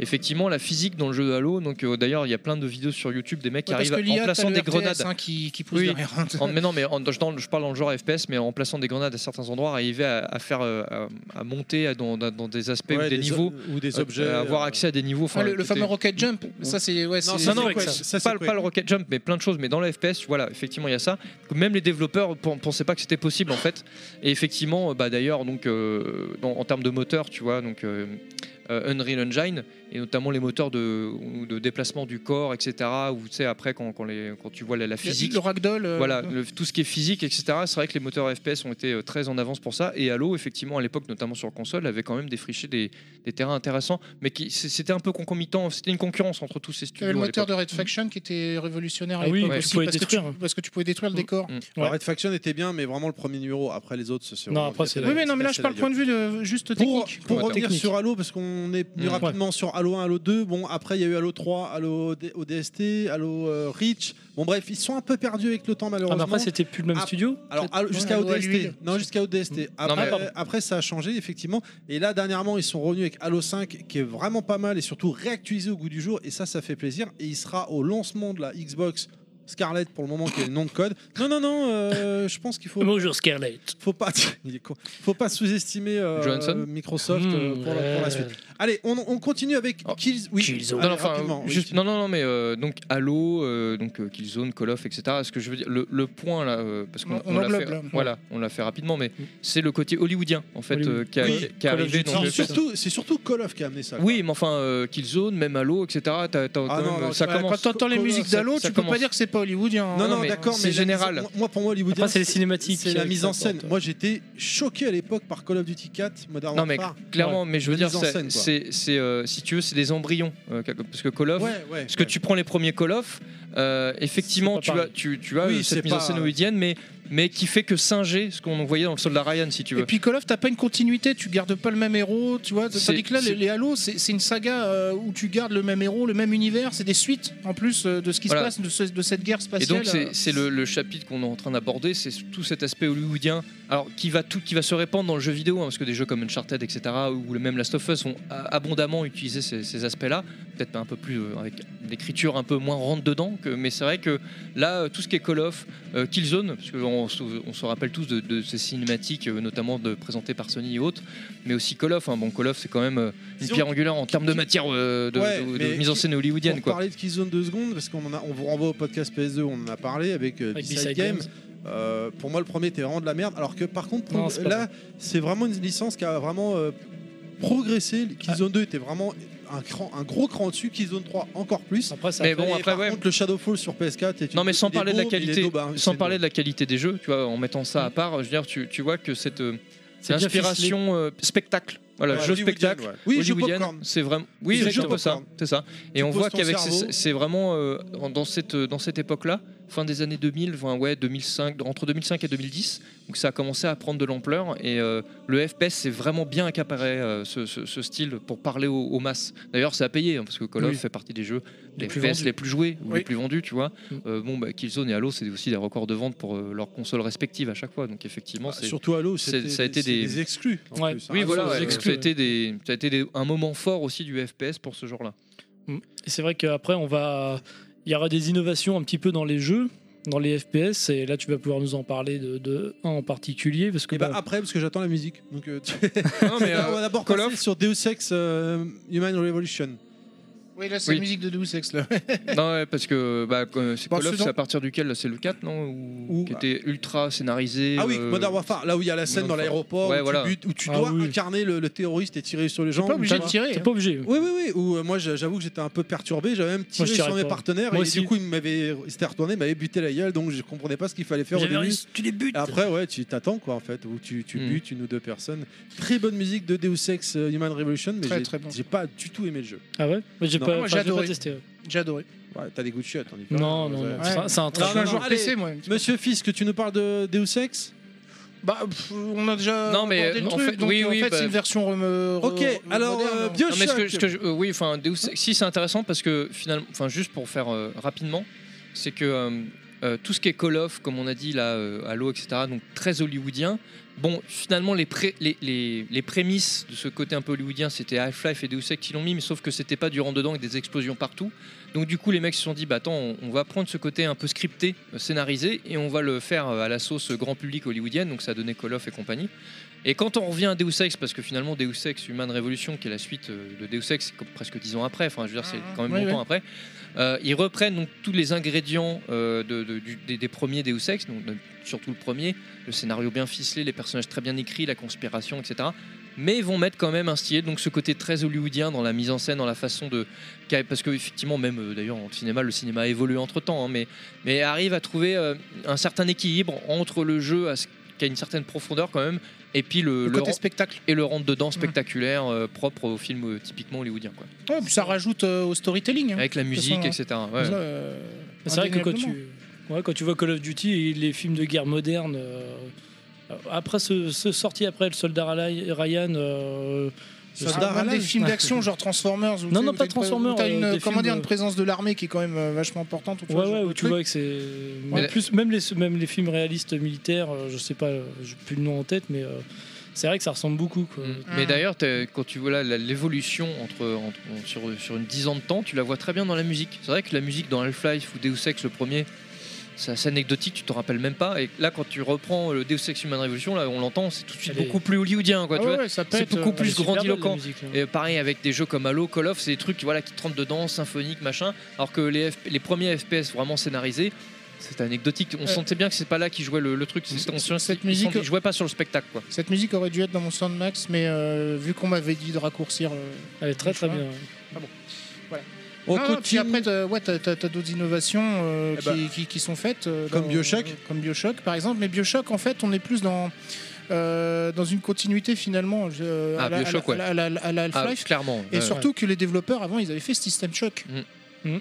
B: Effectivement, la physique dans le jeu Halo, donc euh, d'ailleurs, il y a plein de vidéos sur YouTube des mecs qui
D: Ouais, parce
B: arrivent
D: que
B: en
D: l'IA,
B: plaçant
D: t'as le
B: des
D: RTS,
B: grenades.
D: hein, qui, qui pousse
B: Oui,
D: derrière.
B: en- mais non, mais en- dans- je parle dans le genre FPS, mais en plaçant des grenades à certains endroits, arriver à, à faire, euh, à, à monter dans, dans- dans des aspects
A: Ouais,
B: ou des,
A: des
B: niveaux,
A: o- ou des
B: euh,
A: objets,
B: à avoir accès à des niveaux. enfin,
D: Ah, le, le
B: tout
D: fameux
B: est-
D: rocket jump, ça c'est ouais,
A: Non,
D: c'est-
A: ça,
D: c'est
A: non,
D: Quake,
A: ça,
D: ça.
A: ça, c'est
B: pas,
A: Quake.
B: pas le rocket jump, mais plein de choses. Mais dans la FPS, voilà, effectivement, il y a ça. Même les développeurs pen- pensaient pas que c'était possible en fait. Et effectivement, euh, bah d'ailleurs, donc euh, dans- en termes de moteur, tu vois, donc euh, euh, Unreal Engine et notamment les moteurs de, ou de déplacement du corps, etc. Ou tu sais après quand, quand, les, quand tu vois la, la physique,
D: Le ragdoll. euh,
B: voilà, le- tout ce qui est physique, etc. C'est vrai que les moteurs FPS ont été euh, très en avance pour ça. Et Halo, effectivement, à l'époque, notamment sur console, avait quand même défriché des, des terrains intéressants, mais qui c- c'était un peu concomitant. C'était une concurrence entre tous ces
D: Il y
B: studios.
D: avait le
B: à
D: moteur
B: l'époque.
D: de Red Faction qui était révolutionnaire à
E: Ah oui,
D: l'époque
B: ouais, tu
D: aussi,
E: pouvais
D: parce, que tu,
E: détruire.
D: parce que tu pouvais détruire le
B: Mm.
D: décor.
A: Alors,
E: Ouais.
A: Red Faction était bien, mais vraiment le premier numéro. Après, les autres, c'est
E: Non, après, c'est
D: Oui, mais non, mais là je parle point de vue de, juste technique.
A: Pour
B: Ouais,
A: revenir
E: technique.
A: sur Halo, parce qu'on est venu
B: Mm.
A: rapidement sur Halo 1, Halo 2. Bon, après, il y a eu Halo 3, Halo D- ODST, Halo euh, Reach. Bon, bref, ils sont un peu perdus avec le temps,
E: Ah, mais
A: malheureusement.
E: après, c'était plus le même
A: Ah,
E: studio
A: Alors
E: peut-être
A: Halo- jusqu'à
D: Halo à
A: ODST.
D: l'huile.
A: Non, jusqu'à ODST.
B: Non,
A: Après,
B: mais-
A: euh, après, ça a changé effectivement. Et là dernièrement ils sont revenus avec Halo 5 qui est vraiment pas mal et surtout réactualisé au goût du jour et ça ça fait plaisir et il sera au lancement de la Xbox Scarlett pour le moment qui est le nom de code. Non non non, euh, je pense qu'il
E: ah,
A: faut
K: Bonjour Scarlett.
A: faut pas il est con. faut pas sous-estimer euh,
B: Johnson
A: Microsoft euh,
E: Hmm,
A: pour, la,
C: Hmm,
A: pour la suite. Allez, on, on continue avec
B: Oh.
A: Kills oui.
K: Killzone.
A: Allez,
B: non, non, enfin,
A: rapidement, oui,
B: juste-
A: tu-
B: non, non, non, mais euh, donc Halo, euh, donc euh, Killzone, Call of, etc. Ce que je veux dire, le, le point là, euh, parce qu'on
D: On- on
B: on l'a
D: englobe,
B: fait,
D: là.
B: voilà, on l'a fait rapidement, mais c'est le côté hollywoodien en fait
E: Hollywood.
B: euh, qui, a-
A: Oui,
B: qui a- qui est
E: Call of
B: arrivé.
E: Duty.
B: dans
A: Alors,
B: le-
E: je-
A: surtout c'est surtout Call of qui a amené ça.
B: Oui, mais enfin euh, Killzone, même Halo, etc. t'as- t'as quand
A: Ah, non,
B: même- euh,
A: non,
B: ça
A: ouais,
B: commence.
D: Quand t'entends les
A: Comment-
D: musiques
B: ça-
D: d'Halo,
B: ça
D: tu peux pas
B: commence.
D: dire que c'est pas hollywoodien. hein.
A: Non,
B: Non,
A: non,
B: mais
A: d'accord,
B: c'est
A: mais la
B: général.
A: mise en- moi, pour moi, Hollywoodien,
E: Après, c'est les cinématiques,
A: C'est la
E: euh,
A: mise
E: qui
A: en scène.
E: importent.
A: Moi, j'étais choqué à l'époque par Call of Duty 4, Modern
B: Non mais
A: Warfare.
B: clairement, mais je veux
A: La
B: dire,
A: mise en
B: c'est-
A: scène, quoi.
B: c'est, c'est, euh, si tu veux, c'est des embryons, euh, quelque- parce que Call of,
A: ouais, ouais.
B: Parce que tu prends les premiers Call of, euh, effectivement,
E: C'est
B: tu
E: pas
B: as,
E: pareil.
B: tu, tu as
A: Oui,
B: euh, cette
A: c'est
B: mise en
A: pas-
B: scène hollywoodienne, mais, mais qui fait que singer ce qu'on voyait dans le soldat Ryan, si tu
D: Et
B: veux.
D: puis Call of, t'as pas une continuité, tu gardes pas le même héros, tu vois.
B: C'est-
D: Tandis que là, les,
B: c'est-
D: les Halo, c'est c'est une saga euh, où tu gardes le même héros, le même univers, c'est des suites en plus euh, de ce qui
B: Voilà.
D: se passe, de, ce- de cette guerre
B: Et
D: spatiale. euh,
B: donc,
A: euh,
B: c'est c'est le, le chapitre qu'on est en train d'aborder, c'est tout cet aspect hollywoodien, alors qui va, tout, qui va se répandre dans le jeu vidéo, hein, parce que des jeux comme Uncharted, etc., ou le même Last of Us ont a- abondamment utilisé ces, ces aspects-là, peut-être un peu plus euh, avec l'écriture un peu moins rentre dedans, que, mais c'est vrai que là, euh, tout ce qui est Call of, euh, Killzone, parce qu'on se, on se rappelle tous de, de ces cinématiques, euh, notamment de, présentées par Sony et autres, mais aussi Call of. hein. Bon, Call of, c'est quand même euh, une
A: Disons-
B: pierre angulaire en termes de matière euh, de,
A: Ouais,
B: de- de
A: mais
B: mise en
A: qui-
B: scène hollywoodienne.
A: Pour
B: Quoi.
A: parler de Killzone deux secondes, parce qu'on en a- on vous renvoie au podcast PS2, on en a parlé avec, euh,
E: Avec
A: B-Side
E: B-Side
A: Games.
E: Games.
A: Euh, pour moi, le premier était vraiment de la merde. Alors que par contre,
E: Non,
A: pour-
E: c'est pas
A: là, c'est vraiment une licence qui a vraiment euh, progressé.
B: Ah.
A: Killzone 2 était vraiment un, cran, un gros cran dessus. Killzone 3 encore plus.
E: Après, ça.
B: Mais Ah, bon,
A: Et
B: après,
A: par
B: ouais.
A: contre, le Shadowfall sur PS4 est une-
B: Non mais sans
A: il est
B: parler de la
A: beau, mais il est
B: qualité,
A: daube, hein,
B: sans
A: c'est
B: parler
A: daube.
B: de la qualité des jeux, tu vois, en mettant ça à part, je veux dire, tu, tu vois que cette euh,
E: C'est bien
B: inspiration euh, spectacle, voilà,
A: Ouais,
B: jeu
A: Hollywoodienne,
B: spectacle,
A: ouais. Oui, jeu
B: hollywoodienne,
A: popcorn.
B: c'est vraiment, oui,
A: Jeu
B: c'est un peu ça,
A: popcorn.
B: c'est ça. Et
A: Tu
B: on
A: poses
B: voit
A: ton
B: qu'avec,
A: cerveau.
B: ces- c'est vraiment euh, en- dans cette dans cette époque-là, fin des années 2000, enfin, ouais, 2005, entre 2005 et 2010, donc ça a commencé à prendre de l'ampleur et euh, le FPS s'est vraiment bien accaparé euh, ce, ce- ce style pour parler aux, aux masses. D'ailleurs, ça a payé hein, parce que Call of
E: Oui.
B: fait partie des jeux
E: Les
B: les
E: plus
B: FPS
E: vendus.
B: les plus joués ou
D: Oui.
B: les plus vendus, tu vois.
E: Mm.
B: Euh, bon, bah, Killzone et Halo, c'est aussi des records de vente pour euh, leurs consoles respectives à chaque fois. Donc effectivement,
A: Bah,
B: c'est
A: Surtout Halo,
B: c'est-
A: c'était-
B: ça a été
A: c'est
B: des-
A: exclus. en
E: Ouais.
A: plus, hein.
B: oui,
E: Ah,
B: voilà,
E: ça,
B: ouais,
E: c'est
B: ça a
E: exclu,
B: été, des, ça a été des- un moment fort aussi du FPS pour ce genre-là.
E: Et c'est vrai qu'après, on va. Il y aura des innovations un petit peu dans les jeux, dans les FPS, et là, tu vas pouvoir nous en parler de, de un en particulier, parce que.
A: Et bah
E: bon,
A: après, parce que j'attends la musique. Donc, euh, tu-
B: Non, mais,
A: on
B: euh,
A: va d'abord
B: Call
A: passer
B: of
A: sur Deus Ex euh, Human Revolution.
D: Oui, là, c'est la musique de Deus Ex, là.
B: non, ouais, parce que bah, euh, c'est
D: Bon,
B: Call
D: ce
B: of,
D: dont-
B: c'est à partir duquel là, c'est le 4, non Ou- Qui était ultra scénarisé.
A: Ah oui,
B: euh,
A: Modern Warfare, là où il y a la scène dans l'aéroport où,
B: Ouais,
A: tu
B: voilà.
A: butes, où tu
B: Ah
A: dois
B: oui.
A: incarner le, le terroriste et tirer sur les gens.
B: pas obligé de tirer, T'es hein. pas
A: obligé. Oui, oui, oui. Où, euh, moi, j'a- j'avoue que j'étais un peu perturbé. J'avais même tiré
E: je
A: sur
E: tirais
A: mes
E: pas.
A: partenaires
E: Moi
A: et
E: aussi.
A: du coup, il m'avait, il s'était retourné, il m'avait buté la gueule, donc je comprenais pas ce qu'il fallait faire au
E: J'avais
A: début.
E: réussi, tu les butes.
A: Après, ouais, tu t'attends quoi en fait, où tu, tu
B: Hmm.
A: butes une ou deux personnes. Très bonne musique de Deus Ex euh, Human Revolution, mais
D: Très,
A: j'ai
D: très bon.
A: j'ai pas du tout aimé le jeu.
E: Ah ouais Mais j'ai
A: Non.
E: pas,
A: Ah, moi,
E: enfin,
A: j'ai
E: j'ai pas
A: adoré.
E: testé. ouais.
D: J'ai adoré.
A: Ouais, t'as des goûts de chiottes, on y peut
E: Non,
A: rien,
E: non,
A: ouais.
E: non, c'est un- c'est un trash.
A: Je suis
E: Non,
A: joueur
D: allez,
A: PC,
D: moi.
A: Monsieur Fisk, tu nous parles de Deus Ex
D: Bah, pff, on a déjà
A: Non, mais,
D: abordé le
A: en
D: truc,
A: fait-
D: donc
A: oui,
D: en
A: oui,
D: fait,
A: bah-
D: c'est une version rem- re-
A: Ok,
D: re-
A: alors,
D: moderne,
A: euh,
D: hein.
A: Bioshock.
B: Oh, Non, mais ce que, ce que je- euh, oui, enfin, Deus Ex- si c'est intéressant parce que finalement, enfin, juste pour faire euh, rapidement, c'est que euh, euh, tout ce qui est Call of, comme on a dit là, euh, Halo, etc., donc très hollywoodien. Bon, finalement, les, pré- les, les- les prémices de ce côté un peu hollywoodien, c'était Half-Life et Deus Ex qui l'ont mis, mais sauf que c'était pas du rang-dedans avec des explosions partout. Donc, du coup, les mecs se sont dit, bah attends, on, on va prendre ce côté un peu scripté, euh, scénarisé, et on va le faire euh, à la sauce grand public hollywoodienne, donc ça a donné Call of et compagnie. Et quand on revient à Deus Ex, parce que finalement Deus Ex Human Revolution, qui est la suite euh, de Deus Ex, c'est comme presque 10 ans après, enfin je veux dire, c'est quand même
E: Ah, Oui,
B: longtemps
E: oui.
B: après, euh, ils reprennent donc tous les ingrédients euh, de- de- du- des, des premiers Deus Ex, donc, euh, surtout le premier, le scénario bien ficelé, les personnages très bien écrits, la conspiration, etc. Mais ils vont mettre quand même un stylet, donc ce côté très hollywoodien dans la mise en scène, dans la façon de. qu'a- Parce que, effectivement, même euh, d'ailleurs en cinéma, le cinéma évolue entre temps, hein, mais, mais arrive à trouver euh, un certain équilibre entre le jeu à ce qui a une certaine profondeur quand même, et puis le, le
D: côté Mmh.
B: ren-
D: spectacle
B: et le rentre dedans spectaculaire euh, propre au film euh, typiquement hollywoodien quoi.
D: Ouais, puis ça rajoute euh, au storytelling. hein.
B: Avec la
D: De toute
B: musique,
D: façon,
B: etc. Ouais.
D: ça, euh,
E: Mais C'est vrai que quand tu,
D: indéniablement.
E: ouais, quand tu vois Call of Duty et les films de guerre modernes, euh, euh, après ce, ce sorti après le soldat Rally- Ryan. euh, le
D: Ah, même des films d'action genre Transformers ou
E: Non, non, pas Transformers,
D: t'as une
E: euh, des
D: comment dire
E: films,
D: une présence de l'armée qui est quand même euh, vachement importante où tu
E: Ouais,
D: vois,
E: ouais,
D: genre
E: où
D: de
E: tu
D: trucs.
E: vois que c'est.
D: Ouais.
E: En plus, même les, même les films réalistes militaires, euh, je sais pas, euh, j'ai plus le nom en tête, mais euh, c'est vrai que ça ressemble beaucoup. Quoi.
C: Mm.
B: Mais d'ailleurs, t'es- quand tu vois là, la- l'évolution entre, entre- en- sur, sur une dizaine de temps, tu la vois très bien dans la musique. C'est vrai que la musique dans Half-Life ou Deus Ex le premier, c'est assez anecdotique, tu te rappelles même pas. Et là, quand tu reprends le Deus Ex Human Revolution, là, on l'entend, c'est tout de suite
E: Elle est-
B: beaucoup plus hollywoodien. quoi,
E: Ah
B: tu
E: ouais,
B: vois.
E: ouais, ça peut
B: c'est
E: être,
B: beaucoup
E: euh,
B: plus
E: super belle, la
B: grandiloquent.
E: musique, là.
B: Et pareil avec des jeux comme Halo, Call of, c'est des trucs voilà, qui te rentrent dedans, symphonique, machin. Alors que les, F- les premiers FPS vraiment scénarisés, c'était anecdotique. On
D: Ouais.
B: sentait bien que c'est pas là qu'ils jouaient le, le truc. C'était- on sent-
D: cette
B: ils
D: musique-
B: sent- Ils jouaient pas sur le spectacle. quoi.
D: cette musique aurait dû être dans mon Soundmax mais euh, vu qu'on m'avait dit de raccourcir euh,
E: Elle est très
D: le
E: très
D: chemin.
E: bien.
D: Ah bon. Voilà.
A: On
D: Ah,
A: continue.
D: puis après, t'as ouais, t'as- t'as- t'as d'autres innovations euh,
A: Eh
D: qui,
A: ben,
D: qui- qui sont faites. euh,
A: comme
D: dans-
A: Bioshock.
D: euh, Comme Bioshock, par exemple. Mais Bioshock, en fait, on est plus dans. euh, dans une continuité finalement euh,
B: Ah,
D: à la- à
B: Bioshock, ouais.
D: la- à la à la Half-Life
B: Ah, clairement,
D: et
B: ouais.
D: surtout que les développeurs avant ils avaient fait System Shock
A: Mm.
D: Mm.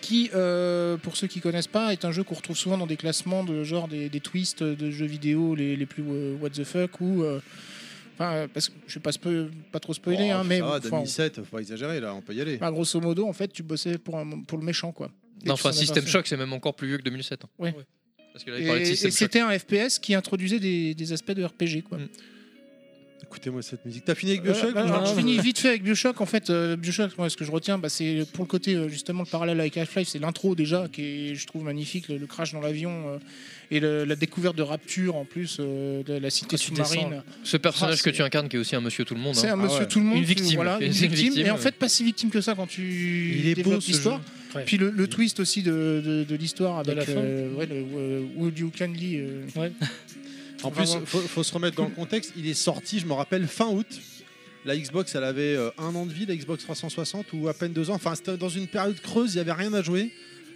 D: qui, euh, pour ceux qui connaissent pas, est un jeu qu'on retrouve souvent dans des classements de genre des, des twists de jeux vidéo les, les plus euh, what the fuck ou. euh, Enfin, euh, parce que je vais pas, spo- pas trop spoiler,
A: Oh,
D: hein, mais
A: ça va,
D: bon, enfin,
A: 2007, faut pas exagérer là, on peut y aller.
D: bah, grosso modo, en fait, tu bossais pour, un- pour le méchant, quoi. Et
B: Non,
D: tu
B: enfin,
D: t'en
B: System
D: aperçais.
B: Shock, c'est même encore plus vieux que 2007. hein.
D: Ouais.
B: Parce que là, il parlait de
D: Et,
B: System
D: et
B: Shock.
D: c'était un FPS qui introduisait des, des aspects de RPG,
B: Mm.
D: quoi.
A: Écoutez-moi cette musique. T'as fini avec
D: Voilà,
A: Bioshock
D: voilà,
A: ou
D: alors,
A: pas
D: je finis vite fait avec Bioshock. En fait, euh, Bioshock, moi, ce que je retiens, bah, c'est pour le côté, euh, justement, le parallèle avec Half-Life, c'est l'intro déjà, qui est, je trouve, magnifique, le, le crash dans l'avion euh, et le- la découverte de Rapture, en plus, euh, de la
B: Ah,
D: cité sous-marine.
B: Ce personnage que tu incarnes, qui est aussi un monsieur tout le monde.
D: C'est
B: hein.
D: un monsieur
B: Ah ouais.
D: tout le monde,
B: Une
D: qui-
B: victime.
D: voilà,
B: C'est
D: une victime, Et en fait, pas si victime que ça quand tu
B: Il est beau,
D: développes
B: ce
D: l'histoire.
B: jeu. Ouais.
D: Puis le, le twist aussi de, de- de l'histoire avec
A: la fin.
D: euh, ouais, le, euh, Would You Kindly. euh,
A: En plus,
D: Vraiment.
A: faut, faut se remettre dans le contexte. Il est sorti, je me rappelle, fin août. La Xbox, elle avait euh, un an de vie, la Xbox 360, ou à peine deux ans. Enfin, c'était dans une période creuse, il n'y avait rien à jouer.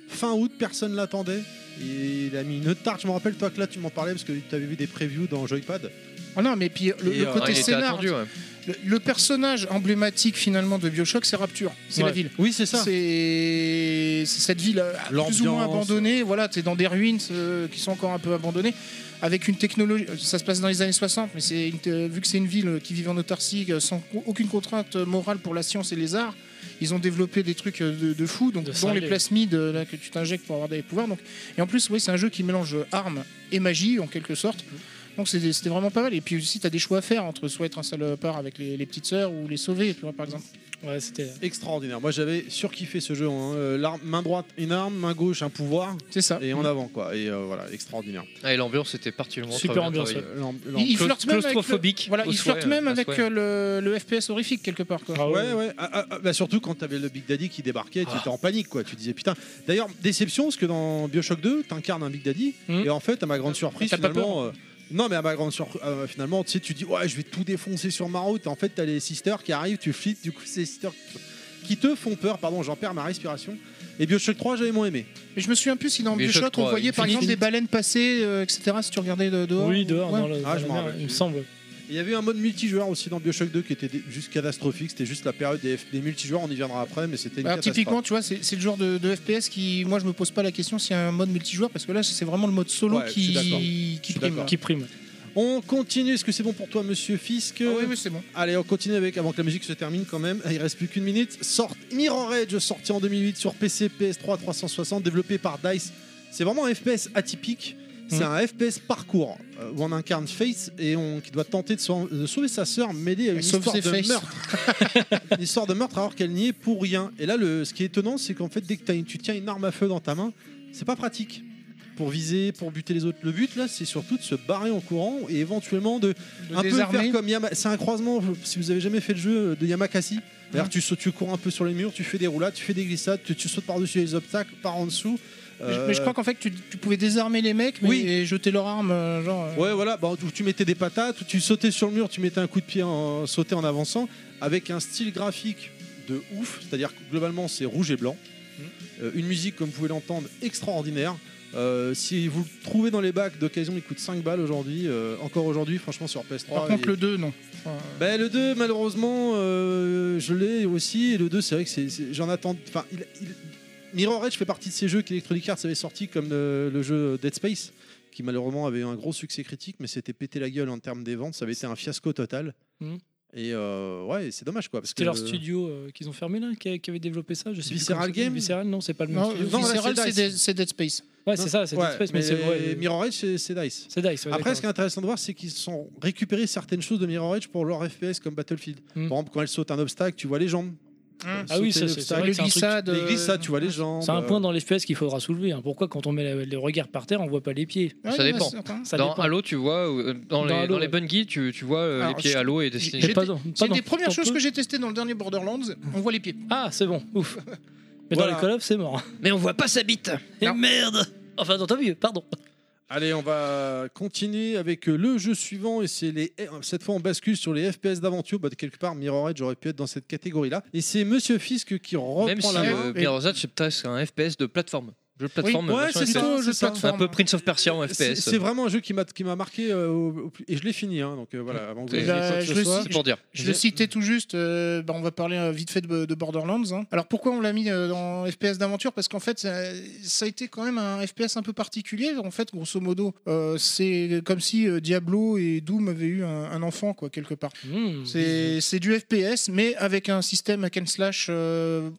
A: Fin août, personne l'attendait. Et il a mis une tarte. Je me rappelle, toi, que là, tu m'en parlais parce que tu avais vu des previews dans Joypad.
D: Ah non, mais puis le,
A: Et,
D: le
A: euh, il
D: côté
A: était
D: scénar.
A: attendu, ouais.
D: le, le personnage emblématique finalement de Bioshock, c'est Rapture, c'est
A: Ouais.
D: la ville.
A: Oui, c'est ça.
D: C'est c'est cette ville euh, plus ou
A: L'ambiance.
D: moins abandonnée. Voilà, t'es dans des ruines euh, qui sont encore un peu abandonnées. Avec une technologie, ça se passe dans les années 60, mais c'est une- euh, vu que c'est une ville euh, qui vit en autarcie, euh, sans co- aucune contrainte euh, morale pour la science et les arts, ils ont développé des trucs euh, de, de fou, donc
E: De
D: dont les
E: cinglés.
D: plasmides euh, là, que tu t'injectes pour avoir des pouvoirs. Donc, et en plus, oui, c'est un jeu qui mélange euh, armes et magie en quelque sorte. Donc c'était c'était vraiment pas mal. Et puis aussi, tu as des choix à faire entre soit être un salopard avec les, les petites sœurs ou les sauver, tu vois, par exemple.
A: Ouais, c'était extraordinaire. Moi, j'avais surkiffé ce jeu. hein. Euh, l'arme- main droite, une arme, main gauche, un pouvoir.
D: C'est ça.
A: Et en avant, quoi. Et euh, voilà, extraordinaire.
B: Ah, et l'ambiance était particulièrement
A: Super
B: très bien
A: ambiance,
B: travaillée.
A: ouais. L'am-
D: Il- Il, flirte même avec,
B: claustrophobique.
D: le, voilà,
B: au
D: il
B: souhait,
D: flirte même
B: euh, à
D: avec
B: souhait.
D: euh, le, le FPS horrifique quelque part. Quoi.
A: ouais, ouais. Ah, ah, ah, bah, surtout quand t'avais le Big Daddy qui débarquait, tu étais en panique, quoi. Tu disais putain. D'ailleurs, déception, parce que dans Bioshock 2, t'incarnes un Big Daddy, et en fait, à ma grande surprise,
D: Hmm. T'as pas
A: finalement. euh, non, mais à ma grande surprise, euh, finalement, tu sais, tu dis ouais, je vais tout défoncer sur ma route. En fait, t'as les sisters qui arrivent, tu flippes, du coup, c'est les sisters qui te font peur. Pardon, j'en perds ma respiration. Et Bioshock 3, j'avais moins aimé.
D: Mais je me souviens plus si dans
A: Bioshock
D: Bioshock, on
A: 3,
D: voyait par
A: Infinite.
D: exemple des baleines passer, euh, etc. Si tu regardais de- dehors.
A: Oui, dehors,
D: Ouais. Bah,
A: dans le- Ah, dans je la m'en mer, rappelle. il me
E: semble.
A: Il y avait un mode multijoueur aussi dans Bioshock 2 qui était des- juste catastrophique. C'était juste la période des, F- des multijoueurs, on y viendra après, mais c'était une
D: Alors,
A: catastrophe.
D: typiquement, tu vois, c'est c'est le genre de, de FPS qui, moi, je me pose pas la question s'il y a un mode multijoueur parce que là, c'est vraiment le mode solo
A: Ouais, je suis d'accord.
D: qui,
A: Je
D: qui
A: suis
D: prime.
A: d'accord.
D: là.
A: On continue. Est-ce que c'est bon pour toi, monsieur Fisk
D: Ah oui, oui, c'est bon.
A: Allez, on continue avec, avant que la musique se termine quand même. Il reste plus qu'une minute. Sort Mirror Edge, sorti en 2008 sur PC, PS3, 360, développé par Dice. C'est vraiment un FPS atypique. C'est un FPS parcours euh, où on incarne Face et on, qui doit tenter de, sau- de sauver sa sœur mêlée à une
D: sauve
A: histoire
D: ses
A: de
D: Face.
A: meurtre. une histoire de meurtre alors qu'elle n'y est pour rien. Et là, le, ce qui est étonnant, c'est qu'en fait, dès que t'as une- tu tiens une arme à feu dans ta main, c'est pas pratique pour viser, pour buter les autres. Le but là, c'est surtout de se barrer en courant et éventuellement de,
D: De
A: un
D: désarmer.
A: peu faire comme Yama. C'est un croisement. Si vous avez jamais fait le jeu euh, de Yamakasi, d'ailleurs tu sautes, tu cours un peu sur les murs, tu fais des roulades, tu fais des glissades, tu, tu sautes par-dessus les obstacles, par en dessous.
D: Mais je-
A: Euh,
D: Mais je crois qu'en fait, tu, tu pouvais désarmer les mecs mais, et jeter leur arme. euh, genre, euh,
A: Ouais, voilà, bon, tu- tu mettais des patates, tu sautais sur le mur, tu mettais un coup de pied en sauté en avançant, avec un style graphique de ouf, c'est-à-dire que globalement c'est rouge et blanc.
D: Mm.
A: Euh, une musique, comme vous pouvez l'entendre, extraordinaire. Euh, si vous le trouvez dans les bacs d'occasion, il coûte 5 balles aujourd'hui, euh, encore aujourd'hui, franchement sur PS3.
D: Par contre,
A: il-
D: le 2, non. Enfin,
A: ben, le 2, malheureusement, euh, je l'ai aussi. Et le 2, c'est vrai que c'est- c'est- j'en attends. Enfin, il- il- Mirror Edge fait partie de ces jeux qu'Electronic Arts avait sorti comme le, le jeu Dead Space, qui malheureusement avait eu un gros succès critique, mais s'était pété la gueule en termes des ventes. Ça avait été un fiasco total.
E: Mhm.
A: Et euh, ouais, c'est dommage quoi. parce
E: C'était
A: que-
E: leur studio euh, qu'ils ont fermé là, qui, a- qui avait développé ça. Je sais plus
A: Visceral
E: comment ça s'appelle.
A: Games
E: Visceral, non, c'est pas le même
D: non,
E: studio.
D: euh, Visceral, c'est Dead- c'est Dead Space.
E: Ouais, c'est ça, c'est
A: Ouais,
E: Dead Space, mais,
A: mais
E: c'est vrai.
A: Mirror Edge, c'est c'est Dice.
E: C'est Dice. ouais,
A: Après,
E: d'accord.
A: ce qui est intéressant de voir, c'est qu'ils sont récupérés certaines choses de Mirror Edge pour leur FPS comme Battlefield.
E: Mmh.
A: Par exemple, quand elle saute un obstacle, tu vois les jambes. Euh,
E: Ah oui,
A: sauter
E: ça, c'est- c'est
A: l'obstacle.
E: vrai que c'est un truc-
A: Les glissades, tu vois les jambes.
E: C'est un point
A: euh,
E: dans les FPS qu'il faudra soulever. hein. Pourquoi, quand on met la- le regard par terre, on voit pas les pieds
B: ça dépend.
E: Ça
B: dans
E: dépend.
B: Halo, tu vois, euh, dans,
E: Dans
B: les,
E: Halo,
B: dans les Bungie, tu, tu vois euh,
E: Alors,
B: les pieds
E: je-
B: Halo et Destiny.
E: j'ai- j'ai pas- pas
D: C'est une
E: dans-
D: des premières
E: dans
D: choses
E: peu.
D: que j'ai testées dans le dernier Borderlands. On voit les pieds.
E: Ah, c'est bon, ouf. Mais
A: Voilà.
E: dans les Call of, c'est mort.
B: Mais on voit pas sa bite.
E: Et merde Enfin, dans ta vie, pardon.
A: Allez, on va continuer avec le jeu suivant et c'est les cette fois on bascule sur les FPS d'aventure. Bah, quelque part, Mirror Edge aurait pu être dans cette catégorie-là. Et c'est Monsieur Fisk qui reprend
B: Même si
A: la main.
B: euh,
A: Et-
B: Mirror's Edge, c'est presque un FPS de plateforme. Jeu de plateforme.
A: ouais,
B: version
A: c'est
B: FPS.
A: plutôt un jeu de plateforme.
B: Un peu Prince of Persia en
A: c'est
B: FPS.
A: c'est vraiment un jeu qui m'a qui m'a marqué euh, au- au plus- et je l'ai fini. hein, donc euh, voilà, avant que vous
B: Et
A: disiez
B: bah,
A: quoi que
D: je
A: ce
D: le
A: soit.
D: cite- Je le citais tout juste, euh, bah, on va parler euh, vite fait de, de Borderlands. hein. Alors pourquoi on l'a mis euh, dans FPS d'aventure Parce qu'en fait, ça, ça a été quand même un FPS un peu particulier. En fait, grosso modo, euh, c'est comme si euh, Diablo et Doom avaient eu un, un enfant, quoi, quelque part.
E: Hmm.
D: C'est c'est du FPS, mais avec un système hack and slash. euh,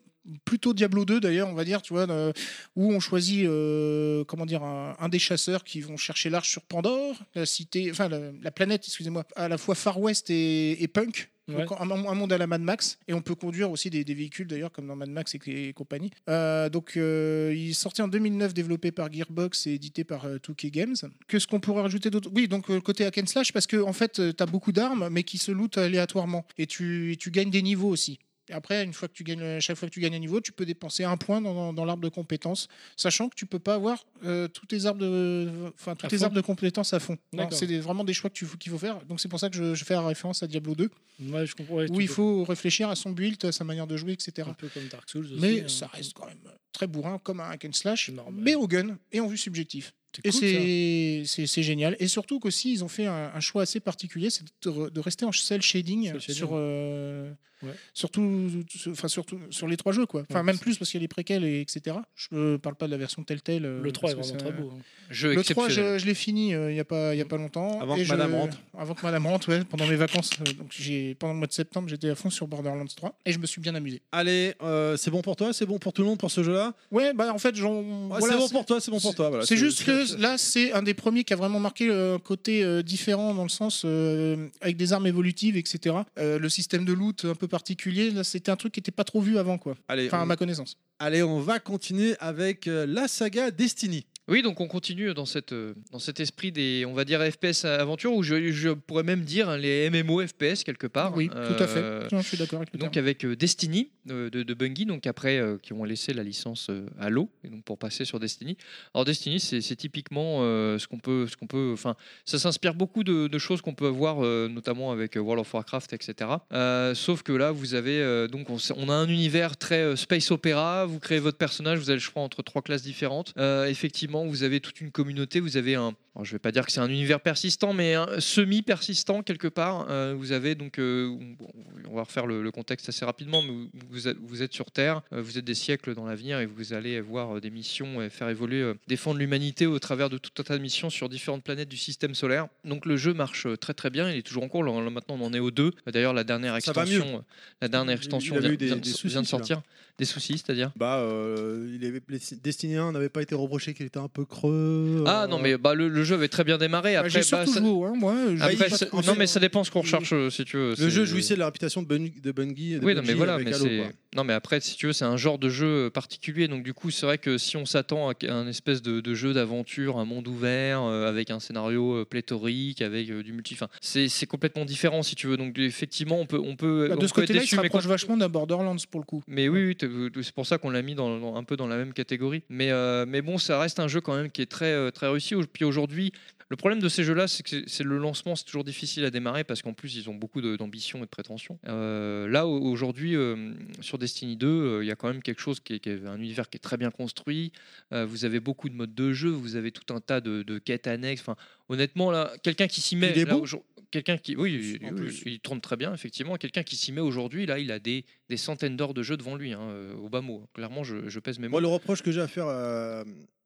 D: plutôt Diablo 2 d'ailleurs on va dire tu vois euh, où on choisit euh, comment dire un, un des chasseurs qui vont chercher l'arche sur Pandore la cité enfin la, la planète excusez-moi à la fois Far West et, et Punk
E: Ouais.
D: donc un, un monde à la Mad Max et on peut conduire aussi des, des véhicules d'ailleurs comme dans Mad Max et, et compagnie Euh, donc euh, il est sorti en 2009 développé par Gearbox et édité par euh, 2K Games que ce qu'on pourrait rajouter d'autre oui donc euh, côté hack and slash parce que en fait tu as beaucoup d'armes mais qui se lootent aléatoirement et tu, et tu gagnes des niveaux aussi et après, une fois que tu gagnes, à chaque fois que tu gagnes un niveau, tu peux dépenser un point dans, dans- dans l'arbre de compétences, sachant que tu peux pas avoir euh, tous tes arbres de, enfin tous
E: À
D: tes
E: fond.
D: arbres de compétences à fond.
E: D'accord.
D: Alors, C'est des- vraiment des choix que tu- qu'il faut faire. Donc c'est pour ça que je, je fais la référence à Diablo 2,
E: Ouais, je comprends. ouais,
D: où
E: tu
D: il
E: peux-
D: faut réfléchir à son build, à sa manière de jouer, etc.
E: Un peu comme Dark Souls aussi.
D: Mais
E: hein.
D: ça reste quand même très bourrin, comme un hack and slash, mais au gun et en vue subjective. Et
E: cool, hein.
D: c'est- c'est c'est génial. Et surtout qu'aussi, ils ont fait un, un choix assez particulier, c'est de, re- de rester en cell shading,
E: Cel shading.
D: sur, euh,
E: Ouais.
D: sur, tout- sur- enfin, sur, tout- sur les trois jeux. Quoi. Enfin,
E: Ouais,
D: même plus parce qu'il y a les préquels, et etc. Je ne parle pas de la version Telltale. euh,
E: Le 3 est
D: parce que
E: vraiment
D: ça-
E: très beau. hein.
B: Jeu
D: le 3,
B: exceptionnel.
D: je, je l'ai fini euh, il n'y a, pas- il y a pas longtemps.
A: Avant
D: Et
A: que
D: je-
A: Madame rentre.
D: Avant que Madame rentre, ouais, pendant mes vacances. euh, donc j'ai- pendant le mois de septembre, j'étais à fond sur Borderlands 3 et je me suis bien amusé.
A: Allez, euh, c'est bon pour toi, c'est bon pour tout le monde pour ce jeu-là.
D: Ouais, bah en fait, j'en.
A: Ouais,
D: voilà,
A: c'est bon pour toi, c'est bon pour toi. voilà.
D: c'est juste que que là, c'est un des premiers qui a vraiment marqué euh, un côté euh, différent dans le sens euh, avec des armes évolutives, etc. Euh, le système de loot un peu particulier, là, c'était un truc qui n'était pas trop vu avant, quoi.
A: Allez,
D: enfin,
A: on-
D: à ma connaissance.
A: Allez, on va continuer avec euh, la saga Destiny.
B: Oui, donc on continue dans, cette, euh, dans cet esprit des, on va dire, FPS aventure, ou je, je pourrais même dire hein, les MMO FPS quelque part.
D: Oui, tout à fait.
B: Euh,
D: Non, je suis d'accord avec le
B: donc
D: terme.
B: avec euh, Destiny euh, de, de Bungie, donc après euh, qui ont laissé la licence euh, à l'eau, et donc pour passer sur Destiny. Alors Destiny, c'est c'est typiquement euh, ce qu'on peut, ce qu'on peut, enfin, ça s'inspire beaucoup de, de choses qu'on peut avoir, euh, notamment avec euh, World of Warcraft, etc. Euh, sauf que là, vous avez euh, donc on, s- on a un univers très euh, space opéra. Vous créez votre personnage, vous avez le choix entre trois classes différentes. Euh, effectivement, vous avez toute une communauté, vous avez un alors, je ne vais pas dire que c'est un univers persistant, mais un semi-persistant quelque part. Euh, vous avez donc, euh, bon, on va refaire le, le contexte assez rapidement, mais vous- vous, êtes- vous êtes sur Terre, euh, vous êtes des siècles dans l'avenir et vous allez avoir euh, des missions et faire évoluer, euh, défendre l'humanité au travers de tout un tas de missions sur différentes planètes du système solaire. Donc le jeu marche euh, très très bien, il est toujours en cours. Là, là, maintenant on en est au 2. D'ailleurs la dernière
A: Ça va mieux.
B: extension, euh, la dernière
A: Il- il
B: extension
A: avait
B: vient,
A: eu des-
B: vient de-
A: des
B: vient
A: soucis,
B: de sortir. Des soucis, c'est-à-dire
A: Bah, euh, il avait- les- Destiny 1 n'avait pas été reproché qu'il était un peu creux.
B: Ah
A: euh,
B: non mais bah, le, le jeu avait très bien démarré. Après,
A: j'ai
B: bah,
A: surtout
B: ça-
A: joué Bah,
D: au un, moi, euh, j'ai
B: Après,
D: pas
B: ça-
D: trop-
B: non mais ça dépend ce qu'on recherche euh, si tu veux.
A: Le
B: C'est-
A: jeu jouissait de la réputation de, Bun- de Bungie. et de
B: oui, non,
A: Bungie
B: mais voilà,
A: avec
B: mais
A: Halo,
B: c'est-
A: quoi.
B: non, mais après, si tu veux, c'est un genre de jeu particulier. Donc, du coup, c'est vrai que si on s'attend à un espèce de, de jeu d'aventure, un monde ouvert, euh, avec un scénario euh, pléthorique, avec euh, du multi, enfin, c'est c'est complètement différent, si tu veux. Donc, effectivement, on peut, on peut,
D: Bah,
B: euh, on
D: de ce
B: peut être
D: côté-là, il se
B: déçu, mais
D: rapproche vachement d'un Borderlands pour le coup.
B: mais oui, oui, t'es- c'est pour ça qu'on l'a mis dans, dans- un peu dans la même catégorie. Mais, euh, mais bon, ça reste un jeu quand même qui est très, euh, très réussi. Au- Puis aujourd'hui, le problème de ces jeux-là, c'est que c'est- c'est le lancement, c'est toujours difficile à démarrer parce qu'en plus, ils ont beaucoup de- d'ambition et de prétention. Euh, là, au- aujourd'hui, euh, sur Destiny 2, euh, il y a quand même quelque chose qui est, qui est un univers qui est très bien construit. Euh, vous avez beaucoup de modes de jeu, vous avez tout un tas de, de quêtes annexes. Enfin, honnêtement, là, quelqu'un qui s'y met.
A: Il est
B: là,
A: beau
B: aujourd'hui- Quelqu'un qui, oui,
A: En
B: oui,
A: plus.
B: il tourne très bien, effectivement. Quelqu'un qui s'y met aujourd'hui, là, il a des, des centaines d'heures de jeu devant lui, hein, euh, au bas mot. Clairement, je, je pèse mes mots.
A: Moi, le reproche que j'ai à faire, euh,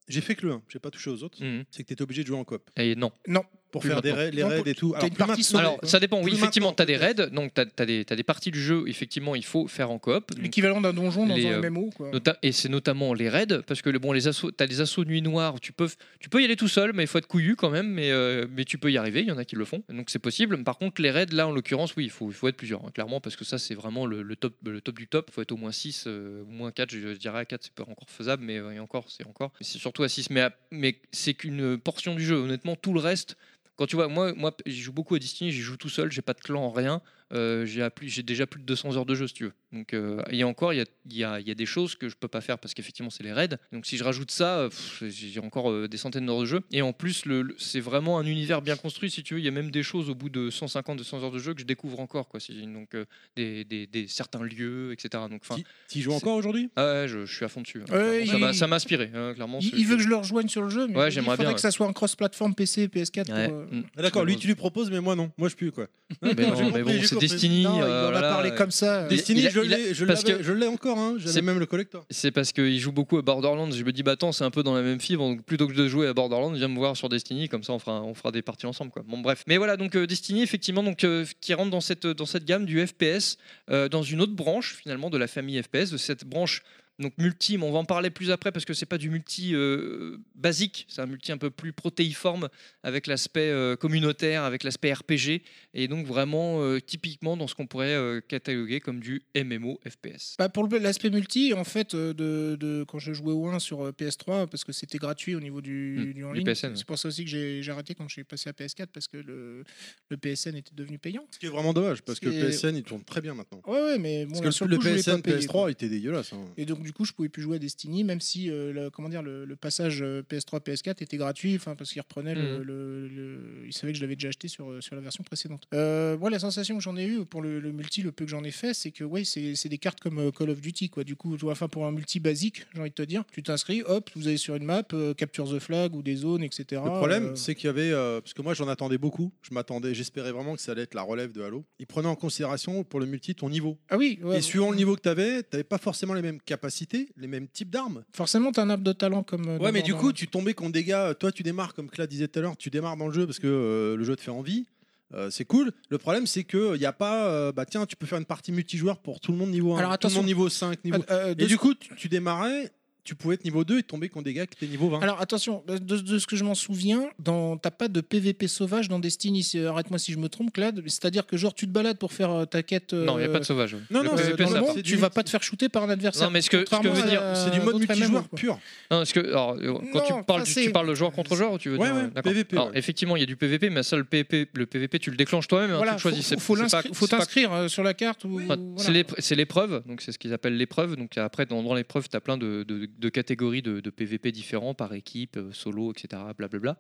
A: j'ai fait que le 1, j'ai pas touché aux autres,
B: Mhm.
A: c'est que t'étais obligé de jouer en coop.
B: Et non.
D: Non.
A: Pour
B: Plus
A: faire des
B: maintenant.
A: raids, les
B: Non,
A: raids
B: pour-
A: et tout.
B: t'as
A: Alors,
B: une
A: plus
B: partie
A: maintenant,
B: Alors, ça dépend. Oui,
A: Plus
B: effectivement, tu as des raids, donc tu as, des, t'as des parties du jeu, effectivement, il faut faire en coop. Donc,
D: L'équivalent d'un donjon dans
B: les, euh,
D: un MMO. Quoi.
B: Nota- et c'est notamment les raids, parce que le- bon, les assauts, t'as les assauts de nuit noire, où tu peux, f- tu peux y aller tout seul, mais il faut être couillu quand même, mais, euh, mais tu peux y arriver, il y en a qui le font, donc c'est possible. Par contre, les raids, là en l'occurrence, oui, il faut, il faut être plusieurs, hein, clairement, parce que ça c'est vraiment le, le top, le top du top, il faut être au moins 6, au moins 4, je, je dirais à 4 c'est pas encore faisable, mais euh, et encore, c'est encore. C'est surtout à 6, mais, à- mais c'est qu'une portion du jeu, honnêtement, tout le reste. Quand tu vois, moi, moi j'y joue beaucoup à Destiny, j'y joue tout seul, j'ai pas de clan, rien. Euh, j'ai appli- j'ai déjà plus de 200 heures de jeu si tu veux. Donc euh, et encore, il y a, il y a- il y a des choses que je peux pas faire parce qu'effectivement c'est les raids. Donc si je rajoute ça, euh, pff, j'ai encore euh, des centaines d'heures de jeu. Et en plus, le- le- c'est vraiment un univers bien construit si tu veux. Il y a même des choses au bout de 150-200 heures de jeu que je découvre encore quoi. Si- Donc euh, des, des- des- certains lieux, etc. Donc enfin.
A: Tu joues encore aujourd'hui
B: Ah ouais, je, je suis à fond dessus. hein.
D: Ouais,
B: Clairement, ça
D: il-
B: m'a- ça m'a inspiré hein, clairement.
D: Il,
B: c'est-
D: il veut que je le rejoigne sur le jeu, mais
B: Ouais,
D: il
B: j'aimerais
D: faudrait
B: bien,
D: que
B: ouais.
D: ça soit un cross-platform PC et PS4.
B: Ouais.
D: Pour, euh,
B: Mm.
A: Ah, D'accord, lui tu lui proposes, mais moi non. Moi je pue quoi.
B: Mais
A: D'accord,
B: non,
A: j'ai
B: mais
A: compris,
B: bon,
A: j'ai
B: c'est
A: compris.
B: Destiny,
A: Non, il
B: euh,
A: en a
B: là,
A: parlé
B: là.
A: comme ça.
B: Il-
A: Destiny,
B: il a-
A: je
B: il a-
A: l'ai- je
B: parce
A: l'avais-
B: que-
A: je l'ai encore, hein, j'avais
B: c'est-
A: même le collector.
B: C'est parce qu'il joue beaucoup à Borderlands. Je me dis, bah attends, c'est un peu dans la même fibre. Donc plutôt que de jouer à Borderlands, viens me voir sur Destiny. Comme ça, on fera, on fera des parties ensemble. Quoi. Bon, bref. Mais voilà, donc euh, Destiny, effectivement, donc, euh, qui rentre dans cette, dans cette gamme du FPS, euh, dans une autre branche, finalement, de la famille FPS, de cette branche. Donc multi, mais on va en parler plus après parce que c'est pas du multi euh, basique, c'est un multi un peu plus protéiforme avec l'aspect euh, communautaire, avec l'aspect RPG et donc vraiment euh, typiquement dans ce qu'on pourrait euh, cataloguer comme du MMO FPS.
D: Bah, pour le- l'aspect multi, en fait, euh, de, de- quand je jouais au 1 sur euh, PS3, parce que c'était gratuit au niveau du,
B: Mm,
D: du en
B: du
D: ligne,
B: PSN, ouais.
D: c'est pour ça aussi que j'ai j'ai arrêté quand je suis passé à PS4, parce que le, le PSN était devenu payant.
A: Ce qui est vraiment dommage parce que
D: C'est-
A: PSN il tourne très bien maintenant.
D: Ouais, ouais, mais bon,
A: Parce
D: là,
A: que
D: sur
A: le
D: coup, je voulais
A: PSN,
D: pas payer,
A: PS3
D: quoi.
A: il était dégueulasse. hein.
D: Et donc du coup, je pouvais plus jouer à Destiny, même si euh, le, comment dire, le, le passage euh, PS3 PS4 était gratuit, enfin parce qu'il reprenait le,
B: Mhm.
D: le- le- il savait que je l'avais déjà acheté sur, euh, sur la version précédente. Euh, moi, la sensation que j'en ai eue pour le, le multi, le peu que j'en ai fait, c'est que ouais, c'est c'est des cartes comme euh, Call of Duty, quoi. Du coup, tu vois, enfin pour un multi basique, j'ai envie de te dire, tu t'inscris, hop, vous allez sur une map, euh, capture the flag ou des zones, etc.
A: Le problème,
D: Euh,
A: c'est qu'il y avait, Ah, euh, parce que moi j'en attendais beaucoup, je m'attendais, j'espérais vraiment que ça allait être la relève de Halo. Ils prenaient en considération pour le multi ton niveau.
D: ah oui, ouais,
A: et suivant le niveau que tu avais, tu pas forcément les mêmes capacités, les mêmes types d'armes.
D: forcément, t'as un app de talent comme. euh,
A: Ouais,
D: dans
A: mais du
D: Borderlands.
A: coup, tu tombais contre des gars. euh, Toi, tu démarres, comme Clad disait tout à l'heure, tu démarres dans le jeu parce que euh, le jeu te fait envie. euh, c'est cool. Le problème, c'est que il n'y a pas. euh, bah tiens, tu peux faire une partie multijoueur pour tout le monde niveau 1,
D: Alors,
A: tout le
D: attention.
A: monde niveau 5, niveau.
D: Ah, euh, de
A: Et
D: ce-
A: du coup, tu, tu démarrais, tu pouvais être niveau 2 et tomber contre des gars qui étaient niveau
B: Hein.
A: 20.
D: Alors attention, de, de ce que je m'en souviens, dans t'as pas de PVP sauvage dans Destiny. c'est- Arrête-moi si je me trompe, Clad. C'est-à-dire que genre tu te balades pour faire euh, ta quête. euh,
B: Non, il n'y a pas de sauvage.
D: Non,
B: Le
A: euh,
D: non,
B: PVP,
D: dans
B: ça
D: le
B: part.
D: monde, tu vas pas te faire shooter par un adversaire.
B: Non, mais ce que, ce que je veux
A: euh,
B: dire,
D: d'autres MMO, quoi.
B: Non, est-ce que, alors, euh, quand
D: Non,
B: tu parles,
D: ça,
B: du-
D: c'est-
B: tu parles de joueur contre joueur ou tu veux
D: Ouais,
B: dire, euh,
D: ouais,
B: d'accord.
D: PVP,
B: Alors,
D: ouais.
B: effectivement, il y a du PVP, mais ça, le PVP, le PVP tu le déclenches toi-même, hein,
D: Voilà,
B: tu le choisis.
D: faut-
B: c'est-
D: faut
B: c'est pas-
D: l'inscrire- faut
B: c'est pas-
D: t'inscrire euh, sur la carte. ou-
B: Enfin,
D: voilà.
B: c'est l'épre- C'est l'épreuve, donc c'est ce qu'ils appellent l'épreuve. Donc après, dans, dans l'épreuve, tu as plein de, de- de catégories de, de PVP différents, par équipe, euh, solo, etc. Blablabla.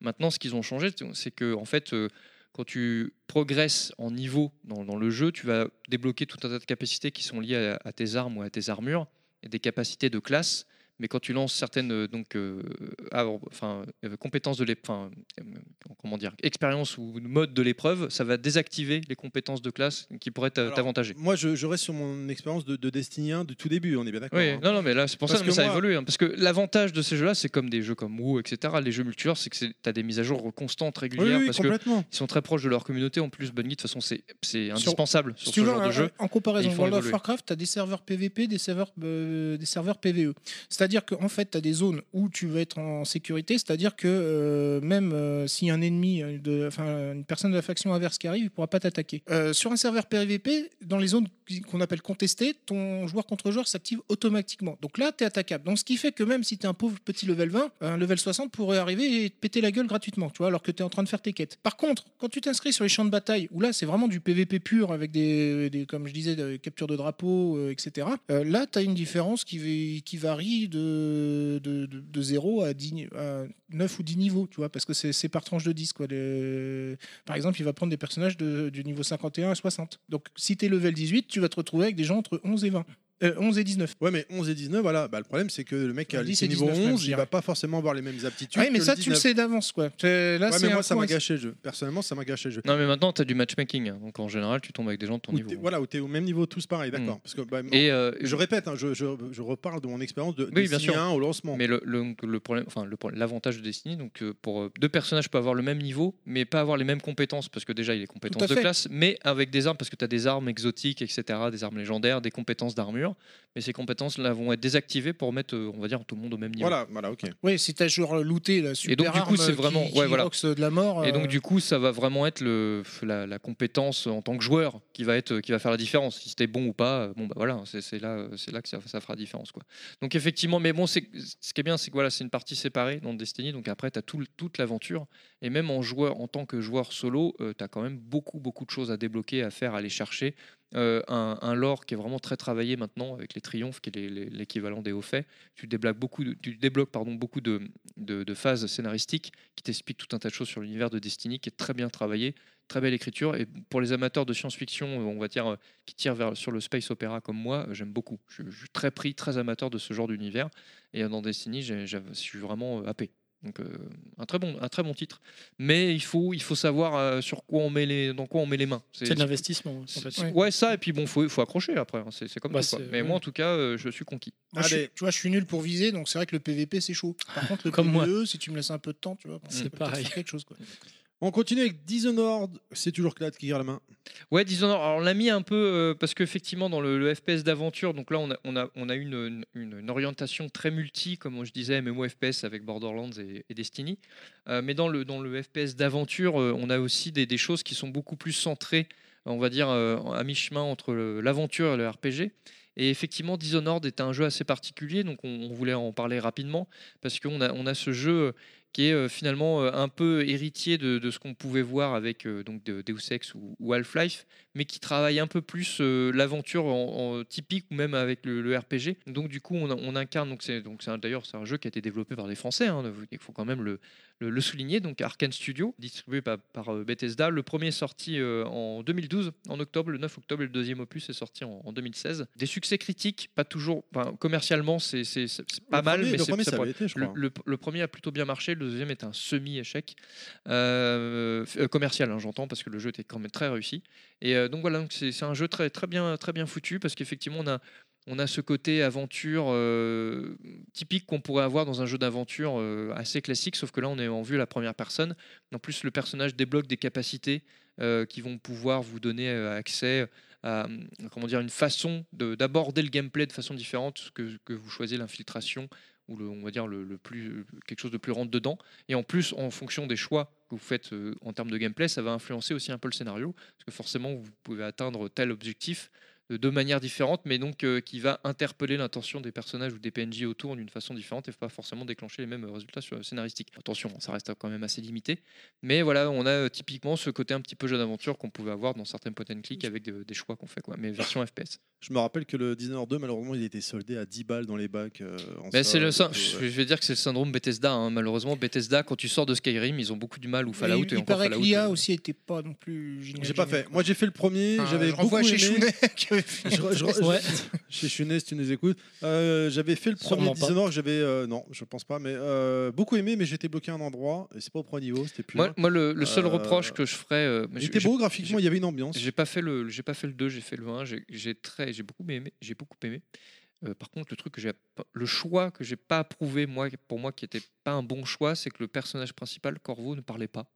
B: Maintenant, ce qu'ils ont changé, c'est- c'est que en fait, euh, quand tu progresses en niveau dans, dans le jeu, tu vas débloquer tout un tas de capacités qui sont liées à, à tes armes ou à tes armures, et des capacités de classe. Mais quand tu lances certaines euh, donc, euh, avant- enfin, euh, compétences de l'épreuve, comment dire, expérience ou mode de l'épreuve, ça va désactiver les compétences de classe qui pourraient t'a-
A: Alors,
B: t'avantager.
A: Moi, je, je reste sur mon expérience de, de Destiny 1 du tout début, on est bien d'accord.
B: Oui,
A: hein.
B: non, non, mais là, c'est pour
A: Parce
B: ça que
A: que
B: ça a
A: moi-
B: évolué. hein, parce que l'avantage de ces jeux-là, c'est comme des jeux comme WoW, etc. Les jeux multijoueurs, c'est que tu as des mises à jour constantes, régulières,
A: Oui, oui,
B: parce
A: complètement.
B: qu'ils sont très proches de leur communauté. En plus, Bungie, de toute façon, c'est c'est
D: Sur-
B: indispensable sur,
D: si
B: ce
D: tu veux,
A: hein,
B: genre
D: un-
B: de jeu.
D: En
B: Et
D: comparaison,
B: ils font
D: World of
B: évoluer.
D: Warcraft, tu as des serveurs PVP, des serveurs, euh, des serveurs PVE. C'est-à-dire qu'en fait, tu as des zones où tu vas être en sécurité, c'est-à-dire que euh, même euh, si un ennemi, euh, de, enfin, une personne de la faction inverse qui arrive, il ne pourra pas t'attaquer. Euh, sur un serveur PVP, dans les zones qui- qu'on appelle contestées, ton joueur contre joueur s'active automatiquement. Donc là, tu es attaquable. Donc ce qui fait que même si tu es un pauvre petit level 20, un level 60 pourrait arriver et te péter la gueule gratuitement, tu vois, alors que tu es en train de faire tes quêtes. Par contre, quand tu t'inscris sur les champs de bataille, où là c'est vraiment du PVP pur avec des, des- comme je disais, des captures de drapeaux, euh, etc., euh, là tu as une différence qui, va- qui varie de, de, de, 0 à, 10 ni- à 9 ou 10 niveaux, tu vois, parce que c'est c'est par tranche de 10. Quoi. Le- Par exemple, il va prendre des personnages de- du niveau 51 à 60. Donc si tu es level 18, tu vas te retrouver avec des gens entre 11 et 20. Euh, 11 et 19.
A: Ouais, mais 11 et 19, voilà. Bah, le problème, c'est que le mec à
D: 10 et
A: niveau
D: 19, même,
A: 11,
D: je
A: il
D: dirais.
A: va pas forcément avoir les mêmes aptitudes.
D: Oui, mais
A: que
D: ça,
A: le
D: tu le
A: 19.
D: sais d'avance, quoi. C'est- Là,
A: Ouais,
D: c'est
A: mais
D: un
A: moi, ça
D: point-
A: m'a gâché le jeu. Personnellement, ça m'a gâché le jeu.
B: Non, mais maintenant, tu as du matchmaking. hein, Donc en général, tu tombes avec des gens de ton
A: Où
B: niveau. hein.
A: t'es- voilà, où t'es au même niveau, tous
D: Mm.
A: pareil, d'accord. Parce que, bah,
B: Et, euh,
A: je répète, hein, je, je, je reparle de mon expérience de
B: Oui, bien
A: Destiny
B: sûr.
A: 1 au lancement.
B: Mais le, le, le problème, enfin le pro- l'avantage de Destiny, donc euh, pour euh, deux personnages peuvent avoir le même niveau, mais pas avoir les mêmes compétences parce que déjà il y a les compétences de
A: fait.
B: classe, mais avec des armes parce que tu as des armes exotiques, etc., des armes légendaires, des compétences d'armure, mais ces compétences là vont être désactivées pour mettre, euh, on va dire, tout le monde au même niveau.
A: Voilà, voilà, ok.
D: Oui, si t'as genre looté la super
B: Et donc du coup
D: arme
B: c'est vraiment,
D: qui, qui
B: ouais voilà.
D: roxe de la mort.
B: Et donc
D: euh,
B: du coup ça va vraiment être le, la, la compétence en tant que joueur qui va être qui va faire la différence. Si c'était bon ou pas, euh, bon bah voilà, c'est c'est là euh, c'est là que ça, ça fera la différence quoi. Donc effectivement, mais bon c'est ce qui est bien c'est que voilà c'est une partie séparée dans Destiny, donc après tu as toute l'aventure et même en joueur en tant que joueur solo, tu as quand même beaucoup beaucoup de choses à débloquer, à faire, à aller chercher. Euh, un, un lore qui est vraiment très travaillé maintenant avec les triomphes, qui est les- les- l'équivalent des hauts faits. Tu débloques beaucoup, de- tu débloques pardon beaucoup de, de, de phases scénaristiques qui t'expliquent tout un tas de choses sur l'univers de Destiny, qui est très bien travaillé, très belle écriture. Et pour les amateurs de science-fiction, euh, on va dire euh, qui tirent vers sur le space opéra comme moi, euh, j'aime beaucoup. Je, je suis très pris, très amateur de ce genre d'univers. Et euh, dans Destiny, j'ai- j'ai- je suis vraiment euh, happé. Donc euh, un très bon, un très bon titre. Mais il faut, il faut savoir euh, sur quoi on met les, dans quoi on met les mains.
E: C'est de l'investissement. hein.
B: c'est-
E: en fait.
B: c'est- Ouais, ça, et puis bon, faut, faut accrocher après, hein, c'est c'est comme
E: Bah,
B: tout. quoi.
E: c'est-
B: Mais
E: ouais.
B: moi, en tout cas, euh, je suis conquis.
D: moi, je suis- ah, tu vois, je suis nul pour viser, donc c'est vrai que le PVP c'est chaud. Par contre, le
B: Comme
D: PVE,
B: moi.
D: si tu me laisses un peu de temps, tu vois, on
B: C'est
D: peut peut-être
B: pareil.
D: faire quelque chose quoi.
A: On continue avec Dishonored. C'est toujours Clad qui garde la main.
B: Ouais, Dishonored, alors on l'a mis un peu euh, parce qu'effectivement, dans le, le FPS d'aventure, donc là, on a, on a, on a une, une- une, une orientation très multi, comme je disais, MMO FPS avec Borderlands et, et Destiny. Euh, mais dans le, dans le FPS d'aventure, euh, on a aussi des, des choses qui sont beaucoup plus centrées, on va dire, euh, à mi-chemin entre le- l'aventure et le RPG. Et effectivement, Dishonored est un jeu assez particulier, donc on, on voulait en parler rapidement, parce qu'on a, on a ce jeu qui est euh, finalement euh, un peu héritier de, de ce qu'on pouvait voir avec euh, donc de Deus Ex ou, ou Half-Life, mais qui travaille un peu plus euh, l'aventure en, en typique ou même avec le, le RPG. Donc du coup, on, on incarne donc c'est donc c'est un- d'ailleurs c'est un jeu qui a été développé par des Français. hein, il faut quand même le, le, le souligner. Donc Arkane Studio, distribué par, par, euh, Bethesda. Le premier est sorti euh, en 2012, en octobre, le 9 octobre. et Le deuxième opus est sorti en, en 2016. Des succès critiques, pas toujours. enfin, commercialement, c'est c'est- c'est- c'est pas
A: Le
B: mal,
A: premier-
B: mais
A: le
B: c'est-
A: premier,
B: ça
A: ça
B: pourrait-
A: avait été, je
B: le-
A: crois.
B: le, le premier a plutôt bien marché, le deuxième est un semi-échec euh, f- euh, commercial, hein, j'entends, parce que le jeu était quand même très réussi. Et euh, donc voilà, donc c'est c'est un jeu très, très, bien, très bien foutu, parce qu'effectivement, on a, on a ce côté aventure euh, typique qu'on pourrait avoir dans un jeu d'aventure euh, assez classique, sauf que là, on est en vue à la première personne. En plus, le personnage débloque des capacités euh, qui vont pouvoir vous donner euh, accès à, comment dire, une façon de- d'aborder le gameplay de façon différente que, que vous choisissez l'infiltration ou le, on va dire le, le plus quelque chose de plus rentre dedans et en plus en fonction des choix que vous faites euh, en termes de gameplay ça va influencer aussi un peu le scénario parce que forcément vous pouvez atteindre tel objectif euh, de deux manières différentes mais donc euh, qui va interpeller l'intention des personnages ou des PNJ autour d'une façon différente et pas forcément déclencher les mêmes euh, résultats sur- scénaristiques attention ça reste quand même assez limité mais voilà on a euh, typiquement ce côté un petit peu jeu d'aventure qu'on pouvait avoir dans certaines point and click avec de- des choix qu'on fait quoi mais version FPS
A: Je me rappelle que le Dishonored 2, malheureusement, il était soldé à 10 balles dans les bacs. euh, en
D: Ben,
A: solde,
B: Mais c'est le, syn-
A: donc,
B: je
A: euh,
B: je vais dire que c'est le syndrome Bethesda. hein. Malheureusement, Bethesda, quand tu sors de Skyrim, ils ont beaucoup du mal ou Fallout
D: il,
B: et
D: il
B: encore
D: paraît que
B: Fallout. euh.
D: l'IA aussi était pas non plus géniale.
A: J'ai pas fait. Moi, j'ai fait le premier.
D: Ah,
A: J'avais
D: je renvoie
A: beaucoup
D: chez
A: aimé.
D: Chounet qui avait fait
A: Je re- je re-
D: Ouais.
A: Chez Chounet, si tu nous écoutes. Euh, j'avais fait le premier
D: Sûrement pas.
A: Dishonored. J'avais euh, non, je pense pas, mais euh, beaucoup aimé, mais j'étais bloqué à un endroit. Et c'est pas au premier niveau. C'était plus.
B: Moi,
A: là.
B: moi, le, le seul
A: Euh,
B: reproche que je ferais. euh, mais
A: Il
B: j'ai-
A: était
B: j'ai-
A: beau graphiquement. Il y avait une ambiance.
B: J'ai pas fait le, j'ai pas fait le 2, j'ai fait le 1, j'ai- j'ai très, j'ai beaucoup aimé, j'ai beaucoup aimé. Euh, par contre, le truc que j'ai, pas- le choix que j'ai pas approuvé moi, pour moi, qui était pas un bon choix, c'est que le personnage principal, Corvo, ne parlait pas.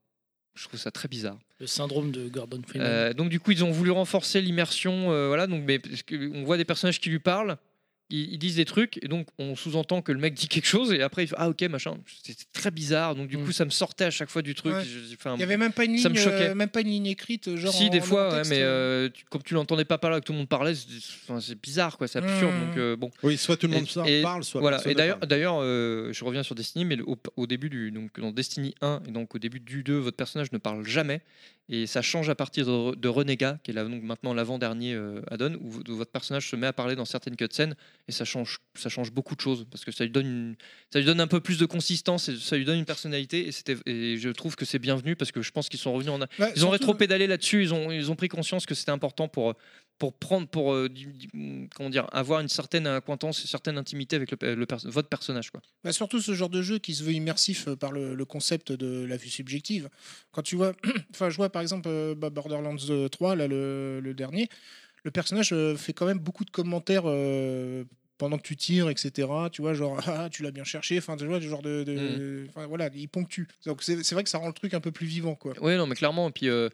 B: Je trouve ça très bizarre.
E: Le syndrome de Gordon Freeman.
B: Euh, donc du coup, ils ont voulu renforcer l'immersion. euh, voilà, donc mais parce que on voit des personnages qui lui parlent, ils, ils disent des trucs, et donc on sous-entend que le mec dit quelque chose, et après il fait ah ok machin. C'était très bizarre. Donc du coup, ça me sortait à chaque fois du truc.
D: Mm. Ouais.
B: Je- enfin,
D: Il y avait même pas une
B: ça me
D: ligne,
B: choquait.
D: euh, même pas une ligne écrite. Genre
B: si
D: en-
B: des
D: en
B: fois, ouais,
D: texte.
B: mais euh, tu- comme tu l'entendais pas parler, que tout le monde parlait, c'est enfin, c'est bizarre quoi, c'est absurde.
D: Mm.
A: Mmh.
B: Donc euh, bon.
A: Oui, soit tout le monde sort- parle, soit
B: voilà.
A: personne
B: Et
A: ne
B: d'ailleurs, d'ailleurs, euh, je reviens sur Destiny, mais le- au, au début du donc dans Destiny 1 et donc au début du 2, votre personnage ne parle jamais et ça change à partir de, de Renega, qui est là, donc maintenant l'avant-dernier euh, add-on où, v- où votre personnage se met à parler dans certaines cutscenes et ça change ça change beaucoup de choses parce que ça lui donne une- ça lui donne un peu plus de consistance et ça lui donne une personnalité et c'était et je trouve que c'est bienvenu parce que je pense qu'ils sont revenus en a-
E: Ouais,
B: ils ont
E: surtout-
D: euh,
B: rétro-pédalé là-dessus, ils ont ils ont pris conscience que c'était important pour euh, pour prendre pour euh, du- du- comment dire avoir une certaine acquaintance, une certaine intimité avec le, pe- le pers- votre personnage quoi.
D: Bah, surtout ce genre de jeu qui se veut immersif euh, par le, le concept de la vue subjective. Quand tu vois, enfin, je vois par exemple euh, bah, Borderlands euh, 3, là, le, le dernier, le personnage euh, fait quand même beaucoup de commentaires euh, pendant que tu tires, etc. Tu vois, genre, ah, tu l'as bien cherché, enfin, tu vois, le genre de.
B: Hmm.
D: de- enfin, Voilà, il ponctue. Donc c'est c'est vrai que ça rend le truc un peu plus vivant, quoi.
B: Oui, non mais clairement et puis euh,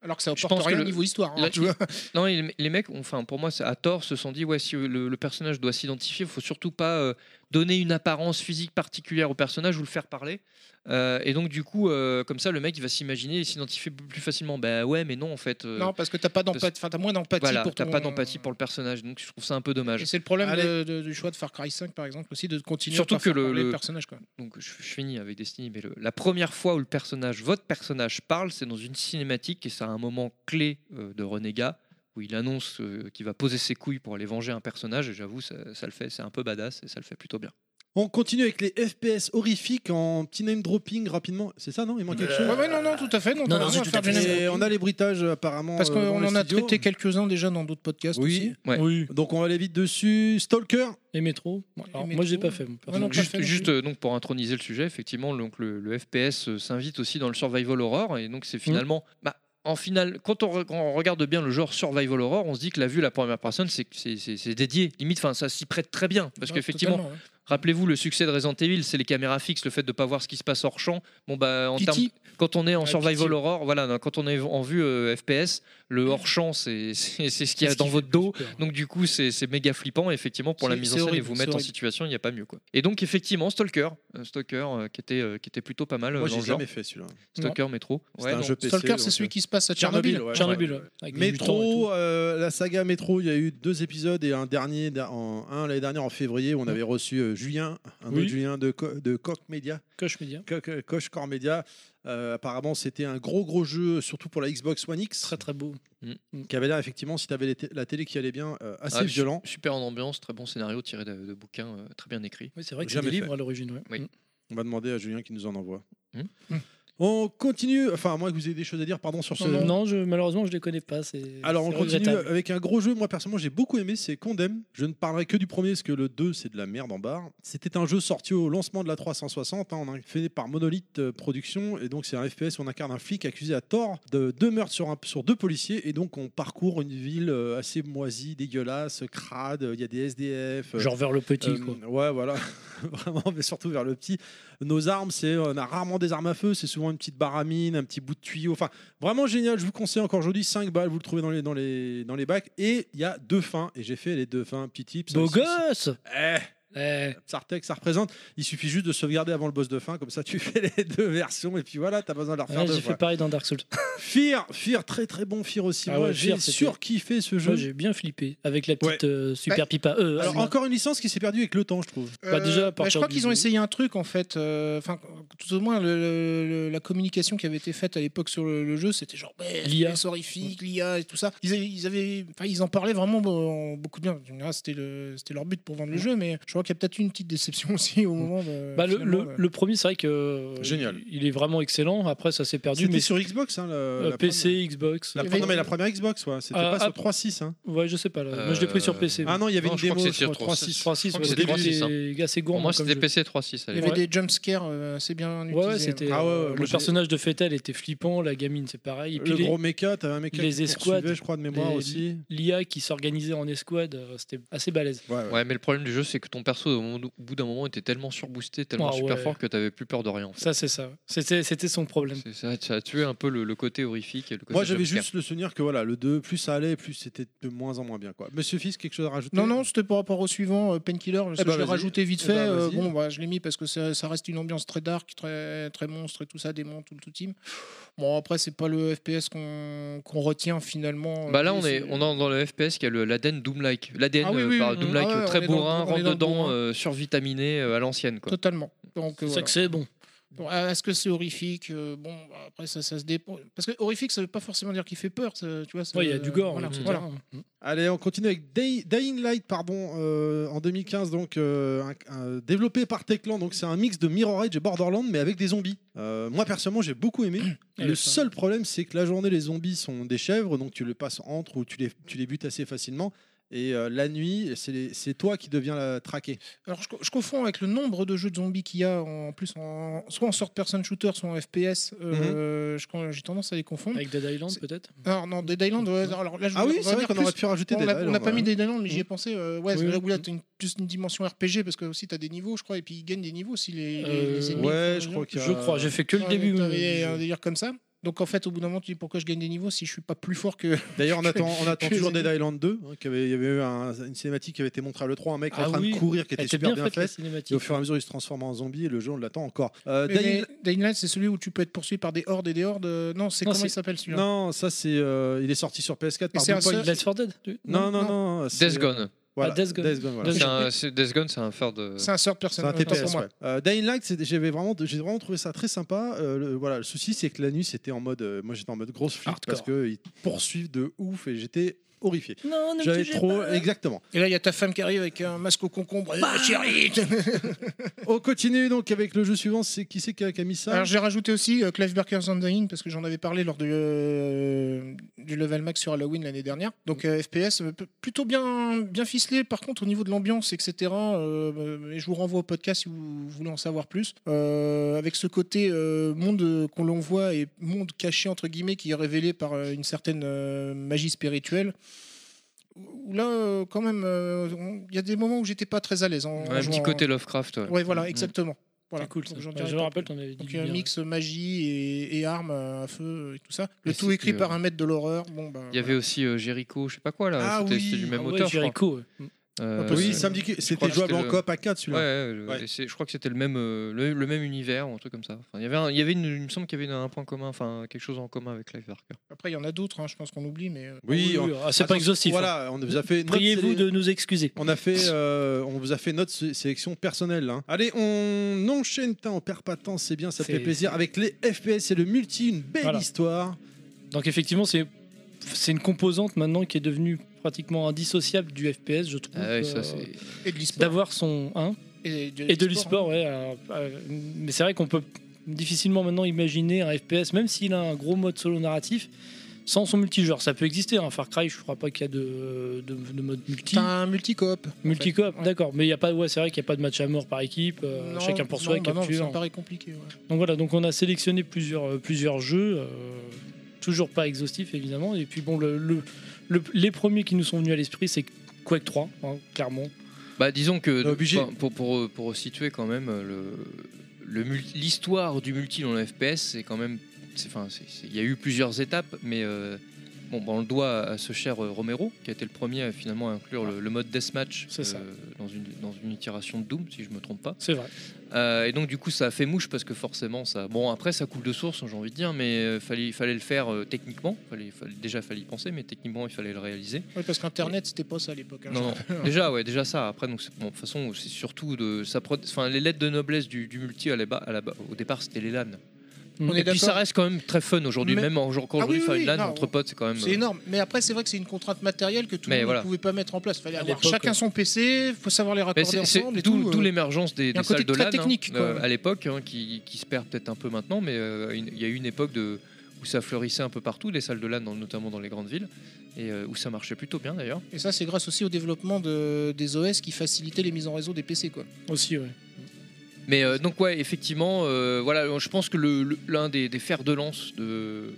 D: Alors que ça
B: Je
D: apporte
B: pense
D: rien
B: que
D: au
B: le-
D: niveau histoire, hein,
B: la-
D: tu vois.
B: Non, et les, les mecs, ont- enfin, pour moi, c'est à tort, se sont dit ouais, si le, le personnage doit s'identifier, il faut surtout pas euh, donner une apparence physique particulière au personnage ou le faire parler. Euh, et donc, du coup, euh, comme ça, le mec, il va s'imaginer et s'identifier b- plus facilement. Ben ouais, mais non, en fait. euh,
D: Non, parce que t'as pas
B: parce-
D: d'empathie, enfin, t'as moins d'empathie
B: voilà,
D: pour
B: t'as
D: ton-
B: pas d'empathie pour le personnage, donc je trouve ça un peu dommage.
D: Et c'est le problème de- de- du choix de Far Cry 5, par exemple, aussi, de continuer
B: Surtout
D: à
B: que
D: faire
B: le,
D: parler
B: le-
D: personnage, quoi.
B: Donc je, je finis avec Destiny, mais le- la première fois où le personnage, votre personnage parle, c'est dans une cinématique et c'est à un moment clé euh, de Renégat où il annonce euh, qu'il va poser ses couilles pour aller venger un personnage. Et j'avoue, ça, ça le fait, c'est un peu badass et ça le fait plutôt bien.
A: On continue avec les FPS horrifiques en petit name dropping rapidement. C'est ça, non Il manque quelque chose
D: Euh, Ouais, ouais, non, non, tout à fait. Non,
A: Non,
D: t'as
A: non,
D: raison,
A: c'est
D: à faire
A: tout à fait.
D: du
A: Et
D: name-dropping.
A: on a les bruitages apparemment.
D: Parce
A: euh,
D: qu'on
A: dans le
D: en a
A: studio.
D: traité quelques-uns déjà dans d'autres podcasts aussi.
A: Donc on va aller vite dessus. Stalker.
E: Et Métro. Alors,
D: Et
E: moi, j'ai
D: Metro.
E: pas fait. mon
D: Ouais, non,
B: Donc,
D: pas
B: juste,
D: fait non
B: juste,
D: plus.
B: euh, donc pour introniser le sujet, effectivement, donc le, le FPS euh, s'invite aussi dans le survival horror et donc c'est
D: Mm.
B: finalement, bah, en final, quand on, re- quand on regarde bien le genre survival horror, on se dit que la vue à la première personne, c'est c'est- c'est- c'est dédié, limite, enfin ça s'y prête très bien parce
D: Ouais,
B: qu'effectivement.
D: totalement, hein. ouais.
B: Rappelez-vous le succès de Resident Evil, c'est les caméras fixes, le fait de ne pas voir ce qui se passe hors champ. Bon bah en
D: Pity.
B: termes- quand on est en
D: Ouais,
B: survival
D: Pity.
B: horror, voilà, non, quand on est en vue euh, FPS, le hors champ c'est c'est c'est ce qu'il y a
E: C'est ce qui
B: dans
E: fait
B: votre
E: le plus
B: dos.
E: peur.
B: Donc du coup c'est c'est méga flippant et effectivement pour la
E: C'est-
B: mise en
E: c'est
B: scène et
E: horrible,
B: vous
E: c'est
B: mettre en
E: horrible.
B: situation, il n'y a pas mieux quoi. Et donc effectivement Stalker, euh, Stalker euh, qui était euh, qui était plutôt pas mal euh,
A: Moi,
B: dans
A: j'ai
B: le genre.
A: jamais fait celui-là.
B: Stalker métro.
A: C'était un
B: non.
A: jeu PC,
D: Stalker,
A: donc,
D: c'est celui
A: euh,
D: qui se passe à Tchernobyl.
A: ouais.
E: Chernobyl, ouais. Avec les mutants et tout.
A: Métro, euh, la saga Métro, il y a eu deux épisodes et un dernier, da- en, un l'année dernière en février, où on avait reçu euh, Julien, un
E: Oui.
A: autre Julien de, Co- de Coq Media.
E: Coche Media.
A: Coq- euh, Coche Core Media. Euh, apparemment, c'était un gros gros jeu, surtout pour la Xbox One X. Très
E: très beau.
A: Qui avait l'air effectivement, si tu avais la télé qui allait bien, euh, assez
B: Ah, su-
A: violent.
B: Super en ambiance, très bon scénario tiré de, de bouquins, euh, très bien écrit.
E: Oui, c'est vrai que
A: Jamais
E: c'était
A: fait.
E: libre à l'origine. ouais. Mm.
A: On va demander à Julien qui nous en envoie.
B: Hmm.
A: On continue, enfin, à moins que vous ayez des choses à dire, pardon, sur ce.
E: Non, non, non, je, malheureusement, je les connais pas. c'est-
A: Alors,
E: c'est
A: on continue
E: regrettable.
A: avec un gros jeu. Moi, personnellement, j'ai beaucoup aimé. C'est Condemn. Je ne parlerai que du premier parce que le 2, c'est de la merde en barre. C'était un jeu sorti au lancement de la 360. hein, on a fait par Monolith euh, Productions. Et donc, c'est un FPS où on incarne un flic accusé à tort de deux meurtres sur, un- sur deux policiers. Et donc, on parcourt une ville euh, assez moisie, dégueulasse, crade. Il y a des SDF. euh,
E: Genre vers le petit, quoi.
A: Ouais, voilà. Vraiment, mais surtout vers le petit. Nos armes, c'est on a euh, rarement des armes à feu. C'est souvent une petite baramine, un petit bout de tuyau. Enfin, vraiment génial. Je vous conseille encore aujourd'hui 5 balles. Vous le trouvez dans les, dans les, dans les bacs. Et il y a deux fins. Et j'ai fait les deux fins. Petit tips.
C: Beau
A: Aussi,
C: gosse
A: eh Sartek, ça représente. Il suffit juste de sauvegarder avant le boss de fin, comme ça tu fais les deux versions et puis voilà, t'as pas besoin de la refaire
C: Ouais,
A: deux
C: eh, J'ai
A: fois.
C: fait pareil dans Dark Souls.
A: Fear, Fear, très très bon Fear aussi.
C: Ah
A: Moi,
C: ouais,
A: j'ai
C: Fear, c'était-
A: surkiffé ce jeu.
C: Moi, j'ai bien flippé avec la petite euh, super
A: Ouais.
C: pipa. Euh,
A: Alors,
C: Azuma.
A: encore une licence qui s'est perdue avec le temps, je trouve.
D: Euh, bah, je crois qu'ils ont essayé un truc en fait. euh, Enfin, tout au moins le- le- le- la communication qui avait été faite à l'époque sur le, le jeu, c'était genre ouais,
C: L'IA.
D: c'est horrifique, l'IA et tout ça. Ils avaient, ils avaient- enfin, ils en parlaient vraiment bon, beaucoup de bien. Tu me diras, C'était le- c'était leur but pour vendre le jeu, mais je crois qu'il y a peut-être eu une petite déception aussi au moment. de-
C: Bah, le, le-
D: finalement, de-
C: le premier, c'est vrai que euh,
A: Génial.
C: Il est vraiment excellent. Après, ça s'est perdu.
A: C'était
C: Mais
A: sur Xbox, hein, le-
C: euh,
A: la
C: PC, Xbox.
A: La pre- non, mais la première Xbox, ouais. C'était
C: Ah,
A: pas
C: ah, euh,
A: sur 3.6. Hein.
C: Ouais, je sais pas. là. Moi, je l'ai pris sur PC.
A: Ah non, il y avait
B: Non,
A: une
B: je crois
A: démo
B: que c'est sur
A: 3.6.
C: 3.6,
B: Je crois que
C: ouais,
B: c'était
C: c'était
B: 3.6,
C: assez gourmand.
B: Pour moi,
C: comme
B: c'était
C: jeu.
B: PC 3.6 à
D: Il y avait
B: l'époque.
D: des jumpscares euh, assez bien
C: Ouais, ouais,
D: utilisés.
C: c'était.
A: Ah ouais, ouais,
C: euh,
A: moi,
C: le
A: j'ai-
C: personnage de Fetal était flippant, la gamine, c'est pareil. Et puis
A: le
C: les-
A: gros méca, t'avais un méca
C: les
A: qui te poursuivait,
C: escouades,
A: je crois, de mémoire
C: les-
A: aussi.
C: l'IA qui s'organisait en escouade, euh, c'était assez balèze.
A: Ouais, ouais.
B: Ouais, mais le problème du jeu, c'est que ton perso, au, moment- au bout d'un moment, était tellement surboosté, tellement
C: Ah
B: super
C: ouais.
B: fort que t'avais plus peur de rien. en fait.
C: Ça, c'est ça. C'était c'était son problème.
B: C'est Ça, ça a tué un peu le, le côté horrifique. Et le côté
A: Moi, j'avais
B: jumpscare.
A: juste le souvenir que voilà, le 2, plus ça allait, plus c'était de moins en moins bien. Quoi. Monsieur Fils, quelque chose à rajouter
D: Non, non, c'était par rapport au suivant, euh, Painkiller. parce
A: Eh
D: que
A: bah,
D: je l'ai
A: vas-y.
D: rajouté vite
A: Eh
D: fait.
A: bah,
D: euh,
A: vas-y.
D: bon, bah, je l'ai mis parce que ça, ça reste une ambiance très dark, très, très monstre et tout ça, des démon, tout le tout team. Bon, après, c'est pas le FPS qu'on qu'on retient finalement. euh,
B: Bah là,
D: mais
B: on est,
D: c'est-
B: on est dans le FPS qui a le- l'ADN Doom-like. L'ADN
D: Ah oui, oui,
B: par
D: oui,
B: Doom-like,
D: ah ouais,
B: très
D: on est dans le-
B: bourrin,
D: on est
B: rentre
D: dans le
B: dedans,
D: bourrin.
B: euh, survitaminé euh, à l'ancienne. quoi.
D: Totalement. Donc,
C: C'est ça
D: euh, voilà.
C: que c'est bon.
D: Bon, ah, Est-ce que c'est horrifique Euh, Bon, bah, après, ça, ça se dépend. Parce que horrifique, ça veut pas forcément dire qu'il fait peur. ça- tu vois, ça-
C: Ouais, il y a du gore, hein,
D: Voilà.
C: etc.
D: voilà.
A: Allez, on continue avec Day- Dying Light, pardon, euh, en 2015, donc euh, un- un- développé par Techland. Donc c'est un mix de Mirror Edge et Borderlands, mais avec des zombies. Euh, moi personnellement, j'ai beaucoup aimé.
C: Ouais,
A: le
C: ça.
A: seul problème, c'est que la journée, les zombies sont des chèvres, donc tu les passes entre ou tu les, tu les butes assez facilement. Et euh, la nuit, c'est les- c'est toi qui deviens la traquée.
D: Alors, je, co- je confonds avec le nombre de jeux de zombies qu'il y a en plus, en, soit en third-person shooter, soit en FPS. euh, je con- J'ai tendance à les confondre.
C: Avec Dead Island,
D: C'est-
C: peut-être
D: Alors, non, Dead Island, ouais, alors là, je
A: Ah
D: voulais
A: oui, c'est vrai
D: revenir
A: qu'on
D: plus-
A: aurait pu rajouter
D: on
A: des
D: l'a- on n'a pas mis
A: des
D: Dead Island, mais j'y
A: Mm.
D: ai pensé. euh, ouais,
C: Oui,
D: là
C: oui.
D: où là, t'as une, plus une dimension RPG parce que aussi t'as des niveaux, je crois, et puis ils gagnent des niveaux si les, les-
C: Euh,
D: les ennemis.
A: Ouais,
D: font-
A: je crois qu'il y a-
C: Je crois, j'ai fait que le
D: Ouais,
C: début. euh,
D: t'avais
C: mais-
D: un délire comme ça. Donc en fait, au bout d'un moment, tu dis pourquoi je gagne des niveaux si je suis pas plus fort que.
A: D'ailleurs, on attend, on attend
D: que les
A: toujours Dead
D: ennemis.
A: Island 2. hein, qui avait- il y avait eu un- une cinématique qui avait été montrée à l'E3, un mec
C: Ah
A: en train
C: oui,
A: de courir qui était
C: Elle était
A: super
C: bien
A: bien,
C: faite, la
A: fait. Et au
C: cinématique.
A: fur et à mesure, il se transforme en zombie et le jeu, on l'attend encore. Euh,
D: Mais-
A: Dying-
D: mais Dying Light, c'est celui où tu peux être poursuivi par des hordes et des hordes. euh, Non, c'est
C: Non,
D: comment
C: c'est-
D: il s'appelle celui-là
A: Non, ça c'est, euh, il est sorti sur PS4
D: Mais
A: par
D: c'est un
A: Bluepoint.
D: seul-
C: Left 4 Dead tu-
A: Non, non,
D: Non.
A: non. c'est,
B: Death Gone.
A: voilà,
C: Ah, Death Gone.
A: voilà.
B: C'est un- c'est- Death Gone, c'est un faire de.
D: C'est un third
A: C'est
D: person.
A: un
D: autant pour
A: TPS,
D: moi.
A: ouais. Euh, Dying Light, c'est- j'avais vraiment, j'ai vraiment trouvé ça très sympa. Euh, le, voilà, le souci, c'est que la nuit, c'était en mode, euh, moi, j'étais en mode grosse flip parce que ils poursuivent de ouf et j'étais horrifié.
L: Non, ne
A: J'avais trop, exactement.
D: Et là, il y a ta femme qui arrive avec un masque au concombre. Eh,
A: Bah
D: chérie
A: On continue donc avec le jeu suivant. C'est qui c'est qui a qui a mis ça
D: Alors j'ai rajouté aussi euh, Clive Barker's Undying parce que j'en avais parlé lors de, euh, du level max sur Halloween l'année dernière. Donc euh, FPS euh, p- plutôt bien, bien ficelé par contre au niveau de l'ambiance etc. euh, euh, et je vous renvoie au podcast si vous voulez en savoir plus. Euh, avec ce côté euh, monde euh, qu'on l'on voit et monde caché entre guillemets qui est révélé par euh, une certaine euh, magie spirituelle. Où Là, euh, quand même, euh, on- il y a des moments où j'étais pas très à l'aise. En, en
B: Ouais, un petit
D: jouant.
B: côté Lovecraft. ouais.
D: Ouais, voilà,
B: Mm.
D: exactement. Voilà.
C: C'est cool. ça.
D: Donc, j'en
C: Ouais,
D: dirai
C: Je me
D: pas
C: rappelle, t'en avais dit.
D: donc
C: du
D: un
C: bien.
D: mix magie et, et armes à feu et tout ça. Le
B: Mais
D: tout
B: c'est
D: écrit
B: que-
D: par un maître de l'horreur. Bon, bah,
B: Il y avait aussi euh, Jericho, je sais pas quoi là.
A: Ah
B: c'était
A: oui.
B: c'était du même
C: Ah ouais,
B: auteur. je crois.
C: Jericho, ouais.
B: Euh,
A: Oui, ça me dit que
B: crois
A: c'était
B: que
A: jouable
B: c'était
A: en
B: le-
A: coop à 4
B: Ouais,
A: celui-là.
B: ouais, je-
A: Ouais.
B: et c'est- je crois que c'était le même, euh, le, le même univers ou un truc comme ça. Enfin, il y avait, un- il y avait une, il me semble qu'il y avait un point commun, enfin quelque chose en commun avec Clive Barker.
D: voilà. Après, il y en a d'autres, hein, je pense qu'on oublie, mais. euh,
A: Oui, on-
C: ah, c'est pas
A: Attends,
C: exhaustif. hein.
A: Voilà, on vous a fait. notre
C: Priez-vous
A: série-
C: de nous excuser.
A: On a fait, euh, on vous a fait notre sé- sélection personnelle. hein. Allez, on enchaîne, putain, on perd pas de temps, c'est bien, ça
C: C'est-
A: fait plaisir. Avec les FPS et le multi, une belle
C: Voilà.
A: histoire.
C: Donc effectivement, c'est c'est une composante maintenant qui est devenue pratiquement indissociable du FPS, je trouve.
B: Ah ouais,
C: euh,
B: ça c'est.
D: Et de l'e-sport.
C: D'avoir son hein,
D: Et de, hein.
C: et de l'e-sport, ouais. euh, euh, mais c'est vrai qu'on peut difficilement maintenant imaginer un FPS, même s'il a un gros mode solo narratif, sans son multijoueur. Ça peut exister. Un Far Cry, je crois pas qu'il y a de, de, de mode multi.
D: T'as un multicoop.
C: Multicoop,
D: ouais.
C: d'accord. Mais il y a pas, ouais, c'est vrai qu'il n'y a pas de match à mort par équipe. euh, chacun pour soi,
D: bah non,
C: capture.
D: ça me paraît compliqué. ouais.
C: Donc voilà, donc on a sélectionné plusieurs, euh, plusieurs jeux, euh, toujours pas exhaustifs évidemment. Et puis bon, le, le- le- les premiers qui nous sont venus à l'esprit, c'est Quake 3, hein, clairement.
B: Bah, disons que
A: est obligé.
B: enfin, pour, pour, pour situer quand même euh, le, le mul- l'histoire du multi dans le FPS, c'est quand même. c'est- enfin, c'est- c'est- Il y a eu plusieurs étapes, mais euh, bon, bah, on le doit à ce cher euh, Romero, qui a été le premier à finalement inclure le, le mode Deathmatch
C: Ah.
B: euh,
C: C'est ça.
B: dans, une, dans une itération de Doom, si je me trompe pas.
C: C'est vrai.
B: Euh, et donc du coup ça a fait mouche parce que forcément ça bon après ça coule de source hein, j'ai envie de dire mais euh, fallait fallait le faire euh, techniquement fallait, fallait- déjà fallait y penser mais techniquement il fallait le réaliser
D: Ouais, parce qu'Internet, c'était pas ça à l'époque. hein, je
B: non, non.
D: rappelle.
B: déjà ouais déjà ça après donc c'est- bon, de toute façon c'est surtout de ça pro- enfin les lettres de noblesse du, du multi à la ba- à la ba- au départ c'était les LAN
D: On est
B: et puis ça
D: d'accord.
B: reste quand même très fun aujourd'hui
D: Mais-
B: même en- aujourd'hui
D: Ah oui, oui,
B: faire
D: oui,
B: une LAN
D: non,
B: entre potes c'est quand même
D: C'est
B: euh,
D: énorme. Mais après, c'est vrai que c'est une contrainte matérielle que tout le
B: Mais
D: monde
B: voilà.
D: ne pouvait pas mettre en place. Fallait avoir
B: l'époque,
D: chacun
B: ouais.
D: son PC, faut savoir les
B: Mais
D: raccorder
B: c'est- c'est
D: ensemble et
B: d'où
D: tout.
B: d'où
D: euh.
B: l'émergence
D: Il y
B: des,
D: a un
B: des
D: côté
B: salles de
D: très
B: LAN hein,
D: technique, quoi,
B: euh,
D: ouais.
B: à l'époque, hein, qui, qui se perdent peut-être un peu maintenant, mais euh, une- il y a eu une époque de, où ça fleurissait un peu partout, les salles de LAN, dans- notamment dans les grandes villes, et euh, où ça marchait plutôt bien d'ailleurs.
D: Et ça, c'est grâce aussi au développement de- des OS qui facilitaient les mises en réseau des PC. Quoi.
C: Aussi, ouais.
B: Mais euh, donc ouais, effectivement, euh, voilà, je pense que le- le- l'un des, des fers de lance de,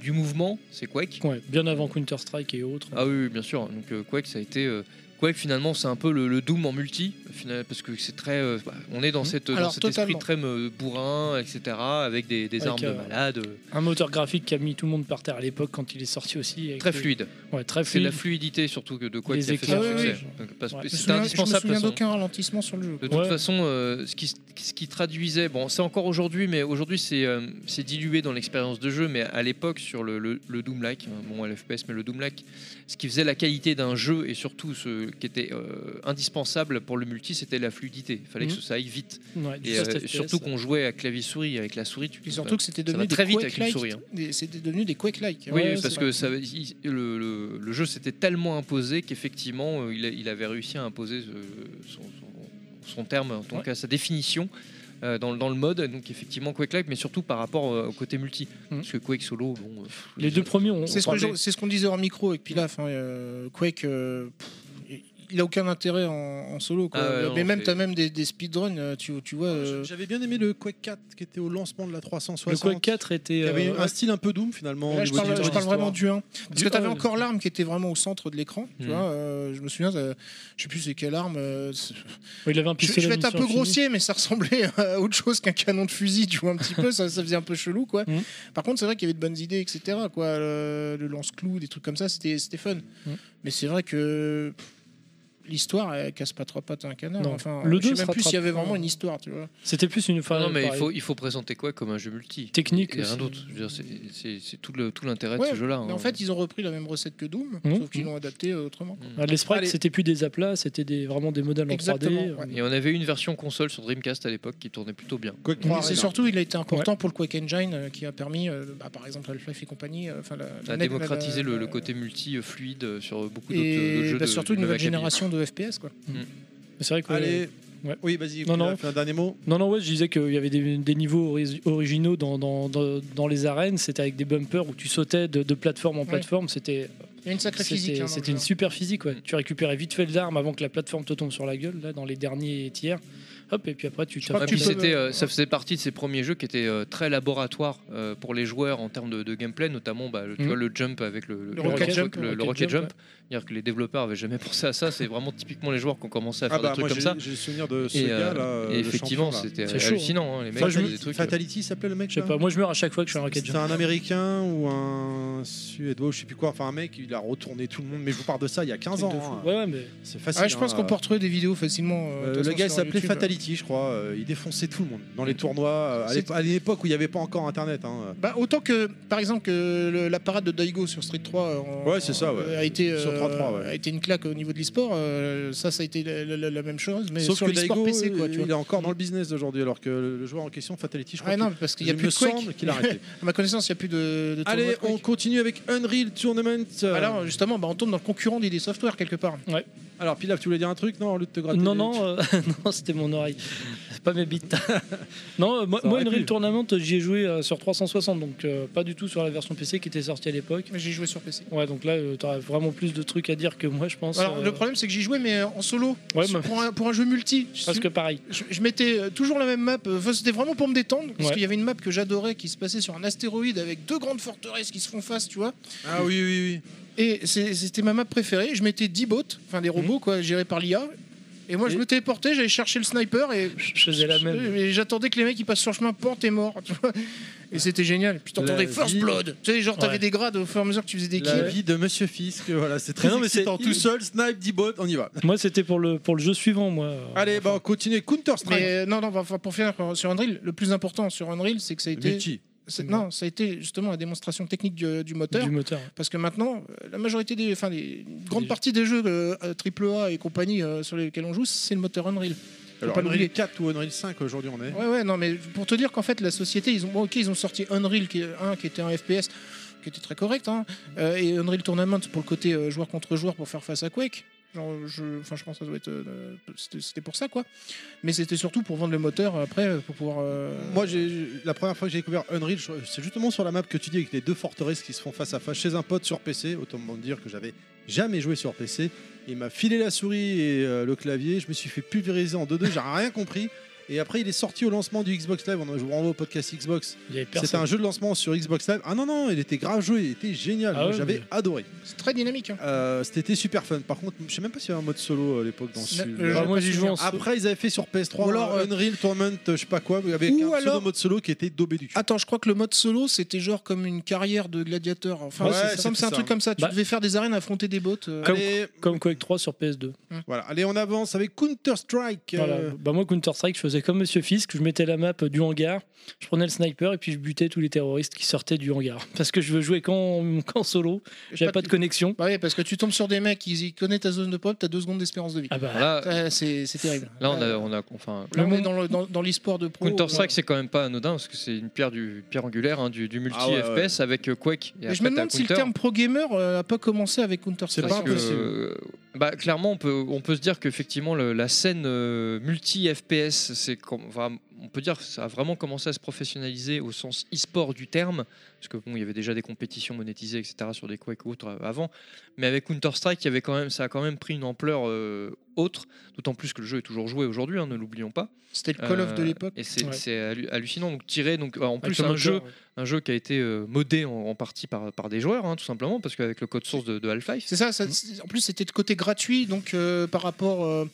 B: du mouvement, c'est Quake.
E: Ouais, bien avant Counter-Strike et autres.
B: Ah oui, oui, bien sûr. Donc euh, Quake, ça a été. euh, Quake, finalement, c'est un peu le, le Doom en multi, final- parce que c'est très. euh, bah, on est
D: Mmh.
B: dans, cette, dans
E: Alors,
B: cet esprit
E: totalement.
B: très euh, bourrin, etc., avec des, des
E: Avec,
B: armes de
E: euh,
B: malade. euh.
E: Un moteur graphique qui a mis tout le monde par terre à l'époque quand il est sorti aussi. avec
B: Très
E: les-
B: fluide.
E: Ouais, très
B: C'est
E: fluide.
B: la fluidité surtout que de quoi
E: Les
B: qui a fait
E: éclairs,
B: son
E: Ah oui,
B: succès.
E: oui.
B: Donc, parce que
E: Ouais. Je me
B: C'est
D: Je me souviens-
B: indispensable.
D: Je me
B: de
D: souviens
B: toute façon.
D: d'aucun ralentissement sur le jeu.
B: De toute façon, euh, ce, qui, ce qui traduisait, bon, c'est encore aujourd'hui, mais aujourd'hui c'est euh, c'est dilué dans l'expérience de jeu, mais à l'époque sur le, le, le Doom-like, hein, bon, à l'FPS, mais le Doom-like, ce qui faisait la qualité d'un jeu et surtout ce qui était euh, indispensable pour le multi, c'était la fluidité. Il fallait que
E: Mhm.
B: ça aille vite.
E: Ouais, du
B: et euh,
E: fast FPS,
B: surtout
E: ça.
B: qu'on jouait à clavier-souris, avec la souris, tu
D: Et surtout que c'était
B: ça
D: devenu
B: va
D: des
B: très vite avec
D: Quake
B: une
D: Lite.
B: souris. hein.
D: Des- C'était devenu des Quake Like.
B: Oui, parce que ça, il- le, le- le jeu s'était tellement imposé qu'effectivement, euh, il, a- il avait réussi à imposer ce- son, son- son terme, en tout cas sa définition. euh, dans, le- dans le mode, donc effectivement Quake Live, mais surtout par rapport euh, au côté multi.
D: Mm.
B: Parce que Quake Solo, bon. euh, pff,
E: Les deux premiers ont.
D: C'est ce que je- c'est ce qu'on disait en micro avec Pilaf. hein, euh, Quake, euh, pff, il a aucun intérêt en, en solo. quoi.
B: Ah ouais,
D: mais
B: non,
D: même,
B: c'est- Ah,
D: tu as même des, des speedruns, euh, tu, tu vois. euh,
A: J'avais bien aimé le Quake 4 qui était au lancement de la 360.
D: Le Quake
E: 4 était,
A: Il y avait
E: euh,
A: un style un peu Doom finalement. au
D: Là, je
A: niveau
D: parle,
A: du-
D: je parle vraiment du 1. Parce
A: Du
D: que tu avais
A: un.
D: encore l'arme qui était vraiment au centre de l'écran. Tu
B: Mm.
A: Mhm.
D: vois, euh, je me souviens, euh, je sais plus c'est quelle arme. euh, c'est-
E: Il avait un
D: je,
E: pistolet
D: je vais être un
E: mission
D: peu
E: infinie.
D: grossier, mais ça ressemblait à autre chose qu'un canon de fusil, tu vois, un petit peu, ça, ça faisait un peu chelou, quoi. Par contre, c'est vrai qu'il y avait de bonnes idées, etc., quoi. Le, le lance-clou, des trucs comme ça, c'était c'était fun. Mais c'est vrai que pff, l'histoire, elle casse pas trois pattes à un canard.
E: Non.
D: Enfin,
E: Le
D: je
E: deux
D: sais même
E: se
D: plus s'il y
E: rattrape
D: avait
E: pas.
D: vraiment une histoire, tu vois.
E: C'était plus une
B: Non,
E: fois.
B: non, mais il
E: pareil.
B: faut, il faut présenter Quake comme un jeu multi.
E: Technique
B: Et rien
E: aussi.
B: d'autre. Je veux dire, c'est- C'est c'est tout le- tout l'intérêt
D: Ouais,
B: de ce jeu-là.
D: mais
B: hein.
D: en fait, ils ont repris la même recette que Doom,
E: Mhm.
D: sauf qu'ils l'ont adapté euh, autrement.
E: Ah, Les sprites,
D: Allez.
E: c'était plus des aplats, c'était des, vraiment des modèles en
C: euh,
E: 3D.
D: Exactement, ouais.
B: Et on avait une version console sur Dreamcast à l'époque qui tournait plutôt bien.
D: Oui, c'est surtout, il a été important pour le Quake Engine euh, qui a permis, euh, bah, par exemple, Half-Life et compagnie, euh, enfin, la- la
B: à
D: net- la-
B: démocratiser
D: la-
B: le, le côté multi euh, fluide euh, sur beaucoup d'autres euh, d'autres
D: et
B: jeux.
D: bah,
B: de-
D: surtout
B: du
D: une
B: même
D: nouvelle
B: acabit.
D: génération de FPS, quoi.
E: C'est vrai que.
A: Allez.
E: Ouais.
A: Oui, vas-y.
E: Non,
A: Pilaf,
E: non.
A: Un dernier mot.
E: Non, non, ouais, je disais qu'il y avait des, des niveaux ori- originaux dans, dans, dans, dans les arènes. C'était avec des bumpers où tu sautais de, de plateforme en plateforme. C'était.
D: Il y a une sacrée
E: c'était-
D: physique, hein, dans le
E: C'était
D: jeu.
E: une super physique, ouais. Tu récupérais vite fait l'arme avant que la plateforme te tombe sur la gueule, là, dans les derniers tiers. Hop, et puis après, tu
B: Ouais, puis
E: t'affrontais.
B: c'était, euh, ça faisait partie de ces premiers jeux qui étaient euh, très laboratoires euh, pour les joueurs en termes de, de gameplay, notamment bah, le, tu
E: Mhm.
B: vois, le jump avec le,
E: Le rocket jump,
B: le-
E: le
B: le
E: rocket
B: rocket
E: jump,
B: jump. C'est-à-dire que les développeurs avaient jamais pensé à ça. C'est vraiment typiquement les joueurs qui ont commencé à faire
A: Ah bah,
B: des trucs
A: moi,
B: comme
A: j'ai-
B: ça.
A: j'ai le souvenir de ce
B: Et,
A: gars, là, euh,
B: et
A: le
B: effectivement,
A: champion, là.
B: c'était
A: C'est chaud,
B: hallucinant.
A: hein.
B: hein, les mecs,
A: Fatali-
B: faisaient des trucs. euh,
A: Fatality, il s'appelait le mec
E: Je sais
A: là
E: pas, moi je meurs à chaque fois que je fais un rocket
A: C'était
E: jump.
A: un américain ou un suédois, ou je sais plus quoi. Enfin, un mec, il a retourné tout le monde. Mais je vous parle de ça il y a 15 ans.
E: Truc de
A: hein.
E: fou. Ouais, ouais, mais.
A: C'est facile.
D: Ouais, je pense
A: hein.
D: qu'on peut retrouver des vidéos facilement. euh, de
A: Euh,
D: toute
A: le
D: façon,
A: gars il
D: sur
A: s'appelait
D: YouTube.
A: Fatality, je crois. Euh, il défonçait tout le monde dans les tournois euh, à l'ép- à l'époque où il n'y avait pas encore Internet. hein.
D: Bah, autant que, par exemple, que le- la parade de Daigo sur Street 3 euh, en-
A: Ouais, c'est ça, ouais.
D: euh, a, été,
A: Sur
D: euh,
A: 3-3, ouais.
D: a été une claque au niveau de l'e-sport, euh, ça, ça a été la, la- la- la même chose, mais
A: Sauf
D: sur
A: que
D: l'e-sport
A: Daigo,
D: PC, quoi,
A: euh,
D: tu vois.
A: il est encore dans le business aujourd'hui, alors que le le joueur en question, Fatality, je crois.
D: Ah non,
A: qu'il-
D: parce qu'il y a
A: il
D: plus
A: me
D: de Quake.
A: semble qu'il a arrêté.
D: à ma connaissance, il n'y a plus de, de tournoi
A: Allez,
D: de Quake.
A: on continue avec Unreal Tournament. euh,
D: Alors, justement, bah, on tombe dans le concurrent d'ID Software quelque part.
E: Ouais.
A: Alors, Pilaf, tu voulais dire un truc Non, au lieu de te gratter.
E: Non, non, euh, non c'était mon oreille. C'est Pas mes bites. non, euh, moi,
A: Ça
E: moi
A: aurait
E: Unreal
A: pu.
E: Tournament, j'y ai joué euh, sur 360, donc euh, pas du tout sur la version PC qui était sortie à l'époque.
D: Mais j'ai joué sur PC.
E: Ouais, donc là, euh, t'aurais vraiment plus de trucs à dire que moi, je pense.
D: Alors,
E: euh,
D: le problème, c'est que j'y jouais, mais euh, en solo.
E: Ouais,
D: Sur-
E: mais-
D: pour, un, pour un jeu multi.
E: Parce que pareil.
D: Je, je mettais euh, toujours la même map. euh, enfin, C'était vraiment pour me détendre. Parce
E: Ouais.
D: qu'il y avait une map que j'adorais qui se passait sur un astéroïde avec deux grandes forteresses qui se font face, tu vois.
A: Ah oui, oui, oui.
D: Et c'est- c'était ma map préférée. Je mettais 10 bots, enfin des robots, quoi, gérés par l'IA. Et moi, je me téléportais, j'allais chercher le sniper et
E: je faisais la même.
D: Et j'attendais que les mecs ils passent sur le chemin, porte t'es mort. tu vois. Et c'était génial. Puis t'entendais
A: La
D: First
A: vie-
D: Blood. Tu sais, genre t'avais
A: Ouais.
D: des grades au fur et à mesure que tu faisais des
A: La
D: kills.
A: vie de Monsieur Fisk, voilà, c'est très
D: Mais non, mais c'est-
A: excitant. Tout seul, snipe, 10 bots, on y va.
E: Moi, c'était pour le, pour le jeu suivant, moi. euh,
A: Allez, bah, on continue. Counter Strike.
D: Mais euh, non, non, bah, enfin, pour finir pour- sur Unreal, le plus important sur Unreal, c'est que ça a été.
A: multi.
D: c'est- Non, ça a été justement la démonstration technique du, du moteur.
E: Du moteur.
D: Parce que maintenant, euh, la majorité des. Enfin, les- une grande partie des jeux euh, euh, AAA et compagnie euh, sur lesquels on joue, c'est le moteur Unreal. Faut
A: Alors,
D: pas l'oublier.
A: Unreal 4 ou Unreal 5 aujourd'hui, on est.
D: Ouais, ouais, non, mais pour te dire qu'en fait, la société, ils ont, bon, ok, ils ont sorti Unreal qui, est- un, qui était un FPS qui était très correct, hein, euh, et Unreal Tournament pour le côté euh, joueur contre joueur pour faire face à Quake. Genre, je, enfin, je pense que ça doit être. euh, c'était- c'était pour ça, quoi. Mais c'était surtout pour vendre le moteur après, euh, pour pouvoir. euh,
A: Moi, j'ai- j'ai- la première fois que j'ai découvert Unreal, je- c'est justement sur la map que tu dis avec les deux forteresses qui se font face à face chez un pote sur PC. Autant me dire que j'avais jamais joué sur PC. Il m'a filé la souris et euh, le clavier. Je me suis fait pulvériser en 2-2. J'ai rien compris. Et après, il est sorti au lancement du Xbox Live. On a- Je vous renvoie au podcast Xbox.
E: Il y avait
A: C'était
E: personne.
A: un jeu de lancement sur Xbox Live. Ah non, non, il était grave joué. Il était génial.
E: Ah
A: Moi,
E: ouais,
A: J'avais
E: mais-
A: adoré.
D: C'est très dynamique. hein.
A: Euh, c'était super fun. Par contre, je sais même pas s'il y avait un mode solo à l'époque dans ce
D: Euh,
A: jeu.
D: j'ai pas souvenir.
A: Après, ils avaient fait sur PS3
D: Ou alors, euh,
A: Unreal Tournament, euh, je sais pas quoi, mais avec
D: Ou
A: un pseudo
D: alors- Ah,
A: mode solo qui était daubé du cul.
D: Attends, je crois que le mode solo, c'était genre comme une carrière de gladiateur. Enfin,
A: Ouais,
D: c'est-
A: c'est
D: ça me- c'est un
A: ça.
D: truc comme ça. Tu
E: Bah.
D: devais faire des arènes, affronter des bots. euh,
E: Comme,
A: Allez.
E: comme Quake 3 sur PS2.
A: Voilà, allez, on avance avec Counter-Strike. euh,
E: Voilà. Bah moi, Counter-Strike, je faisais comme Monsieur Fisk, je mettais la map du hangar, je prenais le sniper et puis je butais tous les terroristes qui sortaient du hangar. Parce que je veux jouer qu'en qu'en solo, j'avais pas de connexion.
D: Bah oui, parce que tu tombes sur des mecs, ils ils connaissent ta zone de pop, t'as deux secondes d'espérance de vie.
E: Ah bah,
B: Là,
D: Ça, C'est c'est terrible.
B: là, on a, on a enfin,
D: Là, on est dans le- dans dans l'e-sport de pro.
B: Counter Strike,
D: ouais.
B: c'est quand même pas anodin parce que c'est une pierre du une pierre angulaire hein, du, du multi
A: Ah ouais,
B: FPS avec euh, Quake. Et
D: Mais je
B: après,
D: me
B: t'as
D: demande si le
B: Counter.
D: terme pro gamer euh, a pas commencé avec Counter Strike.
B: Parce que, euh, bah, clairement, on peut, on peut se dire qu'effectivement, le- la scène euh, multi-FPS, c'est com- enfin, on peut dire que ça a vraiment commencé à se professionnaliser au sens e-sport du terme, parce que bon, il y avait déjà des compétitions monétisées, etc., sur des Quake ou autres euh, avant, mais avec Counter-Strike, il y avait quand même, ça a quand même pris une ampleur euh, autre, d'autant plus que le jeu est toujours joué aujourd'hui, hein, ne l'oublions pas.
D: C'était le Call of de
B: Euh,
D: l'époque.
B: Et c'est
E: Ouais.
B: c'est hallu- hallucinant. Donc tirer, donc en
E: avec
B: plus
E: le
B: un
E: moteur,
B: jeu,
E: ouais.
B: un jeu qui a été euh, modé en, en partie par, par des joueurs, hein, tout simplement, parce qu'avec le code source de, de Half-Life.
D: C'est ça, ça- c'est- en plus c'était de côté gratuit, donc euh, par rapport. euh,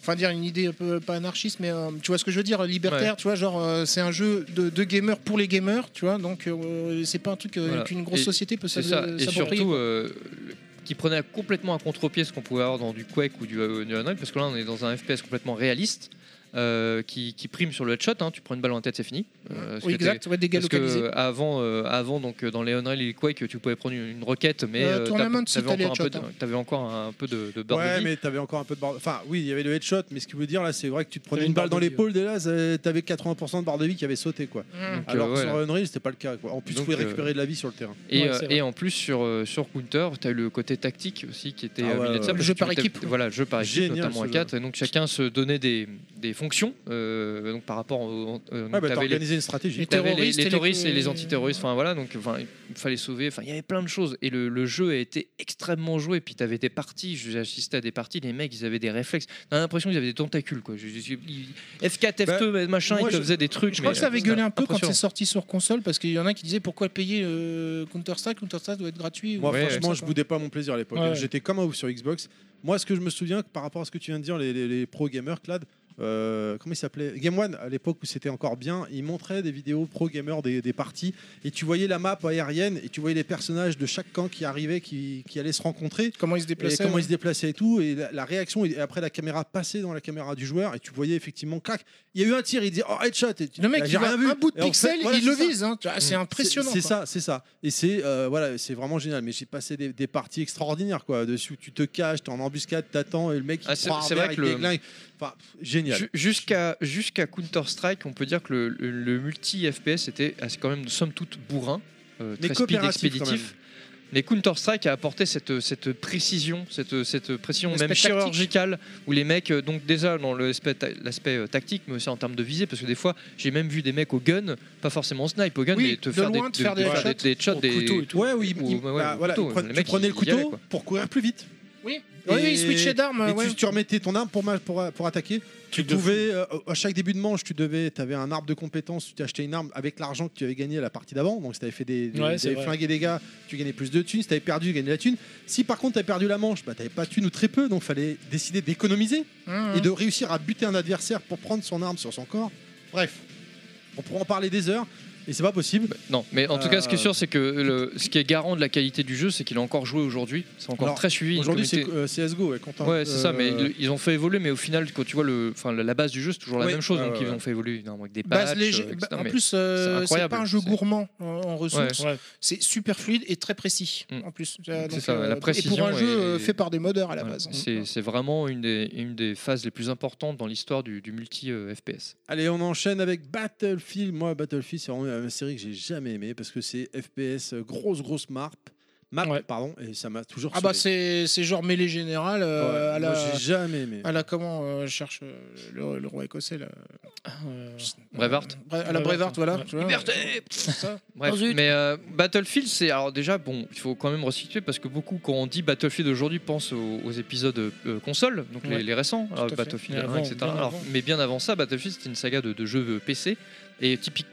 D: Enfin, dire une idée un peu pas anarchiste, mais euh, tu vois ce que je veux dire, libertaire, tu vois, genre euh, c'est un jeu de, de gamers pour les gamers, tu vois, donc euh, c'est pas un truc euh,
B: Voilà.
D: qu'une grosse
B: Et
D: société peut
B: C'est
D: s'ab-
B: ça. Et
D: s'approprier.
B: surtout, euh, le- qui prenait complètement à contre-pied ce qu'on pouvait avoir dans du Quake ou du, euh, du Unreal, parce que là, on est dans un FPS complètement réaliste. euh, qui, qui prime sur le headshot, hein, tu prends une balle dans la tête, c'est fini. Euh, ce
D: Oui,
B: qui était-
D: exact, ouais, des gars
B: Parce que
D: localisés.
B: euh, avant, euh, avant donc euh, dans les Unreal et les Quake, tu pouvais prendre une, une roquette, mais
D: Euh,
B: euh, t'as-
D: Tournament, si
B: t'avais
D: t'as les
B: encore, un peu de-
D: headshots,
B: t'avais encore un peu de, de barre de
A: Ouais,
B: vie.
A: mais t'avais encore un peu de barre. Enfin, oui, il y avait le headshot, mais ce qui veut dire là, c'est vrai que tu te prenais
E: T'avais
A: une,
E: une
A: balle
E: barre
A: dans
E: de vie,
A: l'épaule, dès là, ça- t'avais 80% de barre de vie qui avait sauté, quoi.
B: Donc, euh,
A: Alors que
B: ouais.
A: sur Unreal, c'était pas le cas, quoi. En plus, tu
B: Donc,
A: pouvais
B: euh,
A: récupérer de la vie sur le terrain.
B: Et,
E: Ouais,
B: euh,
E: c'est vrai.
B: et en plus sur, euh, sur Counter, tu as eu le côté tactique aussi qui était
A: Ah
B: euh,
A: ouais,
B: mis de
A: ouais.
B: ça, parce
D: Le
B: que
D: jeu
B: tu
D: par
B: t'es-
D: équipe.
B: Voilà, le jeu par équipe,
A: Génial,
B: notamment
A: ce
B: à
A: jeu.
B: 4. Et donc chacun se donnait des, des fonctions euh, donc par rapport au. euh, donc
A: Ouais, bah, t'as
B: t'avais les-
A: organisé une stratégie.
D: les
B: t'avais les,
D: terroristes
B: les
D: et les-
B: terroristes et les antiterroristes, enfin voilà, donc enfin, il fallait sauver, enfin il y avait plein de choses. Et le, le jeu a été extrêmement joué, puis tu avais des parties, j'ai assisté à des parties, les mecs ils avaient des réflexes, t'as l'impression qu'ils avaient des tentacules quoi. Je- je- je- ils- F4, F2, machin,
A: Bah, moi,
B: ils te
A: je-
B: faisaient des trucs.
D: Je crois
B: mais,
D: que ça
B: euh,
D: avait gueulé un peu quand
B: impressionnant.
D: c'est sorti sur console, parce qu'il y en a qui disaient pourquoi payer euh, Counter-Strike, Counter-Strike doit être gratuit.
A: Moi,
D: ou-
B: Ouais,
A: franchement,
D: ouais.
A: je boudais pas mon plaisir à l'époque. hein.
E: Ouais.
A: J'étais comme un ouf sur Xbox. Moi, ce que je me souviens, par rapport à ce que tu viens de dire, les, les- les pro gamers, Clad, euh, comment il s'appelait Game One, à l'époque où c'était encore bien, ils montraient des vidéos pro gamers des, des parties et tu voyais la map aérienne et tu voyais les personnages de chaque camp qui arrivaient, qui, qui allaient se rencontrer.
D: Comment ils se
A: Et
D: déplaçaient
A: comment
D: ouais.
A: ils se déplaçaient et tout, et la, la réaction, et après la caméra passait dans la caméra du joueur, et tu voyais effectivement, clac, il y a eu un tir, il dit oh headshot, et tu-
D: euh, Le mec,
A: là,
D: il
A: j'ai
D: a
A: rien vu.
D: un bout de
A: Et en fait,
D: pixel,
A: voilà,
D: il
A: c'est
D: le
A: ça.
D: vise. hein. Tu vois, C'est impressionnant.
A: C'est c'est
D: quoi.
A: ça, c'est ça. Et c'est euh, voilà, c'est vraiment génial. Mais j'ai passé des, des parties extraordinaires quoi. Dessus, où tu te caches, t'es en embuscade, t'attends et le mec il
B: Ah,
A: te
B: c'est-
A: prend un
B: c'est
A: verre,
B: vrai
A: il
B: que le-
A: déglingue. Enfin, pff, génial.
B: Ju- Jusqu'à jusqu'à Counter Strike, on peut dire que le, le- le multi FPS était assez- quand même somme toute bourrin, euh,
A: Mais
B: très speed
A: coopératif,
B: expéditif. Mais Counter Strike a apporté cette, cette précision, cette, cette précision
D: L'aspect
B: même
D: tactique.
B: chirurgicale, où les mecs, euh, donc déjà dans le aspect ta- l'aspect euh, tactique, mais aussi en termes de visée, parce que des fois j'ai même vu des mecs au gun, pas forcément snipe au gun,
D: Oui,
B: mais te
D: de
B: faire
D: loin,
B: des,
D: te faire des
B: des,
D: headshots.
B: des shots, des
A: Ouais, oui,
B: Ou- ouais,
A: bah,
B: le
A: voilà,
B: couteau,
A: il pre-
B: le
A: tu
B: mec,
A: prenais
B: il
A: le
B: y allait,
A: couteau
B: quoi.
A: pour courir plus vite.
D: Oui, oui, oui, il switchait d'arme.
A: Et
D: ouais.
A: tu, tu remettais ton arme pour, ma- pour, pour attaquer. Tu
D: Truc de
A: pouvais, euh, à chaque début de manche, tu devais, avais un arbre de compétences, tu achetais une arme avec l'argent que tu avais gagné à la partie d'avant. Donc si tu avais fait des, des,
E: Ouais,
A: des-
E: c'est vrai.
A: flinguer des gars, tu gagnais plus de thunes. Si tu avais perdu, tu gagnais la thune. Si par contre tu avais perdu la manche, bah, tu pas de thunes ou très peu. Donc fallait décider d'économiser
D: Mhm.
E: Hum.
A: et de réussir à buter un adversaire pour prendre son arme sur son corps. Bref, on pourrait en parler des heures et c'est pas possible.
B: Bah, Non, mais en tout cas, ce qui est
A: Euh,
B: sûr, c'est que le, ce qui est garant de la qualité du jeu, c'est qu'il est encore joué aujourd'hui. C'est encore
A: Alors,
B: très suivi. une
A: Aujourd'hui,
B: communauté-
A: c'est euh, CSGO, ouais, content.
B: Ouais, c'est ça, mais
A: Euh,
B: ils, ils ont fait évoluer, mais au final, quand tu vois le, enfin, la- la base du jeu, c'est toujours la
A: Oui.
B: même chose,
A: Ouais,
B: donc
A: ouais,
B: ils
A: ouais.
B: ont fait évoluer évidemment avec des patchs.
D: Base léger-
B: euh, etc.,
D: bah, en
B: mais
D: plus, euh,
B: c'est
D: c'est
B: incroyable.
D: pas un jeu
B: C'est-
D: gourmand en, en ressources.
B: Ouais. Mm.
D: C'est super fluide et très précis. En plus, Euh, donc,
B: ça, la
D: Et pour
B: précision
D: un jeu
B: et-
D: euh, fait par des modeurs à la base. hein.
B: C'est c'est vraiment une des, une des phases les plus importantes dans l'histoire du, du multi euh, FPS.
A: Allez, on enchaîne avec Battlefield. Moi, Battlefield, c'est vraiment une série que j'ai jamais aimée parce que c'est FPS euh, grosse grosse map, map pardon, et ça m'a toujours.
D: Ah bah
A: saoulé.
D: c'est c'est genre mêlée générale euh,
A: Ouais,
D: à
A: moi,
D: la.
A: j'ai jamais aimé.
D: À la comment euh, je cherche euh, le, le roi écossais là.
E: ah,
D: euh,
B: Brevart
D: Bre- à la Brevart voilà. tu vois.
B: Liberté
D: Ça.
B: Bref,
D: Oh, zut.
B: mais euh, Battlefield, c'est alors déjà bon, il faut quand même resituer parce que beaucoup quand on dit Battlefield aujourd'hui pensent aux, aux épisodes euh, console, donc les,
E: Ouais.
B: les récents,
E: Tout
B: alors,
E: à fait.
B: Battlefield
E: Mais
B: 1,
E: avant,
B: etc.
E: bien
B: Alors,
E: avant.
B: mais bien avant ça, Battlefield c'était une saga de, de jeux PC et typique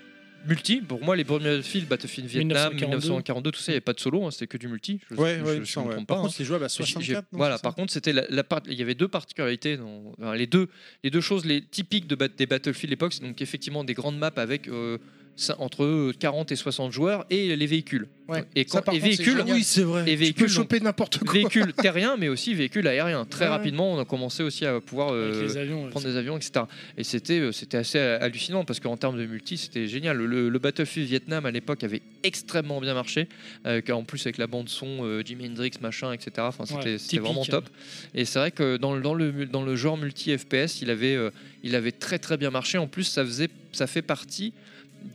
B: multi. Pour moi, les premiers Battlefield, Battlefield Vietnam,
A: 1942,
B: 1942, tout ça, il n'y avait pas de solo, hein, c'était que du multi. Je,
A: Ouais,
B: je-
A: ouais,
B: je
A: il me semble,
B: me
A: ouais.
B: trompe
A: Par
B: pas, hein.
A: contre, il jouait à la
B: J'ai- j'ai-
A: 64, non,
B: Voilà,
A: c'est ça
B: par contre, c'était la, la part- il y avait deux particularités, dans- enfin, les deux, les deux choses les typiques de, bat- des Battlefield l'époque, c'est donc effectivement des grandes maps avec euh, cin- entre 40 et 60 joueurs et les véhicules.
D: Ouais.
B: Et
D: Ça,
B: quand
D: par
B: et
D: contre, c'est
B: véhicules,
D: génial. Oui, c'est vrai.
B: Et
D: Tu peux
B: véhicules,
D: choper n'importe quoi.
B: Véhicules terriens, mais aussi véhicules aériens. Très
D: Ouais.
B: rapidement, on a commencé aussi à pouvoir euh,
E: Avec les avions, ouais.
B: prendre des avions, etc. Et c'était euh, c'était assez hallucinant parce qu'en termes de multi, c'était génial. Le, le Battlefield Vietnam à l'époque avait extrêmement bien marché, euh, car en plus avec la bande son euh, Jimi Hendrix, machin, etc. Enfin, c'était
E: Ouais,
B: c'était vraiment
E: typique.
B: top. Et c'est vrai que dans, le- dans, le, dans le genre multi FPS, il avait, euh, il avait très très bien marché. En plus, ça, faisait, ça fait partie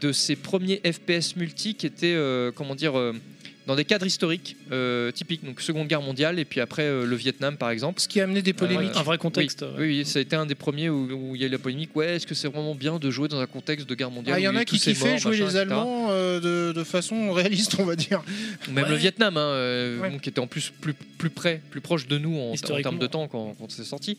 B: de ces premiers FPS multi qui étaient, euh, comment dire, euh, dans des cadres historiques euh, typiques, donc Seconde Guerre mondiale et puis après euh, le Vietnam par exemple.
D: Ce qui a amené des polémiques.
B: Un vrai contexte. Oui, oui, ça a été un des premiers où, où il y a eu la polémique. Ouais, est-ce que c'est vraiment bien de jouer dans un contexte de guerre mondiale
D: Ah, il y
B: où
D: en a qui
B: tous est
D: kiffaient
B: mort,
D: jouer
B: machin,
D: les
B: etc.
D: Allemands euh, de, de façon réaliste on va dire.
B: Ou Même le
D: Ouais.
B: Vietnam, hein, euh,
D: Ouais.
B: bon, qui était en plus plus, plus près, plus proche de nous en, en termes de temps quand, quand c'est sorti.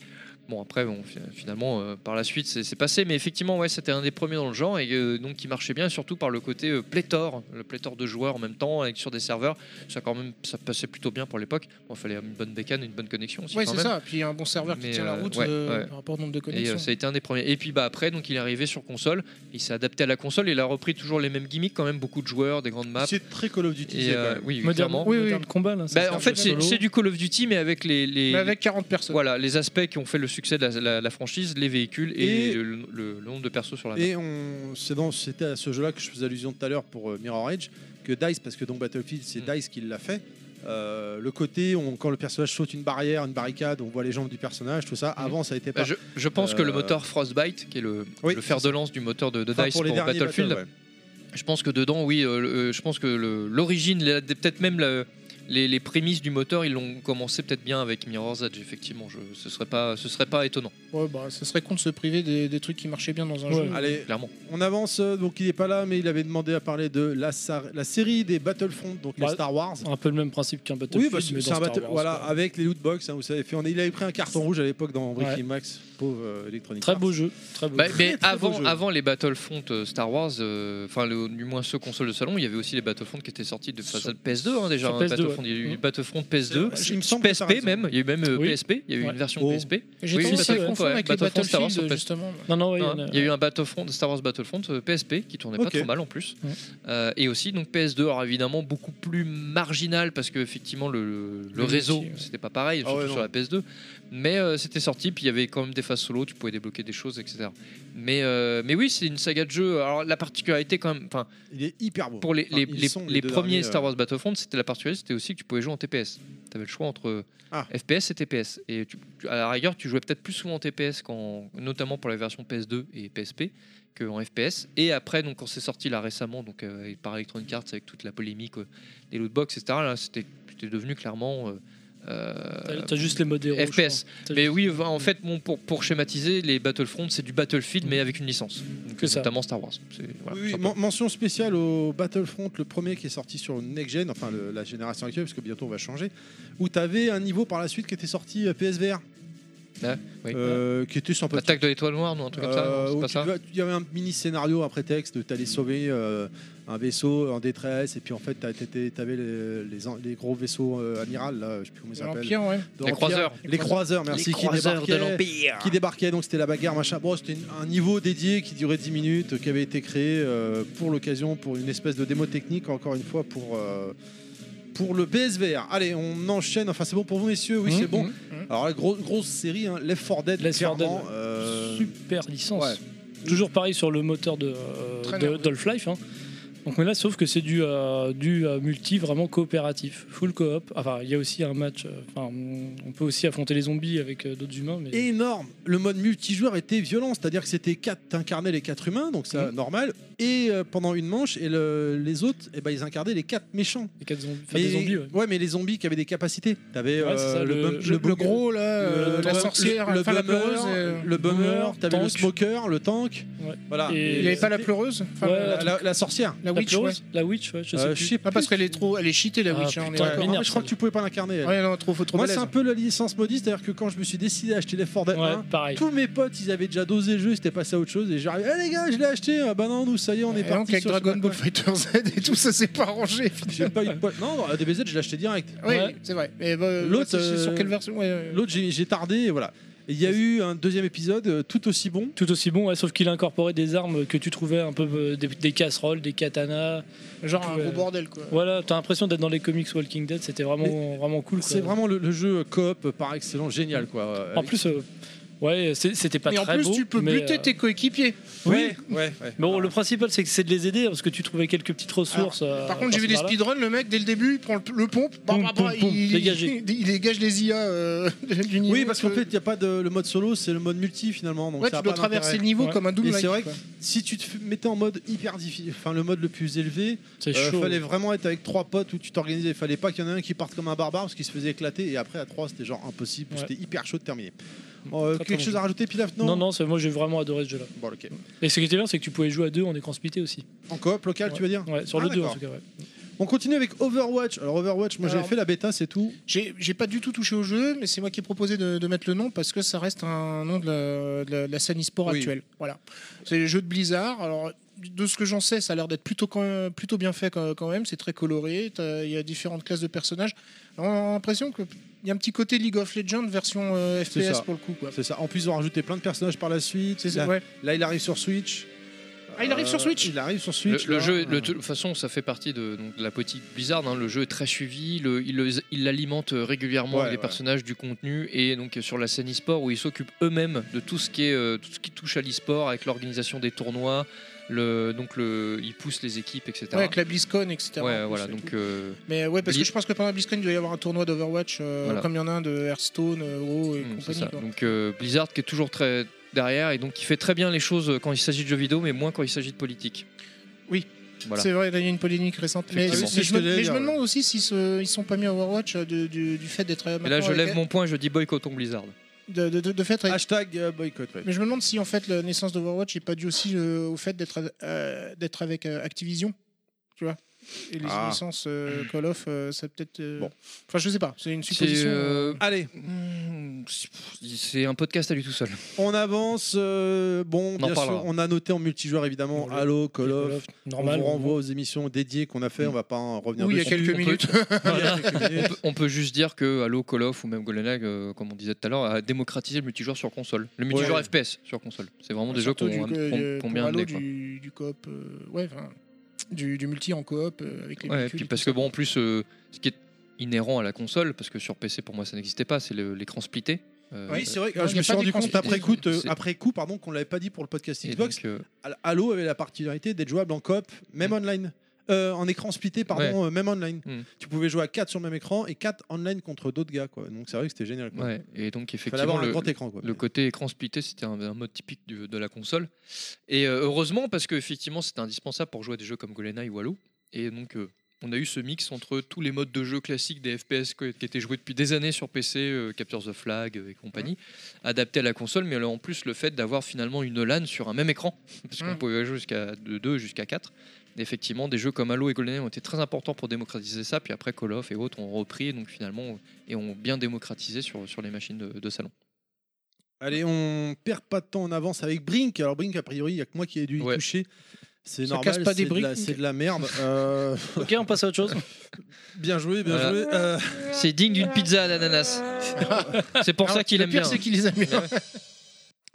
B: Bon, après, bon, fi- finalement, euh, par la suite, c'est c'est passé. Mais effectivement, ouais, c'était un des premiers dans le genre et euh, donc qui marchait bien, surtout par le côté euh, pléthore, le pléthore de joueurs en même temps, avec sur des serveurs. Ça, quand même, ça passait plutôt bien pour l'époque. Bon, il fallait une bonne bécane, une bonne connexion aussi.
D: Ouais
B: quand
D: c'est
B: même.
D: ça. Puis un bon serveur qui
B: Mais,
D: tient la
B: euh,
D: route
B: ouais,
D: euh,
B: ouais.
D: par rapport au nombre de
B: Et
D: connexions.
B: euh, ça a été un des premiers. Et puis bah, après, donc, il est arrivé sur console. Il s'est adapté à la console. Il a repris toujours les mêmes gimmicks, quand même. Beaucoup de joueurs, des grandes maps.
A: C'est très Call of Duty.
B: Et,
A: c'est
B: euh,
A: quand même.
B: oui,
A: Moderne-
B: clairement.
A: oui, oui. Moderne Combat, là, ça,
B: Bah,
A: c'est un
B: en
A: jeu
B: fait, c'est
A: solo.
B: c'est du Call of Duty, mais avec les, les-
A: Mais avec
D: 40 personnes.
B: Voilà, les aspects qui ont fait le succès de la, la- la franchise, les véhicules et,
A: Et-
B: le, le- le nombre de persos sur la
A: Et
B: map.
A: on, c'est dans, c'était à ce jeu-là que je faisais allusion tout à l'heure pour euh, Mirror Edge, que Dice, parce que donc Battlefield, c'est
B: Mm.
A: Dice qui l'a fait. euh, le côté, on- quand le personnage saute une barrière, une barricade, on voit les jambes du personnage, tout ça. Avant, ça a été
B: Bah,
A: pas.
B: je, je pense que le
A: Euh,
B: moteur Frostbite, qui est le, le fer de lance du moteur de, de
A: Enfin,
B: Dice
A: pour
B: pour,
A: les derniers
B: Battlefield,
A: Battle, ouais.
B: je pense que dedans, oui, euh, le- euh, je pense que le- l'origine, la- peut-être même la- les, les prémices du moteur, ils l'ont commencé peut-être bien avec Mirror's Edge, effectivement. Je, ce serait pas, ce serait pas étonnant.
D: Ouais, bah, ça serait con de se priver des, des trucs qui marchaient bien dans un jeu.
A: Allez,
B: clairement.
A: On avance, euh, donc il n'est pas là, mais il avait demandé à parler de la, sar- la série des Battlefront, donc les
E: Bah,
A: Star Wars.
E: Un peu le même principe qu'un
A: Oui,
E: Battlefield.
A: parce que
E: mais
A: c'est
E: dans
A: un
E: Star
A: battle-
E: Wars,
A: voilà,
E: quoi.
A: avec les loot box, hein, vous savez, fait, on, il avait pris un carton rouge à l'époque dans Bricky
E: Ouais.
A: Max, pauvre euh, Electronic
E: Très
A: Arts.
E: beau jeu. Très beau
B: Bah,
E: jeu.
B: mais
A: très
B: avant,
A: beau jeu.
B: avant les Battlefront euh, Star Wars, euh, enfin le- du moins ceux consoles de salon, il y avait aussi les Battlefront qui étaient sortis de enfin, ça, PS2 hein, déjà.
E: sur
B: hein,
E: PS2,
B: Battlefront,
E: ouais.
B: Il y a eu
E: Mm.
B: Battlefront PS2,
E: C'est- il me semble que t'as
B: PSP
E: raison.
B: même, il y a eu même euh,
E: Oui.
B: PSP, il y a eu
E: Ouais.
B: une version
E: Oh.
B: PSP.
E: J'ai tendance à
B: Battlefront,
E: confondre avec les
B: Star Wars sur
D: Battlefield,
B: PS2.
D: justement.
E: Non, non, ouais, il y en a-
B: il y a eu un Battlefront, Star Wars Battlefront euh, PSP qui tournait
E: Ok.
B: pas trop mal en plus.
E: Ouais.
B: Euh, et aussi donc PS2, alors évidemment beaucoup plus marginal parce que effectivement le, le- le
E: Le
B: réseau
E: métier, ouais.
B: c'était pas pareil,
E: Ah
B: surtout
E: ouais,
B: sur
E: non.
B: la PS2. Mais euh, c'était sorti, puis il y avait quand même des phases solo, tu pouvais débloquer des choses, etc. Mais, euh, mais oui, c'est une saga de jeu. Alors la particularité quand même, enfin,
A: il est hyper beau.
B: Pour les,
A: Enfin,
B: les,
A: ils
B: les-
A: sont, les
B: les
A: deux
B: premiers
A: derniers,
B: Star
A: euh.
B: Wars Battlefront, c'était la particularité, c'était aussi que tu pouvais jouer en TPS. Tu avais le choix entre
A: Ah.
B: FPS et TPS. Et tu- tu- à la rigueur, tu jouais peut-être plus souvent en TPS, qu'en- notamment pour la version PS2 et PSP, qu'en FPS. Et après, donc, quand c'est sorti là récemment, donc euh, par Electronic Arts avec toute la polémique euh, des lootbox, etc., là, c'était c'était devenu clairement euh, euh,
E: T'as juste les modéraux. je
B: FPS. Mais oui, bah, en fait, bon, pour, pour schématiser, les Battlefront, c'est du Battlefield, mais avec une licence. Donc, notamment Star Wars. C'est- voilà,
A: euh, Oui,
B: ça
A: oui, men- mention spéciale au Battlefront, le premier qui est sorti sur une next gen, enfin le- la génération actuelle, parce que bientôt on va changer, où tu avais un niveau par la suite qui était sorti euh, PSVR.
B: Ah, oui. Bah,
A: Euh, qui était sympa.
B: Attaque de l'étoile noire, non, un truc comme ça, non,
A: Euh,
B: c'est
A: où
B: pas
A: tu
B: ça
A: dois- Il y avait un mini scénario à prétexte, tu allais sauver euh, un vaisseau en détresse, et puis en fait tu avais les, les en- les gros vaisseaux euh, amirals, là, je sais plus comment ils s'appellent.
D: L'Empire, ouais.
A: De
D: Les
A: l'Empire.
D: croiseurs.
A: Les croiseurs, merci.
D: Les croiseurs
A: qui débarquaient,
D: de l'Empire.
A: Qui débarquaient, donc c'était la bagarre, machin. Bon, c'était une- un niveau dédié qui durait 10 minutes, euh, qui avait été créé euh, pour l'occasion, pour une espèce de démo technique, encore une fois, pour. euh, pour le PSVR. Allez, on enchaîne. Enfin, c'est bon pour vous, messieurs. Oui,
D: Mmh,
E: Mhm,
A: c'est bon.
E: mhm,
A: Alors, la grosse, grosse série, hein, Left 4 Dead. Left 4 Dead.
E: Super licence.
A: Euh, Ouais.
E: Toujours pareil sur le moteur de, euh,
A: Très
E: de-
A: nerveux.
E: d'Half-Life. hein. Donc mais là, sauf que c'est du, euh, du euh, multi vraiment coopératif, full coop. Enfin, il y a aussi un match. euh, Enfin, on peut aussi affronter les zombies avec euh, d'autres humains. Mais...
A: énorme. Le mode multijoueur était violent, c'est-à-dire que c'était 4 incarnés les 4 humains, donc c'est normal, et euh, pendant une manche, et le- les autres, eh ben, ils incarnaient les 4 méchants.
E: Les 4 zombies. Enfin, des zombies, ouais.
A: mais les zombies qui avaient des capacités. T'avais
E: Ouais, c'est
A: euh,
E: ça,
A: le,
E: le-
A: bum-
E: le-
A: le
E: le gros,
D: là, euh, la
A: bum-
D: sorcière,
A: le,
D: enfin, la
A: bummer,
D: pleureuse, euh,
A: le bummer,
D: bummer,
A: t'avais le
D: tank.
A: smoker, le tank. Voilà.
D: Et il n'y avait pas la pleureuse Enfin,
A: Ouais, la, la- la sorcière.
D: La witch, ouais.
E: La witch, ouais,
A: Euh, je sais
D: Ah, parce qu'elle est trop, elle est cheatée la
A: Ah,
D: witch. hein, on est
A: putain,
D: d'accord.
A: elle m'énerve, Je crois que tu pouvais pas l'incarner. elle.
D: Ouais, non, trop, faut trop
A: Moi,
D: balèze.
A: c'est un peu la licence maudite, c'est-à-dire que quand je me suis décidé à acheter Left 4 Dead 1, tous mes potes, ils avaient déjà dosé le jeu, ils étaient passés à autre chose, et j'arrivais, eh les gars, je l'ai acheté, ah, bah non, nous, ça y est, on est
D: Et donc
A: parti.
D: avec
A: sur ce
D: Dragon
A: matin.
D: Ball Fighter Z et tout, ça s'est pas arrangé.
A: J'ai pas eu de pote. Non, non, la DBZ, je l'ai acheté direct.
D: Oui, c'est vrai. Mais bah,
A: L'autre,
D: c'est- c'est
A: euh,
D: sur quelle version Ouais, ouais.
A: L'autre, j'ai j'ai tardé, et voilà. Et Il y a eu un deuxième épisode euh, tout aussi bon.
E: Tout aussi bon, ouais, sauf qu'il a incorporé des armes que tu trouvais un peu euh, des, des casseroles, des katanas.
D: Genre un
E: tout,
D: gros
E: euh,
D: bordel quoi.
E: Voilà, t'as l'impression d'être dans les comics Walking Dead, c'était vraiment, vraiment cool. quoi.
A: C'est vraiment le, le jeu coop par excellence, génial quoi. Euh,
E: En plus, euh, ouais, c'est- c'était pas
D: Et en
E: très
D: plus,
E: beau,
D: tu peux
E: mais,
D: buter
E: euh,
D: tes coéquipiers.
E: Oui.
A: Ouais,
E: Mais bon, le principal, c'est que c'est de les aider parce que tu trouvais quelques petites ressources. euh,
D: Par contre, j'ai vu des
E: par-ci, par-là.
D: speedruns, le mec dès le début, il prend le, le pompe, bah, bah, bah,
E: poum,
D: il,
E: dégagé.
D: il dégage les IA euh, du niveau.
A: Oui, parce qu'en fait, il n'y a pas de le mode solo, c'est le mode multi finalement. Donc
D: Ouais,
A: ça
D: tu
A: a
D: dois
A: pas
D: traverser
A: d'intérêt.
D: le niveau comme un Doom
A: Et
D: Like,
A: C'est vrai que
D: quoi.
A: si tu te f- mettais en mode hyper difficile, enfin le mode le plus élevé,
E: C'est chaud.
A: Euh, fallait vraiment être avec trois potes où tu t'organisais. Il fallait pas qu'il y en ait un qui parte comme un barbare parce qu'il se faisait éclater et après à trois c'était genre impossible,
E: Ouais.
A: c'était hyper chaud de terminer.
E: Très,
A: Euh,
E: très
A: quelque
E: bon
A: chose
E: jeu.
A: à rajouter, Pilaf Non.
E: Non, non, c'est- moi j'ai vraiment adoré ce jeu-là.
A: Bon, ok.
E: Et ce qui était bien, c'est que tu pouvais jouer à deux en écran splitté aussi.
A: En coop local, tu veux dire
E: Ouais, sur
A: Ah,
E: le 2 en
A: d'accord.
E: tout cas. ouais.
A: On continue avec Overwatch. Alors Overwatch, moi j'avais
D: Alors-
A: fait la bêta, c'est tout.
D: J'ai j'ai pas du tout touché au jeu, mais c'est moi qui ai proposé de, de mettre le nom parce que ça reste un nom de la, de la- de la scène e-sport
A: Oui.
D: actuelle. Voilà. C'est les jeux de Blizzard. Alors, de ce que j'en sais, ça a l'air d'être plutôt, quand même- plutôt bien fait quand quand même. C'est très coloré. T'as- Il y a différentes classes de personnages. Alors, on a l'impression qu'il y a un petit côté League of Legends version euh,
A: C'est
D: FPS
A: ça.
D: pour le coup. quoi.
A: C'est ça. En plus, ils ont rajouté plein de personnages par la suite.
D: ça,
A: là,
D: ouais.
A: là, il arrive sur Switch.
D: Ah, il arrive sur
A: Euh,
D: Switch
A: Il arrive sur
B: Le,
A: Switch.
B: le
A: là.
B: jeu,
D: hein, euh.
B: le- de toute façon, ça fait partie de, donc, de la politique Blizzard. hein. Le jeu est très suivi, le- il, le- il l'alimente régulièrement
A: Ouais,
B: avec les
A: ouais.
B: personnages, du contenu, et donc sur la scène e-sport où ils s'occupent eux-mêmes de tout ce qui est euh, tout ce qui touche à l'e-sport, avec l'organisation des tournois, le, donc le, ils poussent les équipes, etc.
D: Ouais, avec la BlizzCon, etc.
B: Ouais,
D: En
B: voilà.
D: plus, et
B: Donc
D: tout.
B: euh,
D: Mais ouais, parce que
B: Bli-
D: je pense que pendant la BlizzCon, il doit y avoir un tournoi d'Overwatch, euh,
B: Voilà. Hmm,
D: comme il y en a un de Hearthstone, euh, WoW et
B: c'est
D: compagnie.
B: ça.
D: quoi.
B: Donc euh, Blizzard qui est toujours très derrière et donc qui fait très bien les choses quand il s'agit de jeux vidéo, mais moins quand il s'agit de politique.
D: Oui.
B: Voilà.
D: C'est vrai, il y a eu une polémique récente. Mais,
B: Effectivement.
D: mais
B: C'est ce
D: je,
B: que
D: me,
B: j'allais
D: mais je
B: dire,
D: me
B: ouais.
D: demande aussi s'ils se- ils sont pas mis à Overwatch euh, de- du, du fait d'être. euh,
B: Et là,
D: maintenant
B: je lève
D: avec-
B: mon point, je dis boycottons Blizzard.
D: De, de- de- de fait,
B: Ah,
A: Hashtag euh, boycott. ouais.
D: mais je me demande si en fait la naissance d'Overwatch n'est pas due aussi euh, au fait d'être euh, d'être avec euh, Activision, tu vois. Et les
A: Ah.
D: licences euh, Call of, euh, ça peut-être. euh,
A: Bon.
D: Enfin, je sais pas. C'est une
B: C'est
D: supposition.
B: euh,
A: Allez,
B: Mmh, c'est un podcast à lui tout seul.
A: on avance. euh, bon,
B: en
A: bien sûr,
B: parlera.
A: on a noté en multijoueur évidemment Halo, Call of.
E: normal,
A: on vous
E: on-
A: renvoie aux émissions dédiées qu'on a fait. On va pas en revenir
D: Oui, il y a
A: dessus.
D: quelques
A: On peut-
D: minutes.
A: Voilà, quelques minutes.
B: On peut- on peut juste dire que Halo, Call of ou même GoldenEye, euh, comme on disait tout à l'heure, a démocratisé le multijoueur sur console. Le multijoueur
A: Ouais.
B: FPS sur console. C'est vraiment des jeux
D: Ah, Surtout
B: qu'on
D: du,
B: qu'on-
D: euh,
B: qu'on
D: pour
B: bien
D: Halo,
B: amené. quoi.
D: du, du coop, euh, ouais, enfin, du, du multi en coop euh, avec les.
B: Ouais, et
D: véhicules
B: puis
D: et
B: parce
D: tout
B: que bon, en plus, euh, ce qui est inhérent à la console, parce que sur PC pour moi ça n'existait pas, c'est le- l'écran splitté. Euh,
A: Oui, c'est vrai. que
D: Non,
A: je
D: y
A: me
D: a
A: suis
D: pas
A: rendu
D: d'écran
A: compte
D: split.
A: après coup, euh,
B: C'est-
A: après coup, pardon, qu'on l'avait pas dit pour le podcast
B: et
A: Xbox.
B: donc, euh,
A: Halo avait la particularité d'être jouable en coop, même online. Euh, en écran splitté, pardon, euh, même online.
B: Mm.
A: Tu pouvais jouer à 4 sur le même écran et 4 online contre d'autres gars. Quoi. Donc c'est vrai que c'était génial. Quoi.
B: ouais, et donc
A: Fallait
B: effectivement,
A: avoir un
B: le,
A: grand écran. Quoi.
B: le côté écran splitté, c'était un, un mode typique du- de la console. Et euh, heureusement, parce que effectivement, c'était indispensable pour jouer à des jeux comme GoldenEye ou Halo. Et donc, euh, on a eu ce mix entre tous les modes de jeu classiques des FPS que- qui étaient joués depuis des années sur PC, euh, Capture the Flag euh, et compagnie, adaptés à la console, mais alors, en plus le fait d'avoir finalement une LAN sur un même écran, parce qu'on
M: Mhm.
B: pouvait jouer jusqu'à de 2 jusqu'à 4. Effectivement, des jeux comme Halo et GoldenEye ont été très importants pour démocratiser ça, puis après Call of et autres ont repris, donc finalement, et ont bien démocratisé sur, sur les machines de- de salon.
A: Allez, on perd pas de temps en avance avec Brink. Alors Brink, a priori, il y a que moi qui ai dû y toucher. C'est
C: Ça
A: normal.
C: casse pas des
A: c'est de la-
C: Brink
A: C'est de la merde. Euh,
C: Ok, on passe à autre chose.
A: bien joué, bien
B: Voilà.
A: joué. Euh,
B: C'est digne d'une pizza à l'ananas.
A: Ah,
B: c'est pour ça qu'il aime bien.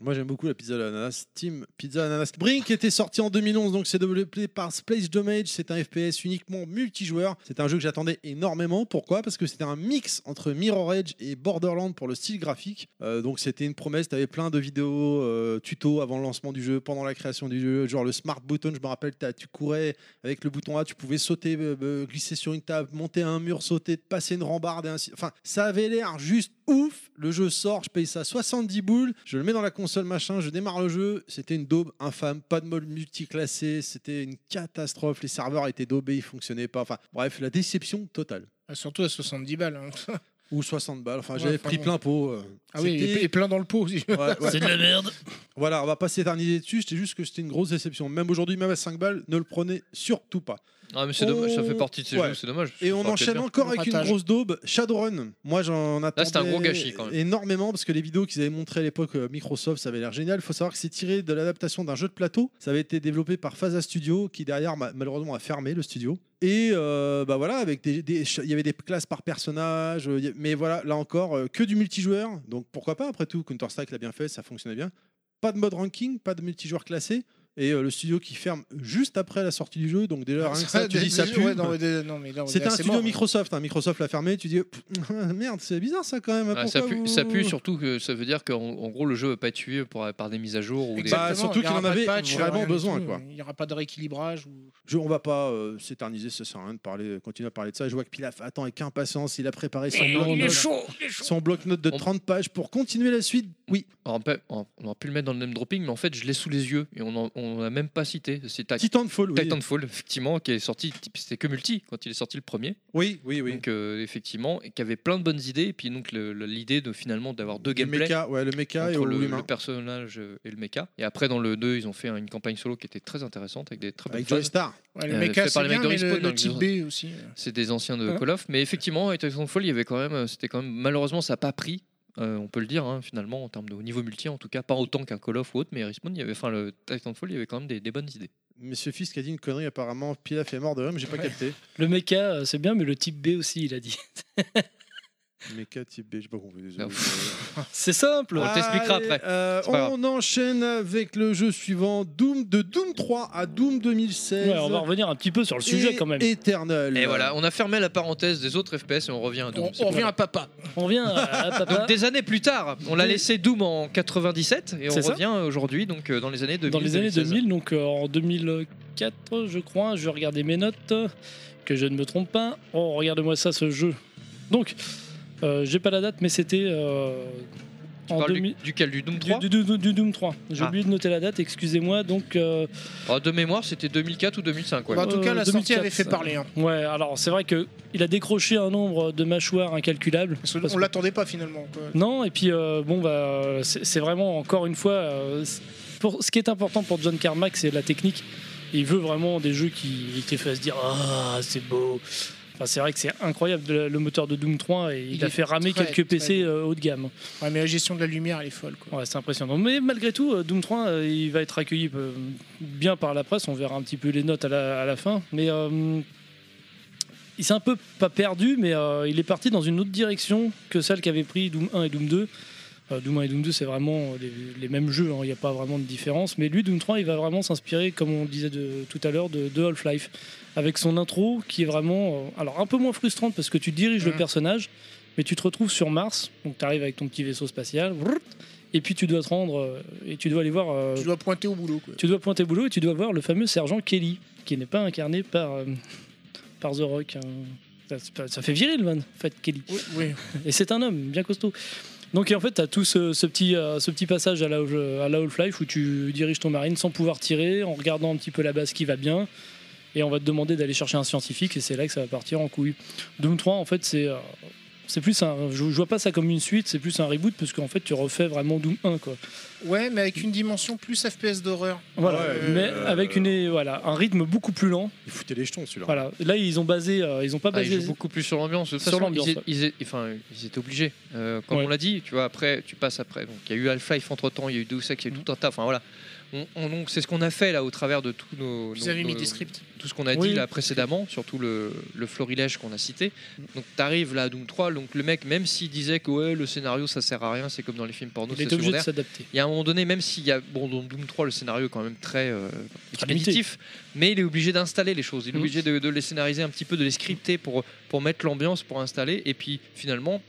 A: Moi, j'aime beaucoup la pizza à l'ananas. Team Pizza à l'ananas. Brink était sorti en 2011, donc c'est développé par Splash Damage. C'est un FPS uniquement multijoueur. C'est un jeu que j'attendais énormément. Pourquoi Parce que c'était un mix entre Mirror Edge et Borderland pour le style graphique. Euh, donc, c'était une promesse. T'avais plein de vidéos, euh, tutos avant le lancement du jeu, pendant la création du jeu. Genre le Smart Button, je me rappelle, t'as- tu courais avec le bouton A, tu pouvais sauter, euh, euh, glisser sur une table, monter un mur, sauter, passer une rambarde et ainsi. Enfin, ça avait l'air juste ouf. Le jeu sort, je paye ça 70 boules, je le mets dans la console machin, je démarre le jeu. C'était une daube infâme, pas de mode multiclassé, c'était une catastrophe. Les serveurs étaient daubés, ils fonctionnaient pas. Enfin, bref, la déception totale.
D: Ah, Surtout à 70 balles. hein.
A: Ou 60 balles, enfin
D: Ouais,
A: j'avais
D: enfin
A: pris
D: bon.
A: plein pot. euh.
D: Ah oui,
A: C'était-
D: et, et plein dans le pot aussi.
A: Ouais, ouais.
D: C'est de la merde.
A: Voilà, on va pas s'éterniser dessus, c'était juste que c'était une grosse déception. Même aujourd'hui, même à 5 balles, ne le prenez surtout pas.
B: Ah, mais c'est dommage, ça fait partie de ces
A: Oh. Ouais.
B: jeux, c'est dommage.
A: Et on enchaîne encore avec une grosse daube, Shadowrun. Moi, j'en attendais
B: c'était un gros gâchis, quand même.
A: énormément parce que les vidéos qu'ils avaient montrées à l'époque, euh, Microsoft, ça avait l'air génial. Il faut savoir que c'est tiré de l'adaptation d'un jeu de plateau. Ça avait été développé par Phasa Studio, qui derrière, ma- malheureusement, a fermé le studio. Et euh, bah voilà, avec des, des- il y avait des classes par personnage, euh, il y a- mais voilà, là encore, euh, que du multijoueur. Donc pourquoi pas, après tout, Counter Strike l'a bien fait, ça fonctionnait bien. Pas de mode ranking, pas de multijoueur classé. Et euh, le studio qui ferme juste après la sortie du jeu, donc déjà
D: Ah,
A: rien que ça, tu dis ça pue.
D: Ouais, non, mais dé- non, mais là,
A: C'était
D: là,
A: un
D: c'est
A: studio
D: mort.
A: Microsoft. hein. Microsoft l'a fermé. Tu dis Pff, merde, c'est bizarre ça quand même.
B: Ah, ça,
A: pourquoi
B: pue,
A: vous-
B: ça pue surtout que ça veut dire qu'en en gros le jeu va pas être tué pour- par des mises à jour ou des...
A: Bah, surtout
D: il y
A: qu'il
D: aura
A: en
D: pas de
A: avait
D: patch, il y aura
A: vraiment
D: rien du
A: besoin.
D: tout.
A: Quoi.
D: Il n'y aura pas de rééquilibrage. ou-
A: Je- on va pas euh, s'éterniser, ça sert à rien de parler, euh, continuer à parler de ça. Je vois que Pilaf attend avec impatience. Il a préparé son
B: Il est
A: bloc-notes
B: chaud,
A: son bloc-notes de 30 pages pour continuer la suite. Oui.
B: On aurait pas- on on aurait pu le mettre dans le name dropping, mais en fait je l'ai sous les yeux et on en- on l'a même pas cité. C'est Ta-
A: Titanfall, oui.
B: Titanfall, effectivement, qui est sorti, c'était que multi quand il est sorti le premier.
A: Oui, oui, oui.
B: Donc euh, effectivement, et qui avait plein de bonnes idées, et puis donc le- le- l'idée de finalement d'avoir deux
A: Le
B: gameplays.
A: méca, ouais, le méca et
B: entre
A: le-
B: le,
A: l'humain.
B: le personnage euh, et le mecha. Et après, dans le 2, ils ont fait une campagne solo qui était très intéressante avec des très
A: Avec
B: bonnes
A: Joey
B: phases.
A: Starr.
D: Ouais, le
B: Euh,
D: mecha,
B: fait par
D: c'est
B: les mecs
D: bien,
B: de
D: mais le,
B: Respawn,
D: le
B: donc,
D: type
B: ils ont-
D: B aussi.
B: C'est des anciens de
D: Voilà.
B: Call of, mais effectivement, avec Titanfall, il y avait quand même, euh, c'était quand même, malheureusement, ça n'a pas pris. euh, on peut le dire hein, finalement en termes de au niveau multi en tout cas pas autant qu'un Call of ou autre mais Respawn il y avait enfin le Titanfall il y avait quand même des, des bonnes idées
A: Monsieur Fisk a dit une connerie apparemment. Pilaf est mort de rire, mais j'ai pas capté.
C: Le mecha, euh, c'est bien, mais le type B aussi, il a dit.
A: Mecha type B, j'ai pas compris. désolé.
C: C'est simple.
D: Ah,
A: Allez, euh,
C: C'est pas grave.
A: on enchaîne avec le jeu suivant, Doom de Doom 3 à Doom 2016.
C: Ouais, on va revenir un petit peu sur le sujet
A: Et
C: quand même.
A: Eternal.
B: et voilà on a fermé la parenthèse des autres FPS et on revient à Doom C'est cool.
D: papa.
C: On revient à, à papa.
B: Donc des années plus tard, on l'a
C: Des-
B: laissé Doom en 97 et on
C: C'est ça.
B: revient aujourd'hui donc euh, dans les années 2000.
C: Dans les années
B: 2016.
C: 2000, donc euh, en 2004, je crois, je vais regarder mes notes, euh, que je ne me trompe pas. Oh, regarde-moi ça, ce jeu. Donc, euh, j'ai pas la date, mais c'était euh,
B: Tu
C: en
B: parles
C: 2000.
B: du, duquel du Doom 3
C: Du, du- du- du Doom 3. J'ai
B: Ah.
C: oublié de noter la date, excusez-moi. Donc, euh,
B: Ah, De mémoire, c'était 2004 ou 2005 ouais.
C: Bah, en tout cas, la Euh, sortie 2004, avait fait
D: parler, hein.
C: ouais, alors c'est vrai que il a décroché un nombre de mâchoires incalculables. Parce
D: On
C: que-
D: l'attendait pas finalement. quoi.
C: Non, et puis euh, bon, bah, euh, c'est c'est vraiment encore une fois. euh, c'est- pour, ce qui est important pour John Carmack, c'est la technique. Il veut vraiment des jeux qui, qui te fassent dire Ah, c'est beau. Enfin, c'est vrai que c'est incroyable le, le moteur de Doom 3 et il,
D: Il
C: a
D: est
C: fait ramer
D: très,
C: quelques
D: très
C: PC
D: bon.
C: euh, haut de gamme.
D: Ouais, mais la gestion de la lumière, elle est folle. Quoi.
C: Ouais, c'est impressionnant. Mais malgré tout, euh, Doom 3, euh, il va être accueilli euh, bien par la presse. On verra un petit peu les notes à la, à la fin. Mais euh, il s'est un peu pas perdu, mais euh, il est parti dans une autre direction que celle qu'avaient pris Doom 1 et Doom 2. Euh, Doom 1 et Doom 2, c'est vraiment euh, les, les mêmes jeux, hein, il n'y a pas vraiment de différence. Mais lui, Doom 3, il va vraiment s'inspirer, comme on le disait de- tout à l'heure, de, de Half-Life. Avec son intro qui est vraiment. euh, alors, un peu moins frustrante parce que tu diriges le personnage, mais tu te retrouves sur Mars. Donc, tu arrives avec ton petit vaisseau spatial. brrrt, Et puis, tu dois te rendre euh, et tu dois aller voir. euh,
D: Tu dois pointer au boulot. Quoi.
C: tu dois pointer boulot et tu dois voir le fameux sergent Kelly, qui n'est pas incarné par, euh, par The Rock. hein. Ça, c'est pas- ça fait viril, man, en fait, Kelly. Et c'est un homme, bien costaud. Donc, et en fait, tu as tout ce, ce petit, euh, ce petit passage à la, à la Half-Life où tu diriges ton marine sans pouvoir tirer, en regardant un petit peu la base qui va bien. et on va te demander d'aller chercher un scientifique et c'est là que ça va partir en couille. Doom 3, en fait, c'est. euh, c'est plus un. Je, je vois pas ça comme une suite, c'est plus un reboot parce qu'en fait tu refais vraiment Doom 1 quoi.
D: Ouais, mais avec une dimension plus FPS d'horreur.
C: Voilà, mais
D: euh,
C: avec une et- voilà, un rythme beaucoup plus lent.
A: Il foutait les jetons celui-là.
C: Voilà, là ils ont basé euh, ils ont pas
B: Ah,
C: basé
B: ils jouent beaucoup plus sur l'ambiance. De toute
C: Sur
B: façon,
C: l'ambiance,
B: Ils, é-
C: ouais.
B: ils é- enfin, ils étaient obligés. Euh, comme
C: Ouais.
B: on l'a dit, tu vois, après, tu passes après. Donc, il y a eu Half-Life entre temps, il y a eu Deus Ex, il y a eu
C: Mm.
B: tout un tas. Enfin, voilà. On, on- donc, c'est ce qu'on a fait là au travers de tous nos.
D: Vous
B: nos-
D: avez mis
B: nos-
D: des scripts.
B: Tout ce qu'on a
D: Oui.
B: dit là précédemment, surtout le, le florilège qu'on a cité.
C: Mm.
B: Donc, t'arrives là à Doom 3. Donc, le mec, même s'il disait que ouais, le scénario ça sert à rien, c'est comme dans les films porno,
C: Il
B: c'est
C: était obligé de
B: secondaire.
C: s'adapter.
B: Il y a un moment donné, même s'il y a. Bon, dans Doom 3, le scénario est quand même très euh,
C: limité.
B: expéditif, mais il est obligé d'installer les choses. Il est
C: Mhm.
B: obligé de, de les scénariser un petit peu, de les scripter pour, pour mettre l'ambiance, pour installer. Et puis finalement,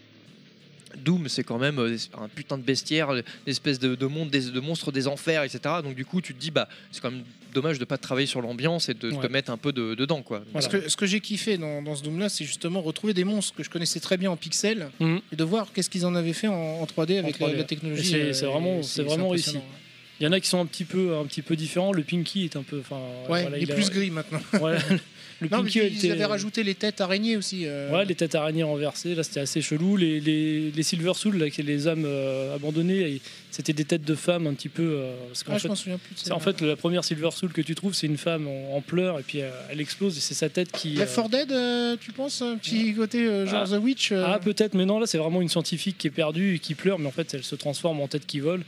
B: Doom, c'est quand même euh, un putain de bestiaire, euh, l'espèce de, de monde des, de monstre des enfers, etc. Donc du coup, tu te dis, bah, c'est quand même dommage de pas travailler sur l'ambiance et de
D: Ouais.
B: te mettre un peu de- dedans, quoi.
D: Parce que ce que j'ai kiffé dans, dans ce Doom là, c'est justement retrouver des monstres que je connaissais très bien en pixels
C: Mhm.
D: et de voir qu'est-ce qu'ils en avaient fait en, en 3D avec la-
C: 3D.
D: La, technologie.
C: Et
D: euh,
C: C'est c'est vraiment,
D: et
C: c'est vraiment réussi.
D: impressionnant.
C: Il y en a qui sont un petit peu, un petit peu différents. Le Pinky est un peu, enfin,
D: Ouais, il est plus gris maintenant.
C: Ouais, le
D: Non, mais
C: Pinky a
D: ils
C: été-
D: avaient rajouté les têtes araignées aussi. euh,
C: Ouais, les têtes araignées renversées, là c'était assez chelou. Les, les, les Silver Souls, là, qui- les âmes euh, abandonnées, et c'était des têtes de femmes un petit peu. euh, parce qu'en
D: Ah, je
C: fait,
D: m'en souviens plus de
C: c'est-
D: celle-là.
C: En fait, la première Silver Soul que tu trouves, c'est une femme en, en pleurs et puis euh, elle explose et c'est sa tête qui.
D: Left
C: euh,
D: 4 Dead, euh, tu penses Un petit côté euh, genre
C: Ah.
D: The Witch euh,
C: Ah peut-être, mais non, là c'est vraiment une scientifique qui est perdue et qui pleure, mais en fait elle se transforme en tête qui vole.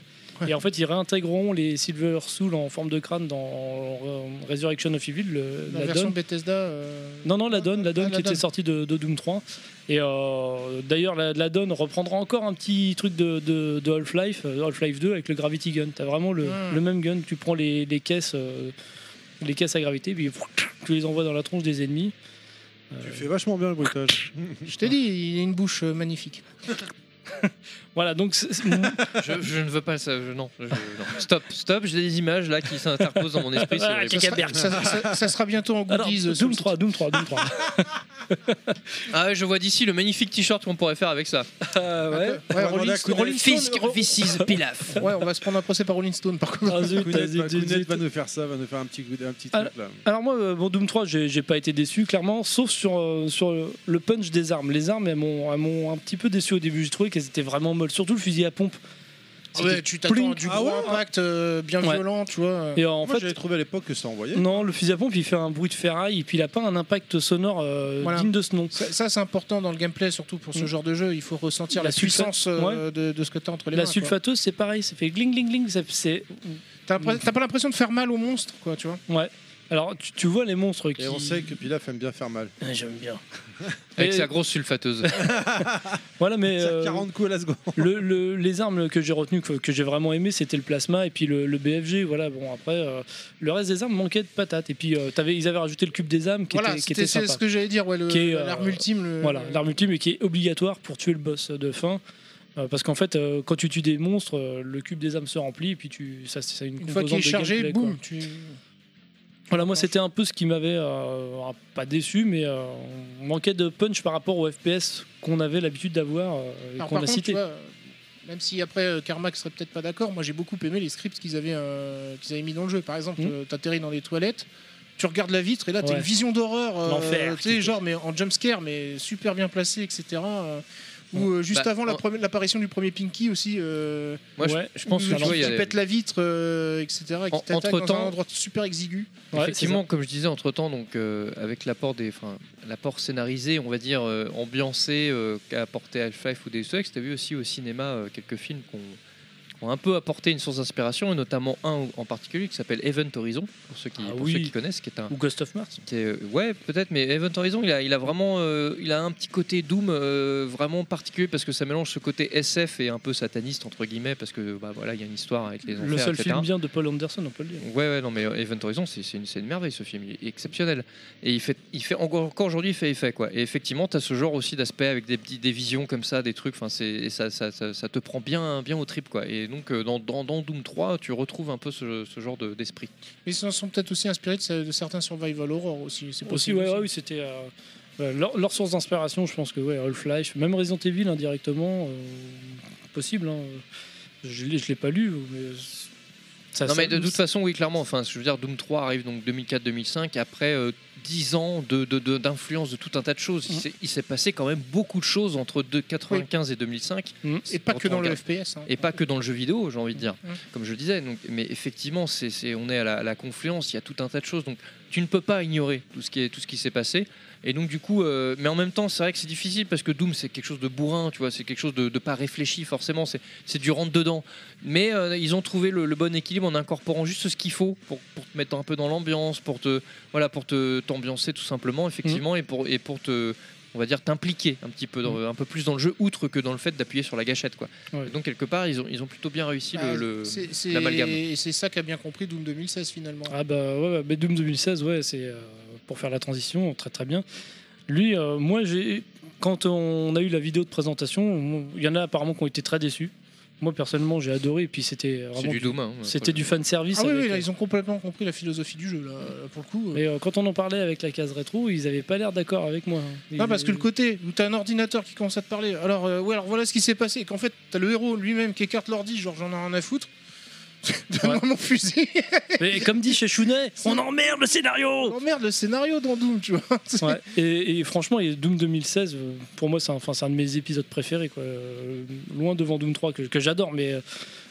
C: Et en fait ils réintégreront les Silver Souls en forme de crâne dans euh, Resurrection of Evil, le-
D: La,
C: la,
D: version
C: donne.
D: Bethesda. euh,
C: Non, non, la donne, la donne
D: Ah, la
C: qui était
D: donne.
C: sortie de, de Doom 3. Et euh, d'ailleurs, la, la donne reprendra encore un petit truc de, de, de Half-Life, euh, Half-Life 2 avec le Gravity Gun. T'as vraiment le,
D: Hmm.
C: le même gun. Tu prends les, les caisses, euh, les caisses à gravité, puis tu les envoies dans la tronche des ennemis.
A: Tu fais vachement bien le bruitage.
D: Je t'ai dit, il a une bouche euh, magnifique.
C: Voilà, donc c'est- c'est-
B: je, je ne veux pas ça. je- non, je- non. Stop, stop. J'ai des images là qui s'interposent dans mon esprit. c'est
C: Ah,
B: horrible.
D: ça, sera, ça- ça- ça sera bientôt en
C: Alors,
D: goodies. euh, sur
C: Doom 3, Doom 3, Doom 3.
B: Ah ouais, je vois d'ici le magnifique t-shirt qu'on pourrait faire avec ça.
C: ouais.
D: le- Ouais, Rolling Stone- Rolling Stone-
B: this is Pilaf.
D: Ouais, on va se prendre un procès par Rolling Stone par contre.
C: Ah, zut,
A: Kounet
C: ah, zut,
A: va,
C: zut,
A: Kounet bah,
C: zut.
A: va nous faire ça, va nous faire un petit, coup- un petit
C: Alors-
A: truc là.
C: Alors moi, euh, bon, Doom 3, j'ai j'ai pas été déçu, clairement, sauf sur, euh, sur le punch des armes. Les armes, elles m'ont elles m'ont un petit peu déçu au début. J'ai trouvé qu'elles étaient vraiment molles, surtout le fusil à pompe.
D: Ouais,
C: C'était
D: tu t'attends à
C: plink.
D: du
A: Ah
D: gros
A: ouais
D: impact euh, bien
C: Ouais.
D: violent, tu vois.
C: Et
A: Moi,
C: en fait, Mmh.
A: j'avais trouvé à l'époque que ça envoyait.
C: non, le fusil à pompe, il fait un bruit de ferraille et puis il a pas un impact sonore euh,
D: Voilà.
C: digne de ce nom.
D: Ça, ça, c'est important dans le gameplay, surtout pour ce
C: Mm.
D: genre de jeu. Il faut ressentir
C: La
D: la,
C: sulfa-
D: puissance euh, de, de ce que t'as entre les
C: La
D: mains. quoi.
C: sulfateuse, c'est pareil, ça fait gling gling gling. ça- C'est
D: T'as pas- t'as pas l'impression de faire mal au monstre, quoi, tu vois.
C: ouais. Alors tu, tu vois les monstres qui. Ah,
A: Et on sait que Pilaf aime bien faire mal.
N: J'aime bien.
B: Avec
C: Mais-
B: sa grosse sulfateuse.
C: Voilà, mais
A: Ça,
C: euh,
A: 40 coups à la seconde.
C: le, le- les armes que j'ai retenues, que, que j'ai vraiment aimé, c'était le plasma et puis le, le BFG. Voilà, bon, après, euh, le reste des armes manquait de patates. Et puis, euh, t'avais- ils avaient rajouté le cube des âmes qui
D: Voilà,
C: était, qui
D: c'était
C: était
D: c'est ce
C: sympa.
D: que j'allais dire, ouais, le-
C: Qui est, euh,
D: l'arme ultime. le-
C: Voilà,
D: le-
C: l'arme ultime et qui est obligatoire pour tuer le boss de fin. Euh, parce qu'en fait, euh, quand tu tues des monstres, euh, le cube des âmes se remplit et puis tu, ça, c'est une,
D: une fois qu'il est
C: composante de
D: chargé,
C: gameplay, quoi.
D: boum, tu.
C: Voilà, moi c'était un peu ce qui m'avait euh, pas déçu, mais euh, on manquait de punch par rapport au FPS qu'on avait l'habitude d'avoir euh, et
D: Alors,
C: qu'on
D: par
C: a
D: contre, tu
C: cité.
D: vois, euh, même si après euh, Carmack serait peut-être pas d'accord, moi j'ai beaucoup aimé les scripts qu'ils avaient, euh, qu'ils avaient mis dans le jeu. Par exemple,
B: Hmm.
C: Mhm.
D: euh, t'atterris dans les toilettes, tu regardes la vitre et là t'as
C: Ouais.
D: une vision d'horreur, euh,
C: L'enfer
D: tu sais, genre mais en jumpscare, mais super bien placé, etc. euh, ou euh, juste
B: Bah,
D: avant la
B: en-
D: première- l'apparition du premier Pinky aussi, euh,
B: Moi, je-
C: Ouais.
B: je, pense
D: où
B: que
D: tu,
B: tu vois, il y a
D: tu
B: des-
D: pètes la vitre, euh, etc. Et qui
B: En-
D: t'attaque dans un
B: entre-temps-
D: endroit super exigu.
C: Ouais,
B: effectivement, comme je disais, entre temps, donc euh, avec l'apport des, enfin, l'apport scénarisé, on va dire euh, ambiancé euh, qu'a apporté Half-Life ou Deus Ex, t'as vu aussi au cinéma euh, quelques films qu'on qui ont un peu apporté une source d'inspiration, et notamment un en particulier qui s'appelle Event Horizon, pour ceux qui,
C: Ah
B: pour
C: oui.
B: ceux qui connaissent, qui est un,
C: Ou Ghost of Mars.
B: qui est- euh, ouais, peut-être, mais Event Horizon, il a, il a vraiment, euh, il a un petit côté Doom euh, vraiment particulier parce que ça mélange ce côté SF et un peu sataniste entre guillemets parce que bah voilà, il y a une histoire avec les enfers,
C: Le seul
B: etc.
C: film bien de Paul Anderson, on peut le dire.
B: Ouais, ouais, non, mais euh, Event Horizon, c'est c'est une, c'est une merveille ce film, il est exceptionnel. Et il fait, il fait encore, encore aujourd'hui, il fait effet, quoi. Et effectivement, tu as ce genre aussi d'aspect avec des, petits- des visions comme ça, des trucs, enfin, c'est- et ça, ça, ça, ça te prend bien, bien au trip, quoi. Et donc, euh, dans, dans, dans Doom 3, tu retrouves un peu ce, ce genre de- d'esprit.
D: Mais ils s'en sont peut-être aussi inspirés de, de certains survival horror aussi. c'est
C: Aussi,
D: possible
C: ouais, ouais, oui, c'était euh, euh, leur, leur source d'inspiration, je pense que ouais, Half-Life, même Resident Evil hein. indirectement, euh, possible. hein. Je l'ai, je l'ai pas lu, mais Ça
B: non mais de
C: sonne
B: toute façon oui clairement enfin je veux dire Doom 3 arrive donc 2004-2005 après euh, 10 ans de- de- de- d'influence de, tout un tas de choses il s'est- il s'est passé quand même beaucoup de choses entre 1995 et 2005
D: Et pas
B: Quand
D: que
B: on
D: dans le
B: regarde-
D: FPS. hein.
B: et pas que dans le jeu vidéo, j'ai envie de dire.
D: Mm.
B: Comme je disais, donc, mais effectivement, c'est c'est- on est à la, à la confluence, il y a tout un tas de choses. Donc tu ne peux pas ignorer tout ce qui est- tout ce qui s'est passé. Et donc du coup, euh, mais en même temps, c'est vrai que c'est difficile parce que Doom, c'est quelque chose de bourrin, tu vois, c'est quelque chose de, de pas réfléchi forcément, c'est c'est du rentre dedans. Mais euh, ils ont trouvé le, le bon équilibre en incorporant juste ce qu'il faut pour, pour te mettre un peu dans l'ambiance, pour te voilà, pour te t'ambiancer tout simplement,
C: Mmh.
B: effectivement, et pour et pour te on va dire t'impliquer un petit peu dans- un peu plus dans le jeu outre que dans le fait d'appuyer sur la gâchette quoi.
C: Ouais.
B: Et Donc quelque part ils ont ils ont plutôt bien réussi
D: Bah,
B: le-
D: c'est-
B: le
D: c'est-
B: l'amalgame.
D: Et c'est ça qu'a bien compris Doom 2016 finalement.
C: Ah bah ouais, ouais, mais Doom 2016, ouais, c'est euh, pour faire la transition, très très bien. Lui, euh, moi, j'ai quand on a eu la vidéo de présentation, il y en a apparemment qui ont été très déçus. Moi personnellement, j'ai adoré et puis c'était vraiment
B: du Doom, hein,
C: c'était du fan service. euh,
D: Ah oui, oui, là, ils ont complètement compris la philosophie du jeu là, pour le coup.
C: Mais euh, quand on en parlait avec la case rétro, ils avaient pas l'air d'accord avec moi. hein.
D: Non, parce que le côté où t'as un ordinateur qui commence à te parler, alors, euh, ouais, alors voilà ce qui s'est passé, qu'en fait t'as le héros lui-même qui écarte l'ordi, genre j'en ai rien à foutre. Donne-moi mon fusil.
C: Mais comme dit chez Chounet, on emmerde le scénario On
D: emmerde Oh, le scénario dans Doom, tu vois.
C: Ouais, et, et franchement, et Doom 2016, euh, pour moi, c'est un, enfin, c'est un de mes épisodes préférés. Quoi. Euh, Loin devant Doom 3, que, que j'adore, mais euh,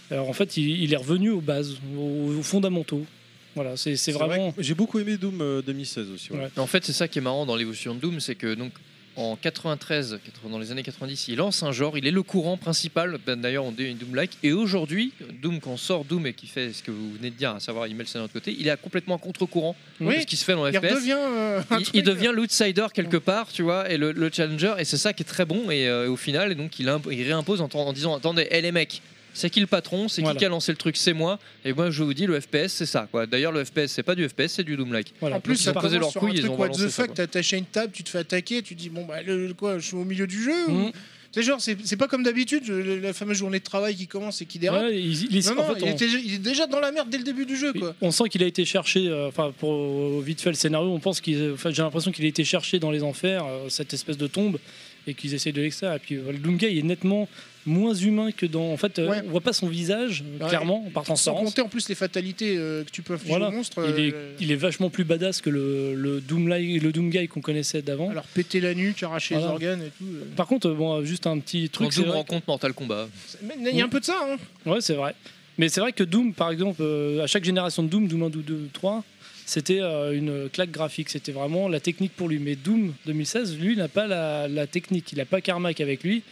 C: alors, en fait, il, il est revenu aux bases, aux, aux fondamentaux. Voilà, c'est c'est
A: vrai
C: vraiment.
A: que J'ai beaucoup aimé Doom euh, 2016 aussi. ouais.
B: En fait, c'est ça qui est marrant dans l'évolution de Doom, c'est que donc en 93, 80, dans les années 90, il lance un genre, il est le courant principal. Ben, D'ailleurs, on dit une Doom-like. Et aujourd'hui, Doom, quand sort Doom et qui fait ce que vous venez de dire, à savoir il met le scénario de côté, il est à complètement contre-courant
D: Oui,
B: de ce qui se fait dans
D: il
B: FPS.
D: redevient. euh, un
B: il, il
D: truc, euh,
B: devient l'outsider quelque part, tu vois, et le, le challenger, et c'est ça qui est très bon. Et euh, au final, et donc il, imp- il réimpose en, en disant attendez, hé les mecs, c'est qui le patron C'est
C: Voilà.
B: qui qui a lancé le truc C'est moi. Et moi, je vous dis, le FPS, c'est ça. quoi. D'ailleurs, le FPS, c'est pas du FPS, c'est du Doom-like.
D: euh, En plus,
B: Donc, ils
D: ça
B: ont posé
D: posé
B: leur
D: sur
B: couille,
D: un
B: ils
D: truc
B: ont
D: what
B: balancé
D: the
B: ça,
D: fuck,
B: quoi.
D: t'es attaché à une table, tu te fais attaquer, tu dis bon bah le, le- quoi, je suis au milieu du jeu.
C: Mhm.
B: Mm.
D: ou- C'est genre, c'est c'est pas comme d'habitude, le- la fameuse journée de travail qui commence et qui dérape.
C: Ouais, il- il-
D: non,
C: en
D: non,
C: fait,
D: il,
C: on-
D: était- il est déjà dans la merde dès le début du jeu, quoi.
C: On sent qu'il a été cherché, euh, enfin pour euh, vite fait le scénario, on pense qu'il, enfin, j'ai l'impression qu'il a été cherché dans les enfers, euh, cette espèce de tombe, et qu'ils essayent de l'extraire. Et puis euh, le Doomguy est nettement moins humain que dans. En fait, euh,
D: Ouais.
C: on voit pas son visage euh,
D: Ouais,
C: clairement en par
D: Sans
C: transparence.
D: compter en plus les fatalités euh, que tu peux infliger
C: Voilà.
D: au monstre.
C: il, est,
D: euh,
C: il est vachement plus badass que le, le Doom Li- le Doomguy qu'on connaissait d'avant.
D: Alors péter la nuque, arracher les
C: Voilà.
D: organes et tout. euh.
C: Par contre, euh, bon, euh, juste un petit
B: Quand
C: truc. c'est
B: Doom
C: vrai
B: rencontre Mortal Kombat.
D: Mais Il y a un peu de ça, hein.
C: Ouais, c'est vrai. Mais c'est vrai que Doom, par exemple, euh, à chaque génération de Doom, Doom 1, Doom 2, 3, c'était euh, une claque graphique. C'était vraiment la technique pour lui. Mais Doom 2016, lui, il n'a pas la, la technique. Il n'a pas Carmack avec lui.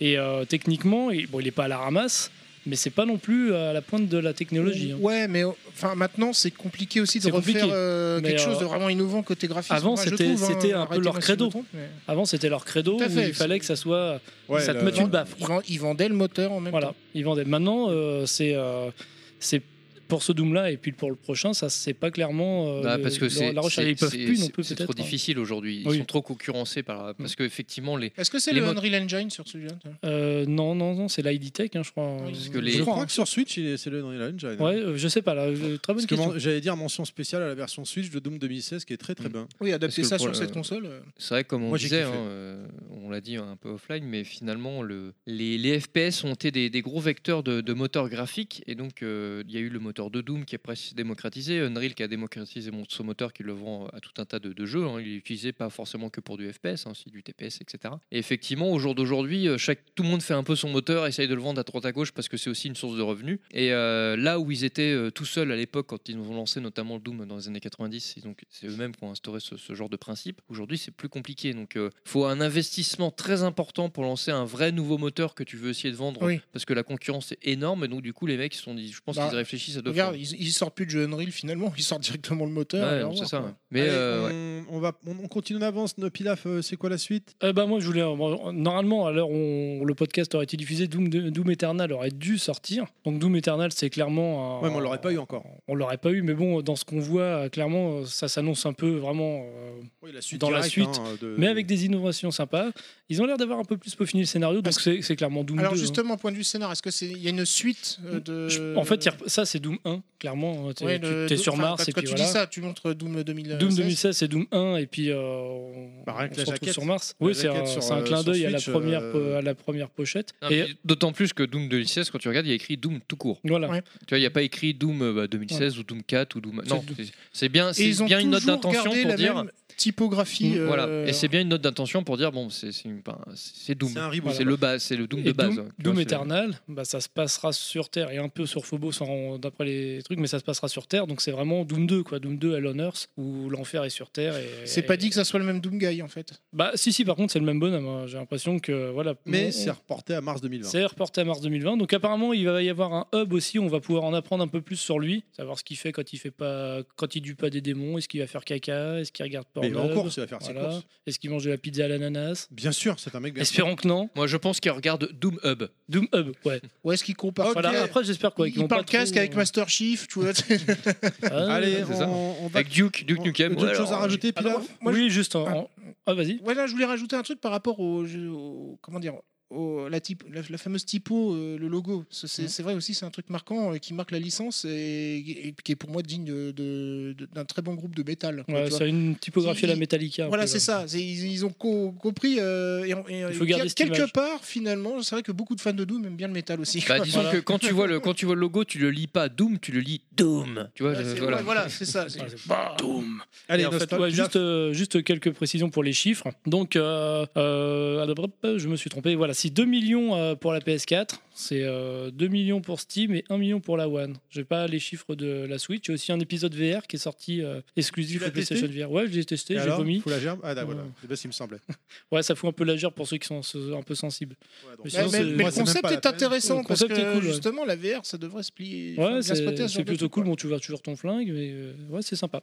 C: Et euh, techniquement, il, bon, il n'est pas à la ramasse, mais c'est pas non plus à la pointe de la technologie. hein.
D: Ouais, mais euh, enfin maintenant c'est compliqué aussi de
C: C'est compliqué.
D: refaire euh,
C: Mais,
D: quelque chose
C: euh,
D: de vraiment innovant côté graphisme.
C: Avant,
D: Moi, je
C: c'était
D: trouve, hein,
C: c'était un peu
D: arrêtez-moi
C: leur
D: si je me
C: credo.
D: trompe, mais-
C: Avant, c'était leur credo.
D: Tout à
C: où
D: fait.
C: il fallait que ça soit.
A: Ouais,
C: ça te
A: le-
C: mette une baffe.
D: Ils, vend- ils vendaient le moteur en même
C: Euh, Voilà,
D: temps.
C: ils vendaient. Maintenant, euh, c'est euh, c'est pour ce Doom-là et puis pour le prochain, ça c'est pas clairement euh,
B: Bah, parce que
C: le-
B: c'est
C: la recherche.
B: c'est-
C: Ils peuvent
B: c'est-
C: plus non
B: c'est-
C: plus
B: c'est
C: peut-être. hein.
B: trop difficile aujourd'hui. Ils
C: Oui.
B: sont trop concurrencés par parce que effectivement les
D: Est-ce que c'est
B: les
D: le
B: mo-
D: Unreal Engine sur celui-là toi
C: Euh, non, non, non, c'est l'ID Tech, hein, je crois.
B: parce que les-
A: Je
C: crois,
A: crois
C: hein.
A: que sur Switch, il est- c'est le Unreal Engine. hein.
C: Ouais, euh, je sais pas là. euh, très bonne
A: Parce que
C: question. Mmh.
A: men- j'allais dire mention spéciale à la version Switch de Doom 2016 qui est très très bien.
D: Oui,
B: Parce que
D: adapter ça
B: pour
D: sur
B: le-
D: cette console. euh.
B: C'est vrai, comme on
A: Moi, j'ai
B: disait,
A: kiffé.
B: hein, euh, on l'a dit un peu offline, mais finalement, le, les, les FPS ont été des, des gros vecteurs de, de moteurs graphiques. Et donc, euh, il y a eu le moteur de Doom qui est presque démocratisé, Unreal qui a démocratisé mon- ce moteur qui le vend à tout un tas de, de jeux. hein. Il est utilisé pas forcément que pour du FPS, hein, aussi du TPS, etc. Et effectivement, au jour d'aujourd'hui, euh, chaque, tout le monde fait un peu son moteur, essaye de le vendre à droite à gauche parce que c'est aussi une source de revenus. Et euh, là où ils étaient euh, tout seuls à l'époque, quand ils ont lancé notamment Doom dans les années 90, ils ont- c'est eux-mêmes qui ont instauré ce, ce genre de principe. Aujourd'hui, c'est plus compliqué. Donc, il faut un investissement très important pour lancer un vrai nouveau moteur que tu veux essayer de vendre
D: Oui.
B: parce que la concurrence est énorme. Et donc, du coup, les mecs, ils se sont dit, je pense
D: Bah,
B: qu'ils réfléchissent à deux fois.
D: Regarde, ils, ils sortent plus de jeu Unreal finalement, ils sortent directement le moteur.
B: Ouais,
D: et au
B: non, c'est
D: revoir,
B: ça.
D: quoi.
B: Mais
A: Allez,
B: euh, ouais.
A: on, on va, on, on continue en avance. No, Pilaf, euh, c'est quoi la suite
C: Euh, bah, moi, je voulais. bon, normalement, à l'heure où on- le podcast aurait été diffusé, Doom, Doom Eternal aurait dû sortir. Donc Doom Eternal, c'est clairement. un-
A: Ouais, mais on l'aurait
D: hein.
A: pas eu encore.
C: On l'aurait pas eu, mais bon, dans ce qu'on voit, euh, clairement, euh, ça s'annonce un peu vraiment. euh,
A: Oui, la suite
C: Dans la
A: directe,
C: suite,
A: hein, de-
C: mais
D: Euh.
C: avec des innovations sympas. Ils ont l'air d'avoir un peu plus peaufiné le scénario, donc c'est c'est clairement Doom
D: Alors
C: 2, hein.
D: justement, point de vue scénar, est-ce que c'est il y a une suite euh, de
C: En fait, il rep- ça c'est Doom Doom 1, clairement. hein, Tu
D: Ouais, le-
C: es sur
D: enfin,
C: Mars
D: quand,
C: et
D: quand
C: puis
D: tu
C: voilà.
D: dis ça, tu montres euh, Doom 2016.
C: Doom 2016 et Doom 1 et puis euh, on,
A: euh, Bah, rien que
C: on
A: la
C: se retrouve
A: jaquette.
C: sur Mars.
A: La
C: Oui, c'est un,
A: jaquette sur,
C: c'est un
A: euh,
C: clin
A: sur
C: d'œil à la
A: Switch,
C: première
A: euh,
C: po- à la première pochette.
B: Non,
C: Et
B: puis D'autant plus que Doom 2016, quand tu regardes, il y a écrit Doom tout court.
C: voilà.
B: Tu vois, il n'y a pas écrit Doom euh, bah, 2016 ou Doom 4 ou Doom. Non,
C: Doom.
B: c'est- c'est bien,
D: Et ils
B: c'est
D: ont
B: bien une note
D: toujours
B: d'intention
D: gardé
B: pour
D: la
B: dire. Mm,
D: même typographie.
C: Mm,
D: euh,
B: Voilà, et c'est bien une note d'intention pour dire bon, c'est c'est une- ben, c'est Doom.
A: C'est un reboot.
B: C'est le bas, c'est le Doom
C: Et
B: de base.
C: Doom,
B: hein, tu
C: Doom
B: vois, c'est-
C: Eternal, bah, ça se passera sur Terre et un peu sur Phobos en- d'après les trucs, mais ça se passera sur Terre, donc c'est vraiment Doom 2, quoi. Doom 2 à Earth, où l'enfer est sur Terre. et-
D: C'est pas dit que ça soit le même Doom Guy en fait.
C: Bah, si, si, par contre, c'est le même bonhomme. hein. J'ai l'impression que. voilà.
A: Mais
C: on-
A: c'est reporté à mars 2020.
C: C'est reporté à mars 2020. Donc apparemment, il va y avoir un hub aussi. On va pouvoir en apprendre un peu plus sur lui, savoir ce qu'il fait quand il fait pas, quand il tue pas des démons. Est-ce qu'il va faire caca Est-ce qu'il regarde pas
A: Mais il va en course, il va faire ses courses.
C: Est-ce qu'il mange de la pizza à l'ananas
A: Bien sûr, c'est un mec bien
C: Espérons que non.
B: Moi, je pense qu'il regarde Doom Hub.
C: Doom Hub, ouais.
D: Ou est-ce qu'il compare
A: Ok.
C: Voilà. Après, j'espère quoi. qu'ils
D: Il
C: vont
D: parle
C: pas
D: casque
C: trop- euh,
D: avec Master Chief, tu vois.
C: Ah,
A: Allez,
B: ouais, c'est
A: on,
B: ça.
A: on va.
B: Avec Duke, Duke
A: on-
B: Nukem.
A: D'autres
B: ouais,
A: choses à
B: alors-
A: rajouter, puis là
D: moi,
C: oui, juste. en- en- Ah, vas-y.
D: Voilà, je voulais rajouter un truc par rapport au, jeu- au- comment dire, au- la, type, la, la fameuse typo, euh, le logo. Ça,
C: Mm.
D: C'est c'est vrai aussi, c'est un truc marquant euh, qui marque la licence et, et qui est pour moi digne de- de- de- d'un très bon groupe de métal. quoi,
C: Ouais,
D: tu vois.
C: c'est une typographie à la
D: Il-
C: Metallica. un
D: Voilà,
C: peu,
D: c'est
C: là.
D: ça. c'est- Ils, ils ont co- compris. euh, et, on- et-
C: faut garder
D: et quel-
C: cette
D: quelque
C: image.
D: part, finalement, c'est vrai que beaucoup de fans de Doom aiment bien le métal aussi.
B: Bah,
D: quoi.
B: disons
C: Voilà.
B: que quand tu, vois le, quand tu vois le logo, tu le lis pas Doom, tu le lis Doom. Tu vois,
D: Ouais,
B: je-
D: Bah, c'est-
B: Ah, voilà.
D: ouais, voilà, c'est ça. c'est-
A: Allez,
C: Et en fait,
A: Nostal,
C: ouais,
A: puis là,
C: juste, euh, juste quelques précisions pour les chiffres. Donc, euh, euh, alors, hop, je me suis trompé. Voilà, c'est 2 millions euh, pour la PS4, c'est euh, 2 millions pour Steam et 1 million pour la One. J'ai pas les chiffres de la Switch. Il y a aussi un épisode VR qui est sorti euh,
A: Tu
C: exclusif
A: l'as
C: au PlayStation
A: testé
C: VR. Ouais, je l'ai testé,
A: et
C: j'ai
A: alors,
C: vomi.
A: Faut la gerbe Ah, d'accord,
C: Ouais.
A: voilà. C'est bien ce qui me semblait.
C: Ouais, ça fout un peu la gerbe pour ceux qui sont euh, un peu sensibles.
A: Ouais, donc-
C: Mais
D: Ouais,
C: sinon,
D: mais,
C: c'est-
D: mais
C: moi,
D: le
A: c'est même
D: concept
A: pas la
D: est
A: peine.
D: intéressant
C: Le
D: parce
C: concept est
D: que
C: cool, ouais.
D: justement la VR ça devrait se plier. enfin,
C: Ouais,
D: bien se prêter
C: c'est
D: à ce genre
C: c'est
D: de
C: plutôt
D: truc,
C: cool.
D: quoi.
C: Bon, tu vas toujours ton flingue, mais euh, ouais, c'est sympa.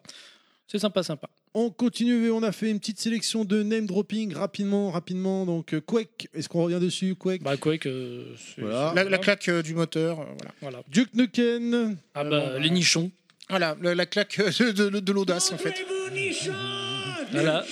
C: C'est sympa, sympa.
A: On continue, et on a fait une petite sélection de name dropping rapidement, rapidement. Donc, euh, Quake, est-ce qu'on revient dessus Quake
C: Bah, quoi que. c'est-
A: Voilà.
D: La, la claque euh, du moteur, euh, voilà.
C: Voilà.
A: Duke Nukem,
C: Ah, bah, les nichons.
D: Voilà, la, la claque euh, de, de- de l'audace en fait.
C: Voilà.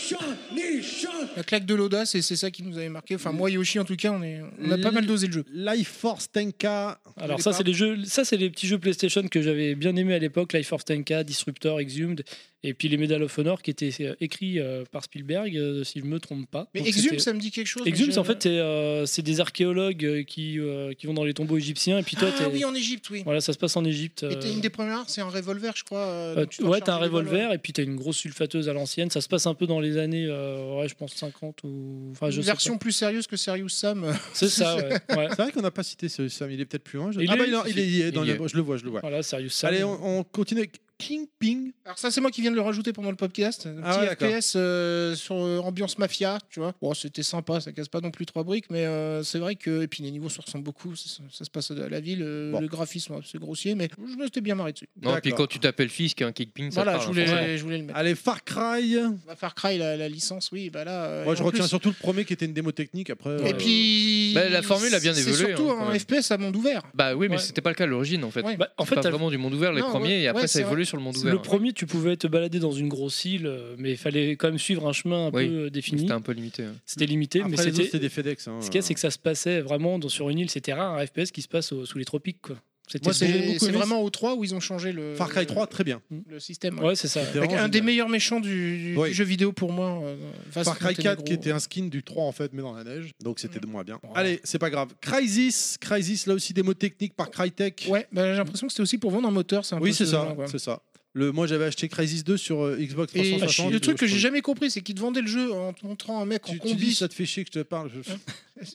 D: La claque de l'audace et c'est ça qui nous avait marqué. Enfin moi Yoshi en tout cas on est, on a pas mal dosé le jeu.
A: Life Force Tenka.
C: Alors ça c'est les jeux, ça c'est les petits jeux PlayStation que j'avais bien aimé à l'époque, Life Force Tenka, Disruptor, Exhumed, et puis les Medal of Honor qui étaient euh, écrits euh, par Spielberg, euh, si je me trompe pas.
D: Mais
C: Donc,
D: Exhum
C: c'était-
D: ça me dit quelque chose. mais
C: Exhumed,
D: je-
C: c'est en fait c'est, euh, c'est des archéologues euh, qui euh, qui vont dans les tombeaux égyptiens et puis toi
D: ah
C: t'es-
D: oui en Égypte oui.
C: voilà ça se passe en Égypte.
D: Et
C: euh,
D: t'es une des premières, c'est un revolver je crois. euh,
C: euh,
D: donc
C: tu-
D: tu dois
C: ouais, t'as un
D: recharger les balles,
C: revolver et puis t'as une grosse sulfateuse à l'ancienne. Ça se passe un peu dans les années, euh, ouais, je pense 50 ou. Enfin, Ah,
D: ouais.
C: je
D: Une
C: sais pas.
D: version plus sérieuse que Serious Sam. euh,
C: C'est ça, ouais. ouais.
A: C'est vrai qu'on n'a pas cité ce Sam, il est peut-être plus loin. je-
C: Il
A: ah
C: est-
A: bah il, est- il est, il est dans
B: il
A: le- Je le vois, je le vois.
C: Voilà, sérieux ça.
A: Allez, on, on continue avec King Ping.
D: Alors ça c'est moi qui viens de le rajouter pendant le podcast. Un
A: Ah
D: petit
A: ouais, d'accord.
D: FPS euh, sur euh, ambiance mafia, tu vois. Bon c'était sympa, ça casse pas non plus trois briques, mais euh, c'est vrai que et puis les niveaux se ressemblent beaucoup. Ça, ça se passe à la ville, euh,
A: Bon.
D: le graphisme c'est grossier, mais je m'étais bien marré dessus.
B: Non, puis
A: D'accord.
B: quand tu t'appelles Fisk, un kickpin, hein, ça
D: voilà,
B: parle,
D: je voulais,
B: forcément.
D: je voulais le mettre.
A: Allez, Far Cry.
D: Bah, Far Cry la, la licence, oui, bah là. euh,
A: Moi,
D: et
A: je
D: en
A: retiens
D: plus-
A: surtout le premier qui était une démo technique. Après,
D: Et
A: euh,
D: puis.
B: Bah, la formule a bien
D: c'est
B: évolué,
D: surtout
B: hein, quand
D: un
B: même.
D: FPS à monde ouvert.
B: Bah oui, mais
C: Ouais.
B: c'était pas le cas à l'origine en fait.
D: Ouais.
C: Bah, en fait,
B: pas
C: t'as-
B: vraiment du monde ouvert les
D: Non,
B: premiers
D: ouais,
B: et après
D: ouais,
B: ça
D: c'est
B: évolue sur le monde ouvert.
C: Le premier, tu pouvais te balader dans une grosse île, euh, mais il fallait quand même suivre un chemin un
B: Oui.
C: peu euh,
B: Donc,
C: défini.
B: C'était un peu limité. hein.
C: C'était limité,
A: après,
C: mais
A: les autres,
C: c'était.
A: c'était des FedEx. hein.
C: Ce qu'il y a, c'est que ça se passait vraiment dans- sur une île. C'était rare un FPS qui se passe au- sous les tropiques, quoi. C'était
D: Moi,
C: j'ai
D: c'est
C: beaucoup
D: c'est
C: aimé.
D: vraiment au 3 où ils ont changé le.
A: Far Cry 3, très bien.
D: Le système. ouais.
C: Ouais, c'est ça.
A: C'était
D: Avec
A: vraiment
D: un des
A: génial.
D: meilleurs méchants du, du
A: Oui.
D: jeu vidéo pour moi. euh, Vasco
A: Far Cry 4
D: Montenegro.
A: qui était un skin du 3 en fait mais dans la neige donc c'était de moins bien.
C: Oh.
A: Allez c'est pas grave. Crysis, Crysis là aussi des mots techniques par Crytek.
D: Ouais, bah, j'ai l'impression que c'était aussi pour vendre un moteur. un
A: oui
D: peu
A: c'est
D: ce
A: ça,
D: genre, quoi.
A: c'est ça. Le, moi j'avais acheté Crysis 2 sur euh, Xbox
D: Et
A: 360.
D: le truc que j'ai
A: je-
D: jamais compris, c'est qu'ils te vendaient le jeu en te montrant un mec en
A: Tu, tu dis
D: combi.
A: ça te fait chier que je te parle. je-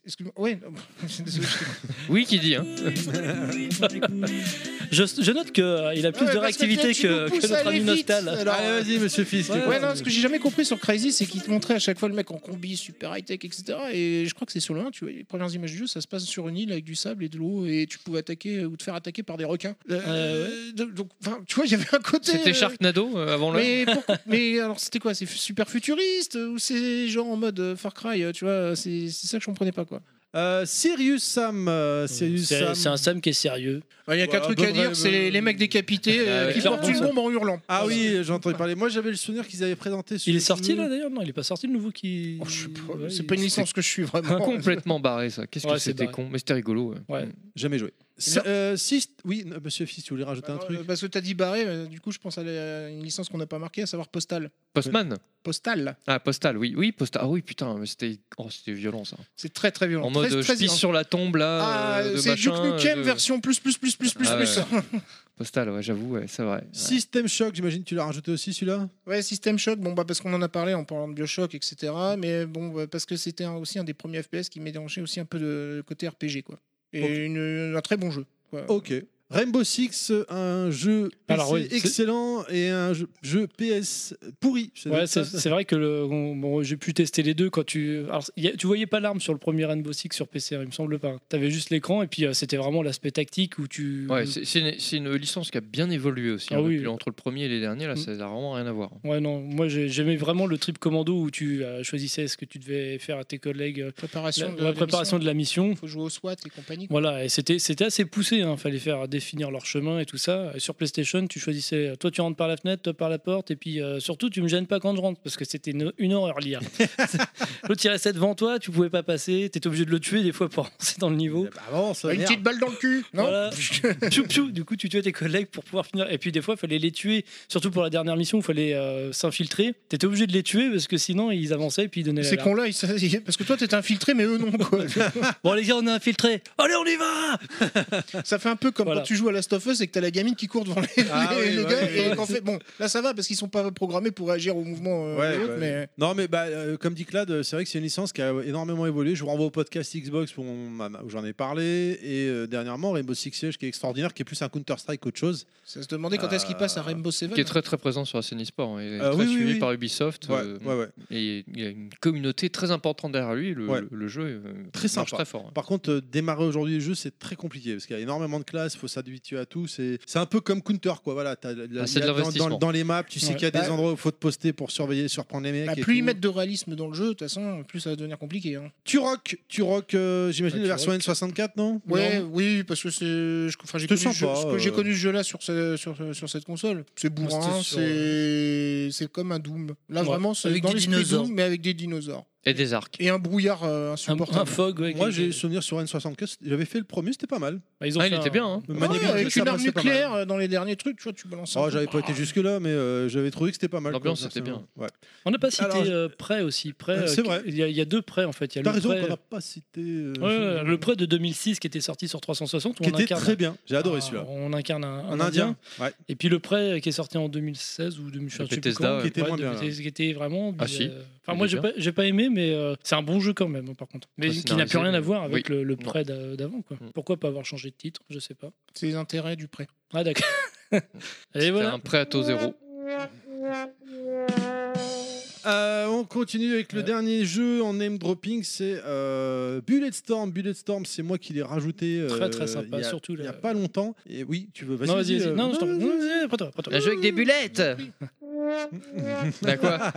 D: Excuse-moi. Ouais, non, désolé, je t'ai coupé.
B: Oui, qui dit. Hein.
C: Je, je note qu'il a plus
D: Ouais,
C: de
D: parce que
C: réactivité
D: tu nous
C: que,
D: pousses
C: que
D: à
C: notre
D: aller
C: ami
D: vite,
C: Nostal.
D: alors,
A: Allez Ah, vas-y monsieur Fils.
C: Ouais,
D: Ouais, non, ce que j'ai jamais compris sur Crysis, c'est qu'il te montrait à chaque fois le mec en combi, super high-tech, etc. Et je crois que c'est sur le 1, tu vois, les premières images du jeu, ça se passe sur une île avec du sable et de l'eau, et tu pouvais attaquer euh, ou te faire attaquer par des requins. Euh, de- Donc, enfin, tu vois, il y avait un côté.
B: C'était
D: euh,
B: Sharknado euh, avant l'heure.
D: Mais, pourquoi- mais alors, c'était quoi C'est fu- super futuriste euh, Ou c'est genre en mode euh, Far Cry, euh, tu vois C'est c'est ça que je comprenais pas, quoi.
A: Euh, Sirius Sam, euh, Sirius
C: C'est
A: Sam.
C: c'est un Sam qui est sérieux.
D: Il y a qu'un
A: Ouais,
D: truc
A: bon,
D: à dire
A: bah,
D: c'est les, les mecs décapités euh,
B: Ah ouais.
D: qui portent une
C: Clairement,
D: bombe en hurlant.
A: Ah oui j'ai entendu parler. Moi j'avais le souvenir qu'ils avaient présenté. sur-
C: Il est sorti là d'ailleurs Non, il est pas sorti le nouveau qui.
D: Oh, je sais pas,
C: Ouais,
D: c'est
C: il-
D: pas une licence que je suis vraiment.
B: Complètement barré ça. Qu'est-ce que
C: Ouais, c'est
B: c'était
C: barré.
B: con Mais c'était rigolo. ouais.
C: Ouais.
A: Jamais joué. C'est- euh, Sist- oui, n- monsieur Fist, tu voulais rajouter un
D: Bah,
A: truc
D: euh, Parce que t'as dit barré, euh, du coup je pense à la- une licence qu'on n'a pas marquée, à savoir Postal.
B: Postman
D: Postal.
B: Ah, Postal, oui. Oui, Postal. Ah oui, putain, mais c'était oh, c'était violent ça.
D: C'est très très violent.
B: En mode, euh,
D: très,
B: je
D: très
B: pisse
D: violent.
B: sur la tombe là.
D: Ah,
B: euh, de
D: c'est Duke
B: machin,
D: Nukem
B: de-
D: version plus plus plus plus plus
B: Ah ouais.
D: plus.
B: Postal, ouais, j'avoue, ouais, c'est vrai.
A: System Shock, j'imagine que tu l'as rajouté aussi celui-là
D: Ouais, System Shock, bon, bah, parce qu'on en a parlé en parlant de Bioshock, etc. Mais bon, bah, parce que c'était un- aussi un des premiers FPS qui mélangeait aussi un peu de côté RPG, quoi. Et
A: Ok.
D: une- un très bon jeu. quoi.
A: Ok. Rainbow Six, un jeu PC
D: Alors oui, c'est-
A: excellent et un jeu, jeu PS pourri. C'est
C: Ouais,
A: ça.
C: c'est c'est vrai que le- on- bon, j'ai pu tester les deux quand tu. Alors, il y a- tu voyais pas l'arme sur le premier Rainbow Six sur PC, il me semble pas. T'avais juste l'écran et puis euh, c'était vraiment l'aspect tactique où tu.
B: Ouais, c'est- c'est une, c'est une licence qui a bien évolué aussi.
C: Ah
B: hein,
C: oui.
B: depuis- entre le premier et les derniers, là, ça n'a vraiment rien à voir.
C: Ouais, non, moi j'ai- j'aimais vraiment le trip commando où tu euh, choisissais ce que tu devais faire à tes collègues. euh,
D: Préparation
C: la,
D: de
C: la
D: la
C: préparation
D: mission.
C: de la mission.
D: Faut jouer au SWAT et compagnie. quoi.
C: Voilà, et c'était c'était assez poussé, hein. fallait faire définir leur chemin et tout ça. Et sur PlayStation, tu choisissais, euh, toi tu rentres par la fenêtre, toi par la porte, et puis euh, surtout tu me gênes pas quand je rentre, parce que c'était une, une horreur l'IA. L'autre il restait devant toi, tu pouvais pas passer, t'étais obligé de le tuer des fois pour avancer dans le niveau.
A: avance,
D: Une petite balle dans le cul, non
C: Voilà. Piou, piou. du coup tu tuais tes collègues pour pouvoir finir. Et puis des fois il fallait les tuer, surtout pour la dernière mission, il fallait euh, s'infiltrer. T'étais obligé de les tuer parce que sinon ils avançaient et puis ils donnaient
D: Ces
C: la larme.
D: cons-là, ils se- parce que toi t'étais infiltré, mais eux non, quoi.
C: Bon les gars on est infiltrés, allez on y va
D: ça fait un peu comme
C: Voilà.
D: quand tu joues à Last of Us et que t'as la gamine qui court devant les,
A: Ah
D: les-
A: oui,
D: les
A: ouais,
D: gars.
A: ouais.
D: et qu'en fait, bon, là ça va parce qu'ils sont pas programmés pour réagir au mouvement euh,
A: Ouais,
D: des autres,
A: bah,
D: mais.
A: Non, mais bah, euh, comme dit Clad, euh, c'est vrai que c'est une licence qui a énormément évolué. Je vous renvoie au podcast Xbox où, on- où j'en ai parlé. Et euh, dernièrement, Rainbow Six Siege qui est extraordinaire, qui est plus un Counter-Strike qu'autre chose.
D: Ça se demandait quand est-ce qu'il passe à Rainbow Seven.
B: Qui est très très présent sur la scène e-sport. hein, et
A: Euh,
B: très
A: oui, oui,
B: suivi
A: oui.
B: par Ubisoft.
A: Ouais,
B: euh,
A: ouais, ouais.
B: Et il y a une communauté très importante derrière lui. Le,
A: Ouais.
B: le- le jeu euh,
A: Très
B: marche
A: sympa.
B: très fort. hein.
A: Par contre, euh, démarrer aujourd'hui le jeu, c'est très compliqué parce qu'il y a énormément de classes, il faut s'habituer à tout. C'est c'est un peu comme Counter, quoi. Voilà, t'as la- la-
B: Ah, c'est de
A: dans-
B: l'investissement.
A: dans, dans les maps, tu sais
D: Ouais.
A: qu'il y a des
D: Bah-
A: endroits où il faut te poster pour surveiller, surprendre les mecs.
D: Bah,
A: et
D: plus ils
A: tout.
D: mettent de réalisme dans le jeu, de toute façon, plus ça va devenir compliqué. hein.
A: Tu rock, tu rock, euh, j'imagine
D: Ah,
A: la
D: tu
A: version
D: rock.
A: N64, non
D: Ouais,
A: Non
D: oui, parce que c'est. je- Enfin, j'ai
A: C'était
D: connu, ce jeu-
A: sympa,
D: ce que j'ai
A: euh.
D: connu ce jeu-là sur, ce- sur, sur cette console. C'est bourrin,
C: C'était sur-
D: c'est c'est comme un Doom. Là,
C: Ouais.
D: vraiment, c'est
C: Avec
D: dans
C: des
D: l'esprit
C: dinosaures.
D: Doom, mais avec des dinosaures.
B: Et des arcs.
D: Et un brouillard euh,
C: Un,
D: insupportable.
C: un fog, ouais,
A: Moi,
C: qui-
A: j'ai souvenir sur N64, j'avais fait le premier, c'était pas mal.
C: Bah, ils ont
B: Ah, il
C: fait
B: était
C: un-
B: bien. hein.
A: Le
D: Ouais,
A: Maniac,
D: avec
A: ça
D: une arme
A: passait pas mal.
D: nucléaire euh, dans les derniers trucs, tu vois, tu balances un
A: Oh,
D: truc.
A: j'avais pas été jusque-là, mais euh, j'avais trouvé que c'était pas mal.
B: L'ambiance,
A: quoi,
B: c'était bien.
A: personnellement. Ouais.
C: On n'a pas cité
A: Alors,
C: euh, prêt aussi. Prêt,
A: Euh,
C: euh,
A: c'est
C: qui-
A: vrai.
C: Il y, a- il y a deux prêts en fait. Il y a
A: T'as
C: le
A: raison
C: prêt-
A: qu'on n'a pas cité. euh,
C: Ouais, ouais, le prêt de 2006 qui était sorti sur 360 où
A: qui
C: on
A: était
C: incarne-
A: très bien. J'ai adoré
C: Ah,
A: celui-là.
C: On incarne un,
A: Un indien. Ouais.
C: Et puis le prêt qui est sorti en 2016 ou 2016, je sais plus
B: Bethesda,
C: quand,
B: ouais.
A: Qui était
C: ouais,
A: moins
C: de
A: bien,
C: Bethesda, qui était vraiment.
B: Ah,
C: euh,
B: si.
C: Enfin,
B: Il
C: moi
B: est
C: j'ai
B: bien. Ah,
C: pas, j'ai pas aimé, mais euh, c'est un bon jeu quand même, hein, par contre. Mais
B: Très
C: qui n'a plus
B: scénarisé,
C: rien à
B: mais-
C: voir avec
B: oui.
C: le, le
B: Non.
C: prêt d'a- d'avant. quoi.
B: Mm.
C: Pourquoi pas avoir changé de titre Je sais pas.
D: C'est les intérêts du prêt.
C: Ah d'accord. Et
B: C'était
C: voilà.
B: un prêt à taux zéro.
A: Euh, on continue avec le dernier jeu en name dropping, c'est euh, Bulletstorm. Bulletstorm, c'est moi qui l'ai rajouté. euh,
C: Très, très sympa,
A: il y a-
C: surtout
A: Il
C: le-
A: n'y a pas longtemps. Et oui, tu veux. Vas-y,
C: Non, vas-y, vas-y.
A: euh,
C: Non, je t'en
A: vas-y.
C: non, vas-y, après toi, après toi.
B: Un jeu avec des bullettes Bah quoi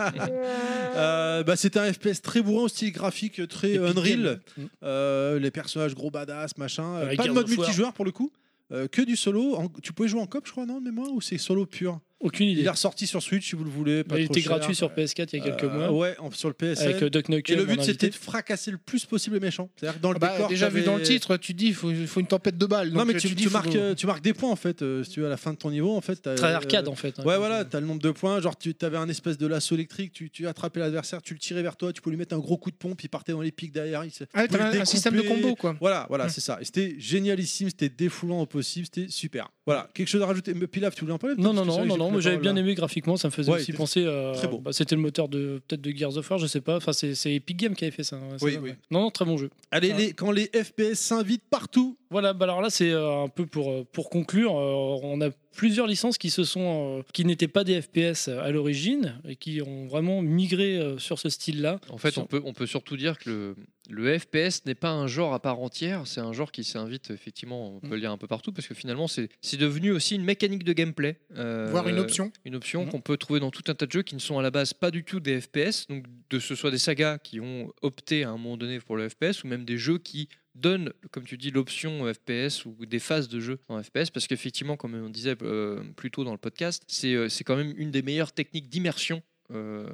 A: Euh, bah, c'était un FPS très bourrin, au style graphique très
C: Epic
A: Unreal.
C: Game.
A: Euh, les personnages gros badass, machin. Euh,
C: Avec
A: pas de
C: Gears
A: mode
C: of War.
A: multijoueur pour le coup. Euh, que du solo. En- tu pouvais jouer en cop, je crois, non, de mémoire, ou c'est solo pur
C: Aucune
A: Il est
C: idée.
A: ressorti sur Switch si vous le voulez. Pas
C: Il
A: trop
C: était
A: cher.
C: gratuit sur PS4 il y a quelques
A: Euh,
C: mois.
A: Ouais, en- sur le PS.
C: Avec euh, Doc
A: Et
C: Nukem.
A: le
C: en
A: but c'était
C: invité.
A: de fracasser le plus possible les méchants. C'est-à-dire que dans Oh, le
D: Bah,
A: décor.
D: déjà vu
A: t'avais-
D: dans le titre, tu te dis, il faut, faut une tempête de balles.
A: Non
D: donc,
A: mais
D: euh,
A: tu,
D: te
A: tu
D: dis, faut-
A: marques, euh, tu marques des points en fait. euh, si tu veux à la fin de ton niveau en fait. t'as,
C: Très
A: euh,
C: arcade en fait. hein,
A: Ouais
C: comme
A: voilà,
C: ça.
A: t'as le nombre de points, genre tu avais un espèce de lasso électrique, tu, tu attrapais l'adversaire, tu le tirais vers toi, tu pouvais lui mettre un gros coup de pompe, il partait dans les pics derrière. Il se-
D: Ah, ouais,
A: pouvais
D: t'avais
A: le
D: un- un système de
A: découper.
D: combo, quoi.
A: Voilà, voilà, c'est ça. Et c'était génialissime, c'était défoulant au possible, c'était super. Voilà, quelque chose à rajouter. Mais Pilaf, tu voulais en parler
C: Non,
A: peut-être, parce
C: non,
A: que
C: non,
A: c'est vrai
C: non,
A: que j'ai
C: non, moi
A: pris la
C: j'avais bien
A: parole, là.
C: aimé graphiquement, ça me faisait
A: Ouais,
C: aussi
A: c'était
C: penser à.
A: très beau.
C: bah, c'était le moteur de peut-être de Gears of War, je sais pas. Enfin, c'est c'est Epic Games qui avait fait ça. hein, ouais, c'est
A: Oui,
C: ça,
A: oui.
C: ouais. Non, non, très bon jeu.
A: Allez, les- quand les FPS s'invitent partout,
C: Voilà, bah alors là c'est euh, un peu pour, euh, pour conclure, euh, on a plusieurs licences qui se sont euh, qui n'étaient pas des FPS euh, à l'origine et qui ont vraiment migré euh, sur ce style-là.
B: En fait,
C: Sur-
B: on peut, on peut surtout dire que le, le FPS n'est pas un genre à part entière, c'est un genre qui s'invite effectivement, on peut le lire un peu partout, parce que finalement, c'est c'est devenu aussi une mécanique de gameplay. euh,
D: Voir une option.
B: Une option qu'on peut trouver dans tout un tas de jeux qui ne sont à la base pas du tout des FPS, donc de ce soit des sagas qui ont opté à un moment donné pour le FPS, ou même des jeux qui donnent, comme tu dis, l'option FPS ou des phases de jeu en FPS, parce qu'effectivement, comme on disait euh, plus tôt dans le podcast, c'est euh, c'est quand même une des meilleures techniques d'immersion euh,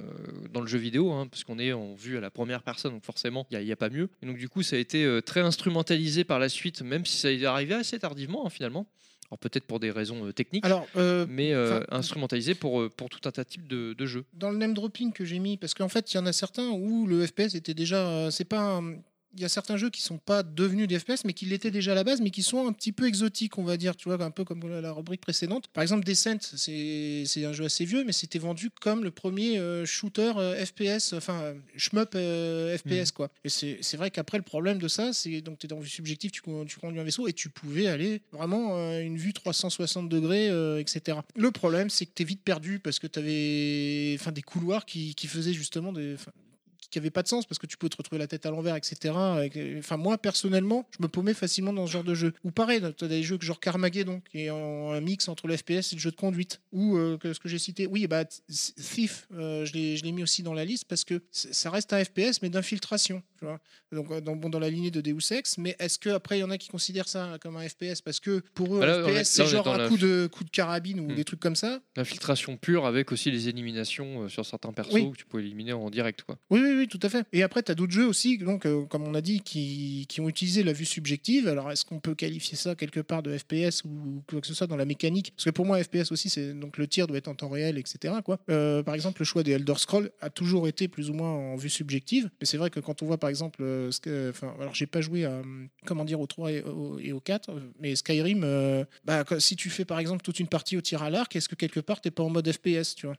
B: dans le jeu vidéo, hein, parce qu'on est en vue à la première personne, donc forcément, il n'y a, pas mieux. Et donc, du coup, ça a été euh, très instrumentalisé par la suite, même si ça est arrivé assez tardivement, hein, finalement. Alors, peut-être pour des raisons euh, techniques,
D: Alors, euh,
A: mm.
B: mais euh,
D: enfin-
B: instrumentalisé pour, euh, pour tout un tas de types de, de jeux.
D: dans le name dropping que j'ai mis, parce qu'en fait, il y en a certains où le FPS était déjà. euh, c'est pas. un- Il y a certains jeux qui sont pas devenus des FPS, mais qui l'étaient déjà à la base, mais qui sont un petit peu exotiques, on va dire, tu vois, un peu comme la la rubrique précédente. Par exemple, Descent, c'est c'est un jeu assez vieux, mais c'était vendu comme le premier euh, shooter euh, FPS, enfin, euh, shmup euh, FPS, quoi. Et c'est c'est vrai qu'après, le problème de ça, c'est donc tu es dans vue subjective, tu, con- tu conduis un vaisseau et tu pouvais aller vraiment euh, une vue 360 degrés, euh, etc. Le problème, c'est que tu es vite perdu parce que tu avais enfin, des couloirs qui, qui faisaient justement des. enfin, qui n'avaient pas de sens parce que tu peux te retrouver la tête à l'envers, etc. Avec- euh, Enfin, moi, personnellement, je me paumais facilement dans ce genre de jeu. Ou pareil, tu as des jeux que genre Carmageddon, qui est en- un mix entre le FPS et le jeu de conduite. Ou euh, que- ce que j'ai cité, oui, bah, Th- Thief, euh, je l'ai je l'ai mis aussi dans la liste parce que c- ça reste un FPS, mais d'infiltration. tu vois. Donc, euh, dans, bon, dans la lignée de Deus Ex, mais est-ce qu'après, il y en a qui considèrent ça comme un FPS parce que pour eux,
B: Bah là,
D: un
B: on est- là,
D: FPS,
B: on
D: c'est
B: est
D: genre
B: dans
D: un
B: la-
D: coup de, coup de carabine ou
B: Hmm.
D: des trucs comme ça
B: L'infiltration pure avec aussi les éliminations euh, sur certains persos
D: Oui.
B: que tu peux éliminer en direct. Quoi.
D: Oui, oui, oui, tout à fait. Et après, tu as d'autres jeux aussi, donc, euh, comme on a dit, qui, qui ont utilisé la vue subjective. Alors, est-ce qu'on peut qualifier ça quelque part de FPS ou quoi que ce soit dans la mécanique Parce que pour moi, FPS aussi, c'est donc le tir doit être en temps réel, etc. Quoi. Euh, par exemple, le choix des Elder Scrolls a toujours été plus ou moins en vue subjective. Mais c'est vrai que quand on voit, par exemple, euh, ce que- enfin, alors j'ai pas joué à, hum, comment dire, au 3 et au, et au 4, euh, mais Skyrim, euh, bah, quand- si tu fais par exemple toute une partie au tir à l'arc, est-ce que quelque part, t'es pas en mode FPS, tu vois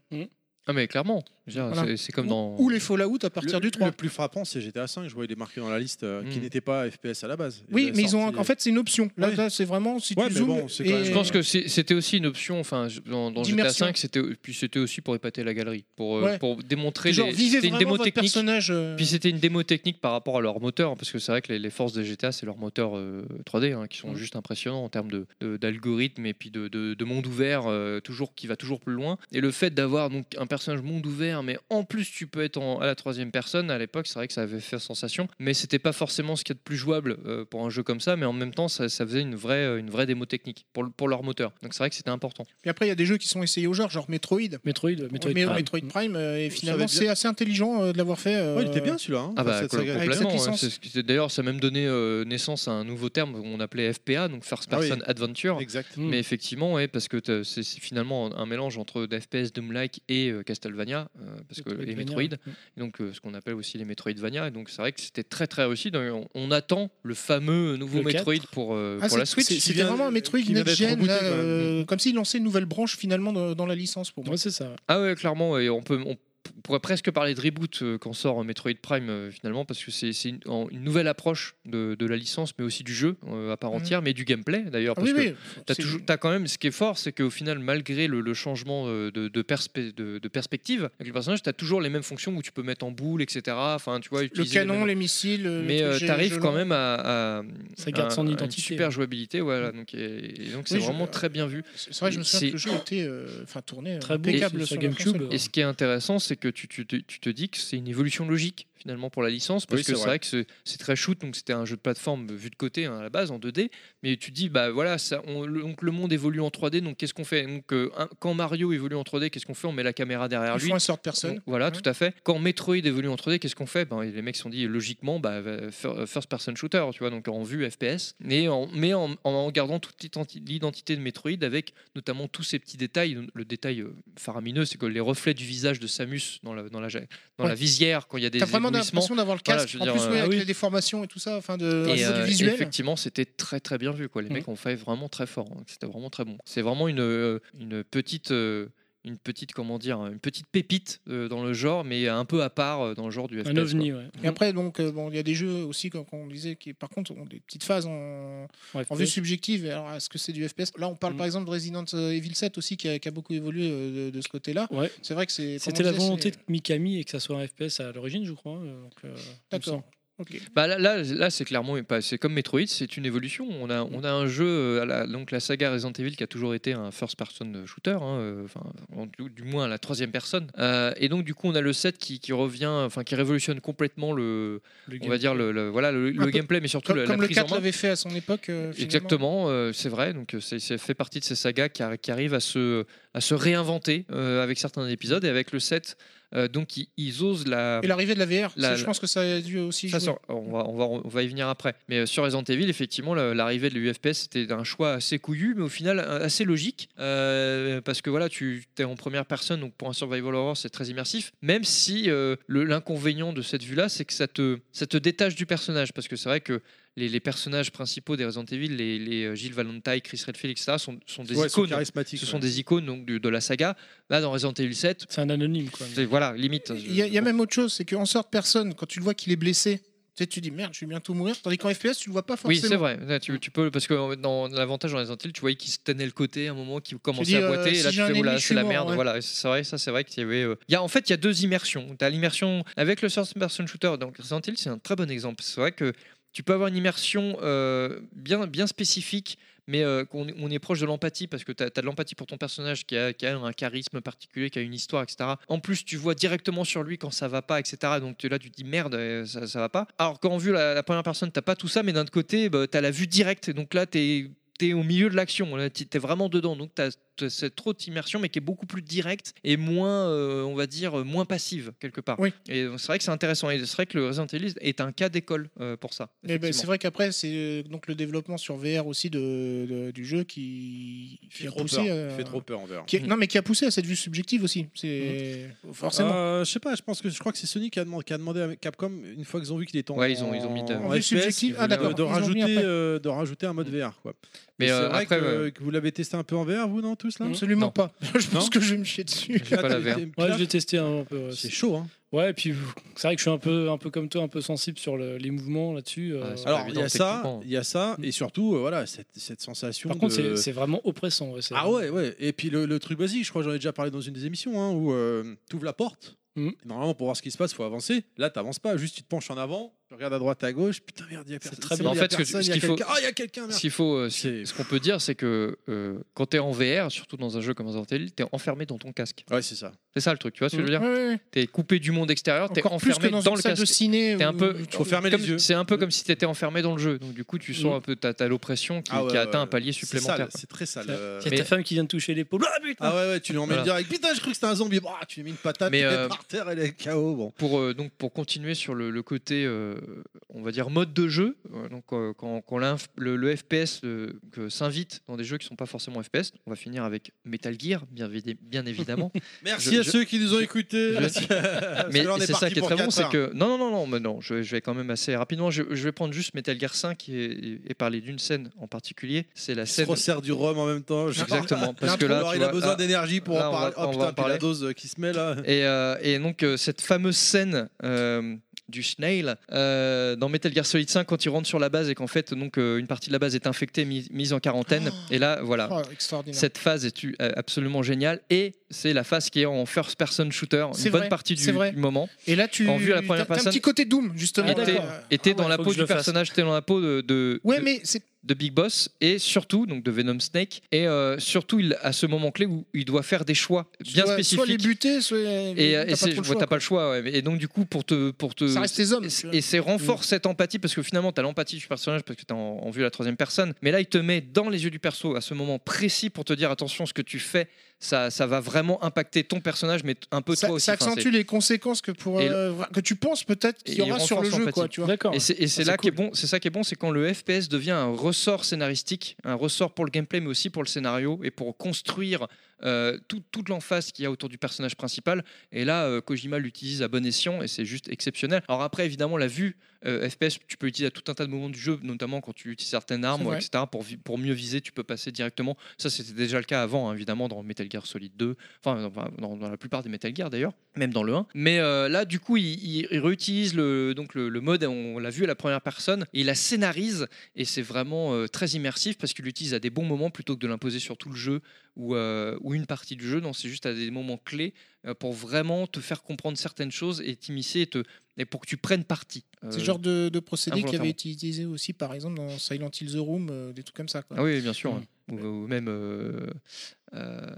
B: Ah, mais clairement, je veux dire, c'est-
D: Voilà.
B: c'est comme
D: Ou-
B: dans.
D: Ou les Fallout à partir
A: le,
D: du 3.
A: Le plus frappant, c'est GTA V. Je vois, il est marqué dans la liste euh, qui
C: Hmm.
B: Mm.
A: n'était pas FPS à la base. Il
D: Oui,
A: est
D: mais ils ont
A: sorti-
D: en fait c'est une option. Là,
A: Ouais.
D: là, c'est vraiment si
A: Ouais,
D: tu
A: mais
D: zoomes.
A: bon, c'est quand
D: et-
A: même-
B: Je pense que c'est- c'était aussi une option, enfin, je- dans, dans GTA
D: D'immersion.
B: V, c'était puis c'était aussi pour épater la galerie, pour, euh,
D: Ouais.
B: pour démontrer.
D: Genre,
B: les-
D: vivez
B: c'était une
D: vraiment
B: démo
D: votre
B: technique.
D: personnage. euh,
B: Puis c'était une démo technique par rapport à leur moteur, hein, parce que c'est vrai que les, les forces de GTA, c'est leur moteur euh, 3D, hein, qui sont juste impressionnants en termes de- de- d'algorithme et puis de, de- de monde ouvert, euh, toujours qui va toujours plus loin. Et le fait d'avoir donc un personnage monde ouvert, mais en plus tu peux être en- à la troisième personne, à l'époque, c'est vrai que ça avait fait sensation, mais c'était pas forcément ce qu'il y a de plus jouable euh, pour un jeu comme ça, mais en même temps, ça, ça faisait une vraie, euh, une vraie démo technique pour, le- pour leur moteur. Donc c'est vrai que c'était important.
D: Puis après, il y a des jeux qui sont essayés au genre, genre Metroid.
E: Metroid,
C: euh,
E: Metroid
D: Mais-
E: Prime.
D: Metroid Prime, euh, et finalement,
A: être bien.
D: c'est assez intelligent euh, de l'avoir fait. euh,
A: Ouais, il était bien celui-là. hein.
B: Ah bah,
A: Enfin, cette
B: col-
A: saga-
D: avec cette
B: complètement. ouais.
D: licence.
B: C'est ce qui- c'est- D'ailleurs, ça a même donné euh, naissance à un nouveau terme qu'on appelait FPA, donc First
A: Ah oui.
B: Person Adventure.
A: Exact.
C: Hmm.
E: Mm.
B: Mais effectivement, ouais, parce que t'as- c'est c'est finalement un mélange entre des FPS Doom-like et euh, Castlevania, euh, parce que et Metroid,
E: Metroidvania.
B: et donc euh, ce qu'on appelle aussi les Metroidvania. Et donc c'est vrai que c'était très très réussi. Donc, on, on attend le fameux nouveau
E: Le
B: Metroid pour,
A: Ah,
B: euh, pour la
D: Ah, c'est-
B: Switch.
D: c'est- C'était
A: vient-
D: vraiment un Metroid
A: qui vient d'être
D: next-gen,
A: rebooté,
D: là,
A: quand même.
D: euh, comme s'il lançait une nouvelle branche finalement dans, dans la licence pour moi.
E: Ouais, c'est ça.
B: Ah ouais, clairement, et on peut. on pourrait presque parler de reboot euh, quand sort euh, Metroid Prime euh, finalement parce que c'est c'est une, en- une nouvelle approche de, de la licence mais aussi du jeu euh, à part entière mais du gameplay d'ailleurs
D: Mmh. Ah
B: parce
D: oui,
B: que
D: oui.
B: T'as
D: c'est-
B: toujours- t'as quand même, ce qui est fort, c'est qu'au final, malgré le, le changement euh, de, de, perspe- de- de perspective avec le personnage, t'as toujours les mêmes fonctions où tu peux mettre en boule, etc. Enfin, tu vois,
D: Le
B: utiliser les
D: canon,
B: mêmes-
D: les missiles. le
B: Mais
D: truc
B: euh,
D: gé-
B: t'arrives
D: gelant.
B: quand même à, à-
E: Ça garde
B: à-
E: son
B: à
E: identité,
B: une super
E: ouais.
B: jouabilité, voilà. Donc, et, et donc c'est
D: Mmh. Oui, je-
B: vraiment très bien vu.
D: C'est c'est vrai que je me souviens
B: c'est-
D: que le jeu était euh, enfin, tourné euh,
E: Très beau,
D: impeccable
E: sur
D: sur la
E: GameCube.
D: console.
B: Et ce qui est intéressant, c'est que tu, tu te- tu te dis que c'est une évolution logique finalement pour la licence, parce
A: Oui,
B: que
A: c'est
B: c'est vrai que c'est- c'est très shoot, donc c'était un jeu de plateforme vu de côté hein, à la base en 2D, mais tu te dis bah voilà, ça, on- le, donc le monde évolue en 3D, donc qu'est-ce qu'on fait Donc euh, un- quand Mario évolue en 3D, qu'est-ce qu'on fait On met la caméra derrière
D: Ils
B: lui.
D: font un sort de personne.
B: Donc, Voilà,
D: Ouais.
B: tout à fait. Quand Metroid évolue en 3D, qu'est-ce qu'on fait ben, Les mecs se sont dit logiquement, bah, va- fir- euh, first person shooter, tu vois, donc en vue FPS, mais en, mais en, en gardant toute l'identi- l'identité de Metroid avec notamment tous ces petits détails. Le détail euh, faramineux, c'est que les reflets du visage de Samus dans la, dans la, ja- dans
D: Ouais.
B: la visière, quand il y a des
D: T'as vraiment
B: éblouissements.
D: l'impression d'avoir le
B: Voilà,
D: casque.
B: je veux
D: en
B: dire,
D: plus,
B: euh,
D: ouais,
B: ah
D: avec
B: oui.
D: les déformations et tout ça, enfin, de, au
B: Et
D: niveau
B: euh,
D: du visuel. Mmh.
B: effectivement, c'était très très bien vu. Quoi. Les
E: Mhm.
B: mecs ont fait vraiment très fort. hein. C'était vraiment très bon. C'est vraiment une, euh, une petite. euh, une petite comment dire une petite pépite euh, dans le genre mais un peu à part euh, dans le genre du FPS
E: Un
B: quoi.
E: ovni, ouais.
D: Et après, donc, euh, bon, il y a des jeux aussi, comme on disait, qui par contre ont des petites phases en,
E: Ouais,
D: en vue subjective. Et Alors, est-ce que c'est du FPS Là, on parle
E: Mm.
D: par exemple de Resident Evil 7 aussi, qui a, qui a beaucoup évolué euh, de, de ce côté-là.
E: Ouais.
D: C'est vrai que c'est. comme
E: C'était
D: on
E: la
D: disait,
E: volonté
D: c'est-
E: de Mikami et que ça soit un FPS à l'origine, je crois. euh, donc, euh, il me
D: D'accord.
E: semble.
D: Ok.
B: Bah là, là, là, c'est clairement pas. C'est comme Metroid, c'est une évolution. On a, on a un jeu, euh, à la- donc la saga Resident Evil qui a toujours été un first-person shooter, hein, euh, enfin en- du, du moins à la troisième personne. Euh, et donc du coup, on a le 7 qui, qui revient, enfin qui révolutionne complètement le,
E: Le
B: on va dire le, le- voilà le, le
D: Un peu
B: gameplay, mais surtout
D: Comme,
B: la, la
D: comme le
B: prise en
D: 4
B: main.
D: l'avait fait à son époque. euh, finalement.
B: Exactement, euh, c'est vrai. Donc euh, c'est, c'est fait partie de ces sagas qui, arri- qui arrivent à se, à se réinventer euh, avec certains épisodes et avec le 7. Euh, donc ils, ils osent la.
D: Et l'arrivée de la VR,
B: la-
D: c'est- je pense que ça a dû aussi.
B: Ça
D: jouer.
B: sort. on, va, on, va, on va y venir après. Mais euh, sur Resident Evil, effectivement, le- l'arrivée de l'UFPS, c'était un choix assez couillu, mais au final euh, assez logique. euh, parce que voilà, tu es en première personne, donc pour un survival horror, c'est très immersif. Même si euh, le- l'inconvénient de cette vue-là, c'est que ça te, ça te détache du personnage. Parce que c'est vrai que les, les personnages principaux des Resident Evil, les, les euh, Jill Valentine, Chris Redfield, etc., sont, sont des
A: Ouais, ils sont
B: icônes.
A: charismatiques,
B: Ce
A: ouais.
B: sont des icônes donc, du- de la saga. Là, dans Resident Evil 7.
E: C'est un anonyme, quoi.
B: Voilà, limite.
D: Il y, a- il y a même autre chose, c'est qu'en sorte personne, quand tu le vois qu'il est blessé, tu sais, tu dis merde, je vais bientôt mourir. Tandis qu'en FPS, tu le vois pas forcément.
B: Oui, c'est vrai. Là, tu, tu peux, parce que dans l'avantage dans les Antilles, tu voyais qu'ils se tenaient le côté à un moment, qu'ils commençaient
D: dis,
B: à
D: euh,
B: boiter, et
D: si
B: là
D: j'ai
B: tu
D: un
B: fais,
D: ennemi,
B: oula,
D: je
B: c'est
D: suis
B: la
D: mort,
B: merde.
D: ouais.
B: Voilà, c'est vrai, ça c'est vrai qu'il y avait. euh, il Y a, en fait, il y a deux immersions. Tu as l'immersion avec le first person shooter, donc Resident Evil, c'est un très bon exemple. C'est vrai que tu peux avoir une immersion euh, bien, bien spécifique. Mais euh, qu'on- on est proche de l'empathie parce que tu as, de l'empathie pour ton personnage qui a, qui a un charisme particulier, qui a une histoire, etc. En plus, tu vois directement sur lui quand ça va pas, etc. Donc tu- là, tu te dis merde, euh, ça, ça va pas. Alors qu'en vue la, la première personne, t'as pas tout ça, mais d'un autre côté, bah, t'as la vue directe. Donc là, t'es es au milieu de l'action, là, t'es t'es vraiment dedans. Donc t'as t'as cette trop immersion, mais qui est beaucoup plus directe et moins, euh, on va dire, euh, moins passive quelque part. Et euh, c'est vrai que c'est intéressant. Et c'est vrai que le Resident Evil est un cas d'école euh, pour
A: Eh
B: ça.
D: Mais ben,
B: effectivement.
D: c'est vrai qu'après, c'est euh, donc le développement sur VR aussi de, de- du jeu qui, qui a
A: trop
D: poussé.
A: peur.
D: euh,
A: Il fait trop peur en VR.
D: qui
B: Mmh.
D: a- Non, mais qui a poussé à cette vue subjective aussi. C'est forcément.
A: Euh, je sais pas, je pense que je crois que c'est Sony qui a, demandé, qui a demandé à Capcom une fois qu'ils ont vu qu'il était en,
B: Ouais, ils ont- ils ont mis de-
A: en
B: En vue
A: FPS,
B: subjective, ah,
A: de-
B: d'accord,
A: de
B: ils ont mis
A: rajouter
B: après.
A: euh, de rajouter un mode VR quoi.
B: Mm. Mais,
A: Et c'est
B: euh,
A: vrai
B: après,
A: que,
B: euh, Mm.
A: que vous l'avez testé un peu en VR vous non tous là
B: mmh.
D: Absolument
A: Non.
D: pas. je pense
A: Non
D: que je vais me chier dessus.
A: J'ai pas la VR.
E: Ouais, je l'ai testé un peu. ouais.
A: C'est chaud, hein.
E: Ouais, et puis pff, c'est vrai que je suis un peu, un peu comme toi, un peu sensible sur le- les mouvements là-dessus. euh.
A: Alors il y a ça, il y a ça et surtout euh, voilà cette, cette sensation.
E: Par contre,
A: de-
E: c'est- c'est vraiment oppressant. ouais, c'est-
A: Ah ouais, ouais. Et puis le, le truc basique, je crois que j'en ai déjà parlé dans une des émissions, hein, où tu ouvres la porte.
B: Mm.
A: Normalement, pour voir ce qui se passe, faut avancer. Là, t'avances pas, juste tu te penches en avant, tu regardes à droite, à gauche. Putain, merde, il y a personne.
B: très
A: C'est
B: bien.
A: bon,
B: En
A: y a
B: fait, ce que-
A: personne,
B: ce
A: y a
B: qu'il faut-
A: quelqu'un. Ah, il y a quelqu'un, merde.
B: Ce qu'il faut, euh, ce ce qu'on peut dire, c'est que euh, quand t'es en VR, surtout dans un jeu comme Resident Evil, t'es enfermé dans ton casque.
A: Ouais, c'est ça.
B: C'est ça le truc, tu vois ce que
A: Mhm.
B: je veux dire
A: Ouais,
D: ouais, ouais.
B: T'es coupé du monde extérieur, t'es
D: Mm. Encore plus
B: enfermé
D: que dans une
B: le
D: salle
B: casque.
D: de ciné
B: T'es un
D: où
B: peu,
D: tu- Faut fermer les Mm.
B: comme-
A: yeux.
B: C'est un peu comme si t'étais enfermé dans le jeu. Donc du coup, tu sens
E: Mhm.
B: un peu t'as t'as l'oppression qui,
A: Ah ouais,
B: qui a
A: ouais,
B: atteint un
A: ouais.
B: palier
A: C'est
B: supplémentaire.
A: sale, C'est très sale.
B: C'est-
A: euh,
E: Il y a
B: Mais-
E: ta femme qui vient de toucher l'épaule. Ah putain
A: Ah ouais, ouais, tu lui emmènes
B: Voilà.
A: direct. Putain, je crois que c'était un zombie. Ah, tu lui mets une patate,
B: Mais,
A: tu
B: euh,
A: mets par terre, elle est KO. Bon.
B: Pour, euh, donc, pour continuer sur le, le côté, euh, on va dire, mode de jeu, euh, donc, euh, quand, quand l'inf- le, le FPS euh, que s'invite dans des jeux qui ne sont pas forcément FPS, on va finir avec Metal Gear, bien, évi- bien évidemment.
A: Merci
B: Je-
A: à
B: je-
A: ceux qui nous ont
B: je-
A: écoutés.
B: je-
A: Parce que- parce
B: mais
A: que là, on
B: c'est ça
A: parti
B: qui est
A: pour
B: très bon,
A: quatre
B: c'est
A: heures.
B: que non, non, non, non, mais non, je, je vais quand même assez rapidement. Je, je vais prendre juste Metal Gear 5 et, et- et parler d'une scène en particulier. C'est la
A: se
B: scène.
A: resserre du rhum en même temps. je-
B: Exactement, parce que
A: L'intro,
B: là,
A: alors,
B: tu
A: il a
B: vois,
A: besoin
B: là-
A: d'énergie pour en
B: là, on va-
A: parler.
B: on
A: Oh
B: va
A: putain,
B: en
A: puis la
B: parler.
A: dose qui se met là.
B: Et, euh, et donc euh, cette fameuse scène euh, du Snail euh, dans Metal Gear Solid 5 quand il rentre sur la base et qu'en fait donc euh, une partie de la base est infectée, mise, mise en quarantaine. et là voilà.
D: Oh, extraordinaire.
B: Cette phase est tu- euh, absolument géniale et c'est la phase qui est en first person shooter, une
D: C'est
B: bonne
D: vrai,
B: partie du,
D: c'est vrai.
B: du moment.
D: Et là, tu
B: en vue à la
D: as
B: première
D: un
B: personne.
D: petit côté Doom, justement.
B: Et t'es-
D: là.
B: et t'es dans la
D: Ah faut
B: peau
D: que je
B: du
D: le fasse.
B: personnage, t'es dans la peau de, de-
D: Ouais,
B: de-
D: mais c'est
B: de Big Boss et surtout donc de Venom Snake et euh, surtout il, à ce moment clé où il doit faire des choix bien
D: soit,
B: spécifiques.
D: soit les buter, soit.
B: Et,
D: t'as
B: euh, et
D: pas
B: c'est-
D: trop le
B: ouais,
D: choix,
B: t'as
D: quoi.
B: pas le choix. ouais. Et donc, du coup, pour te. Pour te
D: Ça reste les hommes,
B: et-
D: tu vois. Mm.
B: Et c'est renforce cette empathie parce que finalement, t'as l'empathie du personnage parce que t'es en, en vue de la troisième personne. Mais là, il te met dans les yeux du perso à ce moment précis pour te dire attention, ce que tu fais, ça, ça va vraiment impacter ton personnage, mais t- un peu
D: Ça,
B: toi aussi.
D: ça
B: Enfin, c'est-
D: accentue les conséquences que, pour,
B: Et-
D: euh, que tu penses peut-être qu'il y
B: et
D: aura sur le
B: renforce
D: jeu. Quoi,
B: l'empathie.
D: tu vois.
B: Et c'est, et c'est là qui est bon. C'est ça qui est bon, c'est quand le FPS devient un ressort scénaristique, un ressort pour le gameplay, mais aussi pour le scénario et pour construire euh, tout- toute l'emphase qu'il y a autour du personnage principal. Et là, euh, Kojima l'utilise à bon escient et c'est juste exceptionnel. Alors après, évidemment, la vue. euh, FPS, tu peux utiliser à tout un tas de moments du jeu, notamment quand tu utilises certaines
A: C'est
B: armes, ou
A: vrai.
B: etc. Pour, vi- pour mieux viser, tu peux passer directement. Ça, c'était déjà le cas avant, hein, évidemment, dans Metal Gear Solid 2, enfin, dans, dans- dans la plupart des Metal Gear d'ailleurs, même dans le 1. Mais euh, là, du coup, il, il- il réutilise le, donc le, le mode, on l'a vu à la première personne, et il la scénarise, et c'est vraiment euh, très immersif parce qu'il l'utilise à des bons moments plutôt que de l'imposer sur tout le jeu ou, euh, ou une partie du jeu. Non, c'est juste à des moments clés euh, pour vraiment te faire comprendre certaines choses et t'immiscer et, te- et pour que tu prennes parti.
D: C'est
B: Euh,
D: le genre de, de procédé qui avait
B: involontairement.
D: été utilisé aussi, par exemple, dans Silent Hill The Room, euh, des trucs comme ça. Quoi.
B: Ah oui, bien sûr. hein. Ou, ou même euh, euh,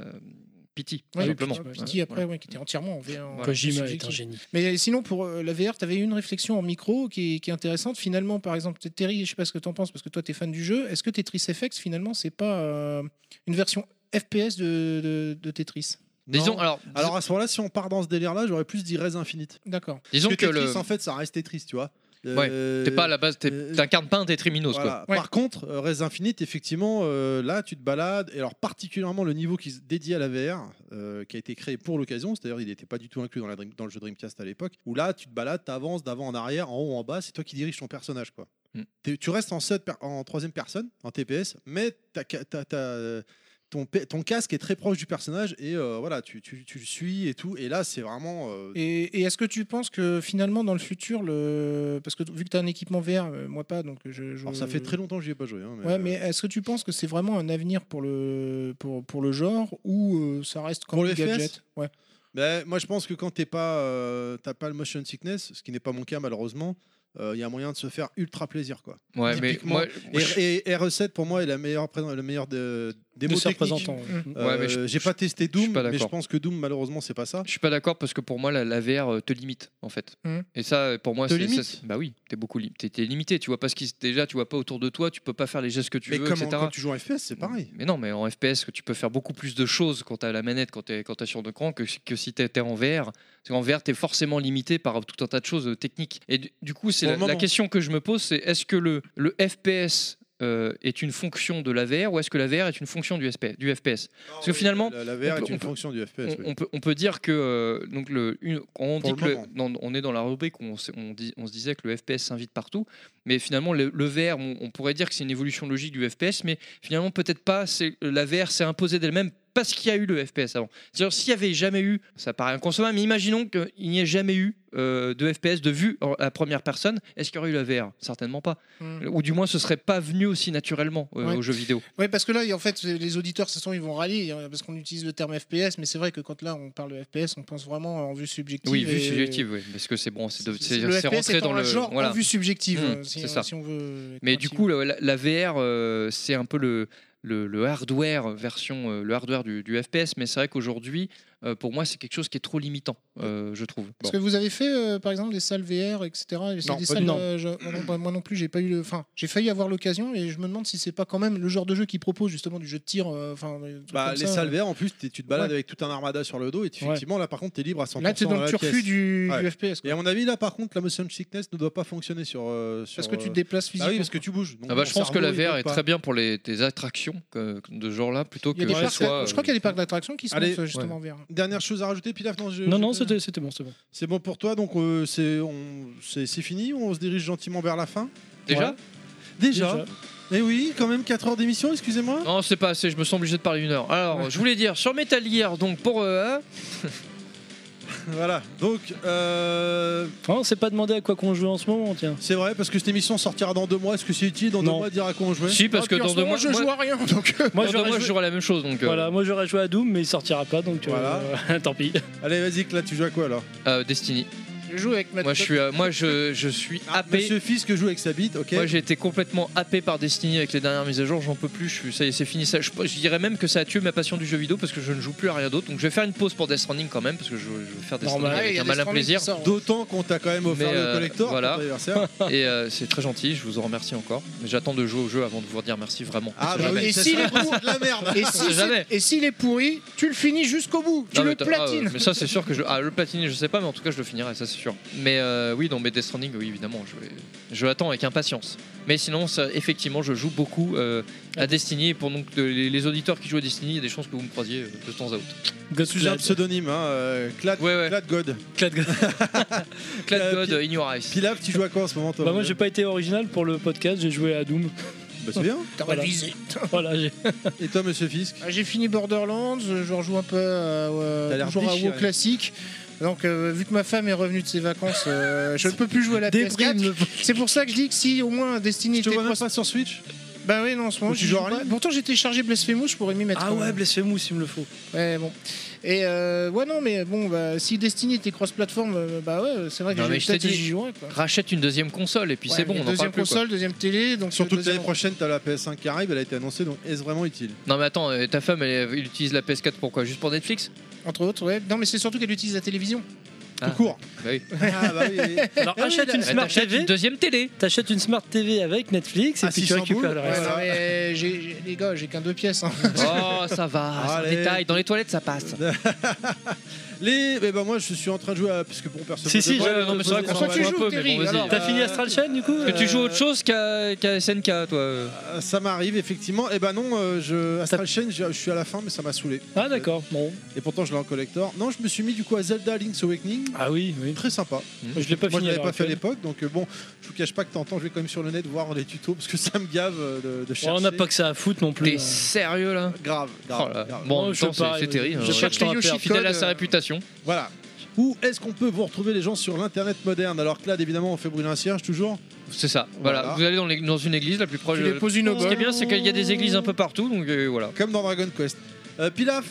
B: Pity,
D: Ouais,
B: simplement.
D: Pity,
B: Ouais,
D: Pity après,
B: voilà.
D: ouais, qui était entièrement en VR.
B: Voilà.
E: Kojima est un
D: subjectif.
E: génie.
D: Mais sinon, pour euh, la VR, tu avais une réflexion en micro qui est, qui est intéressante. Finalement, par exemple, t'es- Terry, je sais pas ce que tu en penses parce que toi, tu es fan du jeu. Est-ce que Tetris FX, finalement, c'est pas euh, une version FPS de, de- de Tetris
B: Disons,
A: Non.
B: alors,
A: alors à ce moment-là, si on part dans ce délire-là, j'aurais plus dit Rez Infinite.
D: D'accord.
B: Disons que le-
A: Tetris, en fait, ça reste Tetris, tu vois. Euh,
B: ouais, t'es pas à la base,
D: Euh,
B: t'es- t'incarnes pas un Tetriminos
A: Voilà.
B: quoi.
A: Par contre, euh, Res Infinite, effectivement, euh, là, tu te balades. Et alors, particulièrement le niveau qui se dédie à la VR, euh, qui a été créé pour l'occasion, c'est-à-dire il n'était pas du tout inclus dans, la Dream- dans le jeu Dreamcast à l'époque, où là, tu te balades, t'avances d'avant en arrière, en haut en bas, c'est toi qui diriges ton personnage. quoi.
B: Mm.
A: T'es- Tu restes en, sept per- en troisième personne, en TPS, mais t'as ca- t'as- t'as, euh, ton, pe- ton casque est très proche du personnage et euh, voilà, tu, tu- tu le suis et tout. Et là, c'est vraiment. euh,
D: Et, et est-ce que tu penses que finalement dans le futur, le... parce que t- vu que tu as un équipement VR, euh, moi pas, donc je. je-
A: Alors, ça fait très longtemps que j'y ai pas joué. hein, mais,
B: euh,
D: Ouais, mais est-ce que tu penses que c'est vraiment un avenir pour le, pour, pour le genre ou euh, ça reste quand
A: Pour
D: même
A: le FS?
D: gadget ouais.
A: Ben, moi, je pense que quand t'es pas, euh, t'as pas le motion sickness, ce qui n'est pas mon cas malheureusement, il y a moyen de se faire ultra plaisir, quoi.
B: Ouais, mais
A: Typiquement,
B: moi- moi, je-
A: et, et RE7 pour moi est la meilleure, présent- le meilleur de, démo
B: De ses
A: technique.
B: représentants, ouais.
E: Mmh.
A: Euh,
B: Ouais, mais je-
A: j'ai pas testé
B: je suis
A: Doom,
B: pas
A: mais je
B: d'accord.
A: pense que Doom malheureusement c'est pas ça.
B: Je suis pas d'accord parce que pour moi la, la VR euh, te limite en fait.
D: Mhm.
B: Et ça euh, pour moi
A: Mmh. Te
B: c'est ça,
A: limite
B: c'est- bah oui, t'es beaucoup li- t'es- t'es limité, tu vois pas ce qui se- déjà tu vois pas autour de toi, tu peux pas faire les gestes que tu
A: mais
B: veux
A: comme en-
B: etc.
A: quand tu joues en FPS, c'est pareil.
B: Mais non, mais en FPS, que tu peux faire beaucoup plus de choses quand t'as la manette, quand t'es quand t'as sur le cran, que, que si t'étais en VR. Parce qu'en VR, t'es forcément limité par tout un tas de choses euh, techniques. Et du, du coup, c'est
A: Pour
B: la,
A: le
B: la
A: moment.
B: question que je me pose, c'est est-ce que le, le FPS euh, est une fonction de la VR ou est-ce que la VR est une fonction du, SP du FPS Parce que finalement,
A: La, la VR
B: on peut-
A: est une
B: on peut-
A: fonction du FPS.
B: on,
A: oui.
B: on peut, on peut dire que euh, donc le, une- quand on,
A: Pour
B: dit
A: le
B: que le-
A: moment.
B: dans- on est dans la rubrique où on, s'est- on dit- on se disait que le FPS s'invite partout, mais finalement le, le VR, on, on pourrait dire que c'est une évolution logique du FPS, mais finalement peut-être pas. C'est euh, la VR s'est imposée d'elle-même parce qu'il y a eu le FPS avant. C'est-à-dire s'il y avait jamais eu, ça paraît inconcevable, mais imaginons qu'il n'y ait jamais eu euh, de FPS de vue en- à première personne, est-ce qu'il y aurait eu la VR Certainement pas.
D: Mm.
B: Ou du moins ce serait pas venu aussi naturellement euh,
D: Ouais.
B: aux jeux vidéo.
D: Oui, parce que là, en fait, les auditeurs, de toute façon, ils vont râler hein, parce qu'on utilise le terme FPS, mais c'est vrai que quand là, on parle de FPS, on pense vraiment en vue subjective.
B: Oui, vue
D: et-
B: subjective, oui, parce que c'est bon, c'est de- c'est-
D: Le
B: c'est
D: FPS
B: rentré
D: étant
B: dans
D: un
B: le
D: genre
B: voilà.
D: en vue subjective,
B: Mm,
D: euh, si,
B: c'est ça.
D: si on veut. être
B: Mais du
D: pointilleux.
B: coup, la, la- la VR, euh, c'est un peu le, le, le hardware version, euh, le hardware du, du FPS, mais c'est vrai qu'aujourd'hui, euh, pour moi, c'est quelque chose qui est trop limitant, euh, je trouve.
D: Parce
B: Bon.
D: que vous avez fait, euh, par exemple, des salles VR, etc. C'est
B: Non,
D: des
B: pas
D: salles,
B: du tout.
D: euh, je- moi non- moi non plus, j'ai pas eu le. Enfin, j'ai failli avoir l'occasion et je me demande si c'est pas quand même le genre de jeu qui propose justement du jeu de tir. euh, Enfin, des trucs
A: Bah,
D: comme
A: les
D: ça. euh.
A: salles VR en plus, t'es- tu te balades
D: Ouais.
A: avec tout un armada sur le dos et effectivement là par contre t'es libre à 100%.
D: Là, t'es dans le
A: la
D: turfu
A: pièce.
D: du,
A: Ouais.
D: du FPS.
A: Et à mon avis là par contre la motion sickness ne doit pas fonctionner sur. euh, sur,
D: Parce que tu
A: euh,
D: te déplaces
A: Bah oui
D: physiquement.
A: parce que tu bouges. donc
B: Ah bah,
A: ton
B: je pense que la
A: cerveau, il
B: VR
A: bug
B: est
A: pas.
B: très bien pour les, tes attractions que- de ce genre-là, plutôt
D: Il y a
B: que
D: des
B: ce
D: parcs-
B: soit. euh,
D: je crois qu'il y a des parcs d'attractions qui sont
A: Allez,
D: euh, justement VR.
A: Dernière chose à rajouter, Pilaf Non, je-
E: Non,
A: je-
E: non, c'était c'était bon, c'est bon.
A: C'est bon pour toi, donc euh, c'est on- c'est c'est fini, on se dirige gentiment vers la fin.
B: Déjà
A: Ouais. Déjà Eh oui, quand même 4 heures d'émission, excusez-moi.
B: Non, c'est pas assez, je me sens obligé de parler une heure. Alors, je voulais dire, sur Metal Gear, donc pour. euh, hein,
A: Voilà, donc euh,
E: Enfin, on s'est pas demandé à quoi qu'on joue en ce moment, tiens.
A: c'est vrai, parce que cette émission sortira dans deux mois. Est-ce que c'est utile dans deux
E: Non.
A: mois de dire à quoi on jouait
B: si, parce
D: Ah,
B: que
D: puis en
B: dans
D: ce
B: deux
D: moment,
B: mois,
D: je joue à rien. Donc, euh,
E: Moi,
B: dans deux
E: j'aurais
B: mois, je
E: joué-
B: jouerai la même chose. Donc, euh,
E: Voilà, moi j'aurais joué à Doom, mais il sortira pas, donc euh, tant pis.
A: Allez, vas-y, là, tu joues à quoi alors
B: euh, Destiny.
D: je joue avec ma.
B: Moi, je suis, euh, moi, je, je suis
A: Ah,
B: happé.
A: Monsieur Fisk joue avec sa bite, ok
B: Moi j'ai été complètement happé par Destiny avec les dernières mises à jour, j'en peux plus, je suis, ça y est, c'est fini. Ça, je, je dirais même que ça a tué ma passion du jeu vidéo parce que je ne joue plus à rien d'autre. Donc je vais faire une pause pour Death Stranding quand même parce que je, je vais faire Death
E: Normal.
B: Stranding
D: Ah,
B: avec
D: il y a
B: un
D: des
B: malin
D: Stranding qui
B: plaisir.
D: sort, ouais.
A: D'autant qu'on t'a quand même offert
B: Mais, euh,
A: le collector
B: voilà.
A: pour ton anniversaire.
B: Et euh, c'est très gentil, je vous en remercie encore. Mais j'attends de jouer au jeu avant de vous redire merci vraiment.
A: Ah,
B: On sait
A: bah
B: jamais.
A: oui,
D: Et
A: ça
D: s'il
A: sera
D: est pour-
A: de la merde
D: Et si
B: jamais.
D: c'est- et s'il est pourri, tu le finis jusqu'au bout. Tu
B: Non,
D: le
B: mais t'as- ah,
D: platines.
B: ouais, mais ça c'est sûr que je. Ah le platiner je sais pas mais en tout cas je le finirai ça c'est sûr. Mais euh, oui non mais Death Stranding oui évidemment je vais- je l'attends avec impatience. Mais sinon ça, effectivement je joue beaucoup euh, à Destiny et pour donc de- les, les auditeurs qui jouent à Destiny il y a des chances que vous me croisiez euh, de temps à autre.
A: Sujet un pseudonyme, hein, euh, Clad,
B: Ouais ouais.
A: Clad God.
B: Clad
A: Euh,
B: God
A: Pi-
B: euh, in your eyes.
A: Pilaf, tu joues à quoi en ce moment toi
E: Bah, moi j'ai pas été original pour le podcast, j'ai joué à Doom.
A: Bah, c'est bien.
D: T'as
E: Voilà.
D: révisé.
E: Voilà, j'ai-
A: Et toi, Monsieur Fisk
D: Ah, J'ai fini Borderlands, euh, je rejoue un peu euh,
A: T'as
D: euh,
A: l'air
D: toujours à
A: déchiré.
D: WoW classique. Donc, euh, vu que ma femme est revenue de ses vacances, euh, je ne peux plus jouer à la PS4.
E: déprime.
D: C'est pour ça que je dis que si au moins Destiny
A: Je te
D: était
A: vois même
D: croissant-
A: pas sur Switch
D: Bah oui, non, en ce moment,
A: Tu
D: j'y
A: joues
D: joue
A: en
D: pas.
A: ligne
D: Pourtant, j'étais chargé Blasphemous, je pourrais m'y mettre.
E: Ah
D: quand
E: ouais,
D: même.
E: Blasphemous, il me le faut.
D: Ouais, bon. Et euh, ouais, non, mais bon, bah, si Destiny était cross-platform, euh, bah ouais, c'est vrai que
B: Non, mais
D: j'ai-
B: je t'ai
D: peut-être
B: dit,
D: j'y jouerais. Quoi.
B: Rachète une deuxième console et puis c'est
D: Ouais,
B: bon, on en
D: Deuxième
B: parle plus. quoi.
D: console, deuxième télé. Donc euh,
A: Surtout que
D: deuxième-
A: l'année prochaine, t'as la PS5 qui arrive, elle a été annoncée, donc est-ce vraiment utile
B: Non mais attends, euh, ta femme elle, elle utilise la PS4 pourquoi Juste pour Netflix
D: Entre autres, ouais. Non, mais c'est surtout qu'elle utilise la télévision.
A: Tout court. Ah, bah oui.
C: Alors
A: Ah oui,
C: achète une
A: d'accord.
C: Smart
A: T'achètes
C: TV.
A: une
B: deuxième télé.
C: T'achètes une Smart TV avec Netflix et
D: Ah,
C: puis tu
D: 600
C: récupères
D: boules
C: le
D: Ouais,
C: reste.
D: non, mais j'ai- j'ai- les gars, j'ai qu'un deux pièces. hein.
B: Oh, ça va, c'est un
A: Allez.
B: détail. Dans les toilettes, ça passe.
A: Les, eh ben moi je suis en train de jouer à, parce que bon personne.
B: Si, si, je- non, mais c'est vrai qu'on s'en va un peu, mais bon, vas-y. T'as fini
E: euh,
C: Astral Chain du coup euh,
B: Parce que tu joues autre chose qu'à qu'à SNK, toi. euh.
A: Ça m'arrive effectivement. Et ben non, euh, je, Astral Chain, je, je suis à la fin, mais ça m'a saoulé.
C: Ah d'accord, bon.
A: Et pourtant je l'ai en collector. Non, je me suis mis du coup à Zelda Link's Awakening.
C: Ah oui, oui.
A: Très sympa.
C: Je l'ai pas
A: Moi,
C: fini,
A: je l'avais pas
C: à l'heure
A: fait à
C: actuelle.
A: l'époque, donc euh, bon, je vous cache pas que t'entends, je vais quand même sur le net voir les tutos parce que ça me gave euh, de, de
C: Ouais,
A: chercher.
C: on n'a pas que ça à foutre non plus. euh,
B: T'es sérieux là
A: Grave, grave.
B: Oh là.
A: grave.
B: Bon, en même
C: je
B: temps,
C: fais
B: c'est-
C: pareil,
B: c'est
C: ouais.
B: terrible.
C: Je
B: hein.
C: cherche
B: Cherche
C: les
B: Yoshi,
C: Yoshi
B: fidèle à
C: Code,
B: sa
C: euh,
B: réputation.
A: Voilà. Où est-ce qu'on peut vous retrouver les gens sur l'internet moderne Alors que là, évidemment, on fait brûler un cierge toujours.
B: C'est ça. Voilà.
A: Voilà.
B: Vous allez dans, les- dans une église la plus proche.
A: Tu les
B: euh,
A: poses une
B: Ce qui est
A: obole.
B: bien, c'est qu'il y a des églises un peu partout, donc euh, voilà.
A: Comme dans Dragon Quest. Euh, Pilaf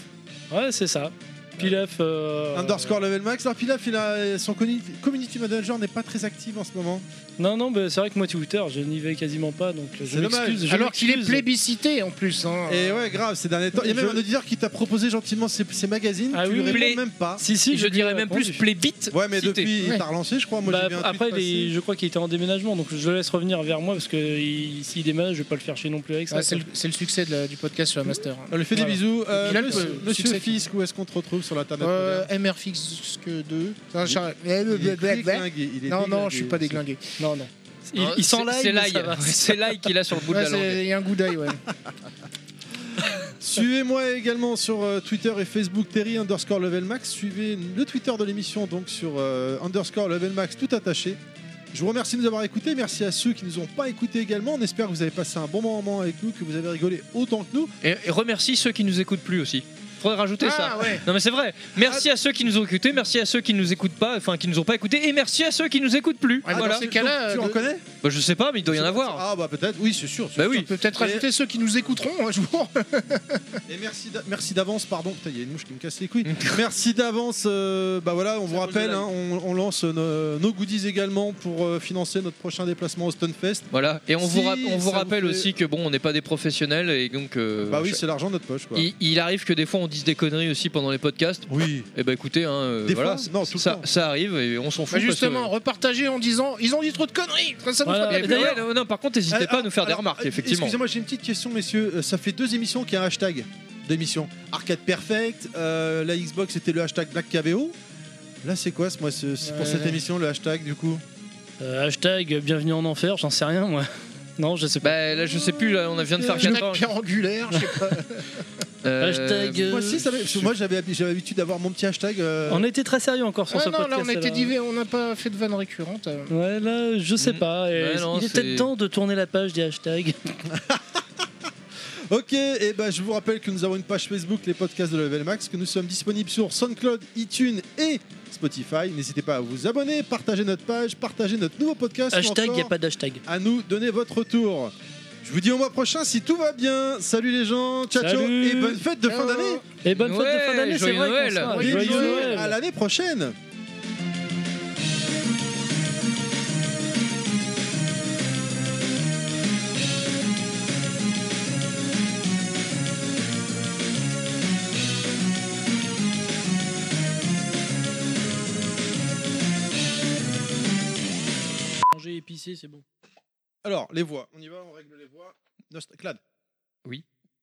C: Ouais, c'est ça. Pilaf. euh,
A: Underscore level max. Alors Pilaf, il a euh, son communi- community manager n'est pas très active en ce moment.
C: Non, non, mais c'est vrai que moi, Twitter, je n'y vais quasiment pas, donc euh, je
A: C'est dommage.
C: m'excuse. je
A: Alors qu'il est
C: m'excuse.
D: Plébiscité en plus. hein.
A: Et ouais, grave, ces derniers temps. Il y a même
C: Je-
A: un auditeur qui t'a proposé gentiment ses, ses magazines.
C: Ah
A: tu
C: oui,
A: lui
C: oui.
A: réponds
C: Play-
A: même pas.
C: Si, si,
B: je
C: lui ai
B: dirais même
C: répondu.
B: plus playbit.
A: Ouais, mais
B: cité.
A: depuis,
D: Ouais.
A: il t'a relancé, je crois. Moi,
C: Bah,
A: j'ai bien
C: après, les- je crois qu'il était en déménagement, donc je le laisse revenir vers moi parce que il- s'il déménage, je vais pas le faire chez non plus avec ça.
D: Ah, c'est le,
C: quoi.
D: c'est le succès de la- du podcast sur la Master. hein.
A: On lui fait
D: Voilà.
A: des bisous. Euh,
D: Et puis là, le-
A: monsieur
D: le
A: monsieur
D: succès-
A: Fisk, où est-ce qu'on te retrouve sur l'internet
D: Euh,
A: moderne
D: MRFX 2. eh,
A: Il est déglingué, il est
D: euh, Non, non,
A: déglingué,
D: je suis pas
A: monsieur.
D: déglingué.
C: Non, non. Il,
B: Ah,
C: il s'en
B: c'est-
C: laille,
B: C'est
C: mais
B: l'ail.
C: ça va.
B: C'est l'ail qu'il a sur le bout de
D: Ouais,
B: la langue.
D: c'est- Il y a un goût d'œil, ouais.
A: Suivez-moi également sur euh, Twitter et Facebook Terry underscore level max. Suivez le Twitter de l'émission donc sur euh, underscore level max tout attaché. Je vous remercie de nous avoir écoutés. Merci à ceux qui nous ont pas écoutés également. On espère que vous avez passé un bon moment avec nous, que vous avez rigolé autant que nous.
B: Et, et remercie ceux qui nous écoutent plus aussi. Faudrait rajouter
D: Ah,
B: ça.
D: ouais.
B: Non mais c'est vrai.
A: Ah.
B: Merci à ceux qui nous ont écoutés, merci à ceux qui nous écoutent pas, enfin qui nous ont pas écoutés, et merci à ceux qui nous écoutent plus.
D: Ah,
B: voilà.
D: Dans ces cas-là,
A: tu
D: euh,
A: en
D: de-
A: connais
B: Bah, je sais pas, mais il doit y en avoir.
A: Ah bah peut-être. Oui, c'est sûr. c'est
B: Bah
A: sûr.
B: oui.
D: on peut peut-être
A: Et-
D: rajouter ceux qui nous écouteront un jour.
A: Et merci d'a- merci d'avance, pardon. Putain, il y a une mouche qui me casse les couilles. merci d'avance. euh, bah voilà, on vous rappelle, hein, on, on lance euh, nos, nos goodies également pour euh, financer notre prochain déplacement au Stunfest.
B: Voilà. Et on vous,
A: Si,
B: rap- on vous
A: ça vous
B: rappelle
A: fait-
B: aussi que bon, on n'est pas des professionnels et donc. euh,
A: Bah oui,
B: je-
A: c'est l'argent de notre poche quoi.
B: il, il arrive que des fois on dise des conneries aussi pendant les podcasts.
A: Oui.
B: Et bah écoutez, hein, euh,
A: Des
B: voilà,
A: fois, non, tout le
B: ça,
A: temps.
B: ça arrive et on s'en fout. parce
D: Bah
B: que-
D: justement, repartager en disant ils ont dit trop de conneries. Ça, ça nous
C: Voilà.
D: fera
B: Et
D: plaisir.
B: Ah, d'ailleurs, non, non, par contre, n'hésitez
A: Alors,
B: pas à nous faire des
A: alors,
B: remarques,
A: euh,
B: effectivement.
A: Excusez-moi, j'ai une petite question, messieurs. Euh, Ça fait deux émissions qu'il y a un hashtag d'émission. Arcade Perfect, euh, la Xbox c'était le hashtag Black KBO. Là, c'est quoi ce- moi, ce- c'est pour
D: Ouais.
A: cette émission le hashtag du coup
C: Euh, hashtag euh, bienvenue en enfer, j'en sais rien moi. Non, je sais pas.
B: Bah là, je sais plus, là, on vient de faire
A: Euh,
D: Hashtag
B: 4 ans.
D: pierre angulaire, je sais pas.
B: Euh,
C: Hashtag. euh,
A: Moi, si, ça m'est- parce que moi j'avais j'avais l'habitude d'avoir mon petit hashtag. euh,
C: On a été très sérieux encore sur
D: Ah
C: ce
D: non, là
C: podcast. Ah.
D: on a été divers, on n'a pas fait de vanne récurrente. euh.
C: Ouais, là, je sais
B: Mm.
C: pas. et
B: Ouais, non,
C: il est
B: c'est-
C: peut-être temps de tourner la page des hashtags.
A: Ok, et ben je vous rappelle que nous avons une page Facebook, les podcasts de Level Max, que nous sommes disponibles sur SoundCloud, iTunes et Spotify. N'hésitez pas à vous abonner, partager notre page, partager notre nouveau podcast. ou
O: Hashtag, il n'y a
A: encore
O: pas d'hashtag.
A: à nous donner votre retour. Je vous dis au mois prochain si tout va bien. Salut les gens, ciao ciao
C: Salut.
A: et bonne fête de fin
D: Ciao.
A: d'année.
C: Et bonne fête de
B: Ouais,
C: fin d'année, c'est
B: joyeux
C: vrai. qu'on
B: Noël.
C: sera-
A: Des
C: Joyeux
A: bisous,
C: Noël.
A: à l'année prochaine.
C: Manger épicé, c'est bon.
A: Alors les voix, on y va, on règle les voix. Nost- Clad.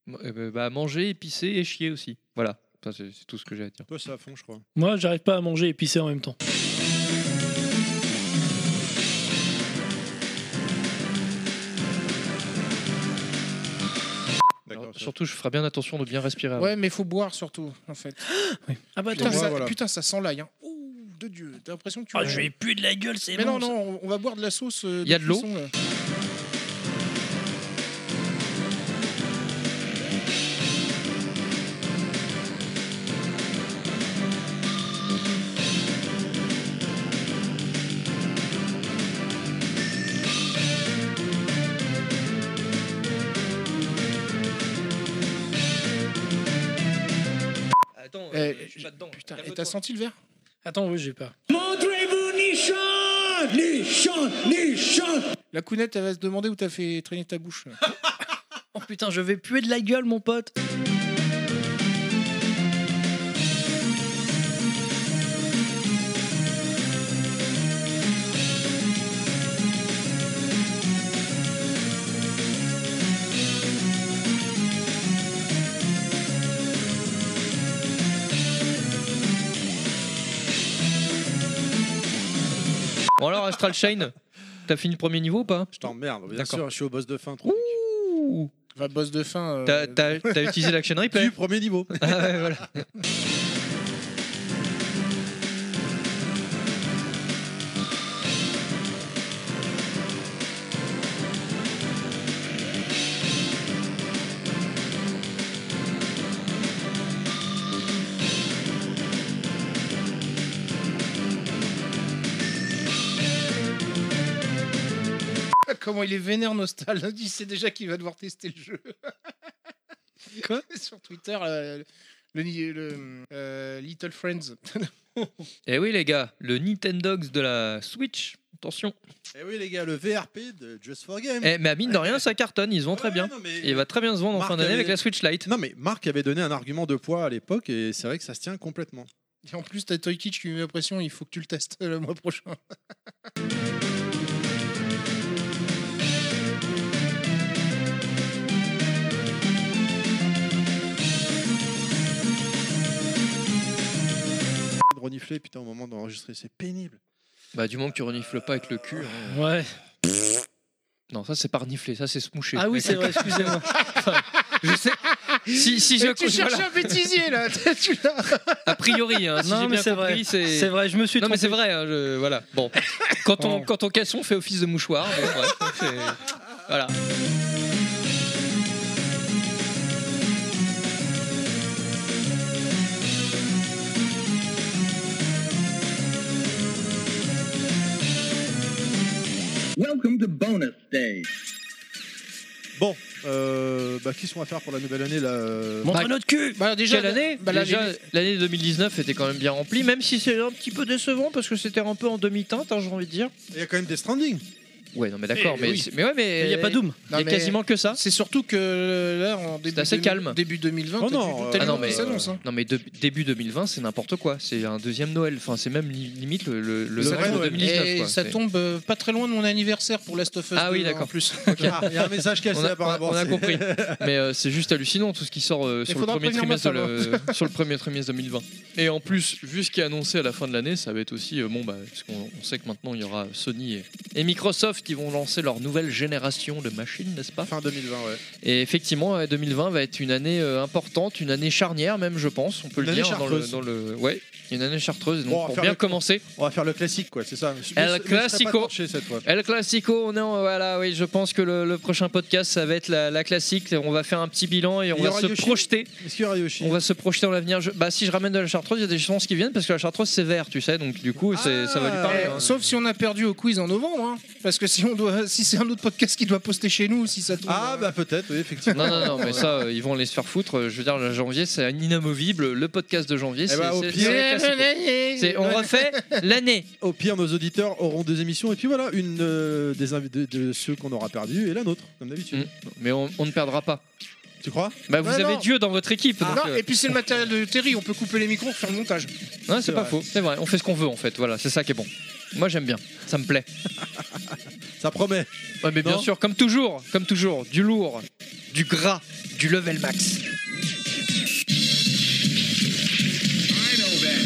B: euh, bah, manger, épicer et chier aussi. Voilà. Ça, C'est c'est tout ce que j'ai à dire.
A: Toi c'est à fond je crois.
C: Moi, j'arrive pas à manger épicé en même temps.
A: D'accord.
B: Alors, surtout, je ferai bien attention de bien respirer. avant.
D: Ouais, mais faut boire surtout en fait.
O: Ah bah
D: Putain,
A: Ouais,
D: ça,
A: voilà.
D: putain, ça sent l'ail. Hein. Ouh, de Dieu, t'as l'impression
C: Ah,
D: que tu. vas-
O: Ah, plus de la gueule, c'est
D: Mais non, non, on- on va boire de la sauce. euh,
B: Y a de l'eau
D: cuisson, là.
B: Attends,
D: Eh,
B: je suis pas dedans.
D: Putain, et
B: Calme-toi.
D: t'as senti le verre
C: Attends, oui, j'ai pas.
F: Montrez-vous Nichon Nichon Nichon
D: La counette, elle va se demander où t'as fait traîner ta bouche. là.
O: Oh putain, je vais puer de la gueule, mon pote.
B: Bon alors Astral Chain, t'as fini le premier niveau ou pas
A: Je t'emmerde, bien
B: D'accord.
A: sûr, je suis au boss de fin.
B: Ouh
D: Va boss de fin. euh,
B: T'as- T'as t'as utilisé l'action replay
A: Du premier niveau.
B: Ah ouais, voilà.
D: Comment il est vénère nostal. Il sait déjà qu'il va devoir tester le jeu. Quoi Sur Twitter, euh, le, le- le- euh, Little Friends.
B: Eh oui les gars, le Nintendogs de la Switch, attention.
A: Eh oui, les gars, le VRP de Just for Game.
B: Eh, mais à mine de rien, ça cartonne, ils se vendent très bien. Il va très bien se vendre en
A: Marc
B: fin d'année
A: avait-
B: avec la Switch Lite.
A: Non, mais Marc avait donné un argument de poids à l'époque et c'est vrai que ça se tient complètement.
D: Et en plus, t'as Toy Kitch qui lui met la pression, il faut que tu le testes le mois prochain.
A: De renifler, putain, au moment d'enregistrer, c'est pénible.
B: Bah du moment que tu renifles pas avec le cul. hein.
E: Ouais.
B: Non, ça c'est pas renifler, ça c'est se moucher.
E: Ah oui, c'est vrai, excusez-moi.
B: Je sais. Si, si je
D: Et tu cherches
B: voilà.
D: un bêtisier là, tu l'as.
B: A priori, hein, si
E: Non,
B: j'ai
E: mais
B: bien
E: c'est
B: compris,
E: vrai.
B: c'est.
E: C'est vrai, je me suis
B: Non mais
E: trompé.
B: c'est vrai, hein, je- voilà. Bon, quand on
E: Oh.
B: quand on casson fait office de mouchoir. bon, bref, c'est- voilà.
I: Welcome to bonus day.
A: Bon, euh, bah, qu'est-ce qu'on va faire pour la nouvelle année là euh
K: Montre notre cul
D: Bah, déjà,
B: Quelle année
D: bah, là,
B: Déjà,
D: les-
B: l'année 2019 était quand même bien remplie, même si c'est un petit peu décevant parce que c'était un peu en demi-teinte, hein, j'ai envie de dire.
A: Il y a quand même des strandings.
B: Ouais, non mais d'accord,
E: Eh
B: mais
E: oui.
B: c'est- mais ouais, mais
E: Il n'y a pas Doom.
B: Il y a
D: Non, mais-
B: quasiment que ça.
D: C'est surtout que euh, là, en début,
B: assez
D: 2000
B: calme.
D: début 2020,
A: Oh
D: t'as
A: non,
D: du-
A: euh,
D: t'as
B: Ah
D: du
B: non,
D: monde qui
B: mais,
D: s'annonce, hein.
B: Non mais de- début 2020 c'est n'importe quoi, c'est un deuxième Noël, enfin c'est même li- limite le, le, le
A: C'est
B: Noël
A: vrai,
B: de
A: Noël.
B: 2019
D: Et
B: quoi.
D: ça
B: C'est-
D: tombe euh, pas très loin de mon anniversaire pour Last of Us.
B: Ah oui,
D: 2,
B: d'accord.
D: En plus,
A: Ah, Il y a un message cassé
B: On a, on a-
A: apparemment.
B: on a
A: c'est-
B: compris. Mais euh, c'est juste hallucinant tout ce qui sort euh, sur, le
D: faudra
B: premier
D: prévenir hein. ma
B: trimestre de le- sur le premier trimestre 2020. Et en plus, vu ce qui est annoncé à la fin de l'année, ça va être aussi, euh, bon, bah, parce qu'on on sait que maintenant il y aura Sony et, et Microsoft qui vont lancer leur nouvelle génération de machines, n'est-ce pas
A: Fin 2020, ouais.
B: Et effectivement, ouais, 2020 va être une année euh, importante, une année charnière même, je pense, on peut
A: Une
B: le
A: année
B: dire. Dans le,
A: chartreuse.
B: dans le- ouais, une année chartreuse. Donc
A: Bon, on va
B: pour
A: faire
B: bien
A: le-
B: commencer,
A: On va faire le classique, quoi, c'est ça. Je-
B: El
A: je- je serai
B: Classico.
A: pas torché cette fois.
B: El Classico, on est en- voilà, oui, je pense que le, le prochain podcast ça va être la, la classique. On va faire un petit bilan et on
A: Il y
B: va
A: aura
B: se
A: Yoshi
B: projeter.
A: Est-ce qu'il y aura Yoshi
B: On va se projeter dans l'avenir. Je- Bah si je ramène de la Chartreuse, il y a des chances qui viennent parce que la Chartreuse c'est vert, tu sais, donc du coup
A: Ah,
B: c'est- ça va lui parler.
D: Eh,
B: hein.
D: Sauf si on a perdu au quiz en novembre, hein. parce que si on doit, si c'est un autre podcast qui doit poster chez nous, si ça tombe.
A: Ah,
D: euh,
A: bah peut-être, oui, effectivement.
B: hein. Non, non, non, mais ça, euh, ils vont aller se faire foutre. Euh, Je veux dire, le janvier, c'est inamovible. Le podcast de janvier,
A: Eh
B: c'est
A: bah, au
B: c'est-
A: pire-
B: c'est El Classico. C'est- On refait l'année.
A: Au pire, nos auditeurs auront deux émissions et puis voilà, une euh, des invi- de, de ceux qu'on aura perdu et la nôtre, comme d'habitude.
B: Mm. Mais on, on ne perdra pas.
A: Tu crois
B: Bah, vous
D: Ouais,
B: avez
D: non.
B: Dieu dans votre équipe.
D: Ah,
B: donc,
D: non,
B: euh,
D: et puis c'est le matériel de Terry, on peut couper les micros, faire le montage.
B: non, c'est
A: c'est
B: pas
A: vrai.
B: faux. C'est vrai, on fait ce qu'on veut en fait. Voilà, c'est ça qui est bon. Moi, j'aime bien. Ça me plaît.
A: Ça promet.
B: Ouais, mais bien
A: Non
B: sûr, comme toujours, comme toujours, du lourd, du gras, du level max.